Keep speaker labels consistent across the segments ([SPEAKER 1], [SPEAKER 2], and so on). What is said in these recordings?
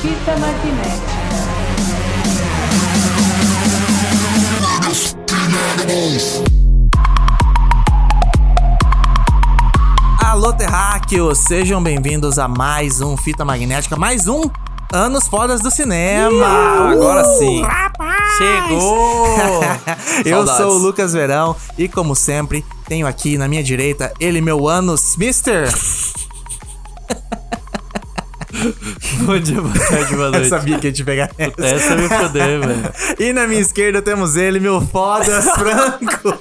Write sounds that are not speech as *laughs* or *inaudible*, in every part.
[SPEAKER 1] Fita magnética.
[SPEAKER 2] Alô, terráqueos! Sejam bem-vindos a mais um Fita Magnética, mais um Anos Fodas do Cinema! Agora sim!
[SPEAKER 3] Chegou!
[SPEAKER 2] Eu
[SPEAKER 3] Ah, Saudades.
[SPEAKER 2] sou o Lucas Verão e, como sempre, tenho aqui na minha direita ele, meu Anos, Mister!
[SPEAKER 3] *laughs* Bom dia, boa tarde, boa
[SPEAKER 2] *laughs* Eu
[SPEAKER 3] noite.
[SPEAKER 2] sabia que ia te pegar essa.
[SPEAKER 3] Essa é me fodeu, velho.
[SPEAKER 2] E na minha esquerda temos ele, meu
[SPEAKER 3] *laughs*
[SPEAKER 2] Fodas Franco!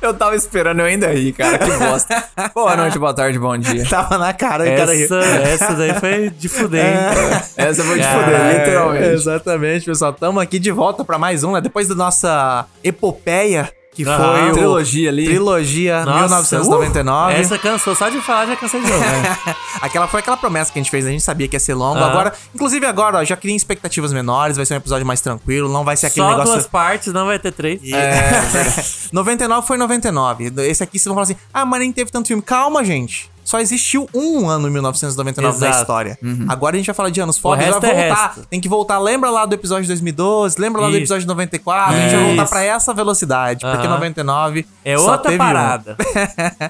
[SPEAKER 4] Eu tava esperando eu ainda ri, cara. Que
[SPEAKER 3] *laughs*
[SPEAKER 4] bosta. boa noite, boa tarde, bom dia.
[SPEAKER 2] Tava na cara, o cara riu.
[SPEAKER 3] Essa, essa daí foi de fuder, hein?
[SPEAKER 2] É.
[SPEAKER 4] Essa foi de
[SPEAKER 3] Caralho.
[SPEAKER 4] foder, literalmente.
[SPEAKER 2] Exatamente, pessoal. Estamos aqui de volta para mais um, né? Depois da nossa epopeia, que
[SPEAKER 3] Aham.
[SPEAKER 2] foi o...
[SPEAKER 4] Trilogia ali.
[SPEAKER 2] Trilogia
[SPEAKER 3] Nossa,
[SPEAKER 2] 1999.
[SPEAKER 3] uh, essa cansou, só de falar já cansei de novo, né?
[SPEAKER 2] É. Aquela foi aquela promessa que a gente fez, a gente sabia que ia ser longo.
[SPEAKER 3] Aham.
[SPEAKER 2] Agora, inclusive agora, ó, já cria expectativas menores, vai ser um episódio mais tranquilo, não vai ser aquele
[SPEAKER 3] Só
[SPEAKER 2] negócio.
[SPEAKER 3] duas partes, não vai ter três.
[SPEAKER 2] É. *laughs* 99 foi 99. Esse aqui vocês vão falar assim: ah, mas nem teve tanto filme. Calma, gente. Só existiu um ano em 1999 na
[SPEAKER 3] Exato. Uhum.
[SPEAKER 2] história. Agora a gente vai falar de anos fodas,
[SPEAKER 3] resto
[SPEAKER 2] vai
[SPEAKER 3] é
[SPEAKER 2] voltar.
[SPEAKER 3] resto.
[SPEAKER 2] Tem que voltar. Lembra lá do episódio de 2012, lembra lá do
[SPEAKER 3] Isso.
[SPEAKER 2] episódio de 94. A gente vai
[SPEAKER 3] É.
[SPEAKER 2] voltar
[SPEAKER 3] Isso.
[SPEAKER 2] pra essa velocidade, porque
[SPEAKER 3] Aham.
[SPEAKER 2] 99
[SPEAKER 3] É
[SPEAKER 2] só
[SPEAKER 3] outra
[SPEAKER 2] teve um. É,
[SPEAKER 3] parada.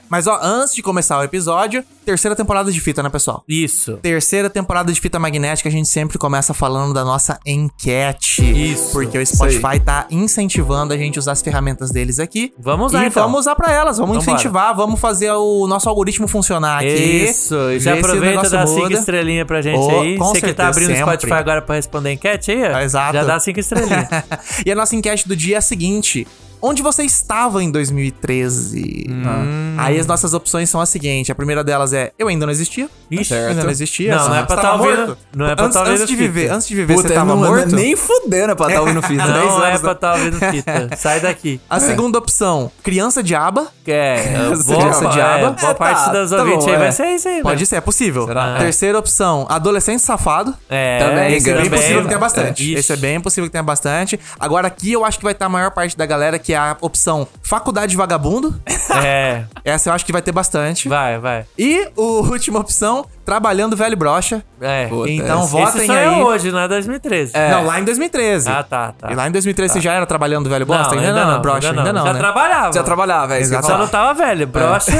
[SPEAKER 2] Mas ó, antes de começar o episódio, terceira temporada de fita, né, pessoal?
[SPEAKER 3] Isso.
[SPEAKER 2] Terceira temporada de fita magnética, a gente sempre começa falando da nossa enquete.
[SPEAKER 3] Isso.
[SPEAKER 2] Porque o Spotify tá incentivando a gente a usar as ferramentas deles aqui.
[SPEAKER 3] Vamos usar,
[SPEAKER 2] e
[SPEAKER 3] então.
[SPEAKER 2] vamos usar pra elas, vamos
[SPEAKER 3] Então bora.
[SPEAKER 2] incentivar, vamos fazer o nosso algoritmo funcionar aqui.
[SPEAKER 3] Isso,
[SPEAKER 2] Ver se
[SPEAKER 3] já
[SPEAKER 2] o
[SPEAKER 3] aproveita
[SPEAKER 2] negócio
[SPEAKER 3] dá cinco
[SPEAKER 2] muda.
[SPEAKER 3] estrelinhas pra gente
[SPEAKER 2] Oh,
[SPEAKER 3] aí.
[SPEAKER 2] com
[SPEAKER 3] Você que tá
[SPEAKER 2] certeza,
[SPEAKER 3] abrindo o Spotify
[SPEAKER 2] sempre.
[SPEAKER 3] agora pra responder a enquete aí, ó.
[SPEAKER 2] Ah, exato.
[SPEAKER 3] Já dá
[SPEAKER 2] *laughs*
[SPEAKER 3] cinco estrelinhas.
[SPEAKER 2] e a nossa enquete do dia é a seguinte. Onde você estava em 2013?
[SPEAKER 3] Hum.
[SPEAKER 2] Aí as nossas opções são as seguintes. A primeira delas é eu ainda não existia.
[SPEAKER 3] Ixi,
[SPEAKER 2] Eu ainda não existia.
[SPEAKER 3] Não, não é
[SPEAKER 2] Você
[SPEAKER 3] pra
[SPEAKER 2] tava
[SPEAKER 3] tá ouvindo-
[SPEAKER 2] morto.
[SPEAKER 3] não é pra
[SPEAKER 2] antes,
[SPEAKER 3] tá ouvindo
[SPEAKER 2] antes de
[SPEAKER 3] fita.
[SPEAKER 2] viver, antes de viver
[SPEAKER 4] Puta,
[SPEAKER 2] você tava
[SPEAKER 4] não,
[SPEAKER 2] morto.
[SPEAKER 4] Nem fudendo pra estar ouvindo *laughs* fita. dez
[SPEAKER 3] Não é
[SPEAKER 4] anos
[SPEAKER 2] né?
[SPEAKER 3] pra tá
[SPEAKER 2] *laughs*
[SPEAKER 3] ouvindo fita. Sai daqui.
[SPEAKER 2] A segunda opção, criança de aba.
[SPEAKER 3] É, boa,
[SPEAKER 2] criança
[SPEAKER 3] é,
[SPEAKER 2] diaba.
[SPEAKER 3] boa
[SPEAKER 4] É,
[SPEAKER 3] parte
[SPEAKER 4] tá,
[SPEAKER 3] das
[SPEAKER 4] tá
[SPEAKER 3] ouvintes
[SPEAKER 4] bom,
[SPEAKER 3] aí
[SPEAKER 4] é.
[SPEAKER 3] vai ser isso aí,
[SPEAKER 2] Pode
[SPEAKER 3] velho.
[SPEAKER 2] ser, é possível.
[SPEAKER 4] Será?
[SPEAKER 2] Terceira opção, adolescente safado.
[SPEAKER 3] É,
[SPEAKER 4] Também,
[SPEAKER 3] esse
[SPEAKER 4] grande
[SPEAKER 2] Bem
[SPEAKER 4] Também,
[SPEAKER 2] possível que
[SPEAKER 4] né?
[SPEAKER 2] tenha bastante.
[SPEAKER 3] Ixi.
[SPEAKER 2] Esse é *laughs* bem possível que tenha bastante. Agora aqui eu acho que vai estar a maior parte da galera, que é a opção faculdade
[SPEAKER 3] *laughs*
[SPEAKER 2] vagabundo.
[SPEAKER 3] É,
[SPEAKER 2] Essa eu acho que vai ter bastante.
[SPEAKER 3] vai, vai.
[SPEAKER 2] E a *laughs* última opção, trabalhando velho brocha.
[SPEAKER 3] É.
[SPEAKER 4] Puta,
[SPEAKER 2] Então
[SPEAKER 4] esse-
[SPEAKER 2] votem
[SPEAKER 3] Esse só
[SPEAKER 2] aí.
[SPEAKER 3] é hoje, não é 2013.
[SPEAKER 2] Não, lá em 2013.
[SPEAKER 3] Ah, tá, tá.
[SPEAKER 2] E lá em 2013 você já era trabalhando velho bosta? ainda, não, brocha, ainda, não,
[SPEAKER 3] Já
[SPEAKER 2] né?
[SPEAKER 3] trabalhava.
[SPEAKER 4] Já trabalhava, é isso que eu ia
[SPEAKER 3] Só não
[SPEAKER 4] falar.
[SPEAKER 3] tava velho.
[SPEAKER 2] *laughs*
[SPEAKER 3] Brocha,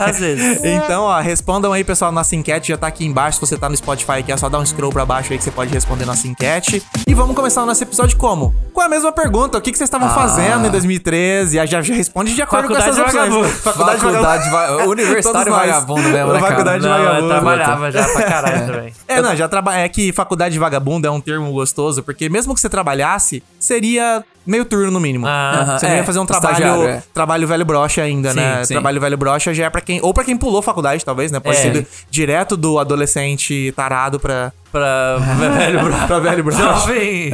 [SPEAKER 3] às vezes.
[SPEAKER 2] Então, ó, respondam aí, pessoal. Nossa enquete já tá aqui embaixo. Se você tá no Spotify aqui, é só dar um scroll pra baixo aí que você pode responder nossa enquete. E vamos começar o nosso episódio como? Com a mesma pergunta. O que, que vocês estavam fazendo em 2013? Ah, Já, já responde de acordo
[SPEAKER 3] Faculdade
[SPEAKER 2] com essas opções.
[SPEAKER 3] vagabundo.
[SPEAKER 2] Faculdade
[SPEAKER 4] Faculdade *laughs* va- Universitário
[SPEAKER 2] Todos nós.
[SPEAKER 4] vagabundo mesmo, né, cara?
[SPEAKER 2] Faculdade
[SPEAKER 3] não,
[SPEAKER 2] vagabundo.
[SPEAKER 3] eu trabalhava já pra caralho também.
[SPEAKER 2] *laughs* É, não, já traba... é que faculdade vagabundo é um termo gostoso, porque mesmo que você trabalhasse, seria meio turno no mínimo.
[SPEAKER 3] Ah,
[SPEAKER 2] você não
[SPEAKER 4] é,
[SPEAKER 2] ia fazer um trabalho,
[SPEAKER 4] estagiário, é.
[SPEAKER 2] trabalho velho brocha ainda,
[SPEAKER 3] Sim,
[SPEAKER 2] né?
[SPEAKER 4] sim.
[SPEAKER 2] Trabalho velho brocha já é pra quem. Ou pra quem pulou faculdade, talvez, né? Pode
[SPEAKER 3] É.
[SPEAKER 2] ser do- direto do adolescente tarado pra.
[SPEAKER 3] Pra velho brocha.
[SPEAKER 2] *laughs* pra velho brocha.
[SPEAKER 3] Jovem.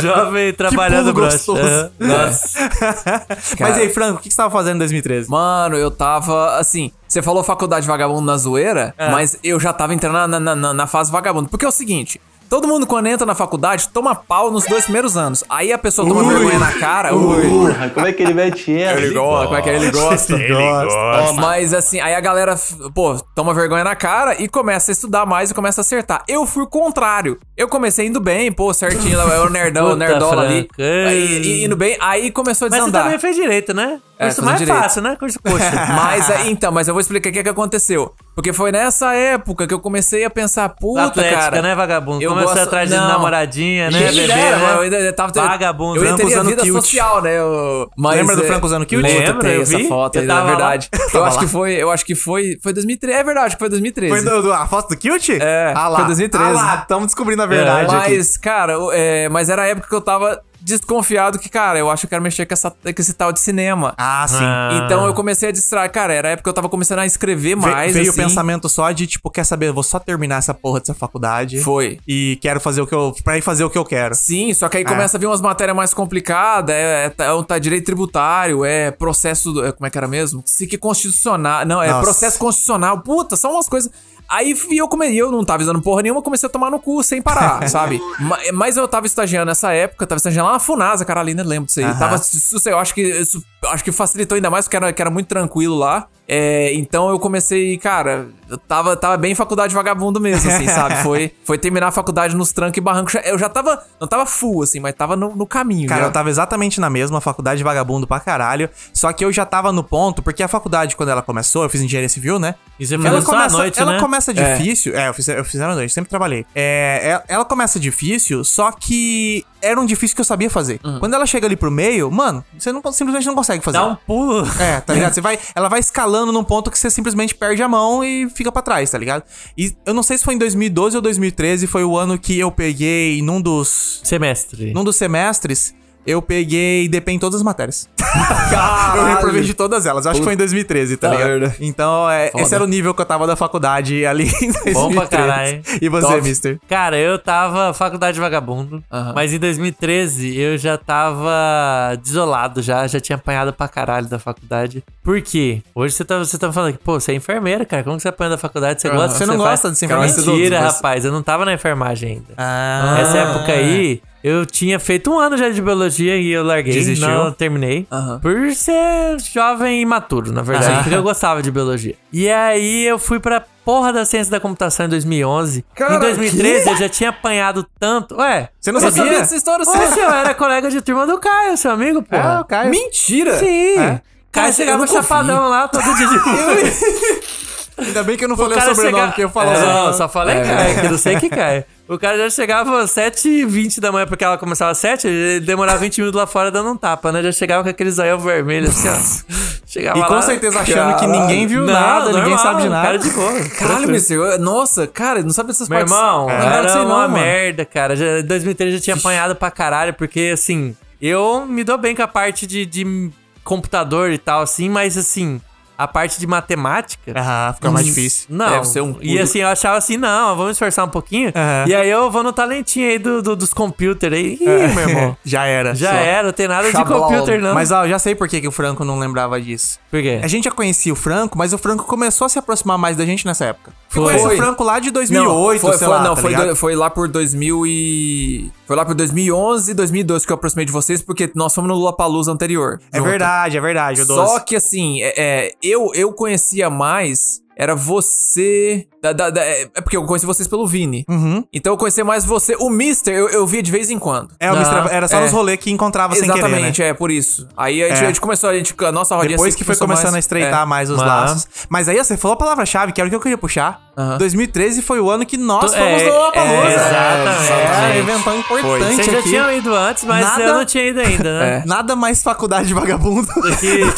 [SPEAKER 3] Jovem trabalhando
[SPEAKER 2] pulo
[SPEAKER 3] brocha. É.
[SPEAKER 2] gostoso.
[SPEAKER 3] Aham. Nossa.
[SPEAKER 2] Mas
[SPEAKER 4] Cara.
[SPEAKER 2] e aí, Franco, o que que você tava fazendo em 2013?
[SPEAKER 4] Mano, eu tava, assim, você falou faculdade vagabundo na zoeira, mas eu já tava entrando na, na, na- na fase vagabundo. Porque é o seguinte, todo mundo quando entra na faculdade, toma pau nos dois primeiros anos. Aí a pessoa toma
[SPEAKER 2] Ui.
[SPEAKER 4] vergonha na cara. ui.
[SPEAKER 5] Porra, como é que ele mete essa?
[SPEAKER 4] Ele gosta, como é que é? Ele gosta.
[SPEAKER 2] Ele gosta.
[SPEAKER 4] Ó, mas assim, aí a galera, f- pô, toma vergonha na cara e começa a estudar mais e começa a acertar. Eu fui o contrário. Eu comecei indo bem, pô, certinho, eu era o nerdão,
[SPEAKER 3] *laughs* Puta,
[SPEAKER 4] nerdola ali.
[SPEAKER 3] Franco, ei.
[SPEAKER 4] Aí, e- indo bem, aí começou a
[SPEAKER 3] Mas você
[SPEAKER 4] desandar. *laughs*
[SPEAKER 3] também fez direito, né?
[SPEAKER 4] É,
[SPEAKER 3] Curso
[SPEAKER 4] fazendo
[SPEAKER 3] mais
[SPEAKER 4] direito.
[SPEAKER 3] fácil, né? Curso
[SPEAKER 2] *laughs*
[SPEAKER 3] coxa.
[SPEAKER 4] Mas é, então, mas eu vou explicar o que, que aconteceu. Porque foi nessa época que eu comecei a pensar, puta,
[SPEAKER 3] Atlética,
[SPEAKER 4] cara.
[SPEAKER 3] né, vagabundo?
[SPEAKER 4] eu
[SPEAKER 3] Começou
[SPEAKER 4] gosto-
[SPEAKER 3] atrás de
[SPEAKER 4] não.
[SPEAKER 3] namoradinha, né?
[SPEAKER 4] Quem
[SPEAKER 3] Bebê,
[SPEAKER 4] dera,
[SPEAKER 3] né?
[SPEAKER 4] mano, eu ainda tava
[SPEAKER 3] Vagabundo.
[SPEAKER 4] Eu ainda
[SPEAKER 2] Franco
[SPEAKER 4] teria
[SPEAKER 2] usando
[SPEAKER 4] vida
[SPEAKER 2] kilt.
[SPEAKER 4] social, né? Eu, mas,
[SPEAKER 2] Lembra do
[SPEAKER 4] é,
[SPEAKER 2] Franco usando kilt?
[SPEAKER 4] Puta,
[SPEAKER 3] Lembra,
[SPEAKER 4] tem
[SPEAKER 3] eu
[SPEAKER 4] essa
[SPEAKER 3] vi.
[SPEAKER 4] foto,
[SPEAKER 3] Eu
[SPEAKER 4] aí,
[SPEAKER 3] *laughs* tava
[SPEAKER 4] na
[SPEAKER 3] lá.
[SPEAKER 4] verdade. Eu
[SPEAKER 2] Tava
[SPEAKER 4] acho
[SPEAKER 2] lá.
[SPEAKER 4] que foi, eu acho que foi, foi 2013. É verdade, que foi 2013.
[SPEAKER 2] Foi do, do- a foto do Kilt?
[SPEAKER 4] É,
[SPEAKER 2] ah lá.
[SPEAKER 4] foi 2013.
[SPEAKER 2] Ah lá, estamos descobrindo a verdade. Tá aqui.
[SPEAKER 4] Mas, cara, o- é, mas era a época que eu tava desconfiado que, cara, eu acho que eu quero mexer com, essa, com esse tal de cinema.
[SPEAKER 2] Ah, sim.
[SPEAKER 3] Ah,
[SPEAKER 4] Então eu comecei a distrair. Cara, era a época que eu tava começando a escrever
[SPEAKER 2] Ve-
[SPEAKER 4] mais.
[SPEAKER 2] veio
[SPEAKER 4] assim.
[SPEAKER 2] o pensamento só de, tipo, quer saber, eu vou só terminar essa porra dessa faculdade.
[SPEAKER 4] Foi.
[SPEAKER 2] E quero fazer o que eu. Pra ir fazer o que eu quero.
[SPEAKER 4] Sim, só
[SPEAKER 2] Ah.
[SPEAKER 4] que aí começa a vir umas matérias mais complicadas, é, é, é, tá direito tributário, é processo, do- é, como é que era mesmo? SIC constitucional, não, é
[SPEAKER 2] Nossa.
[SPEAKER 4] processo constitucional, puta, são umas coisas. Aí fui- eu comecei, eu não tava usando porra nenhuma, comecei a tomar no cu
[SPEAKER 2] *laughs*
[SPEAKER 4] sem parar, sabe? Ma- Mas eu tava estagiando nessa época, tava estagiando lá na Funasa, Carolina, lembro disso aí.
[SPEAKER 2] Aham.
[SPEAKER 4] Tava, isso, eu acho que isso, acho que facilitou ainda mais, porque era, que era muito tranquilo lá. É, então eu comecei, cara, eu tava, tava bem faculdade vagabundo
[SPEAKER 2] *laughs*
[SPEAKER 4] mesmo, assim, sabe? Foi, foi terminar a faculdade nos trancos e barrancos. Eu já tava, não tava full, assim, mas tava no, no caminho, né?
[SPEAKER 2] Cara,
[SPEAKER 4] já.
[SPEAKER 2] eu tava exatamente na mesma, faculdade de vagabundo pra caralho. Só que eu já tava no ponto, porque a faculdade, quando ela começou, eu fiz engenharia civil, né?
[SPEAKER 3] E você
[SPEAKER 2] ela
[SPEAKER 3] fez é só à
[SPEAKER 2] começa,
[SPEAKER 3] noite,
[SPEAKER 2] ela
[SPEAKER 3] né?
[SPEAKER 2] começa difícil. É, eu fiz, eu fiz à noite, sempre trabalhei. É, ela, ela começa difícil, só que era um difícil que eu sabia fazer. Quando ela chega ali pro meio, mano, você não, simplesmente não consegue fazer.
[SPEAKER 3] Uhum. Dá um pulo.
[SPEAKER 2] *laughs* É, tá
[SPEAKER 3] *laughs*
[SPEAKER 2] ligado? Você vai, ela vai escalando num ponto que você simplesmente perde a mão e fica pra trás, tá ligado? E eu não sei se foi em 2012 ou 2013, foi o ano que eu peguei num dos
[SPEAKER 3] Semestre.
[SPEAKER 2] num dos semestres, eu peguei DP em todas as matérias. *laughs* Eu reprovei de todas elas. Eu acho que foi em 2013, tá
[SPEAKER 4] Puta
[SPEAKER 2] ligado?
[SPEAKER 4] merda.
[SPEAKER 2] Então, é, esse era o nível que eu tava da faculdade ali em 2013.
[SPEAKER 3] Bom pra caralho.
[SPEAKER 2] E você,
[SPEAKER 4] Top.
[SPEAKER 2] mister?
[SPEAKER 3] Cara, eu tava faculdade vagabundo,
[SPEAKER 4] Aham.
[SPEAKER 3] mas em 2013 eu já tava desolado já, já tinha apanhado pra caralho da faculdade. Por quê? Hoje você tá, você tá falando que, pô, você é enfermeira, cara, como que você apanha da faculdade? Você gosta?
[SPEAKER 2] você não gosta de ser
[SPEAKER 3] Cara,
[SPEAKER 2] enfermeira?
[SPEAKER 3] Mentira,
[SPEAKER 2] Você-
[SPEAKER 3] rapaz, eu não tava na enfermagem ainda.
[SPEAKER 2] Ah.
[SPEAKER 3] Nessa é época aí, eu tinha feito um ano já de biologia e eu larguei.
[SPEAKER 4] Desistiu?
[SPEAKER 3] Não terminei.
[SPEAKER 4] Aham.
[SPEAKER 3] Por ser jovem e imaturo, na verdade.
[SPEAKER 2] Ah.
[SPEAKER 3] Porque eu gostava de biologia. E aí eu fui pra porra da ciência da computação em 2011.
[SPEAKER 4] Cara,
[SPEAKER 3] em 2013 eu já tinha apanhado tanto. Ué,
[SPEAKER 2] Você não
[SPEAKER 4] Eu
[SPEAKER 2] sabia?
[SPEAKER 4] sabia dessa história,
[SPEAKER 3] Ué,
[SPEAKER 4] você...
[SPEAKER 3] eu era colega de turma do Caio, seu amigo, pô.
[SPEAKER 2] Ah, o Caio.
[SPEAKER 4] Mentira!
[SPEAKER 2] É?
[SPEAKER 3] Sim. Caio
[SPEAKER 4] Cara, eu
[SPEAKER 3] chegava
[SPEAKER 4] nunca ouvi.
[SPEAKER 3] chapadão lá todo dia de manhã.
[SPEAKER 2] Ainda bem que eu não falei o,
[SPEAKER 3] cara
[SPEAKER 2] sobrenome,
[SPEAKER 3] chega-
[SPEAKER 2] porque eu falo
[SPEAKER 3] É,
[SPEAKER 2] assim.
[SPEAKER 3] Não, só falei
[SPEAKER 4] É.
[SPEAKER 3] Caio, que não sei que Caio. O cara já chegava às 7h20 da manhã, porque ela começava às 7 ele demorava 20 minutos lá fora dando um tapa, né? Já chegava com aquele zoião vermelho, assim, ó. Chegava
[SPEAKER 2] E com
[SPEAKER 3] lá-
[SPEAKER 2] certeza achando que
[SPEAKER 4] Caralho.
[SPEAKER 2] ninguém viu
[SPEAKER 3] Não,
[SPEAKER 2] nada, ninguém
[SPEAKER 3] normal,
[SPEAKER 2] sabe de nada.
[SPEAKER 3] Cara de boa.
[SPEAKER 4] Caralho, Mister, eu- nossa, cara, não sabia dessas
[SPEAKER 3] Meu
[SPEAKER 4] partes.
[SPEAKER 3] irmão,
[SPEAKER 4] Não lembrava
[SPEAKER 3] era
[SPEAKER 4] disso aí não,
[SPEAKER 3] uma
[SPEAKER 4] mano.
[SPEAKER 3] merda, cara. Já, em 2003 eu já tinha apanhado pra caralho, porque, assim, eu me dou bem com a parte de, de computador e tal, assim, mas, assim, a parte de matemática...
[SPEAKER 2] Ah, fica mais difícil.
[SPEAKER 3] Uhum. Não,
[SPEAKER 4] Deve ser um pulo.
[SPEAKER 3] e assim, eu achava assim, não, vamos esforçar um pouquinho.
[SPEAKER 2] Aham.
[SPEAKER 3] E aí eu vou no talentinho aí do, do- dos computer aí. Ih,
[SPEAKER 2] *laughs*
[SPEAKER 3] meu irmão.
[SPEAKER 2] Já era.
[SPEAKER 3] Já
[SPEAKER 2] só.
[SPEAKER 3] era, não tem nada
[SPEAKER 4] Xablon.
[SPEAKER 3] de computer, não.
[SPEAKER 2] Mas, ó, eu já sei por que, que o Franco não lembrava disso.
[SPEAKER 3] por quê?
[SPEAKER 2] A gente já conhecia o Franco, mas o Franco começou a se aproximar mais da gente nessa época. Foi.
[SPEAKER 3] Foi.
[SPEAKER 2] Conhece o Franco lá de 2008,
[SPEAKER 4] foi,
[SPEAKER 2] sei
[SPEAKER 4] foi-
[SPEAKER 2] lá,
[SPEAKER 4] não,
[SPEAKER 2] tá
[SPEAKER 4] foi,
[SPEAKER 2] ligado?
[SPEAKER 4] do- foi lá por 2000 e foi lá por 2011, 2012 que eu aproximei de vocês porque nós fomos no Lula Palusa anterior.
[SPEAKER 2] É
[SPEAKER 4] junto.
[SPEAKER 2] verdade, é verdade. O
[SPEAKER 4] Só
[SPEAKER 2] Doce.
[SPEAKER 4] que assim, é- é, eu eu conhecia mais era você da- da- da- é é porque eu conheci vocês pelo Vini.
[SPEAKER 2] Uhum.
[SPEAKER 4] Então eu conhecia mais você, o Mister eu, eu via de vez em quando.
[SPEAKER 2] É, o
[SPEAKER 3] Não,
[SPEAKER 2] Mr. era só
[SPEAKER 4] é.
[SPEAKER 2] nos rolês que encontrava sem querer, né?
[SPEAKER 4] Exatamente, é por isso. Aí a gente,
[SPEAKER 2] É.
[SPEAKER 4] a gente começou, a gente a nossa rodinha
[SPEAKER 2] Depois
[SPEAKER 3] assim
[SPEAKER 4] sempre
[SPEAKER 2] que foi
[SPEAKER 4] começou
[SPEAKER 2] começando
[SPEAKER 4] mais- é.
[SPEAKER 2] a estreitar mais os
[SPEAKER 3] Mas-
[SPEAKER 2] laços. Mas aí você falou a palavra-chave, que era o que eu queria puxar.
[SPEAKER 4] Aham.
[SPEAKER 2] 2013 foi o ano que nós
[SPEAKER 3] Tu-
[SPEAKER 2] fomos
[SPEAKER 3] é,
[SPEAKER 2] no Lollapalooza.
[SPEAKER 3] é, exatamente.
[SPEAKER 2] É, um evento importante
[SPEAKER 3] Vocês já
[SPEAKER 2] aqui.
[SPEAKER 3] tinham ido antes, mas
[SPEAKER 2] Nada-
[SPEAKER 3] eu não tinha ido ainda,
[SPEAKER 2] *laughs*
[SPEAKER 3] né?
[SPEAKER 4] É.
[SPEAKER 2] Nada mais faculdade de vagabundo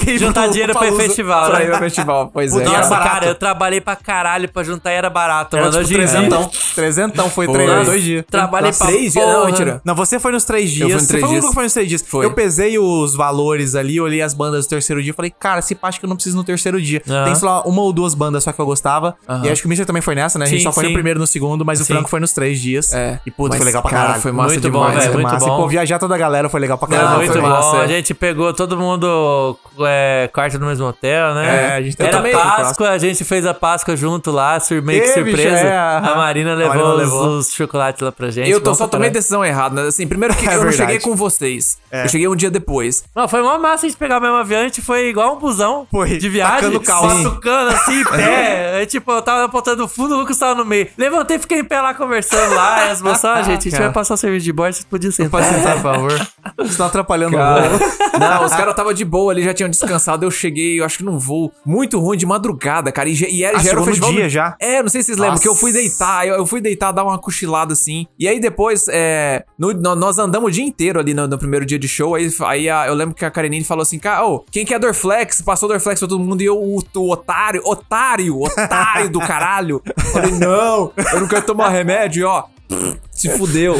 [SPEAKER 3] Que,
[SPEAKER 2] *laughs*
[SPEAKER 3] juntar dinheiro pra ir pro festival,
[SPEAKER 4] Pra ir
[SPEAKER 3] né?
[SPEAKER 4] ao festival, pois
[SPEAKER 2] O
[SPEAKER 4] é.
[SPEAKER 2] E era
[SPEAKER 3] Nossa,
[SPEAKER 2] barato.
[SPEAKER 3] cara, eu trabalhei pra caralho pra juntar e era barato,
[SPEAKER 2] Era
[SPEAKER 3] mano.
[SPEAKER 2] tipo
[SPEAKER 3] Hoje em dia-
[SPEAKER 2] trezentão. Trezentão, foi três,
[SPEAKER 4] Nossa,
[SPEAKER 2] dois dias.
[SPEAKER 3] É. Trabalhei pra
[SPEAKER 4] três dias? Não,
[SPEAKER 3] porra.
[SPEAKER 4] mentira.
[SPEAKER 2] Não, você foi nos três dias.
[SPEAKER 4] fui nos
[SPEAKER 2] Você
[SPEAKER 4] três
[SPEAKER 2] foi o
[SPEAKER 4] dias.
[SPEAKER 2] único que foi nos três dias.
[SPEAKER 4] Foi.
[SPEAKER 2] Eu pesei os valores ali, olhei as bandas do terceiro dia e falei, cara, se pá, acho que eu não preciso no terceiro dia.
[SPEAKER 3] Aham.
[SPEAKER 2] Tem só uma ou duas bandas só que eu gostava.
[SPEAKER 4] Aham.
[SPEAKER 2] E acho que o Mister também foi nessa, né? A gente
[SPEAKER 3] Sim,
[SPEAKER 2] só foi no
[SPEAKER 3] sim.
[SPEAKER 2] primeiro e no segundo, mas o
[SPEAKER 3] Sim.
[SPEAKER 2] Franco foi nos três dias.
[SPEAKER 4] É.
[SPEAKER 2] E puta,
[SPEAKER 4] Mas,
[SPEAKER 2] foi legal pra
[SPEAKER 4] cara,
[SPEAKER 2] caralho.
[SPEAKER 4] foi massa
[SPEAKER 3] Muito bom,
[SPEAKER 4] demais,
[SPEAKER 3] velho,
[SPEAKER 2] Foi
[SPEAKER 3] muito
[SPEAKER 2] massa. E,
[SPEAKER 3] bom.
[SPEAKER 2] pô, viajar toda a galera foi legal pra
[SPEAKER 3] Não,
[SPEAKER 2] caralho.
[SPEAKER 4] Ah,
[SPEAKER 3] muito
[SPEAKER 4] foi
[SPEAKER 3] bom.
[SPEAKER 4] massa, é.
[SPEAKER 3] A gente pegou todo mundo é, quarto no mesmo hotel, né?
[SPEAKER 2] É, a gente
[SPEAKER 3] Era
[SPEAKER 2] também-
[SPEAKER 3] Páscoa, a gente fez a Páscoa junto lá, sur- meio que
[SPEAKER 2] Ê, bicho,
[SPEAKER 3] surpresa.
[SPEAKER 2] é, aham.
[SPEAKER 3] a Marina
[SPEAKER 2] A
[SPEAKER 3] levou,
[SPEAKER 2] Marina
[SPEAKER 3] os-
[SPEAKER 2] levou.
[SPEAKER 3] Os, chocolates lá pra gente.
[SPEAKER 4] Eu tô,
[SPEAKER 3] bom
[SPEAKER 4] só
[SPEAKER 3] pra
[SPEAKER 4] tomei
[SPEAKER 3] caralho.
[SPEAKER 4] decisão errada.
[SPEAKER 2] *laughs*
[SPEAKER 4] Assim, primeiro que
[SPEAKER 2] É
[SPEAKER 4] eu não
[SPEAKER 2] verdade. É.
[SPEAKER 4] cheguei com vocês. Eu cheguei um dia depois.
[SPEAKER 3] Não, foi uma massa a gente pegar o mesmo avião, a gente foi igual um busão
[SPEAKER 2] Foi,
[SPEAKER 3] de viagem.
[SPEAKER 2] tacando cal.
[SPEAKER 3] Batucando assim, em pé. É, tipo, eu tava apontando o fundo, o Lucas tava no meio. Levantei e fiquei em pé lá conversando lá. E as moças, ó, gente, a gente vai passar o serviço de bordo, vocês podiam sentar. por favor.
[SPEAKER 2] Isso tá atrapalhando o voo.
[SPEAKER 3] *laughs*
[SPEAKER 4] Não, os caras tava de boa ali, já tinham descansado. Eu cheguei, eu acho que num voo muito ruim de madrugada, cara. E, já- e era,
[SPEAKER 2] Ah,
[SPEAKER 4] já era
[SPEAKER 2] chegou
[SPEAKER 4] o
[SPEAKER 2] no
[SPEAKER 4] festival.
[SPEAKER 2] dia já?
[SPEAKER 4] É, não sei se vocês lembram,
[SPEAKER 2] Nossa.
[SPEAKER 4] que eu fui deitar, eu, eu fui deitar, dar uma cochilada assim. E aí depois, é, no- no- nós andamos o dia inteiro ali no, no primeiro dia de show. Aí, aí a- eu lembro que a Karenine falou assim: cara, ô, quem quer Dorflex? Passou Dorflex pra todo mundo e eu, o, o otário, otário, otário do caralho. Falei, não, eu não quero tomar remédio, e, ó. Se fudeu.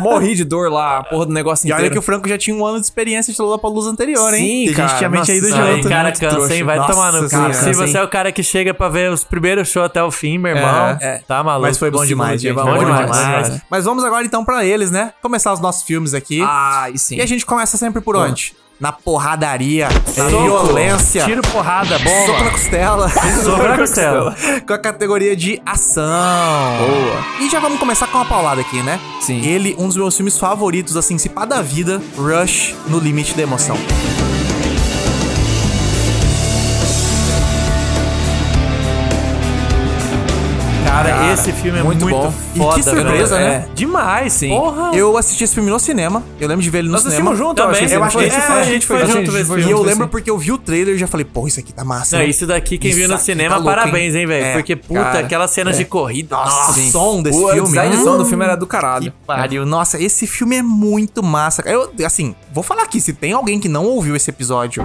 [SPEAKER 4] Morri de dor lá, a porra do negócio
[SPEAKER 2] É. E olha que
[SPEAKER 4] inteiro.
[SPEAKER 2] o Franco já tinha um ano de experiência de Lollapalooza anterior, hein?
[SPEAKER 4] Sim,
[SPEAKER 2] Que a gente
[SPEAKER 4] cara,
[SPEAKER 2] tinha mente aí do
[SPEAKER 4] nossa,
[SPEAKER 2] junto.
[SPEAKER 3] Aí, cara,
[SPEAKER 4] muito
[SPEAKER 3] cansa,
[SPEAKER 4] trouxa.
[SPEAKER 3] hein? Vai
[SPEAKER 2] né? Nossa
[SPEAKER 3] tomar
[SPEAKER 2] senhora,
[SPEAKER 3] no cara. Se
[SPEAKER 4] cansa,
[SPEAKER 3] você
[SPEAKER 4] hein?
[SPEAKER 3] é o cara que chega pra ver os primeiros shows até o fim, meu irmão,
[SPEAKER 4] é.
[SPEAKER 3] tá maluco.
[SPEAKER 2] Mas foi bom
[SPEAKER 3] No
[SPEAKER 2] demais,
[SPEAKER 3] segundo
[SPEAKER 2] gente.
[SPEAKER 3] dia, Bom demais. cara. Ah,
[SPEAKER 2] Mas vamos agora então pra eles, né? Começar os nossos filmes aqui.
[SPEAKER 4] Ai, sim.
[SPEAKER 2] E a gente começa sempre por onde? na porradaria, na
[SPEAKER 3] Soco,
[SPEAKER 2] violência.
[SPEAKER 3] Tiro, porrada, bomba.
[SPEAKER 2] Soco na costela.
[SPEAKER 3] *laughs* Soco na costela.
[SPEAKER 2] com a categoria de ação. E já vamos começar com uma paulada aqui, né?
[SPEAKER 4] Sim.
[SPEAKER 2] Ele, um dos meus filmes favoritos, assim, se pá da vida, Rush no limite da emoção.
[SPEAKER 3] Cara,
[SPEAKER 4] Cara,
[SPEAKER 3] esse filme é
[SPEAKER 4] muito
[SPEAKER 3] muito,
[SPEAKER 4] bom.
[SPEAKER 2] E
[SPEAKER 3] foda,
[SPEAKER 2] que surpresa,
[SPEAKER 3] velho.
[SPEAKER 2] né?
[SPEAKER 3] É. Demais, sim. Porra.
[SPEAKER 2] Eu assisti esse filme no cinema. Eu lembro de ver ele no
[SPEAKER 4] Nós
[SPEAKER 2] cinema.
[SPEAKER 4] assistimos junto,
[SPEAKER 3] Também,
[SPEAKER 4] eu acho.
[SPEAKER 3] eu
[SPEAKER 4] que
[SPEAKER 3] acho que
[SPEAKER 4] foi-
[SPEAKER 3] é, a gente foi junto ver esse
[SPEAKER 4] foi
[SPEAKER 2] E
[SPEAKER 3] filme.
[SPEAKER 2] eu
[SPEAKER 4] junto,
[SPEAKER 2] lembro
[SPEAKER 4] sim.
[SPEAKER 2] porque eu vi o trailer e já falei, pô, isso aqui tá massa.
[SPEAKER 3] Não,
[SPEAKER 2] né?
[SPEAKER 3] isso daqui quem
[SPEAKER 2] Isso
[SPEAKER 3] viu no
[SPEAKER 2] aqui tá
[SPEAKER 3] cinema,
[SPEAKER 2] louco,
[SPEAKER 3] parabéns, hein, velho.
[SPEAKER 2] É,
[SPEAKER 3] Porque, puta,
[SPEAKER 4] cara,
[SPEAKER 3] aquelas cenas de corrida.
[SPEAKER 2] Nossa, o
[SPEAKER 3] Nossa,
[SPEAKER 2] som desse
[SPEAKER 4] Pô,
[SPEAKER 2] filme.
[SPEAKER 4] O design
[SPEAKER 2] hum,
[SPEAKER 4] som do filme era do caralho.
[SPEAKER 2] Que pariu. Nossa, esse filme é muito massa. cara. Eu, assim, vou falar aqui, se tem alguém que não ouviu esse episódio,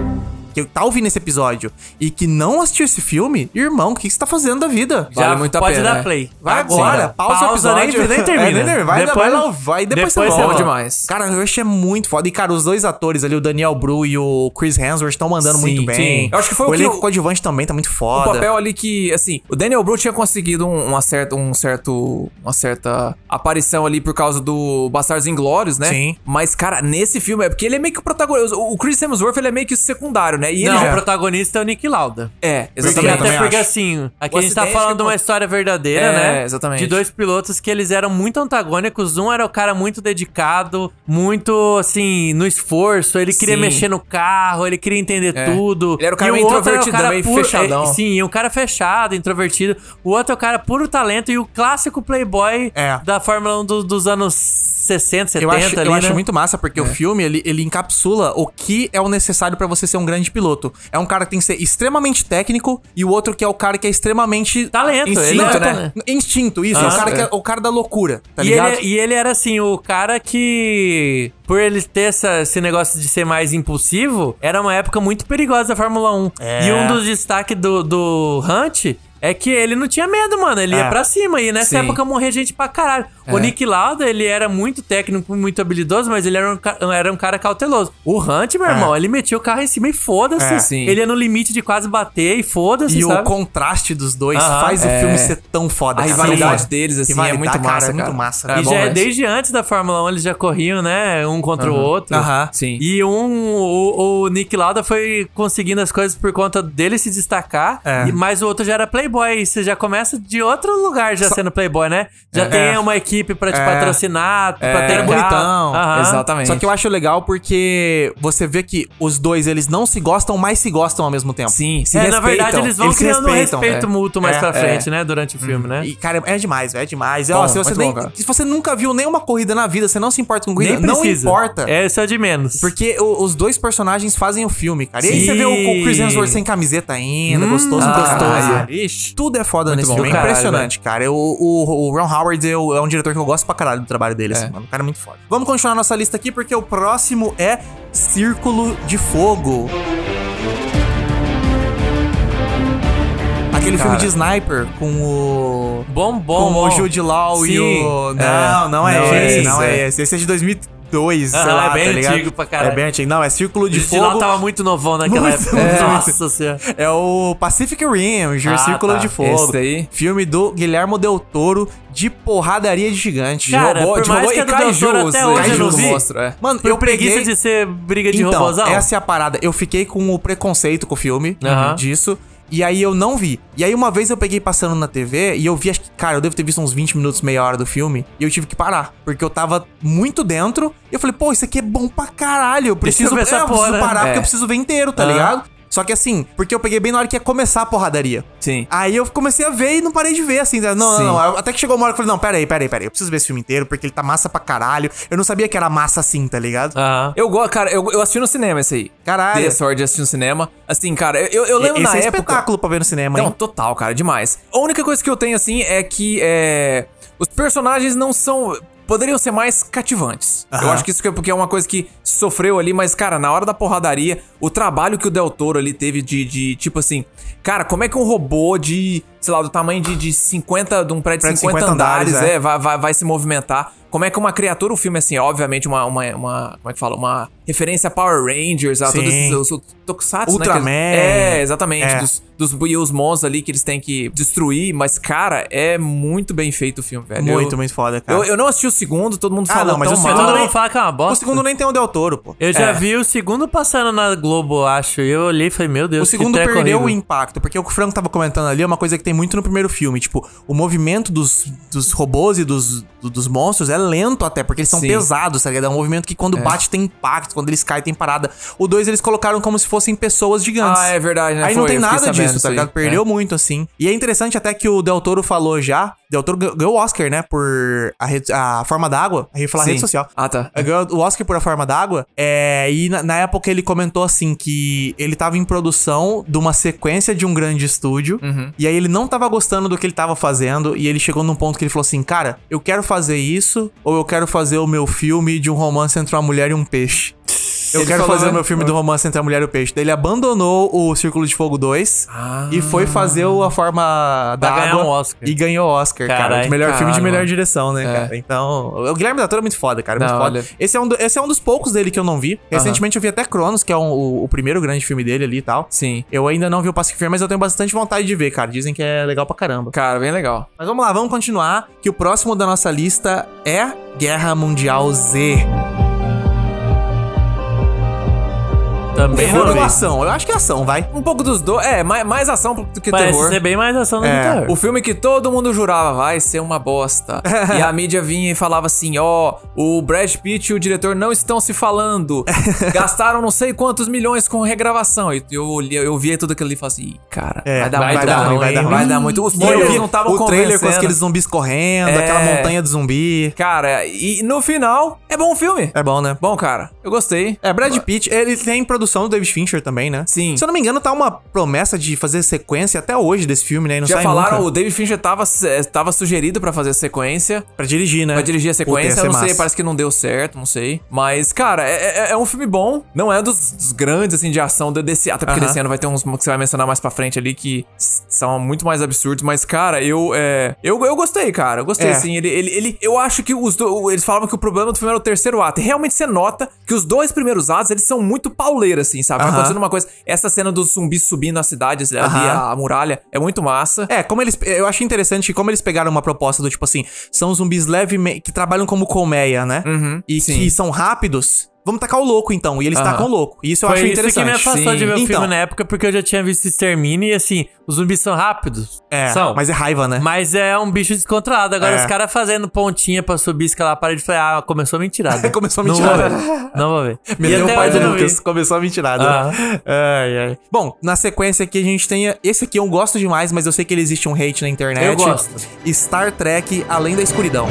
[SPEAKER 2] que tá ouvindo esse episódio e que não assistiu esse filme, irmão, o que, que você tá fazendo da vida?
[SPEAKER 3] Já né?
[SPEAKER 4] Vale muito a
[SPEAKER 3] pode
[SPEAKER 4] pena,
[SPEAKER 3] dar
[SPEAKER 4] né?
[SPEAKER 3] play.
[SPEAKER 2] Vai agora, pausa, o episódio.
[SPEAKER 3] nem, nem
[SPEAKER 2] É, nem
[SPEAKER 3] termina.
[SPEAKER 2] termina. Vai,
[SPEAKER 3] né? Depois-
[SPEAKER 2] vai lá, vai e depois,
[SPEAKER 3] depois
[SPEAKER 2] você
[SPEAKER 3] você
[SPEAKER 2] volta.
[SPEAKER 3] volta.
[SPEAKER 4] demais.
[SPEAKER 2] Cara, o Rush é muito foda. E, cara, os dois atores ali, o Daniel Bru e o Chris Hemsworth, estão mandando
[SPEAKER 4] Sim,
[SPEAKER 2] muito bem.
[SPEAKER 4] sim. Eu acho que foi
[SPEAKER 2] o
[SPEAKER 4] o que
[SPEAKER 2] elenco
[SPEAKER 4] o-
[SPEAKER 2] coadjuvante também tá muito
[SPEAKER 4] O
[SPEAKER 2] foda.
[SPEAKER 4] papel ali que, assim, o Daniel Bru tinha conseguido um, uma certa, um certo, uma certa aparição ali por causa do Bastardos Inglórios, né?
[SPEAKER 2] Sim.
[SPEAKER 4] Mas, cara, nesse filme é porque ele é meio que o protagonista. O Chris Hemsworth, ele é meio que o secundário, né? E ele
[SPEAKER 3] Não, o
[SPEAKER 4] já-
[SPEAKER 3] protagonista é o Nick Lauda.
[SPEAKER 4] É,
[SPEAKER 3] Porque,
[SPEAKER 2] também
[SPEAKER 4] exatamente.
[SPEAKER 3] até
[SPEAKER 2] acho.
[SPEAKER 3] porque, assim, aqui
[SPEAKER 4] O
[SPEAKER 3] a gente tá
[SPEAKER 4] acidente
[SPEAKER 3] falando
[SPEAKER 4] que
[SPEAKER 3] de uma
[SPEAKER 4] con-
[SPEAKER 3] história verdadeira,
[SPEAKER 4] É,
[SPEAKER 3] né?
[SPEAKER 4] exatamente.
[SPEAKER 3] De dois pilotos que eles eram muito antagônicos. Um era o cara muito dedicado, muito, assim, no esforço. Ele queria
[SPEAKER 4] Sim.
[SPEAKER 3] mexer no carro, ele queria entender
[SPEAKER 4] É.
[SPEAKER 3] tudo.
[SPEAKER 4] Ele era o cara
[SPEAKER 3] E
[SPEAKER 4] meio
[SPEAKER 3] outro era o
[SPEAKER 4] introvertido também, fechadão.
[SPEAKER 3] é, sim, e um cara fechado, introvertido. O outro é o cara puro talento e o clássico playboy
[SPEAKER 2] É.
[SPEAKER 3] da Fórmula 1 do- dos anos 60, 70
[SPEAKER 2] eu acho,
[SPEAKER 3] ali,
[SPEAKER 2] eu
[SPEAKER 3] né?
[SPEAKER 2] acho muito massa, porque o filme, ele, ele encapsula o que é o necessário pra você ser um grande piloto. É um cara que tem que ser extremamente técnico e o outro que é o cara que é extremamente...
[SPEAKER 3] Talento, ele
[SPEAKER 2] instinto,
[SPEAKER 3] é-
[SPEAKER 2] né? Instinto, isso. é o
[SPEAKER 3] Ah,
[SPEAKER 2] cara que é
[SPEAKER 4] é.
[SPEAKER 2] o cara da loucura, tá
[SPEAKER 3] e,
[SPEAKER 2] ligado?
[SPEAKER 3] ele, e ele era assim, o cara que, por ele ter essa- esse negócio de ser mais impulsivo, era uma época muito perigosa da Fórmula 1.
[SPEAKER 2] É.
[SPEAKER 3] E um dos destaques do, do Hunt é que ele não tinha medo, mano. Ele
[SPEAKER 2] É.
[SPEAKER 3] ia pra cima. E nessa
[SPEAKER 4] Sim.
[SPEAKER 3] época morria gente pra caralho. O Nick Lauda, ele era muito técnico, muito habilidoso, mas ele era um, ca- era um cara cauteloso. O Hunt, meu irmão, ele metia o carro em cima e
[SPEAKER 2] É,
[SPEAKER 3] foda-se.
[SPEAKER 4] sim.
[SPEAKER 3] Ele ia no limite de quase bater e foda-se,
[SPEAKER 2] E o
[SPEAKER 3] sabe?
[SPEAKER 2] contraste dos dois
[SPEAKER 3] Aham.
[SPEAKER 2] faz o
[SPEAKER 4] É.
[SPEAKER 2] filme ser tão foda.
[SPEAKER 4] A
[SPEAKER 2] cara.
[SPEAKER 4] rivalidade
[SPEAKER 2] Sim.
[SPEAKER 4] deles, assim, é
[SPEAKER 2] Rivalidade,
[SPEAKER 4] muito
[SPEAKER 2] cara,
[SPEAKER 4] massa,
[SPEAKER 2] é muito
[SPEAKER 4] cara.
[SPEAKER 2] massa.
[SPEAKER 4] É
[SPEAKER 3] e
[SPEAKER 4] bom
[SPEAKER 3] já é
[SPEAKER 4] mesmo.
[SPEAKER 3] desde antes da Fórmula 1 eles já corriam, né? Um contra o outro.
[SPEAKER 4] Aham, sim.
[SPEAKER 3] E um, o, o Nick Lauda foi conseguindo as coisas por conta dele se destacar,
[SPEAKER 2] É.
[SPEAKER 3] e, mas o outro já era playboy. E você já começa de outro lugar já sendo playboy, né?
[SPEAKER 2] É,
[SPEAKER 3] Já tem uma equipe pra te patrocinar, pra ter
[SPEAKER 2] Era bonitão.
[SPEAKER 3] Aham.
[SPEAKER 4] Exatamente.
[SPEAKER 2] Só que eu acho legal porque você vê que os dois, eles não se gostam, mas se gostam ao mesmo tempo.
[SPEAKER 4] Sim, se
[SPEAKER 3] É, na
[SPEAKER 4] respeitam.
[SPEAKER 3] verdade, eles vão
[SPEAKER 2] eles se
[SPEAKER 3] criando um
[SPEAKER 2] respeitam,
[SPEAKER 3] respeito
[SPEAKER 2] é.
[SPEAKER 3] mútuo mais
[SPEAKER 2] É,
[SPEAKER 3] pra
[SPEAKER 2] é.
[SPEAKER 3] frente, né? Durante o filme, né?
[SPEAKER 2] E, cara, é demais, velho, é demais. Ó, se, você
[SPEAKER 4] muito
[SPEAKER 2] nem-
[SPEAKER 4] bom, cara.
[SPEAKER 2] se você nunca viu nenhuma corrida na vida, você não se importa com corrida,
[SPEAKER 3] Nem
[SPEAKER 2] não
[SPEAKER 3] precisa.
[SPEAKER 2] importa.
[SPEAKER 3] É, isso é o de menos.
[SPEAKER 2] Porque o- os dois personagens fazem o filme, cara. E aí
[SPEAKER 3] Sim.
[SPEAKER 2] você vê o, o Chris Hemsworth sem camiseta ainda, gostoso,
[SPEAKER 3] ah,
[SPEAKER 2] gostoso.
[SPEAKER 3] caralho. Ixi.
[SPEAKER 2] Tudo é foda nesse
[SPEAKER 4] bom,
[SPEAKER 2] filme. É
[SPEAKER 3] do caralho,
[SPEAKER 2] impressionante, cara. Eu- o, o Ron Howard eu- é um diretor que eu gosto pra caralho do trabalho dele, assim, mano. O cara é muito foda. Vamos continuar nossa lista aqui, porque o próximo é Círculo de Fogo. Aquele filme de sniper com o.
[SPEAKER 3] Bom, bom,
[SPEAKER 2] Com
[SPEAKER 3] bom.
[SPEAKER 2] o Jude Law e
[SPEAKER 3] Sim.
[SPEAKER 2] o.
[SPEAKER 3] É.
[SPEAKER 2] Não, não é,
[SPEAKER 3] Não é
[SPEAKER 2] esse,
[SPEAKER 3] esse,
[SPEAKER 2] não é
[SPEAKER 3] é.
[SPEAKER 2] esse. Esse é de 2002, sei
[SPEAKER 3] Aham,
[SPEAKER 2] lá,
[SPEAKER 3] é bem
[SPEAKER 2] tá ligado?
[SPEAKER 3] antigo pra caralho.
[SPEAKER 2] É bem antigo. Não, é Círculo de
[SPEAKER 3] O Jude
[SPEAKER 2] Fogo.
[SPEAKER 3] Law tava muito novão naquela
[SPEAKER 2] Muito,
[SPEAKER 3] época.
[SPEAKER 2] muito,
[SPEAKER 3] Nossa senhora.
[SPEAKER 2] É o Pacific Rim, o
[SPEAKER 3] Ah,
[SPEAKER 2] Círculo
[SPEAKER 3] tá.
[SPEAKER 2] de Fogo.
[SPEAKER 4] Esse daí.
[SPEAKER 2] Filme do Guilhermo Del Toro de porradaria de gigante.
[SPEAKER 3] Cara, por mais que a do Del Toro até hoje
[SPEAKER 2] eu não vi,
[SPEAKER 4] é.
[SPEAKER 2] Mano,
[SPEAKER 3] Por
[SPEAKER 2] eu
[SPEAKER 3] preguiça
[SPEAKER 2] peguei...
[SPEAKER 3] de ser briga de
[SPEAKER 2] então,
[SPEAKER 3] robôzão?
[SPEAKER 2] essa é a parada. Eu fiquei com o preconceito com o filme né,
[SPEAKER 3] Aham.
[SPEAKER 2] disso. E aí eu não vi. E aí uma vez eu peguei passando na TV e eu vi, acho que, cara, eu devo ter visto uns 20 minutos, meia hora do filme. E eu tive que parar. Porque eu tava muito dentro. E eu falei, pô, isso aqui é bom pra caralho. Eu
[SPEAKER 3] Deixa eu
[SPEAKER 2] preciso,
[SPEAKER 3] ver
[SPEAKER 2] é,
[SPEAKER 3] essa
[SPEAKER 2] eu preciso
[SPEAKER 3] porra, né?
[SPEAKER 2] parar porque
[SPEAKER 4] É.
[SPEAKER 2] eu preciso ver inteiro, tá
[SPEAKER 3] Aham.
[SPEAKER 2] ligado? Só que assim, porque eu peguei bem na hora que ia começar a porradaria.
[SPEAKER 4] Sim.
[SPEAKER 2] Aí eu comecei a ver e não parei de ver, assim. Não, não,
[SPEAKER 4] Sim.
[SPEAKER 2] não. Eu- Até que chegou uma hora que eu falei, não, peraí, peraí, peraí. Eu preciso ver esse filme inteiro, porque ele tá massa pra caralho. Eu não sabia que era massa assim, tá ligado?
[SPEAKER 3] Aham.
[SPEAKER 4] Eu gosto, cara, eu, eu assisti no cinema esse aí.
[SPEAKER 2] Caralho.
[SPEAKER 4] Dei a sorte de assistir no cinema. Assim, cara, eu, eu lembro
[SPEAKER 2] esse
[SPEAKER 4] na
[SPEAKER 2] é
[SPEAKER 4] época.
[SPEAKER 2] espetáculo pra ver no cinema,
[SPEAKER 4] Não,
[SPEAKER 2] hein?
[SPEAKER 4] total, cara, demais. A única coisa que eu tenho, assim, é que é, os personagens não são. Poderiam ser mais cativantes. Eu
[SPEAKER 2] Aham.
[SPEAKER 4] acho que isso que é porque é uma coisa que sofreu ali, mas, cara, na hora da porradaria, o trabalho que o Del Toro ali teve de, de, tipo assim, cara, como é que um robô de sei lá, do tamanho de, de 50, de um prédio de
[SPEAKER 2] Prédio de
[SPEAKER 4] 50,
[SPEAKER 2] 50
[SPEAKER 4] andares,
[SPEAKER 2] andares,
[SPEAKER 4] é, vai, vai, vai se movimentar. Como é que uma criatura, um filme assim, obviamente, uma, uma, uma- como é que fala? Uma referência a Power Rangers, a
[SPEAKER 2] Sim.
[SPEAKER 4] todos esses os- os tokusatsu,
[SPEAKER 2] Ultraman.
[SPEAKER 4] né? que eles- É, exatamente.
[SPEAKER 2] É.
[SPEAKER 4] Dos, dos e os monstros ali que eles têm que destruir, mas, cara, é muito bem feito o filme, velho.
[SPEAKER 2] É Muito,
[SPEAKER 4] eu,
[SPEAKER 2] muito foda, cara.
[SPEAKER 4] eu, eu não assisti o segundo, todo mundo
[SPEAKER 2] Ah,
[SPEAKER 4] falou
[SPEAKER 2] não, mas
[SPEAKER 4] tão
[SPEAKER 2] o
[SPEAKER 4] mal.
[SPEAKER 2] segundo
[SPEAKER 3] Todo
[SPEAKER 2] nem-
[SPEAKER 3] mundo fala que é uma bosta.
[SPEAKER 2] O segundo nem tem o Del Toro, pô.
[SPEAKER 3] Eu já
[SPEAKER 4] É.
[SPEAKER 3] vi o segundo passando na Globo, acho. Eu olhei e falei, meu Deus,
[SPEAKER 2] O segundo
[SPEAKER 3] que treco
[SPEAKER 2] perdeu o
[SPEAKER 3] horrível.
[SPEAKER 2] impacto, porque o que o Franco tava comentando ali é uma coisa que tem muito no primeiro filme. Tipo, o movimento dos, dos robôs e dos, do- dos monstros é lento até, porque eles são
[SPEAKER 4] Sim.
[SPEAKER 2] pesados, tá ligado? É um movimento que quando bate tem impacto, quando eles caem tem parada. O dois eles colocaram como se fossem pessoas gigantes.
[SPEAKER 4] Ah, é verdade, né?
[SPEAKER 2] Aí não
[SPEAKER 4] Foi,
[SPEAKER 2] tem
[SPEAKER 4] eu fiquei
[SPEAKER 2] nada
[SPEAKER 4] sabendo
[SPEAKER 2] disso,
[SPEAKER 4] isso
[SPEAKER 2] tá
[SPEAKER 4] aí.
[SPEAKER 2] ligado? Perdeu muito, assim. E é interessante até que o Del Toro falou já. Del Toro gan- ganhou o Oscar, né? Por a, rede- a forma d'água. Aí eu ia falar
[SPEAKER 4] Sim.
[SPEAKER 2] rede social.
[SPEAKER 4] Ah, tá.
[SPEAKER 2] Ele ganhou O Oscar por A Forma d'Água. É, e na, na época ele comentou assim que ele tava em produção de uma sequência de um grande estúdio.
[SPEAKER 4] Uhum.
[SPEAKER 2] E aí ele não tava gostando do que ele tava fazendo. E ele chegou num ponto que ele falou assim: Cara, eu quero fazer isso, ou eu quero fazer o meu filme de um romance entre uma mulher e um
[SPEAKER 4] *laughs*
[SPEAKER 2] peixe. Eu
[SPEAKER 4] Ele
[SPEAKER 2] quero
[SPEAKER 4] falou,
[SPEAKER 2] fazer o
[SPEAKER 4] né?
[SPEAKER 2] meu filme do romance entre a mulher e o peixe. Daí ele abandonou o Círculo de Fogo 2
[SPEAKER 4] Ah.
[SPEAKER 2] e foi fazer o a forma da
[SPEAKER 3] ganhar
[SPEAKER 2] água
[SPEAKER 3] um Oscar.
[SPEAKER 2] e ganhou o Oscar, cara.
[SPEAKER 3] Carai,
[SPEAKER 2] De melhor filme de
[SPEAKER 4] caralho,
[SPEAKER 2] melhor
[SPEAKER 4] mano.
[SPEAKER 2] direção, né,
[SPEAKER 4] É.
[SPEAKER 2] cara? Então, o Guilherme da Toro é muito foda, cara. é Muito
[SPEAKER 4] Não,
[SPEAKER 2] foda.
[SPEAKER 4] olha.
[SPEAKER 2] Esse é, um do- esse é um dos poucos dele que eu não vi. Recentemente eu vi até Cronos, que é um- o, o primeiro grande filme dele ali e tal.
[SPEAKER 4] Sim.
[SPEAKER 2] Eu ainda não vi o Pacific Rim, mas eu tenho bastante vontade de ver, cara. Dizem que é legal pra caramba.
[SPEAKER 4] Cara, bem legal.
[SPEAKER 2] Mas vamos lá, vamos continuar, que o próximo da nossa lista é Guerra Mundial Z.
[SPEAKER 3] Também
[SPEAKER 2] Terror
[SPEAKER 3] não
[SPEAKER 2] ou
[SPEAKER 3] vi.
[SPEAKER 2] ação? Eu acho que é ação, vai.
[SPEAKER 4] Um pouco dos dois. É, mais, mais ação do que
[SPEAKER 3] Parece
[SPEAKER 4] terror.
[SPEAKER 3] ser bem mais ação do que
[SPEAKER 2] É,
[SPEAKER 3] terror.
[SPEAKER 4] O filme que todo mundo jurava vai ser
[SPEAKER 2] *laughs*
[SPEAKER 4] uma bosta. e a mídia vinha e falava assim: ó, o Brad Pitt e o diretor não estão
[SPEAKER 2] *laughs*
[SPEAKER 4] se falando. Gastaram não sei quantos milhões com regravação. E eu, olhei- eu via tudo aquilo ali e falava assim: cara,
[SPEAKER 2] É,
[SPEAKER 4] vai dar
[SPEAKER 2] vai
[SPEAKER 4] muito.
[SPEAKER 2] dar ruim, vai
[SPEAKER 4] vai,
[SPEAKER 2] dar ruim.
[SPEAKER 4] dar muito. Os
[SPEAKER 2] E eu
[SPEAKER 4] trailers
[SPEAKER 2] vi
[SPEAKER 4] não estavam
[SPEAKER 2] o trailer com
[SPEAKER 4] convencendo.
[SPEAKER 2] aqueles zumbis correndo,
[SPEAKER 4] É.
[SPEAKER 2] aquela montanha de zumbi.
[SPEAKER 4] Cara, e no final, é bom o filme.
[SPEAKER 2] É bom, né?
[SPEAKER 4] Bom, cara, eu gostei.
[SPEAKER 2] É, Brad Pitt, ele tem produção do David Fincher também, né?
[SPEAKER 4] Sim.
[SPEAKER 2] Se eu não me engano, tá uma promessa de fazer sequência até hoje desse filme, né? E não
[SPEAKER 4] Já
[SPEAKER 2] sai
[SPEAKER 4] falaram,
[SPEAKER 2] nunca.
[SPEAKER 4] o David Fincher tava, eh, tava sugerido pra fazer a sequência.
[SPEAKER 2] Pra dirigir, né?
[SPEAKER 4] Vai dirigir a
[SPEAKER 2] Puta, ia
[SPEAKER 4] sequência,
[SPEAKER 2] ser
[SPEAKER 4] eu não sei,
[SPEAKER 2] massa.
[SPEAKER 4] parece que não deu certo, não sei. Mas, cara, é, é- é um filme bom. Não é dos, dos grandes, assim, de ação da DC. Até porque
[SPEAKER 2] Aham.
[SPEAKER 4] desse ano vai ter uns que você vai mencionar mais pra frente ali que s- são muito mais absurdos. Mas, cara, eu é, eu, eu gostei, cara. Eu gostei,
[SPEAKER 2] É.
[SPEAKER 4] assim. Ele, ele, ele- eu acho que os do, eles falavam que o problema do filme era o terceiro ato. E realmente você nota que os dois primeiros atos, eles são muito pauleiros, assim, sabe? Vai
[SPEAKER 2] Aham.
[SPEAKER 4] acontecendo uma coisa. Essa cena do zumbi subindo a cidade, ali,
[SPEAKER 2] Aham.
[SPEAKER 4] a, a muralha, é muito massa.
[SPEAKER 2] É, como eles. Eu acho interessante que como eles pegaram uma proposta do tipo assim, são zumbis levemente. que trabalham como colmeia, né?
[SPEAKER 4] Uhum,
[SPEAKER 2] E
[SPEAKER 4] sim.
[SPEAKER 2] que são rápidos. Vamos tacar o louco, então. E eles
[SPEAKER 4] Aham.
[SPEAKER 2] tacam o louco. E isso eu acho
[SPEAKER 3] Foi isso que
[SPEAKER 2] interessante.
[SPEAKER 3] me afastou de ver
[SPEAKER 2] Então,
[SPEAKER 3] o
[SPEAKER 4] né?
[SPEAKER 3] filme na época, porque eu já tinha visto Extermine e assim, os zumbis são rápidos.
[SPEAKER 2] É,
[SPEAKER 3] são.
[SPEAKER 2] mas é raiva, né?
[SPEAKER 3] Mas é um bicho descontrolado. Agora,
[SPEAKER 2] É.
[SPEAKER 3] os caras fazendo pontinha pra subir, escalar a parede, eu falei, ah, começou a
[SPEAKER 4] *laughs*
[SPEAKER 3] mentirada.
[SPEAKER 2] Começou a
[SPEAKER 3] Não
[SPEAKER 2] mentirada.
[SPEAKER 3] vou ver. Não vou ver.
[SPEAKER 2] Me
[SPEAKER 3] e
[SPEAKER 2] deu um
[SPEAKER 4] um
[SPEAKER 3] até
[SPEAKER 2] o pai
[SPEAKER 3] hoje
[SPEAKER 2] do
[SPEAKER 3] eu não vi.
[SPEAKER 2] Lucas. Começou a mentirada.
[SPEAKER 3] Ah.
[SPEAKER 2] Ai, ai. Bom, na sequência aqui a gente tem. Esse aqui eu gosto demais, mas eu sei que ele existe um hate na internet.
[SPEAKER 3] Eu gosto.
[SPEAKER 2] Star Trek Além da Escuridão.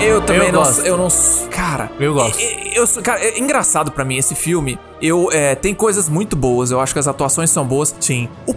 [SPEAKER 4] Eu também
[SPEAKER 3] Eu
[SPEAKER 4] não,
[SPEAKER 3] gosto.
[SPEAKER 4] eu não, cara,
[SPEAKER 3] Eu gosto.
[SPEAKER 4] e- e- Eu, sou- cara, é engraçado pra mim esse filme. Eu é, tem coisas muito boas. Eu acho que as atuações são boas.
[SPEAKER 2] Sim.
[SPEAKER 4] O,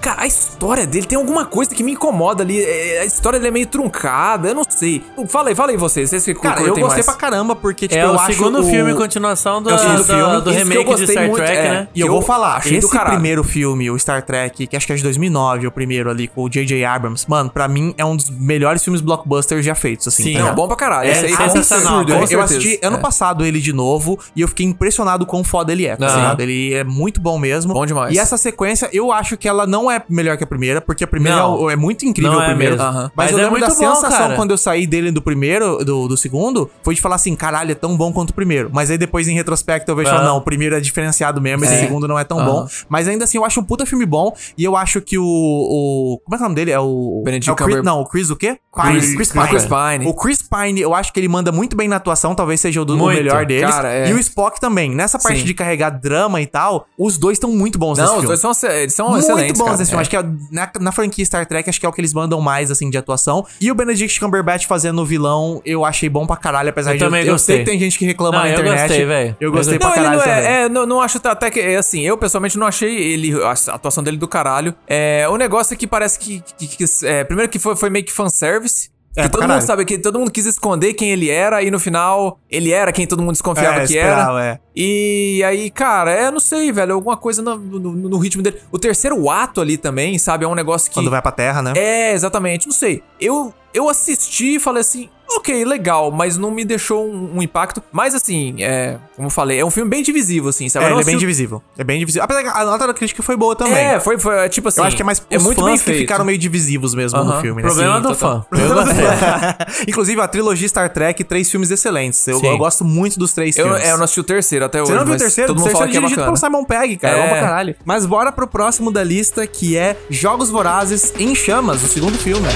[SPEAKER 4] cara, a história dele tem alguma coisa que me incomoda ali. é, A história dele é meio truncada. Eu não sei. Fala aí, fala aí vocês. Vocês que
[SPEAKER 2] Cara, eu
[SPEAKER 4] curtem
[SPEAKER 2] gostei
[SPEAKER 4] mais.
[SPEAKER 2] pra caramba, porque, tipo,
[SPEAKER 3] É
[SPEAKER 2] eu
[SPEAKER 3] o
[SPEAKER 2] acho
[SPEAKER 3] segundo
[SPEAKER 2] o-
[SPEAKER 3] filme, continuação do,
[SPEAKER 2] É o segundo
[SPEAKER 3] do-
[SPEAKER 2] filme.
[SPEAKER 3] do
[SPEAKER 4] Isso que eu
[SPEAKER 3] remake de
[SPEAKER 4] gostei
[SPEAKER 3] Star
[SPEAKER 4] muito,
[SPEAKER 3] Trek,
[SPEAKER 4] é.
[SPEAKER 3] né?
[SPEAKER 2] E eu,
[SPEAKER 4] eu
[SPEAKER 2] vou falar,
[SPEAKER 4] achei do
[SPEAKER 2] esse
[SPEAKER 4] caralho.
[SPEAKER 2] primeiro filme, o Star Trek, que acho que é de 2009, o primeiro ali, com o J.J. Abrams, mano, pra mim é um dos melhores filmes blockbusters já feitos, assim.
[SPEAKER 3] Sim.
[SPEAKER 2] tá
[SPEAKER 4] Não,
[SPEAKER 2] ligado?
[SPEAKER 4] bom pra caralho.
[SPEAKER 3] É
[SPEAKER 4] Esse aí, com
[SPEAKER 3] sensacional,
[SPEAKER 4] certeza,
[SPEAKER 3] com
[SPEAKER 4] com
[SPEAKER 2] né? Eu
[SPEAKER 4] certeza.
[SPEAKER 2] assisti ano
[SPEAKER 4] É.
[SPEAKER 2] passado ele de novo e eu fiquei impressionado com o foda ele é, tá
[SPEAKER 4] Aham.
[SPEAKER 2] ligado? Ele é muito bom mesmo.
[SPEAKER 4] Bom demais.
[SPEAKER 2] E essa sequência, eu acho que ela não é melhor que a primeira, porque a primeira
[SPEAKER 3] Não.
[SPEAKER 2] é o- é, muito incrível
[SPEAKER 3] Não
[SPEAKER 2] o
[SPEAKER 3] é
[SPEAKER 2] primeiro.
[SPEAKER 3] mesmo.
[SPEAKER 2] Mas,
[SPEAKER 3] Aham.
[SPEAKER 2] eu
[SPEAKER 3] Mas é
[SPEAKER 2] lembro da
[SPEAKER 3] muito bom,
[SPEAKER 2] sensação
[SPEAKER 3] cara.
[SPEAKER 2] quando eu saí dele do primeiro, do, do segundo, foi de falar assim, caralho, é tão bom quanto o primeiro. Mas aí depois, em retrospecto, eu vejo e falo,
[SPEAKER 3] Aham.
[SPEAKER 2] não, o primeiro é diferenciado mesmo, esse
[SPEAKER 4] É.
[SPEAKER 2] segundo não é tão
[SPEAKER 4] Aham.
[SPEAKER 2] bom. Mas ainda assim, eu acho um puta filme bom e eu acho que o... o- como é que é o nome dele? É o...
[SPEAKER 4] Benedict
[SPEAKER 2] é o Chris,
[SPEAKER 4] Cumber-
[SPEAKER 2] Não, o Chris o quê?
[SPEAKER 4] Chris-
[SPEAKER 2] Pine.
[SPEAKER 4] Chris Pine.
[SPEAKER 2] O Chris Pine, eu acho que ele manda muito bem na atuação, talvez seja o, do, o
[SPEAKER 3] Muito,
[SPEAKER 2] melhor deles.
[SPEAKER 4] cara, é.
[SPEAKER 2] E o Spock também. Nessa parte
[SPEAKER 4] Sim.
[SPEAKER 2] de carregar drama e tal, os dois estão muito bons nesse
[SPEAKER 4] Não, os
[SPEAKER 2] filme.
[SPEAKER 4] dois são, eles são
[SPEAKER 2] muito
[SPEAKER 4] excelentes.
[SPEAKER 2] bons
[SPEAKER 4] cara.
[SPEAKER 2] nesse
[SPEAKER 4] É.
[SPEAKER 2] filme. Acho que é- na, na franquia Star Trek, acho que é o que eles mandam mais, assim, de atuação. E o Benedict Cumberbatch fazendo o vilão, eu achei bom pra caralho, apesar
[SPEAKER 3] Eu
[SPEAKER 2] de
[SPEAKER 3] também
[SPEAKER 2] eu sei
[SPEAKER 3] gostei.
[SPEAKER 2] que tem gente que reclama
[SPEAKER 3] Não,
[SPEAKER 2] na
[SPEAKER 3] eu
[SPEAKER 2] internet.
[SPEAKER 3] gostei, velho.
[SPEAKER 2] Eu
[SPEAKER 3] Eu
[SPEAKER 2] gostei
[SPEAKER 3] gostei.
[SPEAKER 2] pra
[SPEAKER 4] Não, ele
[SPEAKER 2] caralho
[SPEAKER 4] não
[SPEAKER 2] também.
[SPEAKER 4] é, é, não, não acho até que, é assim, eu pessoalmente não achei ele, a atuação dele do caralho. É, o negócio é que parece que, que- que- é, primeiro que foi, foi meio que fanservice,
[SPEAKER 2] É, pra
[SPEAKER 4] que todo
[SPEAKER 2] caralho.
[SPEAKER 4] mundo sabe que todo mundo quis esconder quem ele era e no final ele era quem todo mundo desconfiava
[SPEAKER 2] É,
[SPEAKER 4] que
[SPEAKER 2] esperava,
[SPEAKER 4] era.
[SPEAKER 2] é.
[SPEAKER 4] E aí, cara, é, não sei, velho, alguma coisa no, no- no ritmo dele. O terceiro ato ali também, sabe, é um negócio que
[SPEAKER 2] Quando vai pra terra, né?
[SPEAKER 4] é, exatamente. Não sei. Eu, eu assisti e falei assim, ok, legal, mas não me deixou um, um impacto. Mas assim, é, como eu falei, é um filme bem divisivo, assim, sabe?
[SPEAKER 2] É,
[SPEAKER 4] Eu não
[SPEAKER 2] ele é bem
[SPEAKER 4] assisti-
[SPEAKER 2] divisível. É bem divisível. Apesar que a nota da crítica foi boa também.
[SPEAKER 4] É, foi, foi é, tipo assim.
[SPEAKER 2] Eu acho que é mais
[SPEAKER 4] é
[SPEAKER 2] os
[SPEAKER 4] muito
[SPEAKER 2] fãs
[SPEAKER 4] bem
[SPEAKER 2] que
[SPEAKER 4] feito.
[SPEAKER 2] ficaram meio divisivos mesmo no
[SPEAKER 4] Aham.
[SPEAKER 2] filme.
[SPEAKER 3] Problema
[SPEAKER 2] assim.
[SPEAKER 3] do
[SPEAKER 4] total.
[SPEAKER 2] *laughs*
[SPEAKER 3] fã. Problema do fã.
[SPEAKER 2] Inclusive, a trilogia Star Trek, três filmes excelentes. Eu,
[SPEAKER 3] Sim.
[SPEAKER 2] eu gosto muito dos três
[SPEAKER 4] Eu,
[SPEAKER 2] filmes.
[SPEAKER 4] é, eu não assisti o terceiro até hoje.
[SPEAKER 2] Você não viu o
[SPEAKER 4] mas
[SPEAKER 2] terceiro?
[SPEAKER 4] Todo
[SPEAKER 2] O
[SPEAKER 4] mundo
[SPEAKER 2] terceiro
[SPEAKER 4] fala
[SPEAKER 2] é
[SPEAKER 4] que é
[SPEAKER 2] dirigido
[SPEAKER 4] bacana.
[SPEAKER 2] pelo Simon Pegg, cara. É.
[SPEAKER 4] É.
[SPEAKER 2] Bom pra caralho. Mas bora pro próximo da lista, que é Jogos Vorazes em Chamas, o segundo filme.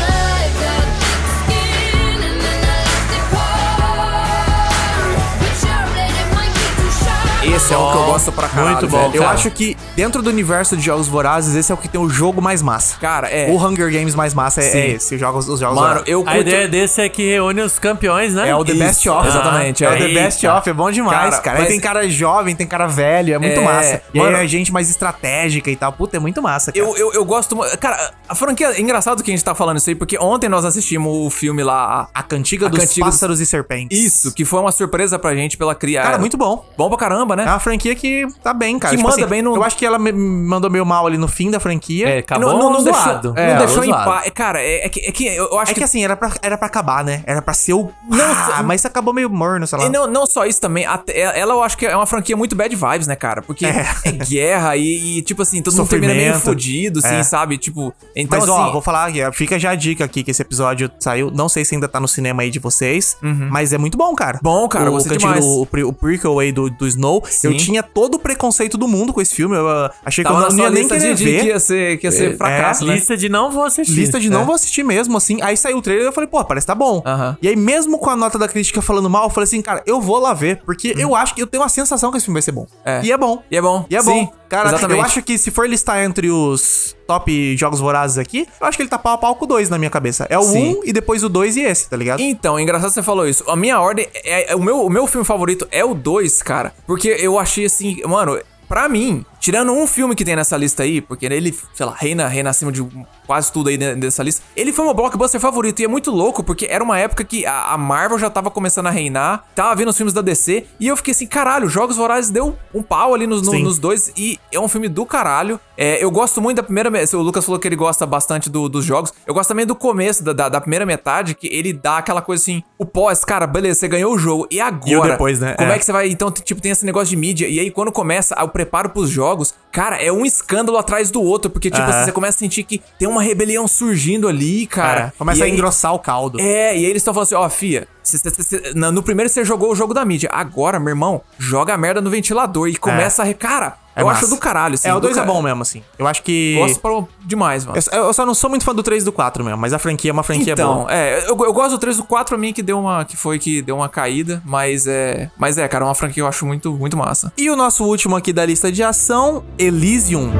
[SPEAKER 4] Esse
[SPEAKER 2] um
[SPEAKER 4] é o que eu gosto pra caralho.
[SPEAKER 3] muito bom,
[SPEAKER 4] velho.
[SPEAKER 2] Eu
[SPEAKER 3] cara.
[SPEAKER 2] acho que dentro do universo de Jogos Vorazes, esse é o que tem o jogo mais massa.
[SPEAKER 4] Cara, é.
[SPEAKER 2] O Hunger Games mais massa é,
[SPEAKER 4] Sim.
[SPEAKER 2] é esse, os Jogos, os jogos
[SPEAKER 4] Mano,
[SPEAKER 2] Vorazes.
[SPEAKER 4] eu
[SPEAKER 3] A ideia desse é que reúne os campeões, né?
[SPEAKER 2] É o The
[SPEAKER 4] Isso,
[SPEAKER 2] Best Of,
[SPEAKER 4] exatamente,
[SPEAKER 2] É
[SPEAKER 4] é.
[SPEAKER 2] o The
[SPEAKER 4] Eita.
[SPEAKER 2] Best Of, é bom demais, cara.
[SPEAKER 4] Cara,
[SPEAKER 2] Aí
[SPEAKER 4] mas-
[SPEAKER 2] Tem cara jovem, tem cara velho, é muito
[SPEAKER 4] É,
[SPEAKER 2] massa. E aí
[SPEAKER 4] mano-
[SPEAKER 2] é gente mais estratégica e tal. Puta, é muito massa, cara.
[SPEAKER 4] Eu, eu, eu gosto. mu- Cara, a franquia. É engraçado que a gente tá falando isso aí, porque ontem nós assistimos o filme lá. A,
[SPEAKER 2] a Cantiga
[SPEAKER 4] A
[SPEAKER 2] dos
[SPEAKER 4] Cantiga dos-
[SPEAKER 2] Pássaros e Serpentes.
[SPEAKER 4] isso, que foi uma surpresa pra gente pela criação.
[SPEAKER 2] Cara, muito bom.
[SPEAKER 4] Bom pra caramba, né?
[SPEAKER 2] É uma franquia que tá bem, cara.
[SPEAKER 4] Que manda bem no-
[SPEAKER 2] Eu acho que ela me- me mandou meio mal ali no fim da franquia.
[SPEAKER 3] É, acabou
[SPEAKER 4] não, não, não deixou,
[SPEAKER 3] zoado.
[SPEAKER 4] não
[SPEAKER 3] É,
[SPEAKER 4] deixou em
[SPEAKER 3] zoado.
[SPEAKER 4] paz. Cara, é, é que, é que eu acho
[SPEAKER 2] É que assim, era pra, era pra acabar, né? Era pra ser o. ah, mas isso acabou meio morno, sei lá.
[SPEAKER 4] E não, não só isso também, até- ela eu acho que é uma franquia muito bad vibes, né, cara? Porque é, guerra e, e, tipo assim, todo mundo termina meio
[SPEAKER 2] Sofrimento.
[SPEAKER 4] fudido, assim,
[SPEAKER 2] É.
[SPEAKER 4] sabe? Tipo, então
[SPEAKER 2] Mas
[SPEAKER 4] assim,
[SPEAKER 2] ó, vou falar, aqui, fica já a dica aqui que esse episódio saiu. Não sei se ainda tá no cinema aí de vocês, mas é muito bom, cara.
[SPEAKER 4] Uhum. Bom, cara, eu
[SPEAKER 2] o,
[SPEAKER 4] gostei
[SPEAKER 2] cantinho
[SPEAKER 4] demais.
[SPEAKER 2] do- o, pre- o prequel aí do, do Snow. Eu
[SPEAKER 4] Sim.
[SPEAKER 2] tinha todo o preconceito do mundo com esse filme. Eu ah, achei que
[SPEAKER 4] tava
[SPEAKER 2] eu
[SPEAKER 4] na
[SPEAKER 2] não ia
[SPEAKER 4] sua
[SPEAKER 2] nem
[SPEAKER 4] lista
[SPEAKER 2] querer
[SPEAKER 4] de, de
[SPEAKER 2] ver.
[SPEAKER 4] que ia ser, que ia ser
[SPEAKER 2] É,
[SPEAKER 4] fracasso, né?
[SPEAKER 3] Lista de não vou assistir.
[SPEAKER 2] Lista de não vou assistir mesmo, assim. Aí saiu o trailer e eu falei, pô, parece que tá bom.
[SPEAKER 4] Aham.
[SPEAKER 2] E aí, mesmo com a nota da crítica falando mal, eu falei assim, cara, eu vou lá ver, porque eu acho que eu tenho a sensação que esse filme vai ser bom.
[SPEAKER 4] Uhum. É.
[SPEAKER 2] E é bom.
[SPEAKER 4] E é bom.
[SPEAKER 2] E é
[SPEAKER 4] Sim,
[SPEAKER 2] bom. Cara,
[SPEAKER 4] exatamente.
[SPEAKER 2] eu acho que se for listar entre os top jogos vorazes aqui, eu acho que ele tá pau a pau com o 2 na minha cabeça. É o 1
[SPEAKER 4] Sim.
[SPEAKER 2] um, e depois o 2 e esse, tá ligado?
[SPEAKER 4] Então, é engraçado você falou isso. A minha ordem é, é- o meu o meu filme favorito é o 2, cara, porque eu achei assim, mano, pra mim, tirando um filme que tem nessa lista aí, porque ele, sei lá, reina, reina acima de quase tudo aí dentro dessa lista. Ele foi meu blockbuster favorito e é muito louco porque era uma época que a, a Marvel já tava começando a reinar, tava vendo os filmes da DC e eu fiquei assim, caralho, Jogos Vorazes deu um pau ali nos, no-
[SPEAKER 2] Sim.
[SPEAKER 4] nos dois e é um filme do caralho. É, eu gosto muito da primeira. me- O Lucas falou que ele gosta bastante do- dos jogos. Eu gosto também do começo, da, da, da primeira metade, que ele dá aquela coisa assim: o pós, cara, beleza, você ganhou o jogo. E agora?
[SPEAKER 2] E o depois, né?
[SPEAKER 4] Como
[SPEAKER 2] É.
[SPEAKER 4] é. que você vai. Então, t- tipo, tem esse negócio de mídia. E aí, quando começa ah, o preparo pros jogos, cara, é um escândalo atrás do outro. Porque, tipo,
[SPEAKER 2] Aham.
[SPEAKER 4] assim, você começa a sentir que tem uma rebelião surgindo ali, cara.
[SPEAKER 2] É, começa
[SPEAKER 4] E
[SPEAKER 2] a
[SPEAKER 4] aí-
[SPEAKER 2] engrossar o caldo.
[SPEAKER 4] é, e aí eles estão falando assim, ó, fia, cê- cê- cê- cê- na- no primeiro você jogou o jogo da mídia, agora, meu irmão, joga a merda no ventilador e começa a... re- Cara,
[SPEAKER 2] É
[SPEAKER 4] eu
[SPEAKER 2] massa.
[SPEAKER 4] acho do caralho, assim.
[SPEAKER 2] é, o
[SPEAKER 4] do
[SPEAKER 2] 2 é
[SPEAKER 4] cara-
[SPEAKER 2] bom mesmo, assim. Eu acho que.
[SPEAKER 4] Gosto pra- demais, mano.
[SPEAKER 2] Eu, eu só não sou muito fã do 3 e do 4 mesmo, mas a franquia é uma franquia
[SPEAKER 4] Então,
[SPEAKER 2] boa.
[SPEAKER 4] é, eu, eu gosto do 3 do 4 pra mim que deu uma que foi que deu uma caída, mas é, mas é, cara, é uma franquia que eu acho muito muito massa.
[SPEAKER 2] E o nosso último aqui da lista de ação, Elysium.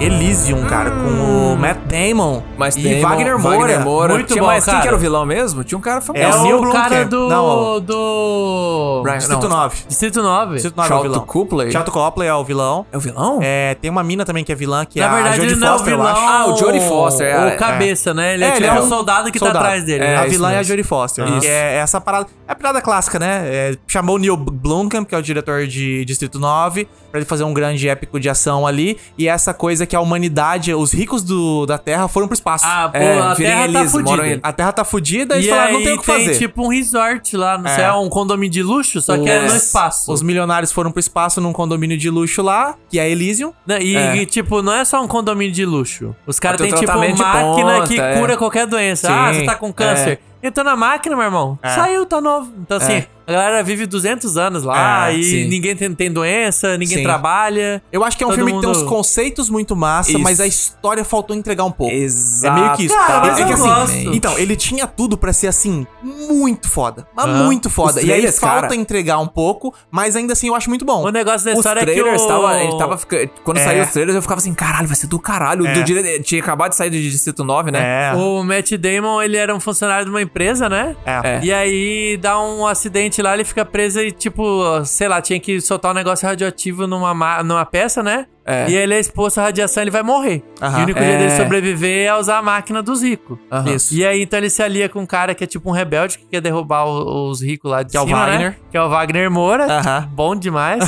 [SPEAKER 2] Elysium, cara, com o Matt Damon
[SPEAKER 4] Mas
[SPEAKER 2] e
[SPEAKER 4] tem
[SPEAKER 2] Wagner Moura.
[SPEAKER 3] Muito
[SPEAKER 4] Tinha
[SPEAKER 3] bom,
[SPEAKER 4] mais-
[SPEAKER 3] cara.
[SPEAKER 4] Quem que era o vilão mesmo? Tinha um cara famoso.
[SPEAKER 2] É o
[SPEAKER 3] É
[SPEAKER 2] Neil
[SPEAKER 3] o cara
[SPEAKER 2] Blomkamp.
[SPEAKER 3] do.
[SPEAKER 2] Não.
[SPEAKER 3] Do.
[SPEAKER 4] Brian-
[SPEAKER 2] Distrito
[SPEAKER 4] não.
[SPEAKER 2] 9.
[SPEAKER 3] Distrito 9.
[SPEAKER 2] Distrito 9 é o
[SPEAKER 4] Charlton
[SPEAKER 2] vilão.
[SPEAKER 4] Copley?
[SPEAKER 2] Chato Copley é o vilão.
[SPEAKER 4] É o vilão?
[SPEAKER 2] É, tem uma mina também que é vilã, que é
[SPEAKER 3] Na
[SPEAKER 2] a
[SPEAKER 3] verdade,
[SPEAKER 2] Jodie
[SPEAKER 3] ele não é o
[SPEAKER 2] Foster, eu
[SPEAKER 3] vilão.
[SPEAKER 2] acho.
[SPEAKER 4] Ah, o Jodie Foster, é,
[SPEAKER 3] O
[SPEAKER 4] é.
[SPEAKER 3] cabeça, né? Ele é,
[SPEAKER 2] ele
[SPEAKER 3] tipo
[SPEAKER 2] é
[SPEAKER 3] um
[SPEAKER 2] um
[SPEAKER 3] soldado que
[SPEAKER 2] soldado.
[SPEAKER 3] tá atrás dele.
[SPEAKER 4] É,
[SPEAKER 2] a
[SPEAKER 3] né?
[SPEAKER 4] isso
[SPEAKER 2] vilã é a
[SPEAKER 4] mesmo.
[SPEAKER 2] Jodie Foster.
[SPEAKER 4] Isso.
[SPEAKER 2] Que é essa parada. É a parada clássica, né? É, chamou o Neil Blomkamp, que é o diretor de Distrito 9, pra ele fazer um grande épico de ação ali. E essa coisa que a humanidade, os ricos do, da Terra foram pro espaço.
[SPEAKER 3] Ah, pô,
[SPEAKER 4] É,
[SPEAKER 3] a
[SPEAKER 4] virem
[SPEAKER 3] terra tá
[SPEAKER 4] eles, moram
[SPEAKER 3] fudida.
[SPEAKER 4] eles.
[SPEAKER 2] A Terra tá fudida e,
[SPEAKER 3] E
[SPEAKER 2] eles falaram, não tem
[SPEAKER 3] aí
[SPEAKER 2] o que fazer.
[SPEAKER 3] tem tipo um resort lá, não sei, é um condomínio de luxo, só que é no
[SPEAKER 4] Os-
[SPEAKER 3] espaço.
[SPEAKER 2] Os milionários foram pro espaço num condomínio de luxo lá, que é Elysium.
[SPEAKER 3] Não, e,
[SPEAKER 4] É.
[SPEAKER 3] e, tipo, não é só um condomínio de luxo. Os caras
[SPEAKER 4] Tem
[SPEAKER 3] têm, tipo,
[SPEAKER 4] tratamento de
[SPEAKER 3] máquina
[SPEAKER 4] ponta,
[SPEAKER 3] que
[SPEAKER 4] é.
[SPEAKER 3] cura qualquer doença. Ah,
[SPEAKER 4] Sim, é.
[SPEAKER 3] você tá com câncer. Entrou na máquina, meu irmão. Saiu, tá novo. Então, assim, a galera vive 200 anos lá
[SPEAKER 2] É,
[SPEAKER 3] e
[SPEAKER 4] sim.
[SPEAKER 3] ninguém tem, tem doença, ninguém
[SPEAKER 4] Sim.
[SPEAKER 3] trabalha.
[SPEAKER 2] Eu acho que é um
[SPEAKER 3] Todo
[SPEAKER 2] filme que tem
[SPEAKER 3] mundo-
[SPEAKER 2] uns conceitos muito massa,
[SPEAKER 4] Isso.
[SPEAKER 2] mas a história faltou entregar um pouco.
[SPEAKER 4] Exato.
[SPEAKER 2] É meio que isso.
[SPEAKER 3] Cara, mas
[SPEAKER 2] é
[SPEAKER 3] eu
[SPEAKER 2] que assim,
[SPEAKER 3] gosto.
[SPEAKER 2] então, ele tinha tudo pra ser assim, muito foda. Mas
[SPEAKER 3] Aham.
[SPEAKER 2] muito foda.
[SPEAKER 4] Os
[SPEAKER 2] E aí
[SPEAKER 4] trailers,
[SPEAKER 2] falta
[SPEAKER 4] cara.
[SPEAKER 2] entregar um pouco, mas ainda assim eu acho muito bom.
[SPEAKER 3] O negócio da
[SPEAKER 4] Os
[SPEAKER 3] história é que
[SPEAKER 4] trailers
[SPEAKER 3] o...
[SPEAKER 4] tava, ele tava fica- quando
[SPEAKER 2] É.
[SPEAKER 4] saiu os trailers eu ficava assim, caralho, vai ser do caralho.
[SPEAKER 2] É.
[SPEAKER 4] Do dire- tinha acabado de sair do Distrito 9, né?
[SPEAKER 2] É.
[SPEAKER 3] O Matt Damon, ele era um funcionário de uma presa, né?
[SPEAKER 2] É.
[SPEAKER 3] E aí dá um acidente lá, ele fica preso e, tipo, sei lá, tinha que soltar um negócio radioativo numa, ma- numa peça, né?
[SPEAKER 4] É.
[SPEAKER 3] E ele é exposto à radiação, ele vai morrer.
[SPEAKER 2] Aham.
[SPEAKER 3] E o único jeito dele
[SPEAKER 4] É.
[SPEAKER 3] sobreviver é usar a máquina dos ricos.
[SPEAKER 4] Aham.
[SPEAKER 2] Isso.
[SPEAKER 3] E aí, então, ele se alia com um cara que é tipo um rebelde que quer derrubar o- os ricos lá de
[SPEAKER 2] Que é o
[SPEAKER 3] cima, né?
[SPEAKER 2] Wagner. Ah.
[SPEAKER 3] Que é o Wagner Moura.
[SPEAKER 2] Aham.
[SPEAKER 3] Bom
[SPEAKER 2] *laughs*
[SPEAKER 3] demais.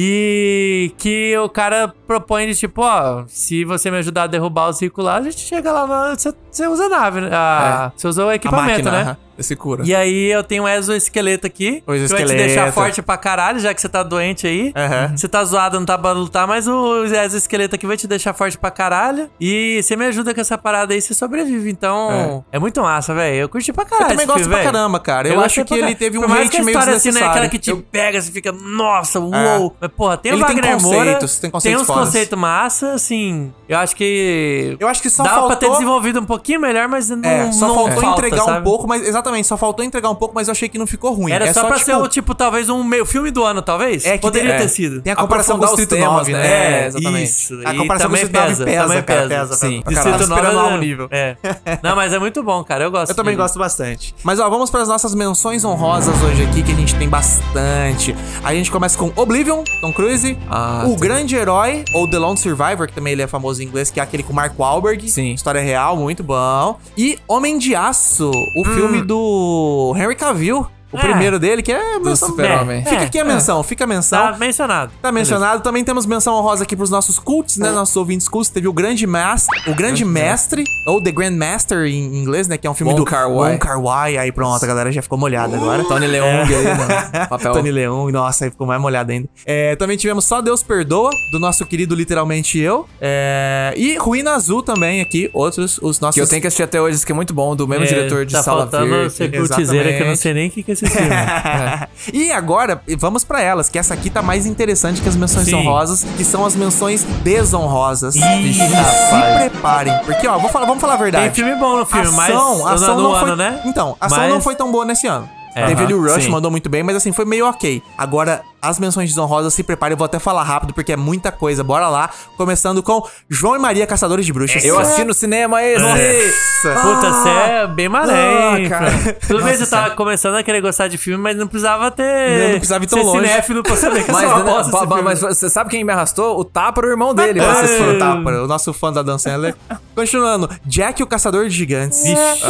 [SPEAKER 3] e que o cara propõe de tipo, ó, se você me ajudar a derrubar os ricos lá, a gente chega lá, na- você você usa a nave, né? a, você usa o
[SPEAKER 2] É. A
[SPEAKER 3] equipamento,
[SPEAKER 2] máquina,
[SPEAKER 3] né?
[SPEAKER 2] aham. Esse cura.
[SPEAKER 3] E aí eu tenho um exoesqueleto aqui.
[SPEAKER 2] O
[SPEAKER 3] Que vai te
[SPEAKER 2] exoesqueleto.
[SPEAKER 3] deixar forte pra caralho, já que você tá doente aí.
[SPEAKER 2] Aham.
[SPEAKER 3] Você tá zoado, não tá pra lutar, mas o exoesqueleto aqui vai te deixar forte pra caralho. E você me ajuda com essa parada aí, você sobrevive. Então, é, muito massa, velho. Eu curti pra caralho.
[SPEAKER 2] Eu também
[SPEAKER 3] esse
[SPEAKER 2] gosto
[SPEAKER 3] filme,
[SPEAKER 2] pra
[SPEAKER 3] velho.
[SPEAKER 2] caramba, cara. Eu, acho
[SPEAKER 3] gostei
[SPEAKER 2] que
[SPEAKER 3] pra
[SPEAKER 2] ele
[SPEAKER 3] caralho.
[SPEAKER 2] teve um
[SPEAKER 3] Por mais que
[SPEAKER 2] hate
[SPEAKER 3] a
[SPEAKER 2] meio
[SPEAKER 3] história, assim, não é
[SPEAKER 2] desnecessário.
[SPEAKER 3] aquela que te
[SPEAKER 2] Eu- É.
[SPEAKER 3] pega, você fica, nossa, uou. Mas, porra, tem
[SPEAKER 2] Ele
[SPEAKER 3] o
[SPEAKER 2] tem
[SPEAKER 3] Wagner Moura.
[SPEAKER 2] conceitos, tem conceitos
[SPEAKER 3] uns
[SPEAKER 2] fodas.
[SPEAKER 3] conceitos massa, assim. Eu acho que.
[SPEAKER 2] Eu acho que só
[SPEAKER 3] Dava
[SPEAKER 2] faltou...
[SPEAKER 3] pra ter desenvolvido um pouquinho melhor, mas não.
[SPEAKER 2] É, só
[SPEAKER 3] não
[SPEAKER 2] faltou
[SPEAKER 3] falta,
[SPEAKER 2] entregar um
[SPEAKER 3] sabe?
[SPEAKER 2] pouco, mas... Exatamente, só faltou entregar um pouco, mas eu achei que não ficou ruim.
[SPEAKER 3] Era
[SPEAKER 2] é
[SPEAKER 3] só, pra
[SPEAKER 2] tipo,
[SPEAKER 3] ser o tipo, talvez um meio filme do ano, talvez?
[SPEAKER 2] É que
[SPEAKER 3] Poderia
[SPEAKER 2] tem- é.
[SPEAKER 3] ter sido.
[SPEAKER 2] Tem a comparação com
[SPEAKER 4] Aprofundar
[SPEAKER 2] o
[SPEAKER 4] os
[SPEAKER 2] Distrito
[SPEAKER 4] temas,
[SPEAKER 2] 9, né?
[SPEAKER 4] né?
[SPEAKER 2] É,
[SPEAKER 4] É, exatamente.
[SPEAKER 3] Isso.
[SPEAKER 2] A
[SPEAKER 3] E
[SPEAKER 2] comparação com
[SPEAKER 3] também
[SPEAKER 2] o Distrito 9
[SPEAKER 3] pesa,
[SPEAKER 2] pesa,
[SPEAKER 3] também
[SPEAKER 2] cara,
[SPEAKER 3] pesa.
[SPEAKER 2] pesa pra-
[SPEAKER 3] Sim.
[SPEAKER 2] pra
[SPEAKER 3] Distrito
[SPEAKER 2] caralho.
[SPEAKER 3] Nove
[SPEAKER 2] Esperando
[SPEAKER 3] é-
[SPEAKER 2] lá um nível.
[SPEAKER 3] É. Não, mas é muito bom, cara. Eu gosto.
[SPEAKER 2] Eu também
[SPEAKER 3] dele.
[SPEAKER 2] gosto bastante. Mas ó, vamos para as nossas menções honrosas hoje aqui, que a gente tem bastante. A gente começa com Oblivion, Tom Cruise,
[SPEAKER 4] Ah,
[SPEAKER 2] O
[SPEAKER 4] tá.
[SPEAKER 2] Grande Herói, ou The Lone Survivor, que também ele é famoso em inglês, que é aquele com Mark Wahlberg.
[SPEAKER 4] Sim.
[SPEAKER 2] História real, muito bom. E Homem de Aço, o filme do Henry Cavill. O
[SPEAKER 3] É.
[SPEAKER 2] primeiro dele, que é menção-
[SPEAKER 4] Super-Homem.
[SPEAKER 2] É. Fica aqui a menção, fica a menção.
[SPEAKER 3] Tá mencionado.
[SPEAKER 2] Tá mencionado. Também temos menção honrosa aqui pros nossos cults,
[SPEAKER 4] É.
[SPEAKER 2] né? Nossos ouvintes cults. Teve o Grande Mestre, o Grande Mestre, ou The Grand Master em inglês, né? Que é um filme do
[SPEAKER 4] Wong Kar-wai.
[SPEAKER 2] Wong Kar-wai. Aí pronto, a galera já ficou molhada agora.
[SPEAKER 4] Uh,
[SPEAKER 2] É.
[SPEAKER 4] Tony Leung aí,
[SPEAKER 2] *laughs*
[SPEAKER 4] mano. Papel.
[SPEAKER 2] Tony Leão, nossa, aí ficou mais molhado ainda. É, também tivemos Só Deus Perdoa, do nosso querido Literalmente Eu. É, e Ruína Azul também aqui, outros, os nossos...
[SPEAKER 4] Que eu tenho que assistir até hoje, esse que é muito bom, do mesmo
[SPEAKER 3] É,
[SPEAKER 4] diretor de
[SPEAKER 3] tá
[SPEAKER 4] Sala
[SPEAKER 3] faltando
[SPEAKER 4] Verde.
[SPEAKER 3] ser cultizeira, que eu não sei nem o que que é esse filme.
[SPEAKER 2] É. E agora, vamos pra elas, que essa aqui tá mais interessante que as menções
[SPEAKER 3] Sim.
[SPEAKER 2] honrosas, que são as menções desonrosas.
[SPEAKER 3] Ih,
[SPEAKER 2] E se
[SPEAKER 3] rapaz.
[SPEAKER 2] preparem, porque ó, vou falar- vamos falar a
[SPEAKER 3] Tem
[SPEAKER 2] verdade.
[SPEAKER 3] filme bom no filme, mas.
[SPEAKER 2] ação, ação
[SPEAKER 3] no
[SPEAKER 2] não
[SPEAKER 3] ano,
[SPEAKER 2] foi,
[SPEAKER 3] né?
[SPEAKER 2] Então, ação
[SPEAKER 3] Mas-
[SPEAKER 2] não foi tão boa nesse ano.
[SPEAKER 3] É,
[SPEAKER 2] Teve ali o
[SPEAKER 3] aham,
[SPEAKER 2] Rush,
[SPEAKER 3] sim.
[SPEAKER 2] mandou muito bem, mas assim, foi meio ok. Agora, as menções desonrosas, se preparem, eu vou até falar rápido, porque é muita coisa. Bora lá, começando com João e Maria Caçadores de Bruxas.
[SPEAKER 4] Eu assisti no cinema esse!
[SPEAKER 2] é. Nossa!
[SPEAKER 3] Puta, você é bem mané.
[SPEAKER 4] Ah, cara.
[SPEAKER 3] Tudo bem, você tava começando a querer gostar de filme, mas não precisava ter.
[SPEAKER 2] Não, não precisava ir tão
[SPEAKER 3] ser
[SPEAKER 2] longe.
[SPEAKER 3] cinéfilo pra saber
[SPEAKER 4] *laughs*
[SPEAKER 3] que
[SPEAKER 4] Mas,
[SPEAKER 3] eu só
[SPEAKER 4] né,
[SPEAKER 3] gosto
[SPEAKER 4] ba-
[SPEAKER 3] desse
[SPEAKER 4] ba-
[SPEAKER 3] filme.
[SPEAKER 4] mas você sabe quem me arrastou? O Tapa, o irmão dele.
[SPEAKER 2] Nossa,
[SPEAKER 4] Mas,
[SPEAKER 2] esse foi o Tapa, o nosso fã da Dan Sandler. Continuando, Jack o Caçador de Gigantes,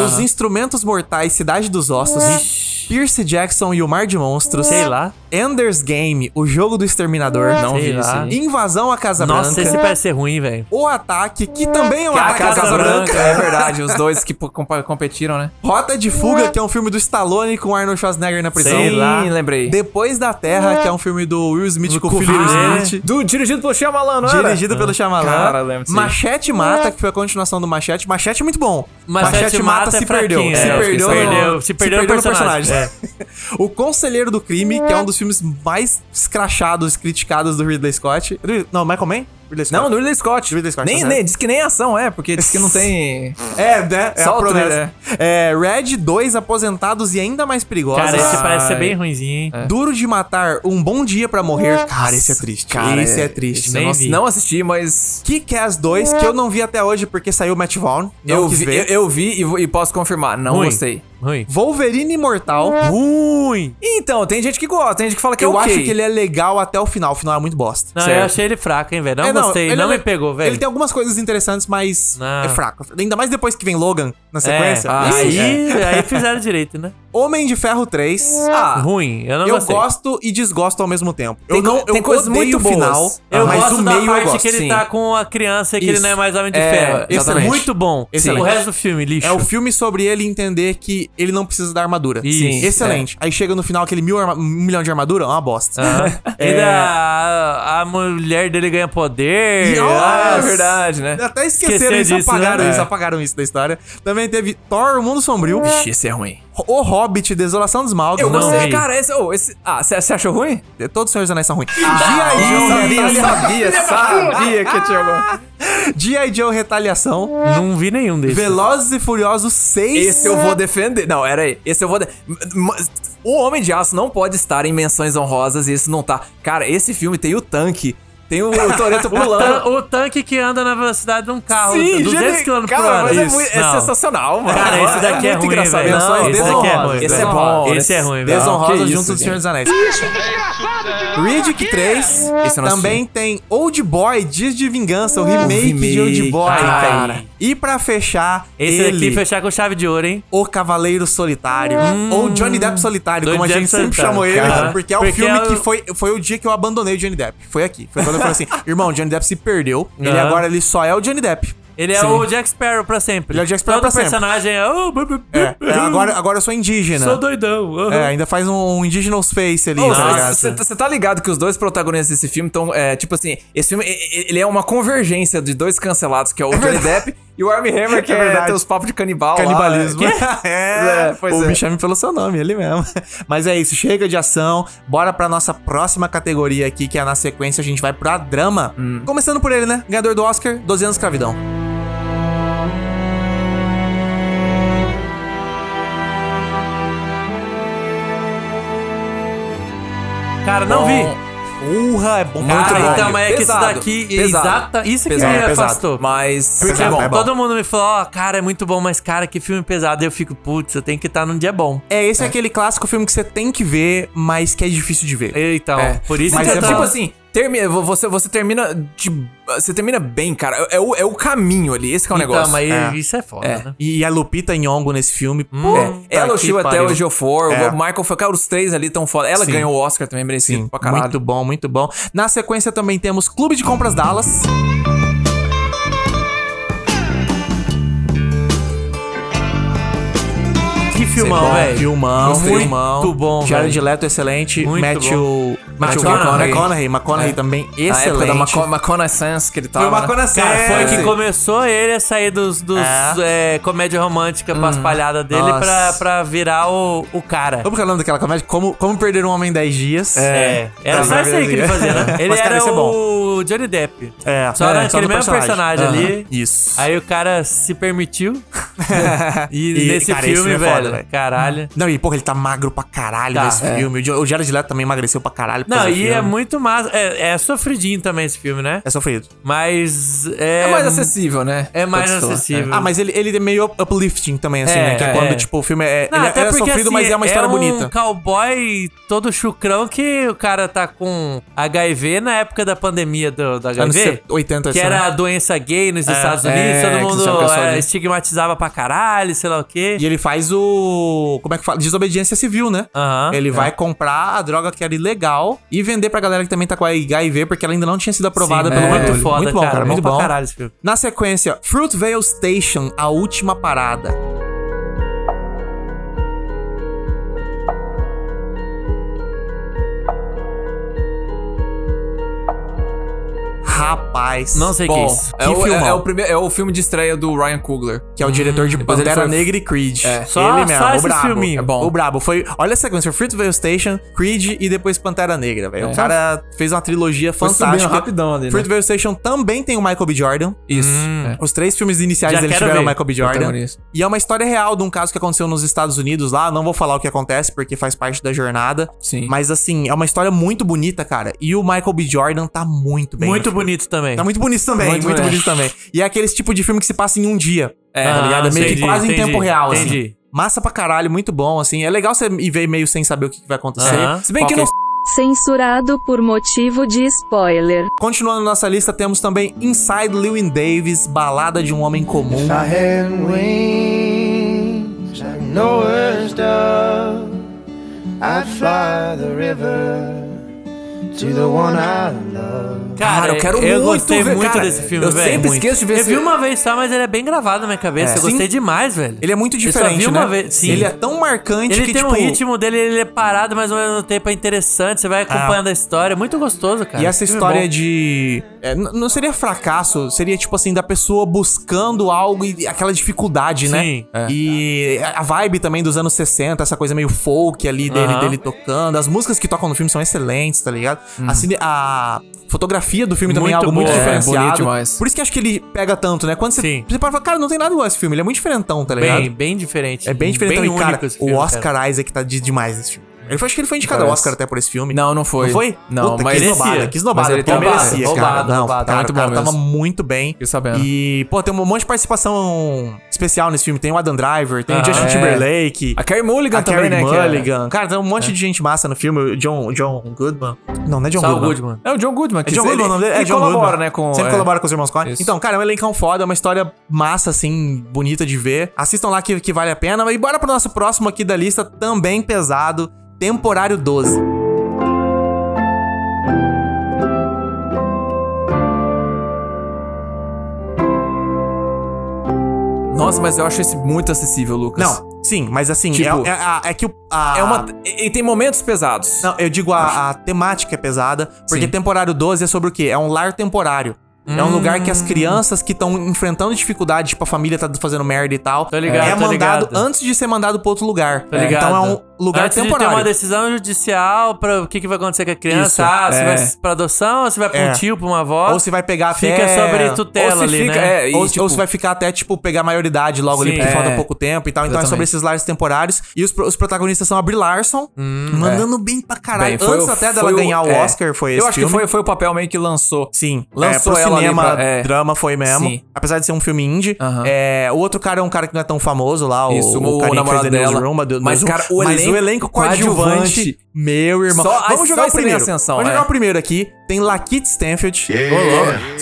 [SPEAKER 2] Os Instrumentos Mortais, Cidade dos Ossos, Percy Jackson e o Mar de Monstros,
[SPEAKER 3] Sei lá.
[SPEAKER 2] Ender's Game, O Jogo do Exterminador,
[SPEAKER 4] Não
[SPEAKER 3] Sei
[SPEAKER 4] vi isso.
[SPEAKER 3] lá.
[SPEAKER 4] aí.
[SPEAKER 2] Invasão à Casa
[SPEAKER 3] Nossa,
[SPEAKER 2] Branca,
[SPEAKER 3] esse parece ser ruim, velho.
[SPEAKER 2] O Ataque, que também é um
[SPEAKER 4] A
[SPEAKER 2] ataque à
[SPEAKER 4] Casa,
[SPEAKER 2] Casa Branca,
[SPEAKER 4] Branca, é verdade. Os dois que pô, compa- competiram, né?
[SPEAKER 2] Rota de Fuga, que é um filme do Stallone com Arnold Schwarzenegger na prisão.
[SPEAKER 3] Sei lá.
[SPEAKER 4] lembrei.
[SPEAKER 2] Depois da Terra, que é um filme do Will Smith com o
[SPEAKER 3] Com o
[SPEAKER 2] filho
[SPEAKER 3] filho
[SPEAKER 2] Will
[SPEAKER 3] dele.
[SPEAKER 2] Smith.
[SPEAKER 4] Do, dirigido pelo Shyamalan, não era?
[SPEAKER 2] Dirigido
[SPEAKER 3] Ah,
[SPEAKER 2] pelo Shyamalan. É.
[SPEAKER 4] Cara, lembro disso aí.
[SPEAKER 2] Machete Mata, que foi a continuação do Machete. Machete é muito bom.
[SPEAKER 3] Machete Mata é
[SPEAKER 2] se
[SPEAKER 3] fraquinho,
[SPEAKER 2] perdeu.
[SPEAKER 3] é,
[SPEAKER 2] se,
[SPEAKER 3] eu
[SPEAKER 4] esqueci.
[SPEAKER 2] perdeu
[SPEAKER 4] Se
[SPEAKER 3] perdeu- se perdeu no personagem. é.
[SPEAKER 2] *laughs* o Conselheiro do Crime, que é um dos filmes mais escrachados, criticados do Ridley Scott. Não, Michael Mann? Ridley Scott.
[SPEAKER 4] Não, do Ridley Scott.
[SPEAKER 2] Ridley Scott,
[SPEAKER 4] nem,
[SPEAKER 2] tá
[SPEAKER 4] nem, diz que nem ação é, porque diz que não tem...
[SPEAKER 2] É, né? É
[SPEAKER 4] Só
[SPEAKER 2] a
[SPEAKER 4] o
[SPEAKER 2] promessa.
[SPEAKER 4] trailer.
[SPEAKER 2] É, Red 2, Aposentados e Ainda Mais Perigosos.
[SPEAKER 3] Cara, esse parece ser bem ruinzinho, hein?
[SPEAKER 2] Duro de Matar, Um Bom Dia pra Morrer. Cara, esse é triste.
[SPEAKER 4] Cara,
[SPEAKER 2] esse é triste.
[SPEAKER 4] eu
[SPEAKER 3] nem
[SPEAKER 4] não,
[SPEAKER 3] vi.
[SPEAKER 4] não assisti, mas...
[SPEAKER 2] Kick-Ass 2, que eu não vi até hoje porque saiu o Matt Vaughn. Não
[SPEAKER 4] Eu
[SPEAKER 2] quis
[SPEAKER 4] vi, eu,
[SPEAKER 2] ver.
[SPEAKER 4] eu vi e, vou- e posso confirmar, não
[SPEAKER 3] Ruim.
[SPEAKER 4] gostei.
[SPEAKER 3] Ruim.
[SPEAKER 2] Wolverine Imortal.
[SPEAKER 3] Ruim.
[SPEAKER 4] Então, tem gente que gosta, tem gente que fala que
[SPEAKER 2] Eu
[SPEAKER 4] é ok.
[SPEAKER 2] acho que ele é legal até o final. O final é muito bosta.
[SPEAKER 3] Não, eu
[SPEAKER 4] Certo.
[SPEAKER 3] achei ele fraco, hein, velho. Não
[SPEAKER 2] É,
[SPEAKER 3] gostei,
[SPEAKER 2] ele
[SPEAKER 3] não
[SPEAKER 2] é-
[SPEAKER 3] me pegou, velho.
[SPEAKER 2] Ele tem algumas coisas interessantes, mas
[SPEAKER 3] Não.
[SPEAKER 2] é fraco. Ainda mais depois que vem Logan na
[SPEAKER 3] É,
[SPEAKER 2] sequência.
[SPEAKER 4] ah,
[SPEAKER 2] Ixi.
[SPEAKER 3] aí, aí fizeram direito, né?
[SPEAKER 2] Homem de Ferro 3.
[SPEAKER 4] Ah,
[SPEAKER 3] Ruim, eu não
[SPEAKER 2] eu
[SPEAKER 3] gostei.
[SPEAKER 2] gosto e desgosto ao mesmo tempo. eu
[SPEAKER 4] Tem
[SPEAKER 2] não,
[SPEAKER 4] co- tem
[SPEAKER 2] eu
[SPEAKER 4] coisas
[SPEAKER 2] odeio
[SPEAKER 4] muito
[SPEAKER 2] o final,
[SPEAKER 4] boas.
[SPEAKER 3] Eu
[SPEAKER 2] mas
[SPEAKER 3] gosto
[SPEAKER 2] o meio
[SPEAKER 3] da
[SPEAKER 2] eu
[SPEAKER 3] parte
[SPEAKER 2] gosto.
[SPEAKER 3] que ele
[SPEAKER 4] sim.
[SPEAKER 3] tá com a criança, que ele
[SPEAKER 4] Isso.
[SPEAKER 3] não é mais homem de
[SPEAKER 4] É,
[SPEAKER 3] ferro. Isso é
[SPEAKER 4] exatamente.
[SPEAKER 3] muito bom.
[SPEAKER 2] Excelente.
[SPEAKER 3] O resto do filme, lixo.
[SPEAKER 2] É o filme sobre ele entender que ele não precisa da armadura.
[SPEAKER 3] Sim.
[SPEAKER 2] Excelente. Aí chega no final aquele mil arma- um milhão de armadura, é uma bosta.
[SPEAKER 3] É. Ainda a, a mulher dele ganha poder.
[SPEAKER 2] E,
[SPEAKER 3] Ah,
[SPEAKER 4] Ah, é
[SPEAKER 2] Nossa.
[SPEAKER 4] verdade, né?
[SPEAKER 2] Até esqueceram
[SPEAKER 3] Esqueceram
[SPEAKER 2] isso,
[SPEAKER 3] disso,
[SPEAKER 2] apagaram
[SPEAKER 3] né?
[SPEAKER 2] isso,
[SPEAKER 3] É.
[SPEAKER 2] apagaram isso da história. Também teve Thor, O Mundo Sombrio,
[SPEAKER 4] Ixi, esse é ruim.
[SPEAKER 2] O Hobbit, Desolação dos Maldos. É,
[SPEAKER 4] Eu
[SPEAKER 3] Não
[SPEAKER 4] gostei,
[SPEAKER 3] vi.
[SPEAKER 4] cara. Esse, oh, esse, ah, você achou ruim?
[SPEAKER 2] Todos os Senhores dos Anéis são ruins.
[SPEAKER 4] sabia, sabia, sabia que tinha algum.
[SPEAKER 2] G.I. Joe Retaliação,
[SPEAKER 3] Não vi nenhum desses.
[SPEAKER 2] Velozes e Furiosos 6.
[SPEAKER 4] Esse eu vou defender. Não, era aí. Esse eu vou. De... M- m- O Homem de Aço não pode estar em menções honrosas e esse não tá. Cara, esse filme tem o tanque. Tem o, o Toreto pulando.
[SPEAKER 3] O tanque que anda na velocidade de um carro.
[SPEAKER 4] Sim,
[SPEAKER 3] 200
[SPEAKER 4] gente,
[SPEAKER 3] km por
[SPEAKER 4] cara,
[SPEAKER 3] hora.
[SPEAKER 4] mas é,
[SPEAKER 3] Isso,
[SPEAKER 4] muito- é
[SPEAKER 3] não.
[SPEAKER 4] sensacional, mano.
[SPEAKER 3] Cara, esse daqui é,
[SPEAKER 4] muito
[SPEAKER 3] ruim,
[SPEAKER 4] engraçado.
[SPEAKER 3] velho.
[SPEAKER 4] Menção
[SPEAKER 2] Não,
[SPEAKER 3] esse daqui é
[SPEAKER 2] desonrosa,
[SPEAKER 3] ruim.
[SPEAKER 4] Esse é
[SPEAKER 3] velho.
[SPEAKER 4] bom.
[SPEAKER 3] Esse é ruim, velho.
[SPEAKER 2] Desonrosa
[SPEAKER 4] que isso,
[SPEAKER 2] junto do
[SPEAKER 4] gente.
[SPEAKER 2] Senhor dos Anéis. Riddick 3.
[SPEAKER 4] Esse eu não
[SPEAKER 2] também tem Old Boy, Dias de Vingança, o remake, de
[SPEAKER 4] remake,
[SPEAKER 2] Old Boy,
[SPEAKER 4] ai.
[SPEAKER 2] cara. E pra fechar,
[SPEAKER 3] Esse
[SPEAKER 2] ele,
[SPEAKER 3] daqui fechar com chave de ouro, hein?
[SPEAKER 2] O Cavaleiro Solitário, ou Johnny Depp Solitário, como a
[SPEAKER 3] Hum. Johnny
[SPEAKER 2] gente
[SPEAKER 3] Depp
[SPEAKER 2] sempre
[SPEAKER 3] Solitário,
[SPEAKER 2] chamou ele,
[SPEAKER 3] cara.
[SPEAKER 2] porque é o
[SPEAKER 3] Porque
[SPEAKER 2] filme
[SPEAKER 3] é o-
[SPEAKER 2] que foi, foi o dia que eu abandonei o Johnny Depp. Foi aqui. Foi quando eu falei
[SPEAKER 3] *laughs*
[SPEAKER 2] assim, irmão, Johnny Depp se perdeu, ele
[SPEAKER 3] Aham.
[SPEAKER 2] agora ele só é o Johnny Depp.
[SPEAKER 3] Ele é
[SPEAKER 2] Sim.
[SPEAKER 3] o Jack Sparrow pra sempre.
[SPEAKER 2] Ele é o Jack Sparrow pra
[SPEAKER 3] Todo
[SPEAKER 2] sempre.
[SPEAKER 3] personagem é... "Oh, bu- bu- bu- *laughs*
[SPEAKER 2] É, é, agora, agora eu sou indígena.
[SPEAKER 3] Sou doidão. aham.
[SPEAKER 2] É, ainda faz um, um Indigenous Face ali,
[SPEAKER 4] Ô,
[SPEAKER 2] tá ligado?
[SPEAKER 4] Você você tá ligado que os dois protagonistas desse filme estão. tipo assim, esse filme e- e- ele é uma convergência de dois cancelados, que é o Johnny Depp e o Armie Hammer, que
[SPEAKER 2] É
[SPEAKER 4] é,
[SPEAKER 2] verdade.
[SPEAKER 4] tem os papos de canibal. lá,
[SPEAKER 2] Canibalismo.
[SPEAKER 4] né?
[SPEAKER 2] *laughs* é,
[SPEAKER 4] *laughs* É, pois
[SPEAKER 2] ou
[SPEAKER 4] é.
[SPEAKER 2] me chame pelo seu nome, ele mesmo. *laughs* Mas é isso, chega de ação. Bora pra nossa próxima categoria aqui, que é na sequência a gente vai pra drama.
[SPEAKER 4] Hum.
[SPEAKER 2] Começando por ele, né? Ganhador do Oscar, 12 anos de escravidão.
[SPEAKER 3] Cara, não vi.
[SPEAKER 2] Urra, é bom pra
[SPEAKER 4] Muito
[SPEAKER 3] Cara,
[SPEAKER 4] bom.
[SPEAKER 3] então, mas é que isso
[SPEAKER 4] Pesado,
[SPEAKER 3] daqui...
[SPEAKER 4] pesado,
[SPEAKER 3] exata, isso que
[SPEAKER 4] pesado.
[SPEAKER 3] me
[SPEAKER 2] É, pesado.
[SPEAKER 3] afastou.
[SPEAKER 4] Mas.
[SPEAKER 3] Porque
[SPEAKER 4] é bom.
[SPEAKER 2] é bom.
[SPEAKER 3] todo mundo me falou, ó, cara, é muito bom, mas cara, que filme pesado. Eu fico, putz, eu tenho que estar num dia bom.
[SPEAKER 2] É, esse é aquele clássico filme que você tem que ver, mas que é difícil de ver.
[SPEAKER 3] Então,
[SPEAKER 4] É.
[SPEAKER 3] por isso
[SPEAKER 2] Mas
[SPEAKER 3] que
[SPEAKER 4] Cara,
[SPEAKER 2] é
[SPEAKER 3] eu
[SPEAKER 2] bom.
[SPEAKER 3] tava-
[SPEAKER 4] tipo assim, termina, vo- você, você termina de. Você termina bem, cara. É, o, é o caminho ali, esse que é o
[SPEAKER 3] Então,
[SPEAKER 4] negócio.
[SPEAKER 3] mas
[SPEAKER 2] É.
[SPEAKER 3] isso é foda, né?
[SPEAKER 2] E a Lupita Nyong'o nesse filme, pô,
[SPEAKER 4] É.
[SPEAKER 3] tá
[SPEAKER 4] Ela, o Shiva até o
[SPEAKER 2] hoje.
[SPEAKER 4] Geofor,
[SPEAKER 2] É.
[SPEAKER 4] o Michael foi. Cara, os três ali tão foda. Ela
[SPEAKER 2] Sim.
[SPEAKER 4] ganhou o Oscar também, merecido
[SPEAKER 2] Sim,
[SPEAKER 4] pra caralho.
[SPEAKER 2] muito bom, muito bom. Na sequência também temos Clube de Compras Dallas.
[SPEAKER 3] Que filmão,
[SPEAKER 4] bom,
[SPEAKER 3] velho.
[SPEAKER 2] é Filmão,
[SPEAKER 3] Gostei.
[SPEAKER 2] filmão.
[SPEAKER 3] Muito bom,
[SPEAKER 2] Jared
[SPEAKER 3] velho.
[SPEAKER 2] Leto, excelente.
[SPEAKER 3] Muito
[SPEAKER 2] Matthew... Matthew
[SPEAKER 3] McConaughey.
[SPEAKER 2] McConaughey. É. McConaughey também,
[SPEAKER 4] Na época da
[SPEAKER 2] excelente.
[SPEAKER 4] Maco- McConaissance que ele tava. né?
[SPEAKER 3] Cara, foi
[SPEAKER 2] Sim.
[SPEAKER 3] que começou ele a sair dos, dos é, comédia romântica com as palhadas dele
[SPEAKER 2] Uhum. Nossa.
[SPEAKER 3] pra, pra virar o, o cara.
[SPEAKER 2] Como que é o nome daquela comédia? Como, como Perder um Homem em 10 Dias.
[SPEAKER 3] É, era só isso aí que ele fazia, né?
[SPEAKER 2] *laughs*
[SPEAKER 3] Ele
[SPEAKER 2] Mas, cara,
[SPEAKER 3] era
[SPEAKER 2] isso é
[SPEAKER 3] o Johnny Depp.
[SPEAKER 2] É,
[SPEAKER 3] Só era aquele mesmo personagem, ali.
[SPEAKER 2] Aham, Isso.
[SPEAKER 3] Aí o cara se permitiu. e,
[SPEAKER 2] E,
[SPEAKER 3] nesse
[SPEAKER 2] cara, esse
[SPEAKER 3] filme,
[SPEAKER 2] filme é
[SPEAKER 3] velho,
[SPEAKER 2] foda, velho.
[SPEAKER 3] Caralho.
[SPEAKER 2] Não, e porra, ele tá magro pra caralho
[SPEAKER 3] Tá,
[SPEAKER 2] nesse
[SPEAKER 3] é.
[SPEAKER 2] filme. O Jo- O Jared Leto também emagreceu pra caralho. por
[SPEAKER 3] Não,
[SPEAKER 2] causa do
[SPEAKER 3] e é
[SPEAKER 2] filme.
[SPEAKER 3] muito massa. É, é sofridinho também esse filme, né?
[SPEAKER 2] É assim, sofrido.
[SPEAKER 3] Mas é,
[SPEAKER 4] É mais acessível, né?
[SPEAKER 3] é mais
[SPEAKER 4] Pra pessoa.
[SPEAKER 3] acessível.
[SPEAKER 2] Ah, mas ele, ele é meio uplifting também, assim,
[SPEAKER 4] É,
[SPEAKER 2] né? Que é
[SPEAKER 4] é.
[SPEAKER 2] quando, tipo, o filme é.
[SPEAKER 3] Não,
[SPEAKER 2] ele
[SPEAKER 3] até
[SPEAKER 2] é
[SPEAKER 3] porque,
[SPEAKER 2] sofrido,
[SPEAKER 3] assim,
[SPEAKER 2] mas é uma história
[SPEAKER 3] um
[SPEAKER 2] bonita.
[SPEAKER 3] cowboy todo chucrão que o cara tá com HIV na época da pandemia do, do
[SPEAKER 2] Anos
[SPEAKER 3] HIV.
[SPEAKER 2] 80,
[SPEAKER 3] Que
[SPEAKER 2] assim, né?
[SPEAKER 3] era a doença gay nos Estados
[SPEAKER 4] é,
[SPEAKER 3] Unidos,
[SPEAKER 4] que não
[SPEAKER 3] todo
[SPEAKER 4] sabe o que é
[SPEAKER 3] mundo
[SPEAKER 4] só
[SPEAKER 3] é,
[SPEAKER 4] gay.
[SPEAKER 3] estigmatizava pra caralho, sei lá o quê.
[SPEAKER 2] E ele faz o. Como é que fala? Desobediência civil, né?
[SPEAKER 3] Aham. é.
[SPEAKER 2] Ele vai comprar a droga que era ilegal e vender pra galera que também tá com HIV, porque ela ainda não tinha sido aprovada
[SPEAKER 3] Sim,
[SPEAKER 2] pelo
[SPEAKER 3] é,
[SPEAKER 2] bagulho.
[SPEAKER 3] muito foda,
[SPEAKER 2] Muito bom, cara.
[SPEAKER 3] cara,
[SPEAKER 2] muito
[SPEAKER 3] bom pra
[SPEAKER 2] bom.
[SPEAKER 3] caralho esse filme.
[SPEAKER 4] Tá
[SPEAKER 2] Na sequência, Fruitvale Station, a última parada. Rapaz.
[SPEAKER 3] Não sei o que é
[SPEAKER 4] Bom,
[SPEAKER 3] isso.
[SPEAKER 4] é,
[SPEAKER 2] Que
[SPEAKER 4] o, é,
[SPEAKER 2] filmão.
[SPEAKER 4] é o primeiro, é o filme de estreia do Ryan Coogler.
[SPEAKER 2] Que é o diretor de
[SPEAKER 4] depois ele
[SPEAKER 2] Pantera
[SPEAKER 4] foi-
[SPEAKER 2] Negra e Creed.
[SPEAKER 4] É.
[SPEAKER 3] Só-
[SPEAKER 2] ele mesmo,
[SPEAKER 3] só
[SPEAKER 2] o
[SPEAKER 3] esses
[SPEAKER 2] brabo.
[SPEAKER 3] filminhos.
[SPEAKER 2] É bom. O brabo. Foi, olha a sequência, foi Fruitvale Station, Creed e depois Pantera Negra, velho. O cara fez uma trilogia fantástica.
[SPEAKER 4] subindo rapidão ali, né?
[SPEAKER 2] Fruitvale Station também tem o Michael B. Jordan.
[SPEAKER 4] Isso. é.
[SPEAKER 2] Os três filmes iniciais
[SPEAKER 3] Já
[SPEAKER 2] dele
[SPEAKER 3] quero
[SPEAKER 2] tiveram o
[SPEAKER 3] ver.
[SPEAKER 2] Michael B. Jordan.
[SPEAKER 4] Protagonista.
[SPEAKER 2] E é uma história real de um caso que aconteceu nos Estados Unidos lá. Não vou falar o que acontece, porque faz parte da jornada.
[SPEAKER 4] Sim.
[SPEAKER 2] Mas assim, é uma história muito bonita, cara. E o Michael B. Jordan tá muito bem. no
[SPEAKER 3] Muito
[SPEAKER 2] filme.
[SPEAKER 3] bonito também.
[SPEAKER 2] Tá muito bonito também, muito,
[SPEAKER 4] Muito bonito.
[SPEAKER 2] bonito também. E é aquele tipo de filme que se passa em um dia. É, tá
[SPEAKER 3] Ah,
[SPEAKER 2] ligado? É meio que
[SPEAKER 3] entendi,
[SPEAKER 2] quase em
[SPEAKER 3] entendi,
[SPEAKER 2] tempo real, assim.
[SPEAKER 3] entendi.
[SPEAKER 2] Massa pra caralho, muito bom, assim. É legal você ir ver meio sem saber o que que vai acontecer.
[SPEAKER 3] Aham.
[SPEAKER 2] Se bem que
[SPEAKER 4] Qual
[SPEAKER 2] não...
[SPEAKER 6] Censurado por motivo de spoiler.
[SPEAKER 2] Continuando nossa lista, temos também Inside Lewin Davis, Balada de um Homem Comum.
[SPEAKER 7] I had wings like Noah's dove. I'd fly the river to the one I love.
[SPEAKER 4] Cara, eu quero muito
[SPEAKER 3] gostei
[SPEAKER 4] ver,
[SPEAKER 3] muito
[SPEAKER 4] cara.
[SPEAKER 3] desse filme,
[SPEAKER 4] Eu
[SPEAKER 3] velho.
[SPEAKER 4] sempre
[SPEAKER 3] muito.
[SPEAKER 4] esqueço de ver
[SPEAKER 3] Eu
[SPEAKER 4] esse-
[SPEAKER 3] vi uma vez só, mas ele é bem gravado na minha cabeça.
[SPEAKER 2] É.
[SPEAKER 3] Eu gostei
[SPEAKER 2] Sim.
[SPEAKER 3] demais, velho.
[SPEAKER 2] Ele é muito
[SPEAKER 3] Eu só
[SPEAKER 2] diferente,
[SPEAKER 3] vi
[SPEAKER 2] né?
[SPEAKER 3] uma vez- sim.
[SPEAKER 2] Ele é tão marcante
[SPEAKER 3] Ele
[SPEAKER 2] que,
[SPEAKER 3] tem
[SPEAKER 2] tipo...
[SPEAKER 3] um ritmo dele, ele é parado, mas ao mesmo tempo é interessante. Você vai acompanhando a história. É muito gostoso, cara.
[SPEAKER 2] Ah. E assim, essa
[SPEAKER 3] Filme
[SPEAKER 2] história
[SPEAKER 3] bom.
[SPEAKER 2] de. é, n- não seria fracasso, seria tipo assim, da pessoa buscando algo e aquela dificuldade, né?
[SPEAKER 3] Sim. É.
[SPEAKER 2] E a a vibe também dos anos 60, essa coisa meio folk ali dele,
[SPEAKER 3] Aham.
[SPEAKER 2] dele tocando. As músicas que tocam no filme são excelentes, tá ligado? A, cine- a fotografia do filme também é
[SPEAKER 3] Hum.
[SPEAKER 2] algo muito
[SPEAKER 3] Muito boa. É,
[SPEAKER 4] bonito
[SPEAKER 2] diferenciado.
[SPEAKER 4] demais.
[SPEAKER 2] Por isso que acho que ele pega tanto, né? Quando você,
[SPEAKER 3] Sim.
[SPEAKER 2] você para e fala, cara, não tem nada igual esse filme, ele é muito diferentão, tá ligado?
[SPEAKER 3] Bem, bem diferente.
[SPEAKER 2] É bem diferente.
[SPEAKER 3] Bem
[SPEAKER 2] e, cara,
[SPEAKER 3] único esse filme,
[SPEAKER 2] o
[SPEAKER 3] cara.
[SPEAKER 2] Oscar Isaac tá de, demais nesse filme. Ele foi, acho que ele foi indicado ao
[SPEAKER 4] Parece.
[SPEAKER 2] Oscar até por esse filme.
[SPEAKER 4] Não, não foi.
[SPEAKER 2] Não foi?
[SPEAKER 4] Não,
[SPEAKER 2] Puta,
[SPEAKER 4] mas
[SPEAKER 2] que esnobada,
[SPEAKER 3] merecia.
[SPEAKER 2] que esnobada.
[SPEAKER 4] Mas ele
[SPEAKER 2] porque ele
[SPEAKER 4] tá
[SPEAKER 2] merecia,
[SPEAKER 4] roubado,
[SPEAKER 2] cara.
[SPEAKER 4] roubado,
[SPEAKER 2] não,
[SPEAKER 4] roubado.
[SPEAKER 2] Cara,
[SPEAKER 4] Tá muito
[SPEAKER 2] o cara
[SPEAKER 4] bom
[SPEAKER 2] tava
[SPEAKER 4] mesmo.
[SPEAKER 2] muito bem.
[SPEAKER 4] Fiquei sabendo.
[SPEAKER 2] E, pô, tem um monte de participação especial nesse filme. Tem o Adam Driver, tem
[SPEAKER 4] Aham.
[SPEAKER 2] o Justin
[SPEAKER 4] É.
[SPEAKER 2] Timberlake.
[SPEAKER 4] A Carrie Mulligan
[SPEAKER 2] a
[SPEAKER 4] também,
[SPEAKER 2] Carrie
[SPEAKER 4] né? que é-
[SPEAKER 2] Mulligan. Cara, tem um monte de gente massa no filme. O John, John Goodman. Não, não é John
[SPEAKER 3] Saul
[SPEAKER 2] Goodman.
[SPEAKER 3] Goodman.
[SPEAKER 4] É o John Goodman.
[SPEAKER 2] É
[SPEAKER 4] que
[SPEAKER 2] John
[SPEAKER 4] ele-
[SPEAKER 2] Goodman o nome dele?
[SPEAKER 4] ele
[SPEAKER 2] É John
[SPEAKER 4] colabora,
[SPEAKER 2] Goodman.
[SPEAKER 4] né? Com,
[SPEAKER 2] Sempre
[SPEAKER 4] é.
[SPEAKER 2] colabora com os irmãos Coen.
[SPEAKER 4] Isso.
[SPEAKER 2] Então, cara, é um elencão foda, é uma história massa, assim, bonita de ver. Assistam lá que, que vale a pena. E bora pro nosso próximo aqui da lista, também pesado, Temporário 12.
[SPEAKER 4] Nossa, mas eu acho esse muito acessível, Lucas.
[SPEAKER 2] Não, sim, mas assim,
[SPEAKER 4] Tipo,
[SPEAKER 2] é, é, a- é que o. a-
[SPEAKER 4] É uma. E e tem momentos pesados.
[SPEAKER 2] Não, eu digo a, a temática é pesada, porque
[SPEAKER 4] Sim.
[SPEAKER 2] temporário 12 é sobre o quê? É um lar temporário. É um lugar que as
[SPEAKER 3] Hum.
[SPEAKER 2] crianças que estão enfrentando dificuldades, tipo, a família tá fazendo merda e tal,
[SPEAKER 3] ligado,
[SPEAKER 2] é
[SPEAKER 3] tô
[SPEAKER 2] mandado
[SPEAKER 3] ligado.
[SPEAKER 2] antes de ser mandado pra outro lugar.
[SPEAKER 3] Tá ligado?
[SPEAKER 2] Então é um lugar
[SPEAKER 3] Antes De ter uma
[SPEAKER 2] temporário.
[SPEAKER 3] decisão judicial pra o que, que vai acontecer com a criança.
[SPEAKER 2] Isso,
[SPEAKER 3] Ah, se
[SPEAKER 2] é.
[SPEAKER 3] vai pra adoção, ou se vai pra
[SPEAKER 2] É.
[SPEAKER 3] um tio, pra uma avó.
[SPEAKER 2] Ou se vai pegar até...
[SPEAKER 3] Fica sobre
[SPEAKER 4] Ou
[SPEAKER 3] tutela
[SPEAKER 4] se
[SPEAKER 3] ali,
[SPEAKER 4] fica-
[SPEAKER 3] né?
[SPEAKER 4] é, e,
[SPEAKER 2] ou, ou
[SPEAKER 4] tipo-
[SPEAKER 2] se vai ficar até, tipo, pegar a maioridade logo ali,
[SPEAKER 3] Sim.
[SPEAKER 2] porque
[SPEAKER 3] É.
[SPEAKER 2] falta pouco tempo e tal. Então é sobre
[SPEAKER 4] Exatamente.
[SPEAKER 2] esses lares temporários. E os, pro- os protagonistas são a Brie Larson, mandando bem pra caralho.
[SPEAKER 4] Hum, é. Bem, foi
[SPEAKER 2] Antes
[SPEAKER 4] o-
[SPEAKER 2] até
[SPEAKER 4] foi
[SPEAKER 2] dela
[SPEAKER 4] o-
[SPEAKER 2] ganhar o
[SPEAKER 4] é.
[SPEAKER 2] Oscar, foi esse
[SPEAKER 4] Eu acho que
[SPEAKER 2] filme.
[SPEAKER 4] foi, foi o papel meio que lançou.
[SPEAKER 2] Sim,
[SPEAKER 4] Lançou
[SPEAKER 2] é, pro
[SPEAKER 4] ela ali
[SPEAKER 2] cinema,
[SPEAKER 4] pra- é.
[SPEAKER 2] drama foi mesmo.
[SPEAKER 4] Sim.
[SPEAKER 2] Apesar de ser um filme indie.
[SPEAKER 4] Aham.
[SPEAKER 2] É, o outro cara é um cara que não é tão famoso lá, o,
[SPEAKER 4] Isso, o
[SPEAKER 2] o, carinha que fez
[SPEAKER 4] namorado
[SPEAKER 2] The
[SPEAKER 4] dela.
[SPEAKER 2] Newsroom, a do-
[SPEAKER 4] Mas,
[SPEAKER 2] Newsroom.
[SPEAKER 4] cara, o
[SPEAKER 2] Mas
[SPEAKER 4] elenco
[SPEAKER 2] coadjuvante,
[SPEAKER 4] coadjuvante,
[SPEAKER 2] meu irmão.
[SPEAKER 4] só a-
[SPEAKER 2] Vamos
[SPEAKER 4] só
[SPEAKER 2] jogar o
[SPEAKER 4] isso tem
[SPEAKER 2] primeiro.
[SPEAKER 4] ascensão,
[SPEAKER 2] Vamos
[SPEAKER 4] é.
[SPEAKER 2] jogar o primeiro aqui. Tem Lakeith Stanfield.
[SPEAKER 4] É.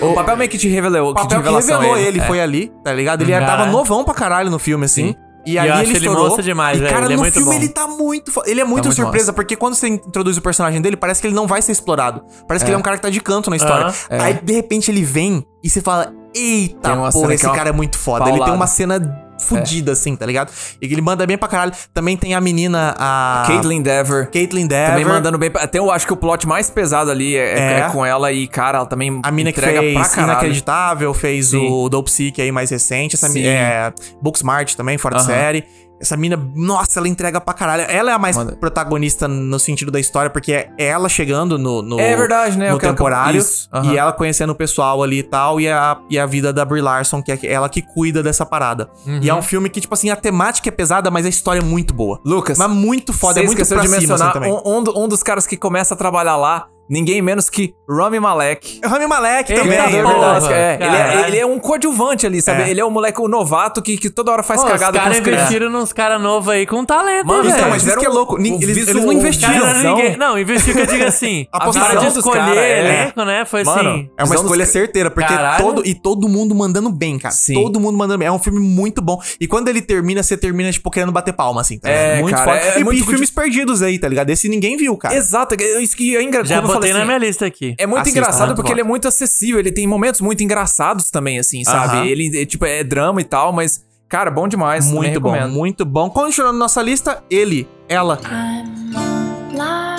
[SPEAKER 4] O papel meio que te revelou.
[SPEAKER 2] O papel que,
[SPEAKER 4] revelação
[SPEAKER 2] revelou ele,
[SPEAKER 4] É.
[SPEAKER 2] foi ali, tá ligado? Ele
[SPEAKER 3] Cara.
[SPEAKER 2] tava novão pra caralho no filme, assim. E ali
[SPEAKER 3] eu acho
[SPEAKER 2] ele
[SPEAKER 3] ele
[SPEAKER 2] estourou.
[SPEAKER 3] monstro demais,
[SPEAKER 2] e,
[SPEAKER 3] velho,
[SPEAKER 2] cara,
[SPEAKER 3] ele é
[SPEAKER 2] no
[SPEAKER 3] muito
[SPEAKER 2] filme
[SPEAKER 3] bom.
[SPEAKER 2] ele tá muito... fo- Ele é muito
[SPEAKER 4] muito
[SPEAKER 2] surpresa, porque quando você introduz o personagem dele, parece que ele não vai ser explorado. Parece que ele é um cara que tá de canto na história.
[SPEAKER 3] Aham,
[SPEAKER 4] é.
[SPEAKER 2] Aí, de repente, ele vem e você fala... Eita,
[SPEAKER 4] Tem uma cena
[SPEAKER 2] porra,
[SPEAKER 4] que
[SPEAKER 2] esse
[SPEAKER 4] é uma
[SPEAKER 2] cara é muito foda. Ele tem
[SPEAKER 4] paulada.
[SPEAKER 2] uma cena fudida, assim, tá ligado? E ele manda bem pra caralho. Também tem a menina, a...
[SPEAKER 4] Caitlyn É. Dever.
[SPEAKER 2] Caitlyn Dever.
[SPEAKER 4] Também mandando bem. pra- Até eu acho que o plot mais pesado ali é, é-
[SPEAKER 2] É.
[SPEAKER 4] é com ela e, cara, ela também
[SPEAKER 2] A mina que
[SPEAKER 4] entrega pra
[SPEAKER 2] fez
[SPEAKER 4] caralho.
[SPEAKER 2] Inacreditável, fez
[SPEAKER 4] Sim.
[SPEAKER 2] o Dope Sick aí mais recente. Essa mi-
[SPEAKER 4] Sim.
[SPEAKER 2] é, Booksmart também, fora de
[SPEAKER 4] Aham.
[SPEAKER 2] série. Essa mina, nossa, ela entrega pra caralho. Ela é a mais
[SPEAKER 4] Manda.
[SPEAKER 2] protagonista no sentido da história, porque é ela chegando no, no,
[SPEAKER 4] É verdade, né?
[SPEAKER 2] no
[SPEAKER 4] Eu quero-
[SPEAKER 2] temporário.
[SPEAKER 4] Isso, aham.
[SPEAKER 2] E ela conhecendo o pessoal ali e tal. E a, e a vida da Brie Larson, que é ela que cuida dessa parada. E é um filme que, tipo assim, a temática é pesada, mas a história é muito boa.
[SPEAKER 4] Uhum. Lucas,
[SPEAKER 2] Mas muito foda,
[SPEAKER 4] Você
[SPEAKER 2] é muito
[SPEAKER 4] esqueceu
[SPEAKER 2] pra
[SPEAKER 4] de
[SPEAKER 2] cima, assim,
[SPEAKER 4] mencionar
[SPEAKER 2] também.
[SPEAKER 4] um, um do- um dos caras que começa a trabalhar lá, ninguém menos que Rami Malek.
[SPEAKER 2] É o Rami Malek
[SPEAKER 4] Ele
[SPEAKER 2] também,
[SPEAKER 4] é,
[SPEAKER 2] é
[SPEAKER 4] verdade,
[SPEAKER 2] verdade.
[SPEAKER 3] porra,
[SPEAKER 4] é. ele, é,
[SPEAKER 3] caralho.
[SPEAKER 4] ele é um coadjuvante ali, sabe?
[SPEAKER 2] É.
[SPEAKER 4] Ele é um moleque um novato que, que toda hora faz
[SPEAKER 3] Pô, os
[SPEAKER 4] cagada com
[SPEAKER 3] caras
[SPEAKER 4] os crianças.
[SPEAKER 3] investiram nos caras novos aí com talento,
[SPEAKER 4] Mano,
[SPEAKER 3] velho.
[SPEAKER 2] Então,
[SPEAKER 4] É,
[SPEAKER 2] mas isso
[SPEAKER 4] fizeram
[SPEAKER 2] que é louco.
[SPEAKER 4] o-
[SPEAKER 2] Nin-
[SPEAKER 4] o
[SPEAKER 2] Eles, eles não
[SPEAKER 4] visual-
[SPEAKER 2] investiram.
[SPEAKER 3] Cara, ninguém, não, investiu que eu digo assim.
[SPEAKER 2] *laughs* A
[SPEAKER 3] A hora
[SPEAKER 2] posição
[SPEAKER 3] de
[SPEAKER 4] dos
[SPEAKER 3] escolher
[SPEAKER 4] cara, é.
[SPEAKER 3] elenco, né? Foi
[SPEAKER 4] Mano,
[SPEAKER 3] assim.
[SPEAKER 2] É uma
[SPEAKER 4] Visão dos
[SPEAKER 2] escolha
[SPEAKER 4] ca-
[SPEAKER 2] certeira, porque
[SPEAKER 3] Caralho.
[SPEAKER 2] todo e todo mundo mandando bem, cara.
[SPEAKER 4] Sim.
[SPEAKER 2] Todo mundo mandando bem. É um filme muito bom. E quando ele termina, você termina, tipo, querendo bater palma, assim, tá
[SPEAKER 4] É,
[SPEAKER 2] ligado? Muito
[SPEAKER 4] cara,
[SPEAKER 2] foda.
[SPEAKER 4] é- é
[SPEAKER 2] e
[SPEAKER 4] muito
[SPEAKER 2] e filmes perdidos aí, tá ligado? Esse ninguém viu, cara.
[SPEAKER 4] Exato, é isso que é engraçado.
[SPEAKER 3] Já
[SPEAKER 4] como eu
[SPEAKER 3] botei
[SPEAKER 4] falei
[SPEAKER 3] na
[SPEAKER 4] assim,
[SPEAKER 3] minha lista aqui.
[SPEAKER 4] É muito
[SPEAKER 2] Assista,
[SPEAKER 4] engraçado
[SPEAKER 2] muito
[SPEAKER 4] porque
[SPEAKER 2] bom.
[SPEAKER 4] ele é muito acessível, ele tem momentos muito engraçados também, assim, sabe?
[SPEAKER 2] Aham.
[SPEAKER 4] Ele, é, tipo, é drama e tal, mas, cara, bom demais. também
[SPEAKER 2] muito bom,
[SPEAKER 4] recomendo. Ah,
[SPEAKER 2] muito bom. Continuando nossa lista, ele, ela.
[SPEAKER 8] I'm lying on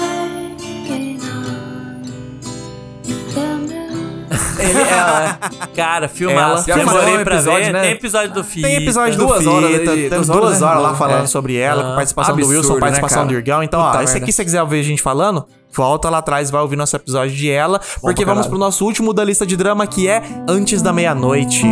[SPEAKER 8] the moon.
[SPEAKER 4] Ele
[SPEAKER 2] *laughs*
[SPEAKER 4] é-
[SPEAKER 3] Cara,
[SPEAKER 4] Ela-
[SPEAKER 3] filma.
[SPEAKER 4] Já fizeram
[SPEAKER 3] né? Demorei
[SPEAKER 4] um
[SPEAKER 3] pra
[SPEAKER 4] episódio,
[SPEAKER 3] ver.
[SPEAKER 4] né?
[SPEAKER 3] Tem episódio do Fita.
[SPEAKER 2] Tem episódio do
[SPEAKER 4] duas
[SPEAKER 2] Fita,
[SPEAKER 4] horas, né,
[SPEAKER 2] tem
[SPEAKER 4] de-
[SPEAKER 2] duas,
[SPEAKER 4] duas horas, né?
[SPEAKER 2] horas lá
[SPEAKER 4] É.
[SPEAKER 2] falando sobre ela, com participação do
[SPEAKER 4] Absurdo,
[SPEAKER 2] Wilson,
[SPEAKER 4] né,
[SPEAKER 2] participação
[SPEAKER 4] cara?
[SPEAKER 2] do Irgão. Então, ó,
[SPEAKER 4] Puta
[SPEAKER 2] esse
[SPEAKER 4] merda.
[SPEAKER 2] aqui, se você quiser ver a gente falando, volta lá atrás, vai ouvir nosso episódio de ela, porque
[SPEAKER 4] pra
[SPEAKER 2] vamos
[SPEAKER 4] caralho.
[SPEAKER 2] pro nosso último da lista de drama, que é Antes da Meia-Noite.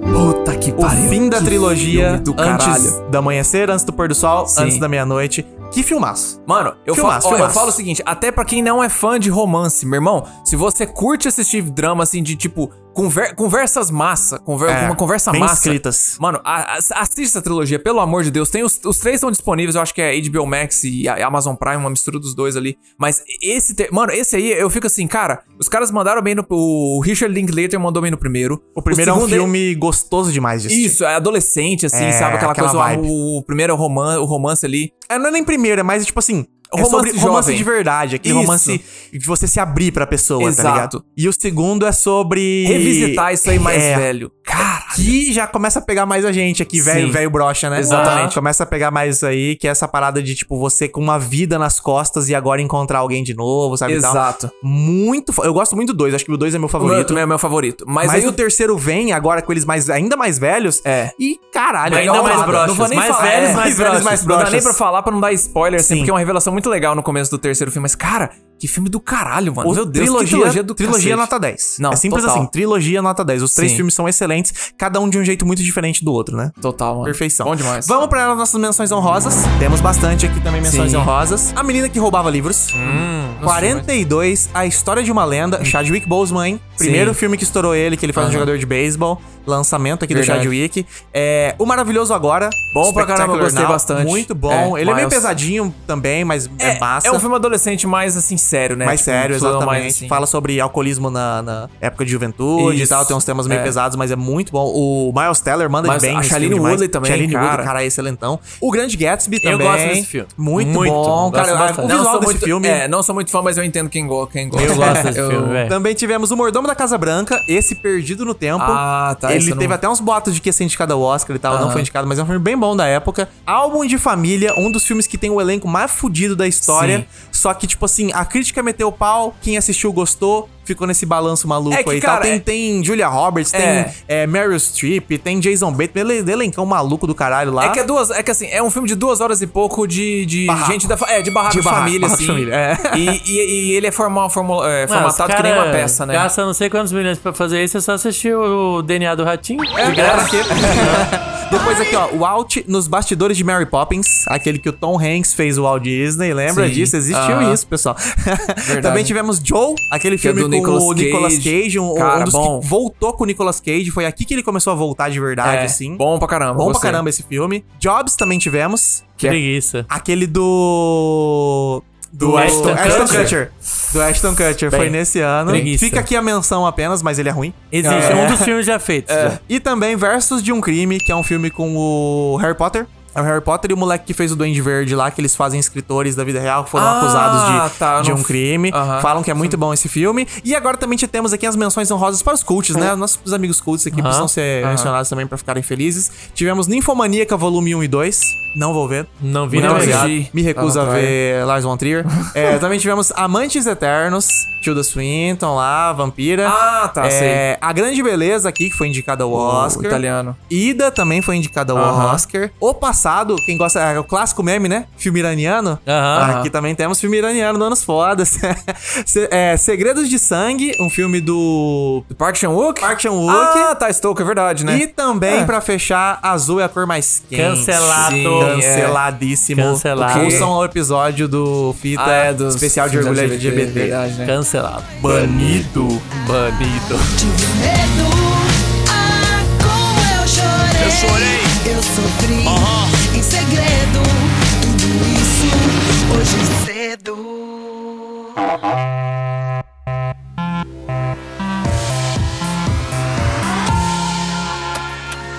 [SPEAKER 4] Puta que
[SPEAKER 2] O
[SPEAKER 4] pariu.
[SPEAKER 2] fim da
[SPEAKER 4] que
[SPEAKER 2] trilogia
[SPEAKER 4] filme do
[SPEAKER 2] antes
[SPEAKER 4] caralho.
[SPEAKER 2] do amanhecer, antes do pôr do sol,
[SPEAKER 4] Sim.
[SPEAKER 2] antes da meia-noite. Que filmaço.
[SPEAKER 4] Mano, eu,
[SPEAKER 2] Filmaço,
[SPEAKER 4] falo, ó, eu
[SPEAKER 2] filmaço.
[SPEAKER 4] falo o seguinte, até pra quem não é fã de romance, meu irmão, se você curte assistir drama assim de tipo conver- conversas massa, conver-
[SPEAKER 2] É,
[SPEAKER 4] uma conversa
[SPEAKER 2] bem
[SPEAKER 4] massa.
[SPEAKER 2] escritas.
[SPEAKER 4] Mano, a- a- assista a trilogia, pelo amor de Deus. Tem os, os três são disponíveis, eu acho que é HBO Max e a- Amazon Prime, uma mistura dos dois ali. Mas esse, te- mano, esse aí eu fico assim, cara, os caras mandaram bem no o Richard Linklater mandou bem no primeiro.
[SPEAKER 2] O primeiro é um
[SPEAKER 4] segundo, ele-
[SPEAKER 2] filme gostoso demais de assistir.
[SPEAKER 4] Isso, é adolescente, assim,
[SPEAKER 2] É,
[SPEAKER 4] sabe? Aquela,
[SPEAKER 2] aquela
[SPEAKER 4] coisa.
[SPEAKER 2] vibe.
[SPEAKER 4] O, o primeiro é o romance, o romance ali.
[SPEAKER 2] É, não é nem primeiro, é mais tipo assim. É
[SPEAKER 4] Romance
[SPEAKER 2] sobre romance
[SPEAKER 4] jovem.
[SPEAKER 2] de verdade, aquele
[SPEAKER 4] Isso.
[SPEAKER 2] romance de você se abrir pra pessoa, tá
[SPEAKER 4] Exato.
[SPEAKER 2] ligado? E o segundo é sobre.
[SPEAKER 4] Revisitar isso aí mais
[SPEAKER 2] É,
[SPEAKER 4] velho. Cara.
[SPEAKER 2] Que já começa a pegar mais a gente aqui, velho,
[SPEAKER 4] Sim.
[SPEAKER 2] velho brocha, né?
[SPEAKER 4] Exatamente.
[SPEAKER 2] Começa a pegar mais aí, que é essa parada de, tipo, você com uma vida nas costas e agora encontrar alguém de novo, sabe? e tal?
[SPEAKER 4] Exato.
[SPEAKER 2] Muito. fo- Eu gosto muito do dois, acho que o dois é meu
[SPEAKER 4] O meu
[SPEAKER 2] favorito.
[SPEAKER 4] também é meu favorito. Mas,
[SPEAKER 2] Mas,
[SPEAKER 4] aí
[SPEAKER 2] o
[SPEAKER 4] o
[SPEAKER 2] terceiro vem agora com eles mais, ainda mais velhos.
[SPEAKER 4] É.
[SPEAKER 2] E caralho,
[SPEAKER 3] Ainda
[SPEAKER 2] é uma
[SPEAKER 3] mais
[SPEAKER 2] porrada.
[SPEAKER 3] broxas.
[SPEAKER 2] Não vou nem
[SPEAKER 3] Mais
[SPEAKER 2] falar.
[SPEAKER 3] velhos,
[SPEAKER 2] É,
[SPEAKER 3] mais
[SPEAKER 2] mais velhos,
[SPEAKER 3] broxas.
[SPEAKER 2] mais
[SPEAKER 4] Não dá
[SPEAKER 2] broxas.
[SPEAKER 4] nem pra falar pra não dar spoiler, assim,
[SPEAKER 2] Sim.
[SPEAKER 4] porque é uma revelação muito legal no começo do terceiro filme. Mas, cara, Que filme do caralho, mano.
[SPEAKER 2] O
[SPEAKER 4] Meu Deus,
[SPEAKER 2] trilogia,
[SPEAKER 4] que trilogia do
[SPEAKER 2] trilogia
[SPEAKER 4] cacete.
[SPEAKER 2] nota 10.
[SPEAKER 4] Não,
[SPEAKER 2] é simples
[SPEAKER 4] total.
[SPEAKER 2] assim, trilogia nota 10. Os três
[SPEAKER 4] Sim.
[SPEAKER 2] filmes são excelentes, cada um de um jeito muito diferente do outro, né?
[SPEAKER 4] Total, mano.
[SPEAKER 2] Perfeição.
[SPEAKER 4] Bom demais.
[SPEAKER 2] Vamos para nossas menções honrosas. Temos bastante aqui também menções
[SPEAKER 4] Sim. Hum,
[SPEAKER 2] honrosas. A menina que roubava livros.
[SPEAKER 4] Não
[SPEAKER 2] 42, A História de uma Lenda, Chadwick Boseman. hein? Primeiro filme que estourou ele, que ele faz um
[SPEAKER 4] Hum. Aham.
[SPEAKER 2] jogador de beisebol. Lançamento aqui
[SPEAKER 4] Verdade.
[SPEAKER 2] do Chadwick. É, o Maravilhoso Agora.
[SPEAKER 4] Bom pra caramba,
[SPEAKER 2] Spectacular
[SPEAKER 4] gostei bastante.
[SPEAKER 2] Muito bom.
[SPEAKER 4] É,
[SPEAKER 2] ele é meio
[SPEAKER 4] Miles.
[SPEAKER 2] pesadinho também, mas é, massa.
[SPEAKER 4] É um filme adolescente mais, assim, sério, né?
[SPEAKER 2] mais
[SPEAKER 4] Tipo,
[SPEAKER 2] sério,
[SPEAKER 4] um filme
[SPEAKER 2] exatamente.
[SPEAKER 4] mais, assim.
[SPEAKER 2] Fala sobre alcoolismo na, na época de juventude e
[SPEAKER 4] Isso.
[SPEAKER 2] tal. Tem uns temas meio
[SPEAKER 4] É.
[SPEAKER 2] pesados, mas é muito bom. O Miles Teller manda
[SPEAKER 4] Mas
[SPEAKER 2] de bem.
[SPEAKER 4] a
[SPEAKER 2] nesse
[SPEAKER 4] Shailene
[SPEAKER 2] filme demais.
[SPEAKER 4] Woodley também,
[SPEAKER 2] Shailene
[SPEAKER 4] cara.
[SPEAKER 2] Woodley, cara, é excelentão. O Grande Gatsby
[SPEAKER 3] Eu
[SPEAKER 2] também.
[SPEAKER 3] gosto desse filme.
[SPEAKER 2] Muito,
[SPEAKER 3] Muito
[SPEAKER 2] bom.
[SPEAKER 3] bom,
[SPEAKER 2] Cara,
[SPEAKER 3] gosto
[SPEAKER 2] o
[SPEAKER 3] bastante.
[SPEAKER 4] Não
[SPEAKER 2] visual
[SPEAKER 4] sou
[SPEAKER 2] desse
[SPEAKER 4] muito-
[SPEAKER 2] filme...
[SPEAKER 4] É, não sou muito fã, mas eu entendo quem, go quem gosta.
[SPEAKER 3] Eu
[SPEAKER 2] *laughs*
[SPEAKER 3] gosto desse
[SPEAKER 4] Eu-
[SPEAKER 3] filme, velho.
[SPEAKER 2] Também tivemos O Mordomo da Casa Branca, esse Perdido no Tempo.
[SPEAKER 4] Ah, tá,
[SPEAKER 2] Ele
[SPEAKER 4] esse eu
[SPEAKER 2] teve
[SPEAKER 4] não-
[SPEAKER 2] até uns boatos de que ia ser indicado ao Oscar e tal, não
[SPEAKER 4] Aham.
[SPEAKER 2] foi indicado, mas é um filme bem bom da época. Álbum de Família, um dos filmes que tem o elenco mais fudido da história.
[SPEAKER 4] Sim.
[SPEAKER 2] Só que, tipo assim, a crítica meteu o pau, quem assistiu gostou, ficou nesse balanço maluco
[SPEAKER 4] É que,
[SPEAKER 2] aí e tal.
[SPEAKER 4] cara,
[SPEAKER 2] Tem,
[SPEAKER 4] é-
[SPEAKER 2] tem Julia Roberts,
[SPEAKER 4] É.
[SPEAKER 2] tem é, Meryl Streep, tem Jason Bateman, ele- é elencão maluco do caralho lá.
[SPEAKER 4] É que é duas. É que assim, é um filme de duas horas e pouco de, de
[SPEAKER 2] Barraco.
[SPEAKER 4] gente da. fa- É, de barraco
[SPEAKER 2] De
[SPEAKER 4] de,
[SPEAKER 2] barraco,
[SPEAKER 4] família,
[SPEAKER 2] barraco de
[SPEAKER 4] assim.
[SPEAKER 2] família, é.
[SPEAKER 4] E, e- e ele é, formal, formal- é,
[SPEAKER 3] Mano, os
[SPEAKER 4] formatado que nem
[SPEAKER 3] cara
[SPEAKER 4] uma peça, né?
[SPEAKER 3] Gasta não sei quantos milhões pra fazer isso, é só assistir o DNA do Ratinho.
[SPEAKER 2] É, era aqui. Depois aqui, ó, o Alt nos bastidores de Mary Poppins, aquele que o Tom Hanks fez o Walt Disney, lembra
[SPEAKER 4] Sim.
[SPEAKER 2] disso? Existiu
[SPEAKER 4] Aham.
[SPEAKER 2] isso, pessoal. *laughs* Também tivemos Joe, aquele
[SPEAKER 4] é
[SPEAKER 2] filme
[SPEAKER 4] do
[SPEAKER 2] com
[SPEAKER 4] Nicolas
[SPEAKER 2] o
[SPEAKER 4] Cage.
[SPEAKER 2] Nicolas Cage, um,
[SPEAKER 4] Cara,
[SPEAKER 2] um dos
[SPEAKER 4] bom.
[SPEAKER 2] que voltou com o Nicolas Cage, foi aqui que ele começou a voltar de verdade,
[SPEAKER 4] é,
[SPEAKER 2] assim.
[SPEAKER 4] Bom pra caramba.
[SPEAKER 2] Bom pra
[SPEAKER 4] gostei.
[SPEAKER 2] caramba esse filme. Jobs também tivemos,
[SPEAKER 3] Que é preguiça.
[SPEAKER 2] aquele do...
[SPEAKER 3] Do Ashton Kutcher.
[SPEAKER 2] Do Ashton Kutcher,
[SPEAKER 3] Bem,
[SPEAKER 2] foi nesse ano.
[SPEAKER 3] preguiça.
[SPEAKER 2] Fica aqui a menção apenas, mas ele é ruim.
[SPEAKER 3] Existe,
[SPEAKER 2] É.
[SPEAKER 3] é um dos filmes já feitos. já.
[SPEAKER 2] E também Versos de um Crime, que é um filme com o Harry Potter. É o Harry Potter e o moleque que fez o Duende Verde lá, que eles fazem escritores da vida real, que foram
[SPEAKER 4] Ah,
[SPEAKER 2] acusados de,
[SPEAKER 4] tá, eu
[SPEAKER 2] de
[SPEAKER 4] não
[SPEAKER 2] um
[SPEAKER 4] f-
[SPEAKER 2] crime.
[SPEAKER 4] Aham.
[SPEAKER 2] Falam que é muito bom esse filme. E agora também te temos aqui as menções honrosas para os cults,
[SPEAKER 4] Uhum.
[SPEAKER 2] né? Nossos amigos cults aqui precisam ser mencionados também para ficarem felizes. Tivemos Ninfomaníaca Volume 1 e 2. Não vou ver.
[SPEAKER 3] Não vi,
[SPEAKER 2] Muito
[SPEAKER 3] não
[SPEAKER 2] obrigado.
[SPEAKER 3] vi.
[SPEAKER 4] assisti.
[SPEAKER 2] Me recuso
[SPEAKER 4] Tá
[SPEAKER 2] a
[SPEAKER 4] na
[SPEAKER 2] ver Lars von Trier. É, também tivemos Amantes Eternos, Tilda Swinton lá, Vampira.
[SPEAKER 4] Ah, tá,
[SPEAKER 2] É, A Grande Beleza aqui, que foi indicada ao
[SPEAKER 4] O
[SPEAKER 2] Oscar.
[SPEAKER 4] italiano.
[SPEAKER 2] Ida também foi indicada ao
[SPEAKER 4] Aham.
[SPEAKER 2] Oscar. O Passado, quem gosta, é o clássico meme, né? Filme iraniano.
[SPEAKER 3] Aham.
[SPEAKER 2] Aqui também temos filme iraniano, Donos Fodas. *laughs* Se- é, Segredos de Sangue, um filme do
[SPEAKER 4] Do Park Chan-wook?
[SPEAKER 2] Park Chan-wook.
[SPEAKER 4] Ah, tá, Stoker, é verdade, né?
[SPEAKER 2] E também,
[SPEAKER 4] É.
[SPEAKER 2] pra fechar, Azul é a cor mais quente.
[SPEAKER 3] Cancelado.
[SPEAKER 2] Canceladíssimo.
[SPEAKER 3] É. Cancelado.
[SPEAKER 2] Ouçam o episódio do Fita
[SPEAKER 4] Ah, é, dos
[SPEAKER 2] especial de
[SPEAKER 4] filmes
[SPEAKER 2] orgulho
[SPEAKER 4] LGBT,
[SPEAKER 2] LGBT.
[SPEAKER 4] verdade, né?
[SPEAKER 3] Cancelado. Banido. Banido.
[SPEAKER 9] medo. Ah, como eu chorei. Eu chorei. Eu sofri em segredo. Tudo isso hoje cedo.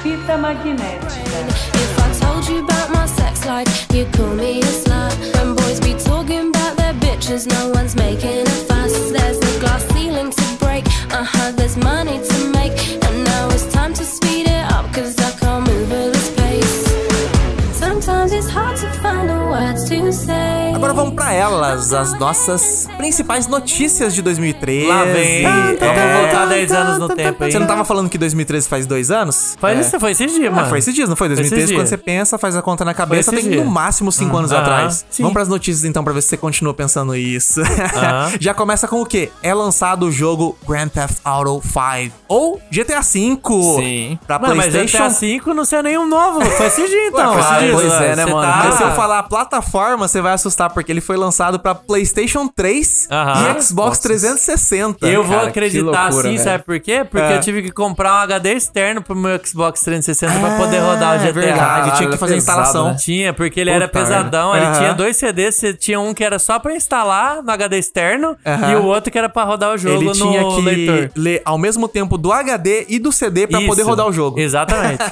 [SPEAKER 1] Fita magnética.
[SPEAKER 8] If I told you about my sex life, you'd call me a slut. When boys be talking about their bitches, no one's making a fuss. There's a glass ceiling to break, uh huh, there's money to make. And now it's time to speed it up, cause I can't move at this pace. Sometimes it's hard to find the words to say.
[SPEAKER 2] Agora vamos pra elas, as nossas principais notícias de 2013.
[SPEAKER 3] Lá vem.
[SPEAKER 2] É.
[SPEAKER 3] Vamos voltar 10 anos no tempo aí.
[SPEAKER 2] Você não tava falando que 2013 faz dois anos?
[SPEAKER 3] Foi,
[SPEAKER 2] É.
[SPEAKER 3] esse, foi esse dia,
[SPEAKER 2] Ah,
[SPEAKER 3] mano.
[SPEAKER 2] foi esses dias, não foi?
[SPEAKER 3] esses
[SPEAKER 2] 2013, quando
[SPEAKER 3] dias.
[SPEAKER 2] você pensa, faz a conta na cabeça,
[SPEAKER 3] Foi
[SPEAKER 2] tem
[SPEAKER 3] esses
[SPEAKER 2] no
[SPEAKER 3] dias.
[SPEAKER 2] máximo cinco anos
[SPEAKER 3] Aham,
[SPEAKER 2] atrás.
[SPEAKER 3] sim.
[SPEAKER 2] Vamos pras notícias então, pra ver se você continua pensando isso.
[SPEAKER 3] Aham.
[SPEAKER 2] *laughs* Já começa com o quê? É lançado o jogo Grand Theft Auto 5 ou GTA V.
[SPEAKER 4] Sim.
[SPEAKER 2] Pra
[SPEAKER 3] Mano, mas
[SPEAKER 2] PlayStation.
[SPEAKER 3] GTA V não saiu nenhum novo. Foi esse dia, então.
[SPEAKER 4] foi esse
[SPEAKER 3] Ah,
[SPEAKER 4] dia,
[SPEAKER 3] pois
[SPEAKER 4] né?
[SPEAKER 3] é, né,
[SPEAKER 4] Você
[SPEAKER 3] mano?
[SPEAKER 4] tá-
[SPEAKER 2] Mas se eu
[SPEAKER 4] Ah.
[SPEAKER 2] falar a plataforma, você vai assustar, porque ele foi lançado pra PlayStation 3
[SPEAKER 3] Aham.
[SPEAKER 2] e Xbox
[SPEAKER 4] Nossa.
[SPEAKER 2] 360.
[SPEAKER 3] Eu vou
[SPEAKER 4] Cara, que
[SPEAKER 3] acreditar
[SPEAKER 4] loucura,
[SPEAKER 3] sim,
[SPEAKER 4] velho.
[SPEAKER 3] sabe por quê? Porque
[SPEAKER 2] É.
[SPEAKER 3] eu tive que comprar um HD externo pro meu Xbox 360 pra poder
[SPEAKER 2] Ah,
[SPEAKER 3] rodar o GTA.
[SPEAKER 2] É verdade, tinha que
[SPEAKER 4] Caralho,
[SPEAKER 2] fazer a
[SPEAKER 4] pesado,
[SPEAKER 2] instalação.
[SPEAKER 4] né?
[SPEAKER 3] Tinha, porque ele era
[SPEAKER 4] Puta
[SPEAKER 3] pesadão. Ele
[SPEAKER 2] Aham.
[SPEAKER 3] tinha dois CDs. Você tinha um que era só pra instalar no HD externo
[SPEAKER 2] Aham.
[SPEAKER 3] e o outro que era pra rodar o jogo
[SPEAKER 2] Ele
[SPEAKER 3] no
[SPEAKER 2] tinha que
[SPEAKER 3] leitor.
[SPEAKER 2] ler ao mesmo tempo do HD e do CD pra poder
[SPEAKER 3] Isso,
[SPEAKER 2] rodar o jogo.
[SPEAKER 3] Exatamente.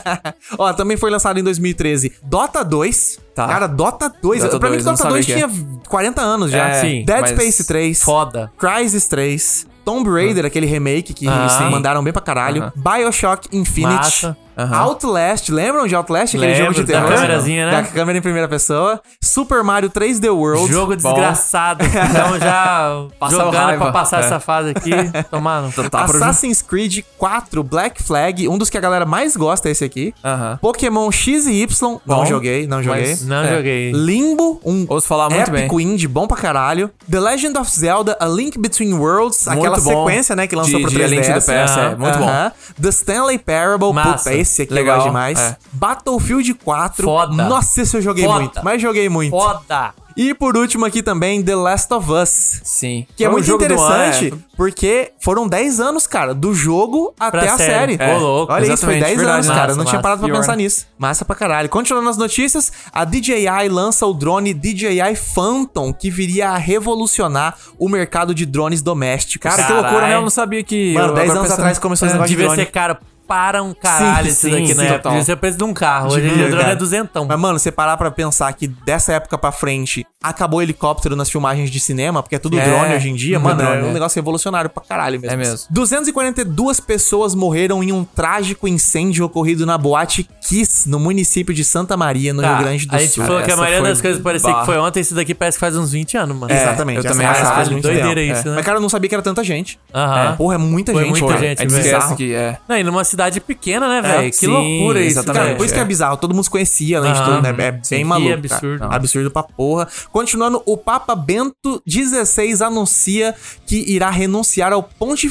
[SPEAKER 2] Ó, também foi lançado em 2013 Dota 2.
[SPEAKER 4] Tá.
[SPEAKER 2] Cara, Dota 2.
[SPEAKER 4] Dota
[SPEAKER 2] pra mim,
[SPEAKER 4] 2, não
[SPEAKER 2] Dota
[SPEAKER 4] sabia
[SPEAKER 2] 2
[SPEAKER 4] que é.
[SPEAKER 2] tinha 40 anos já.
[SPEAKER 4] É,
[SPEAKER 3] sim,
[SPEAKER 2] Dead
[SPEAKER 4] mas
[SPEAKER 2] Space 3.
[SPEAKER 3] Foda.
[SPEAKER 2] Crysis 3. Tomb Raider, aquele remake que
[SPEAKER 3] Ah,
[SPEAKER 2] eles
[SPEAKER 3] sim.
[SPEAKER 2] mandaram bem pra caralho.
[SPEAKER 4] Aham.
[SPEAKER 2] Bioshock Infinite.
[SPEAKER 3] Massa.
[SPEAKER 2] Outlast, lembram de Outlast? Aquele
[SPEAKER 3] Lembro,
[SPEAKER 2] jogo de
[SPEAKER 3] da
[SPEAKER 2] terror?
[SPEAKER 3] câmerazinha, né?
[SPEAKER 2] Da câmera em primeira pessoa. Super Mario 3D World.
[SPEAKER 3] Jogo desgraçado. Então
[SPEAKER 4] *laughs*
[SPEAKER 3] já
[SPEAKER 4] Passava
[SPEAKER 3] jogando
[SPEAKER 4] raiva.
[SPEAKER 3] pra passar
[SPEAKER 4] É.
[SPEAKER 3] essa fase aqui. Tomar no.
[SPEAKER 4] Tá pro-
[SPEAKER 2] Assassin's Creed 4 Black Flag, um dos que a galera mais gosta é esse aqui.
[SPEAKER 4] Aham.
[SPEAKER 2] Pokémon X e Y,
[SPEAKER 4] Bom,
[SPEAKER 2] não joguei, não joguei.
[SPEAKER 4] mas
[SPEAKER 3] Não
[SPEAKER 4] É.
[SPEAKER 3] joguei.
[SPEAKER 2] Limbo, um
[SPEAKER 4] Ouço falar muito
[SPEAKER 2] épico indie bom pra caralho. The Legend of Zelda, A Link Between Worlds,
[SPEAKER 4] Muito
[SPEAKER 2] aquela
[SPEAKER 4] bom.
[SPEAKER 2] sequência, né, que lançou
[SPEAKER 4] De-
[SPEAKER 2] pro
[SPEAKER 4] de A
[SPEAKER 2] 3DS.
[SPEAKER 4] Link to the Past, é, muito bom.
[SPEAKER 2] Aham. The Stanley Parable,
[SPEAKER 3] Massa.
[SPEAKER 2] puta, esse aqui
[SPEAKER 4] Legal,
[SPEAKER 2] eu gosto demais.
[SPEAKER 4] é.
[SPEAKER 2] Battlefield 4,
[SPEAKER 3] Foda.
[SPEAKER 2] nossa, esse eu joguei
[SPEAKER 3] Foda.
[SPEAKER 2] muito, mas joguei muito.
[SPEAKER 3] Foda!
[SPEAKER 2] E por último aqui também, The Last of Us.
[SPEAKER 4] Sim.
[SPEAKER 2] Que é
[SPEAKER 4] Foi o
[SPEAKER 2] muito
[SPEAKER 4] jogo do ano,
[SPEAKER 2] interessante,
[SPEAKER 4] é.
[SPEAKER 2] porque foram 10 anos, cara, do jogo até a série.
[SPEAKER 3] série.
[SPEAKER 2] É.
[SPEAKER 3] Ô, louco,
[SPEAKER 2] Olha isso, foi
[SPEAKER 4] exatamente,
[SPEAKER 2] 10
[SPEAKER 4] verdade.
[SPEAKER 2] anos, cara.
[SPEAKER 3] Massa,
[SPEAKER 2] não tinha
[SPEAKER 3] massa.
[SPEAKER 2] parado pra
[SPEAKER 4] Pior,
[SPEAKER 2] pensar
[SPEAKER 4] né?
[SPEAKER 2] nisso. Massa pra caralho. Continuando as notícias, a DJI lança o drone DJI Phantom, que viria a revolucionar o mercado de drones domésticos.
[SPEAKER 4] Cara, que
[SPEAKER 3] Caralho.
[SPEAKER 4] loucura, né? Eu não sabia que.
[SPEAKER 2] Mano,
[SPEAKER 4] eu
[SPEAKER 2] 10
[SPEAKER 4] agora
[SPEAKER 2] anos
[SPEAKER 4] pensando-
[SPEAKER 2] atrás começou esse
[SPEAKER 4] É,
[SPEAKER 2] negócio de
[SPEAKER 3] Devia
[SPEAKER 2] drone.
[SPEAKER 3] ser caro para um caralho
[SPEAKER 2] Sim,
[SPEAKER 3] isso
[SPEAKER 2] sim,
[SPEAKER 3] daqui
[SPEAKER 2] sim,
[SPEAKER 3] na época.
[SPEAKER 2] total.
[SPEAKER 3] Devia ser o preço de um carro. Hoje em dia o drone é duzentão.
[SPEAKER 2] Então, Mas, mano, você parar pra pensar que dessa época pra frente acabou o helicóptero nas filmagens de cinema, porque é tudo
[SPEAKER 4] É,
[SPEAKER 2] drone hoje em dia,
[SPEAKER 4] muito
[SPEAKER 2] mano, é
[SPEAKER 4] drone,
[SPEAKER 2] um
[SPEAKER 4] é.
[SPEAKER 2] negócio revolucionário pra caralho mesmo.
[SPEAKER 4] É mesmo.
[SPEAKER 2] 242 pessoas morreram em um trágico incêndio ocorrido na boate Kiss, no município de Santa Maria, no
[SPEAKER 3] Tá,
[SPEAKER 2] Rio Grande do
[SPEAKER 3] a gente
[SPEAKER 2] Sul. é,
[SPEAKER 3] falou que a
[SPEAKER 4] Essa
[SPEAKER 3] maioria
[SPEAKER 4] foi
[SPEAKER 3] das coisas parecia
[SPEAKER 4] barra.
[SPEAKER 3] que foi ontem, isso daqui parece que faz uns 20 anos, mano.
[SPEAKER 2] É, Exatamente,
[SPEAKER 4] eu
[SPEAKER 2] essa
[SPEAKER 4] também
[SPEAKER 2] é a
[SPEAKER 4] acho,
[SPEAKER 2] fase
[SPEAKER 4] faz
[SPEAKER 2] de
[SPEAKER 4] muito
[SPEAKER 3] doideira
[SPEAKER 2] tempo.
[SPEAKER 3] isso,
[SPEAKER 2] É.
[SPEAKER 3] né?
[SPEAKER 2] Mas, cara, eu não sabia que era tanta gente.
[SPEAKER 3] Aham.
[SPEAKER 2] Porra, é muita
[SPEAKER 3] Foi
[SPEAKER 2] gente.
[SPEAKER 3] muita
[SPEAKER 2] cara.
[SPEAKER 3] gente,
[SPEAKER 2] é
[SPEAKER 4] A gente
[SPEAKER 3] velho.
[SPEAKER 2] bizarro.
[SPEAKER 4] esquece que é.
[SPEAKER 3] Não, e numa cidade pequena, né, velho? Que
[SPEAKER 4] sim,
[SPEAKER 3] loucura isso,
[SPEAKER 4] exatamente.
[SPEAKER 2] Cara,
[SPEAKER 3] cara.
[SPEAKER 2] por isso que é
[SPEAKER 4] é.
[SPEAKER 2] bizarro. Todo mundo se conhecia, além de
[SPEAKER 3] Aham.
[SPEAKER 2] tudo, né? É bem
[SPEAKER 3] Sim,
[SPEAKER 2] maluco.
[SPEAKER 3] que
[SPEAKER 2] cara.
[SPEAKER 3] absurdo.
[SPEAKER 2] Não, Absurdo pra porra. Continuando, o Papa Bento XVI anuncia que irá renunciar ao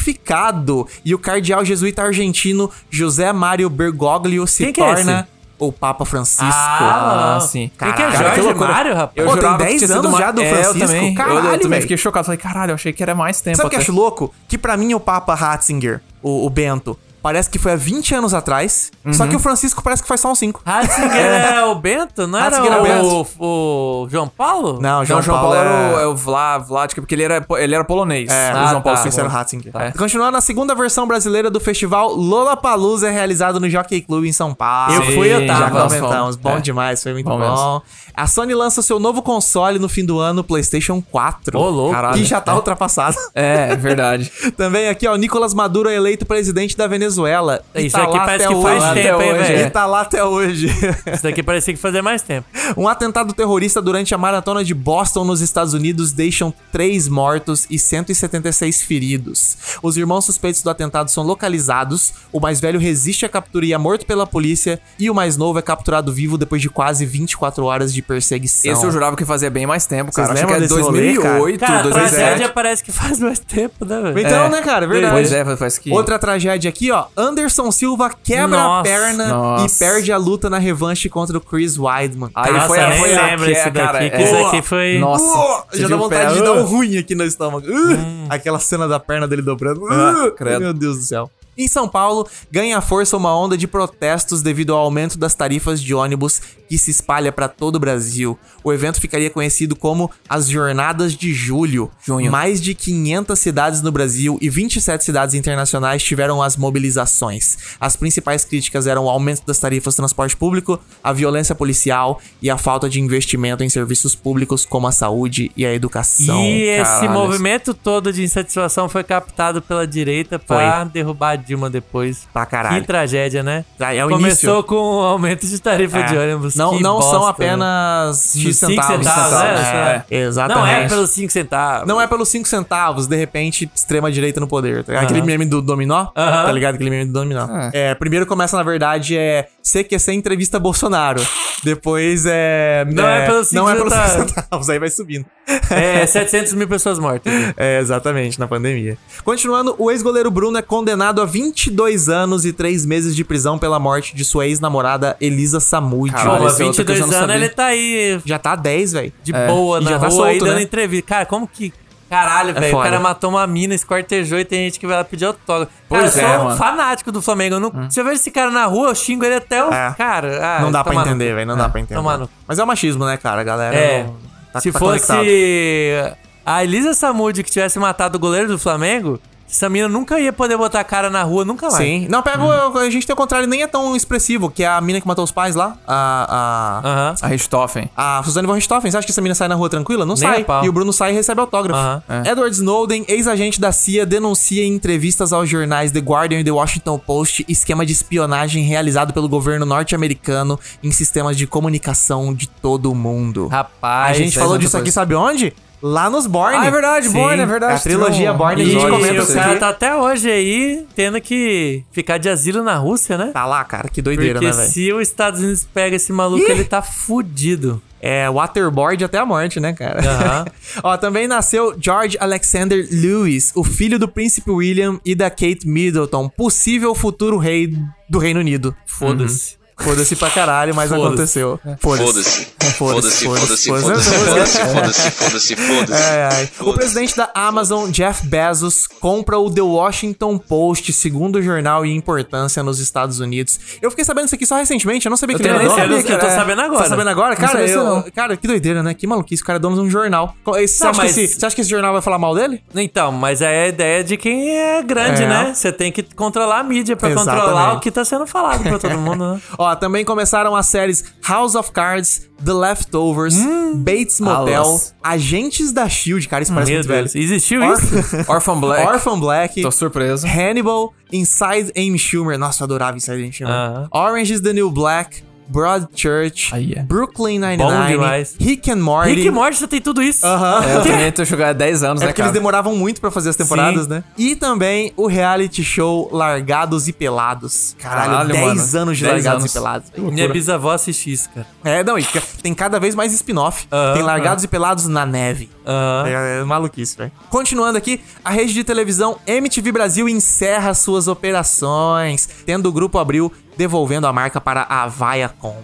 [SPEAKER 2] pontificado e o cardeal jesuíta argentino José Mário Bergoglio se
[SPEAKER 3] Quem que é
[SPEAKER 2] torna o Papa Francisco.
[SPEAKER 3] Ah,
[SPEAKER 4] Ah, sim.
[SPEAKER 3] sim. Quem que é
[SPEAKER 2] Caraca, que
[SPEAKER 3] Jorge
[SPEAKER 2] loucura.
[SPEAKER 3] Mário,
[SPEAKER 4] Eu
[SPEAKER 3] rapaz?
[SPEAKER 2] Pô, tem
[SPEAKER 4] jurava que
[SPEAKER 2] 10
[SPEAKER 4] tinha sido
[SPEAKER 2] anos
[SPEAKER 4] uma-
[SPEAKER 2] já do
[SPEAKER 4] É,
[SPEAKER 2] Francisco,
[SPEAKER 4] Eu também, Eu- eu,
[SPEAKER 2] caralho,
[SPEAKER 4] também
[SPEAKER 2] velho.
[SPEAKER 4] fiquei chocado. Falei, caralho, eu achei que era mais tempo.
[SPEAKER 2] Sabe o que eu
[SPEAKER 4] até.
[SPEAKER 2] acho louco? Que pra mim o Papa Ratzinger, o, o Bento, parece que foi há 20 anos atrás, só
[SPEAKER 3] Uhum.
[SPEAKER 2] que o Francisco parece que faz só uns
[SPEAKER 3] Ah,
[SPEAKER 2] 5.
[SPEAKER 4] *laughs*
[SPEAKER 3] Ratzinger é o Bento? Não era
[SPEAKER 2] Ratzinger é o
[SPEAKER 3] o, o João Paulo?
[SPEAKER 2] Não,
[SPEAKER 4] Ah, Não,
[SPEAKER 2] João,
[SPEAKER 4] o João Paulo,
[SPEAKER 2] é-
[SPEAKER 4] era o, é o Vla, Vladica, porque ele era, po- ele era polonês.
[SPEAKER 2] É,
[SPEAKER 4] o
[SPEAKER 2] ah,
[SPEAKER 4] João Paulo
[SPEAKER 2] tá.
[SPEAKER 4] II.
[SPEAKER 2] Terceiro Ratzinger.
[SPEAKER 4] Tá.
[SPEAKER 2] Continuando, a segunda versão brasileira do festival Lollapalooza é realizado no Jockey Club em São Paulo.
[SPEAKER 3] Eu fui, eu tava.
[SPEAKER 2] Já
[SPEAKER 4] Nós
[SPEAKER 2] comentamos.
[SPEAKER 4] fomos.
[SPEAKER 2] Bom
[SPEAKER 4] É.
[SPEAKER 2] demais, foi muito bom.
[SPEAKER 4] Bom mesmo.
[SPEAKER 2] A Sony lança o seu novo console no fim do ano, PlayStation 4.
[SPEAKER 3] Ô, louco.
[SPEAKER 2] E já tá ultrapassado.
[SPEAKER 4] É, é verdade.
[SPEAKER 2] *laughs* Também aqui, ó, Nicolas Maduro é eleito presidente da Venezuela. E
[SPEAKER 3] Isso
[SPEAKER 2] tá
[SPEAKER 3] aqui
[SPEAKER 2] lá
[SPEAKER 3] parece
[SPEAKER 2] até
[SPEAKER 3] que faz
[SPEAKER 2] hoje.
[SPEAKER 3] tempo,
[SPEAKER 4] Até
[SPEAKER 3] hein,
[SPEAKER 4] hoje,
[SPEAKER 2] E
[SPEAKER 4] é.
[SPEAKER 3] velho?
[SPEAKER 2] tá lá até hoje. *laughs*
[SPEAKER 3] Isso daqui parecia que fazia mais tempo.
[SPEAKER 2] Um atentado terrorista durante a maratona de Boston nos Estados Unidos deixam três mortos e 176 feridos. Os irmãos suspeitos do atentado são localizados, o mais velho resiste à captura e é morto pela polícia, e o mais novo é capturado vivo depois de quase 24 horas de perseguição.
[SPEAKER 4] Esse é eu jurava que fazia bem mais tempo,
[SPEAKER 2] Vocês
[SPEAKER 4] cara. Acho que
[SPEAKER 2] lembram
[SPEAKER 4] é
[SPEAKER 2] desse rolê, cara?
[SPEAKER 4] 2008,
[SPEAKER 3] Cara, a
[SPEAKER 4] 2007.
[SPEAKER 3] tragédia parece que faz mais tempo, né, velho?
[SPEAKER 2] Então,
[SPEAKER 4] É.
[SPEAKER 2] né, cara? Verdade.
[SPEAKER 4] Pois é, faz que...
[SPEAKER 2] Outra tragédia aqui, ó. Anderson Silva quebra a
[SPEAKER 3] Nossa.
[SPEAKER 2] perna e
[SPEAKER 4] Nossa.
[SPEAKER 2] perde a luta na revanche contra o Chris Weidman.
[SPEAKER 4] Aí
[SPEAKER 3] Nossa,
[SPEAKER 4] foi,
[SPEAKER 3] nem
[SPEAKER 4] foi a
[SPEAKER 3] lembro
[SPEAKER 4] que-
[SPEAKER 3] esse
[SPEAKER 4] cara,
[SPEAKER 3] daqui, que
[SPEAKER 4] é.
[SPEAKER 3] esse aqui foi-
[SPEAKER 4] Nossa.
[SPEAKER 2] Uou,
[SPEAKER 4] você
[SPEAKER 2] já dá
[SPEAKER 4] viu o pé?
[SPEAKER 2] vontade de dar
[SPEAKER 4] Ah.
[SPEAKER 2] um ruim aqui no estômago. Uh, Aquela cena da perna dele dobrando. Uh,
[SPEAKER 4] Ah, credo.
[SPEAKER 2] *laughs* Meu Deus do céu. Em São Paulo, ganha força uma onda de protestos devido ao aumento das tarifas de ônibus que se espalha para todo o Brasil. O evento ficaria conhecido como as Jornadas de Julho.
[SPEAKER 4] Junho.
[SPEAKER 2] Mais de 500 cidades no Brasil e 27 cidades internacionais tiveram as mobilizações. As principais críticas eram o aumento das tarifas do transporte público, a violência policial e a falta de investimento em serviços públicos como a saúde e a educação.
[SPEAKER 3] E esse
[SPEAKER 4] caralho.
[SPEAKER 3] movimento todo de insatisfação foi captado pela direita pra derrubar a Dilma depois.
[SPEAKER 2] Pra caralho.
[SPEAKER 3] Que tragédia, né?
[SPEAKER 2] Ah, é o
[SPEAKER 3] Começou
[SPEAKER 2] início. É.
[SPEAKER 3] com o aumento de tarifa de ônibus.
[SPEAKER 2] Não,
[SPEAKER 3] Que
[SPEAKER 2] não
[SPEAKER 3] bosta,
[SPEAKER 2] são
[SPEAKER 3] né?
[SPEAKER 2] apenas X
[SPEAKER 3] Os cinco
[SPEAKER 2] centavos.
[SPEAKER 3] centavos, né?
[SPEAKER 2] É, Exatamente.
[SPEAKER 3] Não é pelos 5 centavos.
[SPEAKER 2] Não é pelos 5 centavos, de repente, extrema-direita no poder. tá ligado? Aquele meme do dominó, tá ligado? Aquele meme do dominó. É, primeiro começa, na verdade, é CQC entrevista Bolsonaro. Depois é...
[SPEAKER 3] Não é pelos
[SPEAKER 2] *laughs*
[SPEAKER 3] cinco
[SPEAKER 2] Não é pelos 5
[SPEAKER 3] centavos.
[SPEAKER 2] centavos, aí vai subindo.
[SPEAKER 3] É 700 mil pessoas mortas.
[SPEAKER 2] É, exatamente, na pandemia. Continuando, o ex-goleiro Bruno é condenado a 22 anos e 3 meses de prisão pela morte de sua ex-namorada Elisa Samudio.
[SPEAKER 4] Caralho,
[SPEAKER 3] Pô, há
[SPEAKER 4] esse é outro que eu
[SPEAKER 3] 22
[SPEAKER 4] já não
[SPEAKER 3] anos
[SPEAKER 4] sabia.
[SPEAKER 3] ele tá aí
[SPEAKER 2] Já tá 10, velho.
[SPEAKER 3] de boa
[SPEAKER 2] e
[SPEAKER 3] na
[SPEAKER 2] já tá
[SPEAKER 3] rua aí
[SPEAKER 2] solto,
[SPEAKER 3] dando
[SPEAKER 2] né? É
[SPEAKER 3] entrevista. Cara, como que... Caralho, velho. o
[SPEAKER 2] foda.
[SPEAKER 3] cara matou uma mina, esquartejou e tem gente que vai lá pedir autógrafo. Cara,
[SPEAKER 4] Pois
[SPEAKER 3] eu
[SPEAKER 4] é,
[SPEAKER 3] sou um
[SPEAKER 4] mano.
[SPEAKER 3] fanático do Flamengo. Eu não, Se eu vejo esse cara na rua, eu xingo ele até o...
[SPEAKER 2] Hum. É.
[SPEAKER 3] Cara, ah,
[SPEAKER 2] não dá pra
[SPEAKER 3] tomar no
[SPEAKER 2] entender, velho. Não dá pra entender.
[SPEAKER 3] Tomar no cu.
[SPEAKER 2] Mas é o machismo, né, cara? A galera
[SPEAKER 3] tá É.
[SPEAKER 2] não- tá-
[SPEAKER 3] Se
[SPEAKER 2] tá
[SPEAKER 3] fosse
[SPEAKER 2] conectado.
[SPEAKER 3] a Elisa Samud que tivesse matado o goleiro do Flamengo, Essa mina nunca ia poder botar a cara na rua, nunca mais.
[SPEAKER 2] Sim. Não, pega o- a gente tem o contrário, nem é tão expressivo, que é a mina que matou os pais lá, a. a...
[SPEAKER 3] Aham.
[SPEAKER 4] A Richthofen.
[SPEAKER 2] A Suzane von Richthofen, você acha que essa mina sai na rua tranquila? Não
[SPEAKER 3] Nem
[SPEAKER 2] sai.
[SPEAKER 3] a pau.
[SPEAKER 2] E o Bruno sai e recebe autógrafo.
[SPEAKER 3] Aham,
[SPEAKER 2] Edward Snowden, ex-agente da CIA, denuncia em entrevistas aos jornais The Guardian e The Washington Post esquema de espionagem realizado pelo governo norte-americano em sistemas de comunicação de todo o mundo.
[SPEAKER 3] Rapaz.
[SPEAKER 2] a gente falou disso aqui, sabe onde? Lá nos Borne.
[SPEAKER 4] Ah, é verdade, Bourne, é verdade.
[SPEAKER 2] A trilogia
[SPEAKER 4] Tem um
[SPEAKER 2] Borne, a gente
[SPEAKER 4] episódio
[SPEAKER 2] comenta
[SPEAKER 3] E
[SPEAKER 4] sobre
[SPEAKER 3] o
[SPEAKER 2] isso
[SPEAKER 3] cara
[SPEAKER 2] aqui.
[SPEAKER 3] tá até hoje aí tendo que ficar de asilo na Rússia, né?
[SPEAKER 2] Tá lá, cara, que doideira,
[SPEAKER 3] Porque
[SPEAKER 2] né, velho?
[SPEAKER 3] se os Estados Unidos pega esse maluco,
[SPEAKER 2] Ih!
[SPEAKER 3] ele tá fudido.
[SPEAKER 2] É, waterboard até a morte, né, cara?
[SPEAKER 3] Aham.
[SPEAKER 2] *laughs* Ó, também nasceu George Alexander Lewis, o filho do príncipe William e da Kate Middleton, possível futuro rei do Reino Unido.
[SPEAKER 3] Foda-se.
[SPEAKER 2] Foda-se pra caralho, mas
[SPEAKER 3] Uhum. Foda-se. É.
[SPEAKER 2] aconteceu. É,
[SPEAKER 10] Foda-se. Foda-se, foda-se,
[SPEAKER 2] Essa
[SPEAKER 10] foda-se,
[SPEAKER 2] música-
[SPEAKER 10] foda-se, foda-se, foda-se, foda-se.
[SPEAKER 2] Ai, ai. O
[SPEAKER 10] Foda-se.
[SPEAKER 2] presidente da Amazon, Jeff Bezos, compra o The Washington Post, segundo jornal em importância nos Estados Unidos. Eu fiquei sabendo isso aqui só recentemente, eu não sabia que
[SPEAKER 3] também
[SPEAKER 2] era
[SPEAKER 3] não
[SPEAKER 2] dono.
[SPEAKER 3] sabia, eu tô
[SPEAKER 2] É,
[SPEAKER 3] sabendo agora.
[SPEAKER 2] Tá sabendo agora?
[SPEAKER 4] Não
[SPEAKER 2] Cara,
[SPEAKER 4] sabia
[SPEAKER 2] eu-
[SPEAKER 4] isso não.
[SPEAKER 2] cara, que doideira, né? Que maluquice, o cara é dono de um jornal. Você,
[SPEAKER 3] Não,
[SPEAKER 2] acha que
[SPEAKER 3] mas-
[SPEAKER 2] esse, você acha que esse jornal vai falar mal dele?
[SPEAKER 3] Então, mas aí é a ideia de quem é grande,
[SPEAKER 2] É.
[SPEAKER 3] né? Você tem que controlar a mídia pra
[SPEAKER 2] Exatamente.
[SPEAKER 3] controlar o que tá sendo falado pra todo mundo,
[SPEAKER 2] *laughs*
[SPEAKER 3] né?
[SPEAKER 2] Ó, também começaram as séries House of Cards, The Leftovers,
[SPEAKER 3] Hum.
[SPEAKER 2] Bates Motel,
[SPEAKER 4] alas.
[SPEAKER 2] Agentes da SHIELD, cara, isso parece
[SPEAKER 3] Ah, Meu
[SPEAKER 2] muito
[SPEAKER 3] Deus.
[SPEAKER 2] velho.
[SPEAKER 3] Existiu
[SPEAKER 2] Or-
[SPEAKER 3] isso?
[SPEAKER 4] Orphan Black.
[SPEAKER 2] *laughs* Orphan Black, *laughs*
[SPEAKER 4] Tô surpreso.
[SPEAKER 2] Hannibal, Inside Amy Schumer. Nossa, eu adorava Inside Amy Schumer.
[SPEAKER 3] Aham.
[SPEAKER 2] Orange is the New Black, Broadchurch,
[SPEAKER 4] Aí é.
[SPEAKER 2] Brooklyn
[SPEAKER 3] Bom
[SPEAKER 2] 99,
[SPEAKER 3] demais.
[SPEAKER 2] Rick and Morty.
[SPEAKER 3] Rick e Morty já tem tudo
[SPEAKER 2] *laughs*
[SPEAKER 3] isso.
[SPEAKER 2] Aham.
[SPEAKER 4] É, eu também tô jogando há 10 anos,
[SPEAKER 2] É
[SPEAKER 4] né,
[SPEAKER 2] porque
[SPEAKER 4] cara?
[SPEAKER 2] eles demoravam muito pra fazer as temporadas, né? E também o reality show Largados e Pelados. Caralho,
[SPEAKER 4] Caralho,
[SPEAKER 2] 10
[SPEAKER 4] mano.
[SPEAKER 2] anos de
[SPEAKER 4] 10
[SPEAKER 2] Largados
[SPEAKER 4] anos.
[SPEAKER 2] e Pelados. Que
[SPEAKER 3] Minha
[SPEAKER 2] loucura.
[SPEAKER 3] bisavó assiste isso, cara.
[SPEAKER 2] É, não, e ca- tem cada vez mais spin-off.
[SPEAKER 3] Aham,
[SPEAKER 2] tem Largados e Pelados na Neve.
[SPEAKER 3] Aham.
[SPEAKER 2] É, é maluquice, velho. Continuando aqui, a rede de televisão MTV Brasil encerra suas operações, tendo o grupo Abril devolvendo a marca para a Viacom.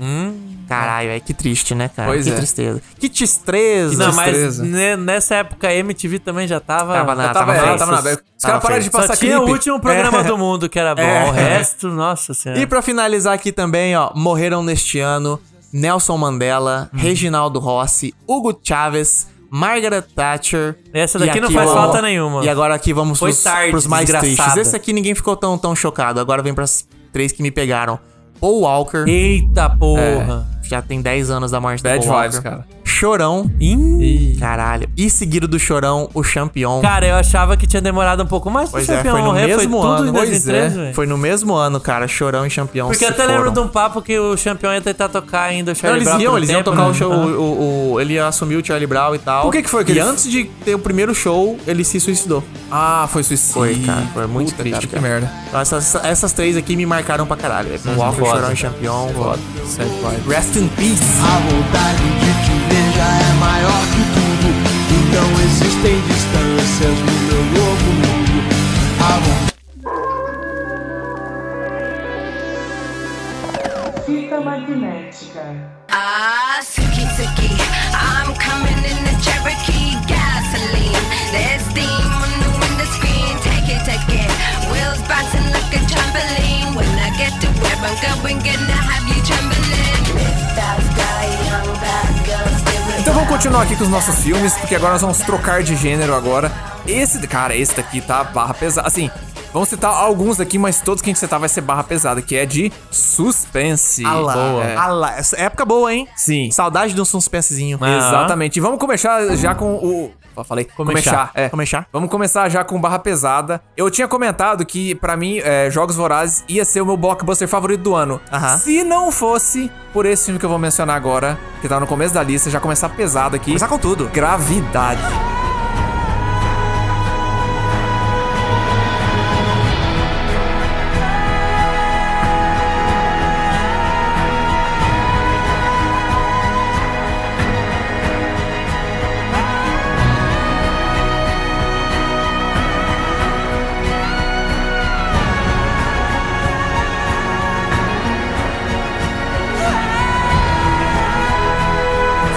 [SPEAKER 2] Caralho, é que triste, né, cara?
[SPEAKER 4] Pois
[SPEAKER 2] que
[SPEAKER 4] é.
[SPEAKER 2] tristeza. Que tristeza.
[SPEAKER 3] Não, mas
[SPEAKER 4] destreza.
[SPEAKER 3] ne- nessa época a MTV também já tava.
[SPEAKER 2] Tava na-
[SPEAKER 3] já
[SPEAKER 2] tava
[SPEAKER 4] É,
[SPEAKER 2] feio.
[SPEAKER 3] feio.
[SPEAKER 4] tava na beca. Os
[SPEAKER 2] Tava
[SPEAKER 4] caras pararam de
[SPEAKER 2] feio.
[SPEAKER 3] Só
[SPEAKER 4] passar
[SPEAKER 3] tinha
[SPEAKER 4] clipe.
[SPEAKER 3] o último programa
[SPEAKER 2] É.
[SPEAKER 3] do mundo que era bom.
[SPEAKER 2] É.
[SPEAKER 3] O resto, nossa senhora.
[SPEAKER 2] E pra finalizar aqui também, ó, morreram neste ano Nelson Mandela,
[SPEAKER 3] Uhum.
[SPEAKER 2] Reginaldo Rossi, Hugo Chávez, Margaret Thatcher.
[SPEAKER 3] Essa
[SPEAKER 2] e
[SPEAKER 3] daqui não
[SPEAKER 2] aqui,
[SPEAKER 3] faz
[SPEAKER 2] ó,
[SPEAKER 3] falta nenhuma.
[SPEAKER 2] E agora aqui vamos
[SPEAKER 3] Foi
[SPEAKER 2] pros,
[SPEAKER 3] tarde,
[SPEAKER 2] pros mais
[SPEAKER 3] desgraçada.
[SPEAKER 2] tristes. Esse aqui ninguém ficou tão, tão chocado. Agora vem pras três que me pegaram. Paul Walker,
[SPEAKER 3] Eita
[SPEAKER 2] É.
[SPEAKER 3] porra.
[SPEAKER 2] já tem 10 anos da morte do
[SPEAKER 4] Bad
[SPEAKER 2] Paul
[SPEAKER 4] vibes,
[SPEAKER 2] Walker.
[SPEAKER 4] cara.
[SPEAKER 2] Chorão,
[SPEAKER 3] Ih.
[SPEAKER 2] caralho. E seguido do Chorão, o Champion.
[SPEAKER 3] Cara, eu achava que tinha demorado um pouco mais pro
[SPEAKER 2] Pois é,
[SPEAKER 3] campeão
[SPEAKER 2] foi no
[SPEAKER 3] morrer. Foi
[SPEAKER 2] mesmo
[SPEAKER 3] tudo
[SPEAKER 2] ano.
[SPEAKER 3] em
[SPEAKER 2] Pois
[SPEAKER 3] 2013,
[SPEAKER 2] é,
[SPEAKER 3] velho.
[SPEAKER 2] Foi no mesmo ano, cara. Chorão e Champion
[SPEAKER 3] Porque
[SPEAKER 2] se
[SPEAKER 3] eu até lembro
[SPEAKER 2] foram.
[SPEAKER 3] de um papo que o campeão ia tentar tocar ainda o
[SPEAKER 2] Não,
[SPEAKER 3] Charlie
[SPEAKER 2] eles
[SPEAKER 3] Brown
[SPEAKER 2] iam,
[SPEAKER 3] por um
[SPEAKER 2] eles iam
[SPEAKER 3] tempo,
[SPEAKER 2] tocar
[SPEAKER 3] né?
[SPEAKER 2] o show.
[SPEAKER 3] Ah.
[SPEAKER 2] O, o- ele assumiu o Charlie Brown e tal.
[SPEAKER 4] Por que que foi que
[SPEAKER 2] E
[SPEAKER 4] ele-
[SPEAKER 2] antes de ter o primeiro show, ele se suicidou.
[SPEAKER 4] Ah, foi suicídio.
[SPEAKER 2] Foi, cara, foi muito
[SPEAKER 4] Puta,
[SPEAKER 2] triste,
[SPEAKER 4] cara, que
[SPEAKER 2] cara.
[SPEAKER 4] merda.
[SPEAKER 2] Então, essas, essas três aqui me marcaram pra caralho. É, o Walker, Chorão e Champion.
[SPEAKER 4] Sad vibe.
[SPEAKER 2] Rest in peace.
[SPEAKER 4] Ah,
[SPEAKER 9] A vontade de te ver já é maior que tudo. E não existem distâncias no meu novo mundo. A vontade.
[SPEAKER 1] Fita magnética.
[SPEAKER 9] Ah, suki suki, I'm coming in the Cherokee gasoline. There's steam on the window screen. Take it, take it. Wheels bouncing like a trampoline. When I get to where I'm going, gonna have you trembling.
[SPEAKER 4] Então vamos continuar aqui com os nossos filmes, porque agora nós vamos trocar de gênero agora. Esse, cara, esse daqui tá barra pesada. Assim, vamos citar alguns aqui, mas todos que a gente citar vai ser barra pesada, que é de suspense.
[SPEAKER 2] Alá,
[SPEAKER 4] É.
[SPEAKER 2] alá. Ah Essa época boa, hein?
[SPEAKER 4] Sim.
[SPEAKER 2] Saudade de um suspensezinho.
[SPEAKER 3] Ah.
[SPEAKER 4] Exatamente. E vamos começar já com o. Ó, Falei.
[SPEAKER 3] Começar.
[SPEAKER 4] Começar. É.
[SPEAKER 2] Começar.
[SPEAKER 4] Vamos começar já com barra pesada. Eu tinha comentado que, pra mim, é, Jogos Vorazes ia ser o meu blockbuster favorito do ano.
[SPEAKER 2] Aham.
[SPEAKER 4] Se não fosse por esse filme que eu vou mencionar agora, que tá no começo da lista, já começar pesado aqui.
[SPEAKER 2] Começar com tudo.
[SPEAKER 4] Gravidade.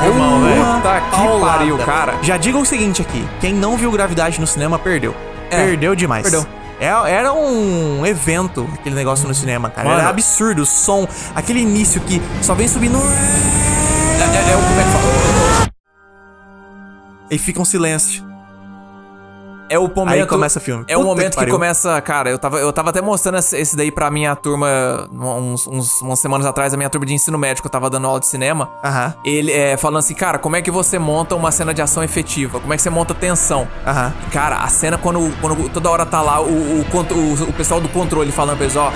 [SPEAKER 2] Irmão, velho.
[SPEAKER 4] Puta que
[SPEAKER 2] Paulada.
[SPEAKER 4] pariu, cara.
[SPEAKER 2] Já digam o seguinte aqui: quem não viu gravidade no cinema perdeu.
[SPEAKER 4] É,
[SPEAKER 2] Perdeu demais.
[SPEAKER 4] perdeu.
[SPEAKER 2] É- era um evento aquele negócio no cinema, cara. Era
[SPEAKER 4] Mano.
[SPEAKER 2] absurdo o som, aquele início que só vem subindo.
[SPEAKER 4] É, é- é o como é que fala?
[SPEAKER 2] E fica um silêncio.
[SPEAKER 4] É o momento.
[SPEAKER 2] Aí começa o filme.
[SPEAKER 4] É o
[SPEAKER 2] Puta
[SPEAKER 4] momento que,
[SPEAKER 2] pariu.
[SPEAKER 4] começa, cara. Eu tava, eu tava até mostrando esse- esse daí pra minha turma uns, uns- umas semanas atrás, a minha turma de ensino médio, que eu tava dando aula de cinema.
[SPEAKER 2] Aham.
[SPEAKER 4] Ele é falando assim, cara, como é que você monta uma cena de ação efetiva? Como é que você monta tensão?
[SPEAKER 2] Aham.
[SPEAKER 4] Cara, a cena quando, quando toda hora tá lá o, o, contro- o- o pessoal do controle falando pra eles, ó.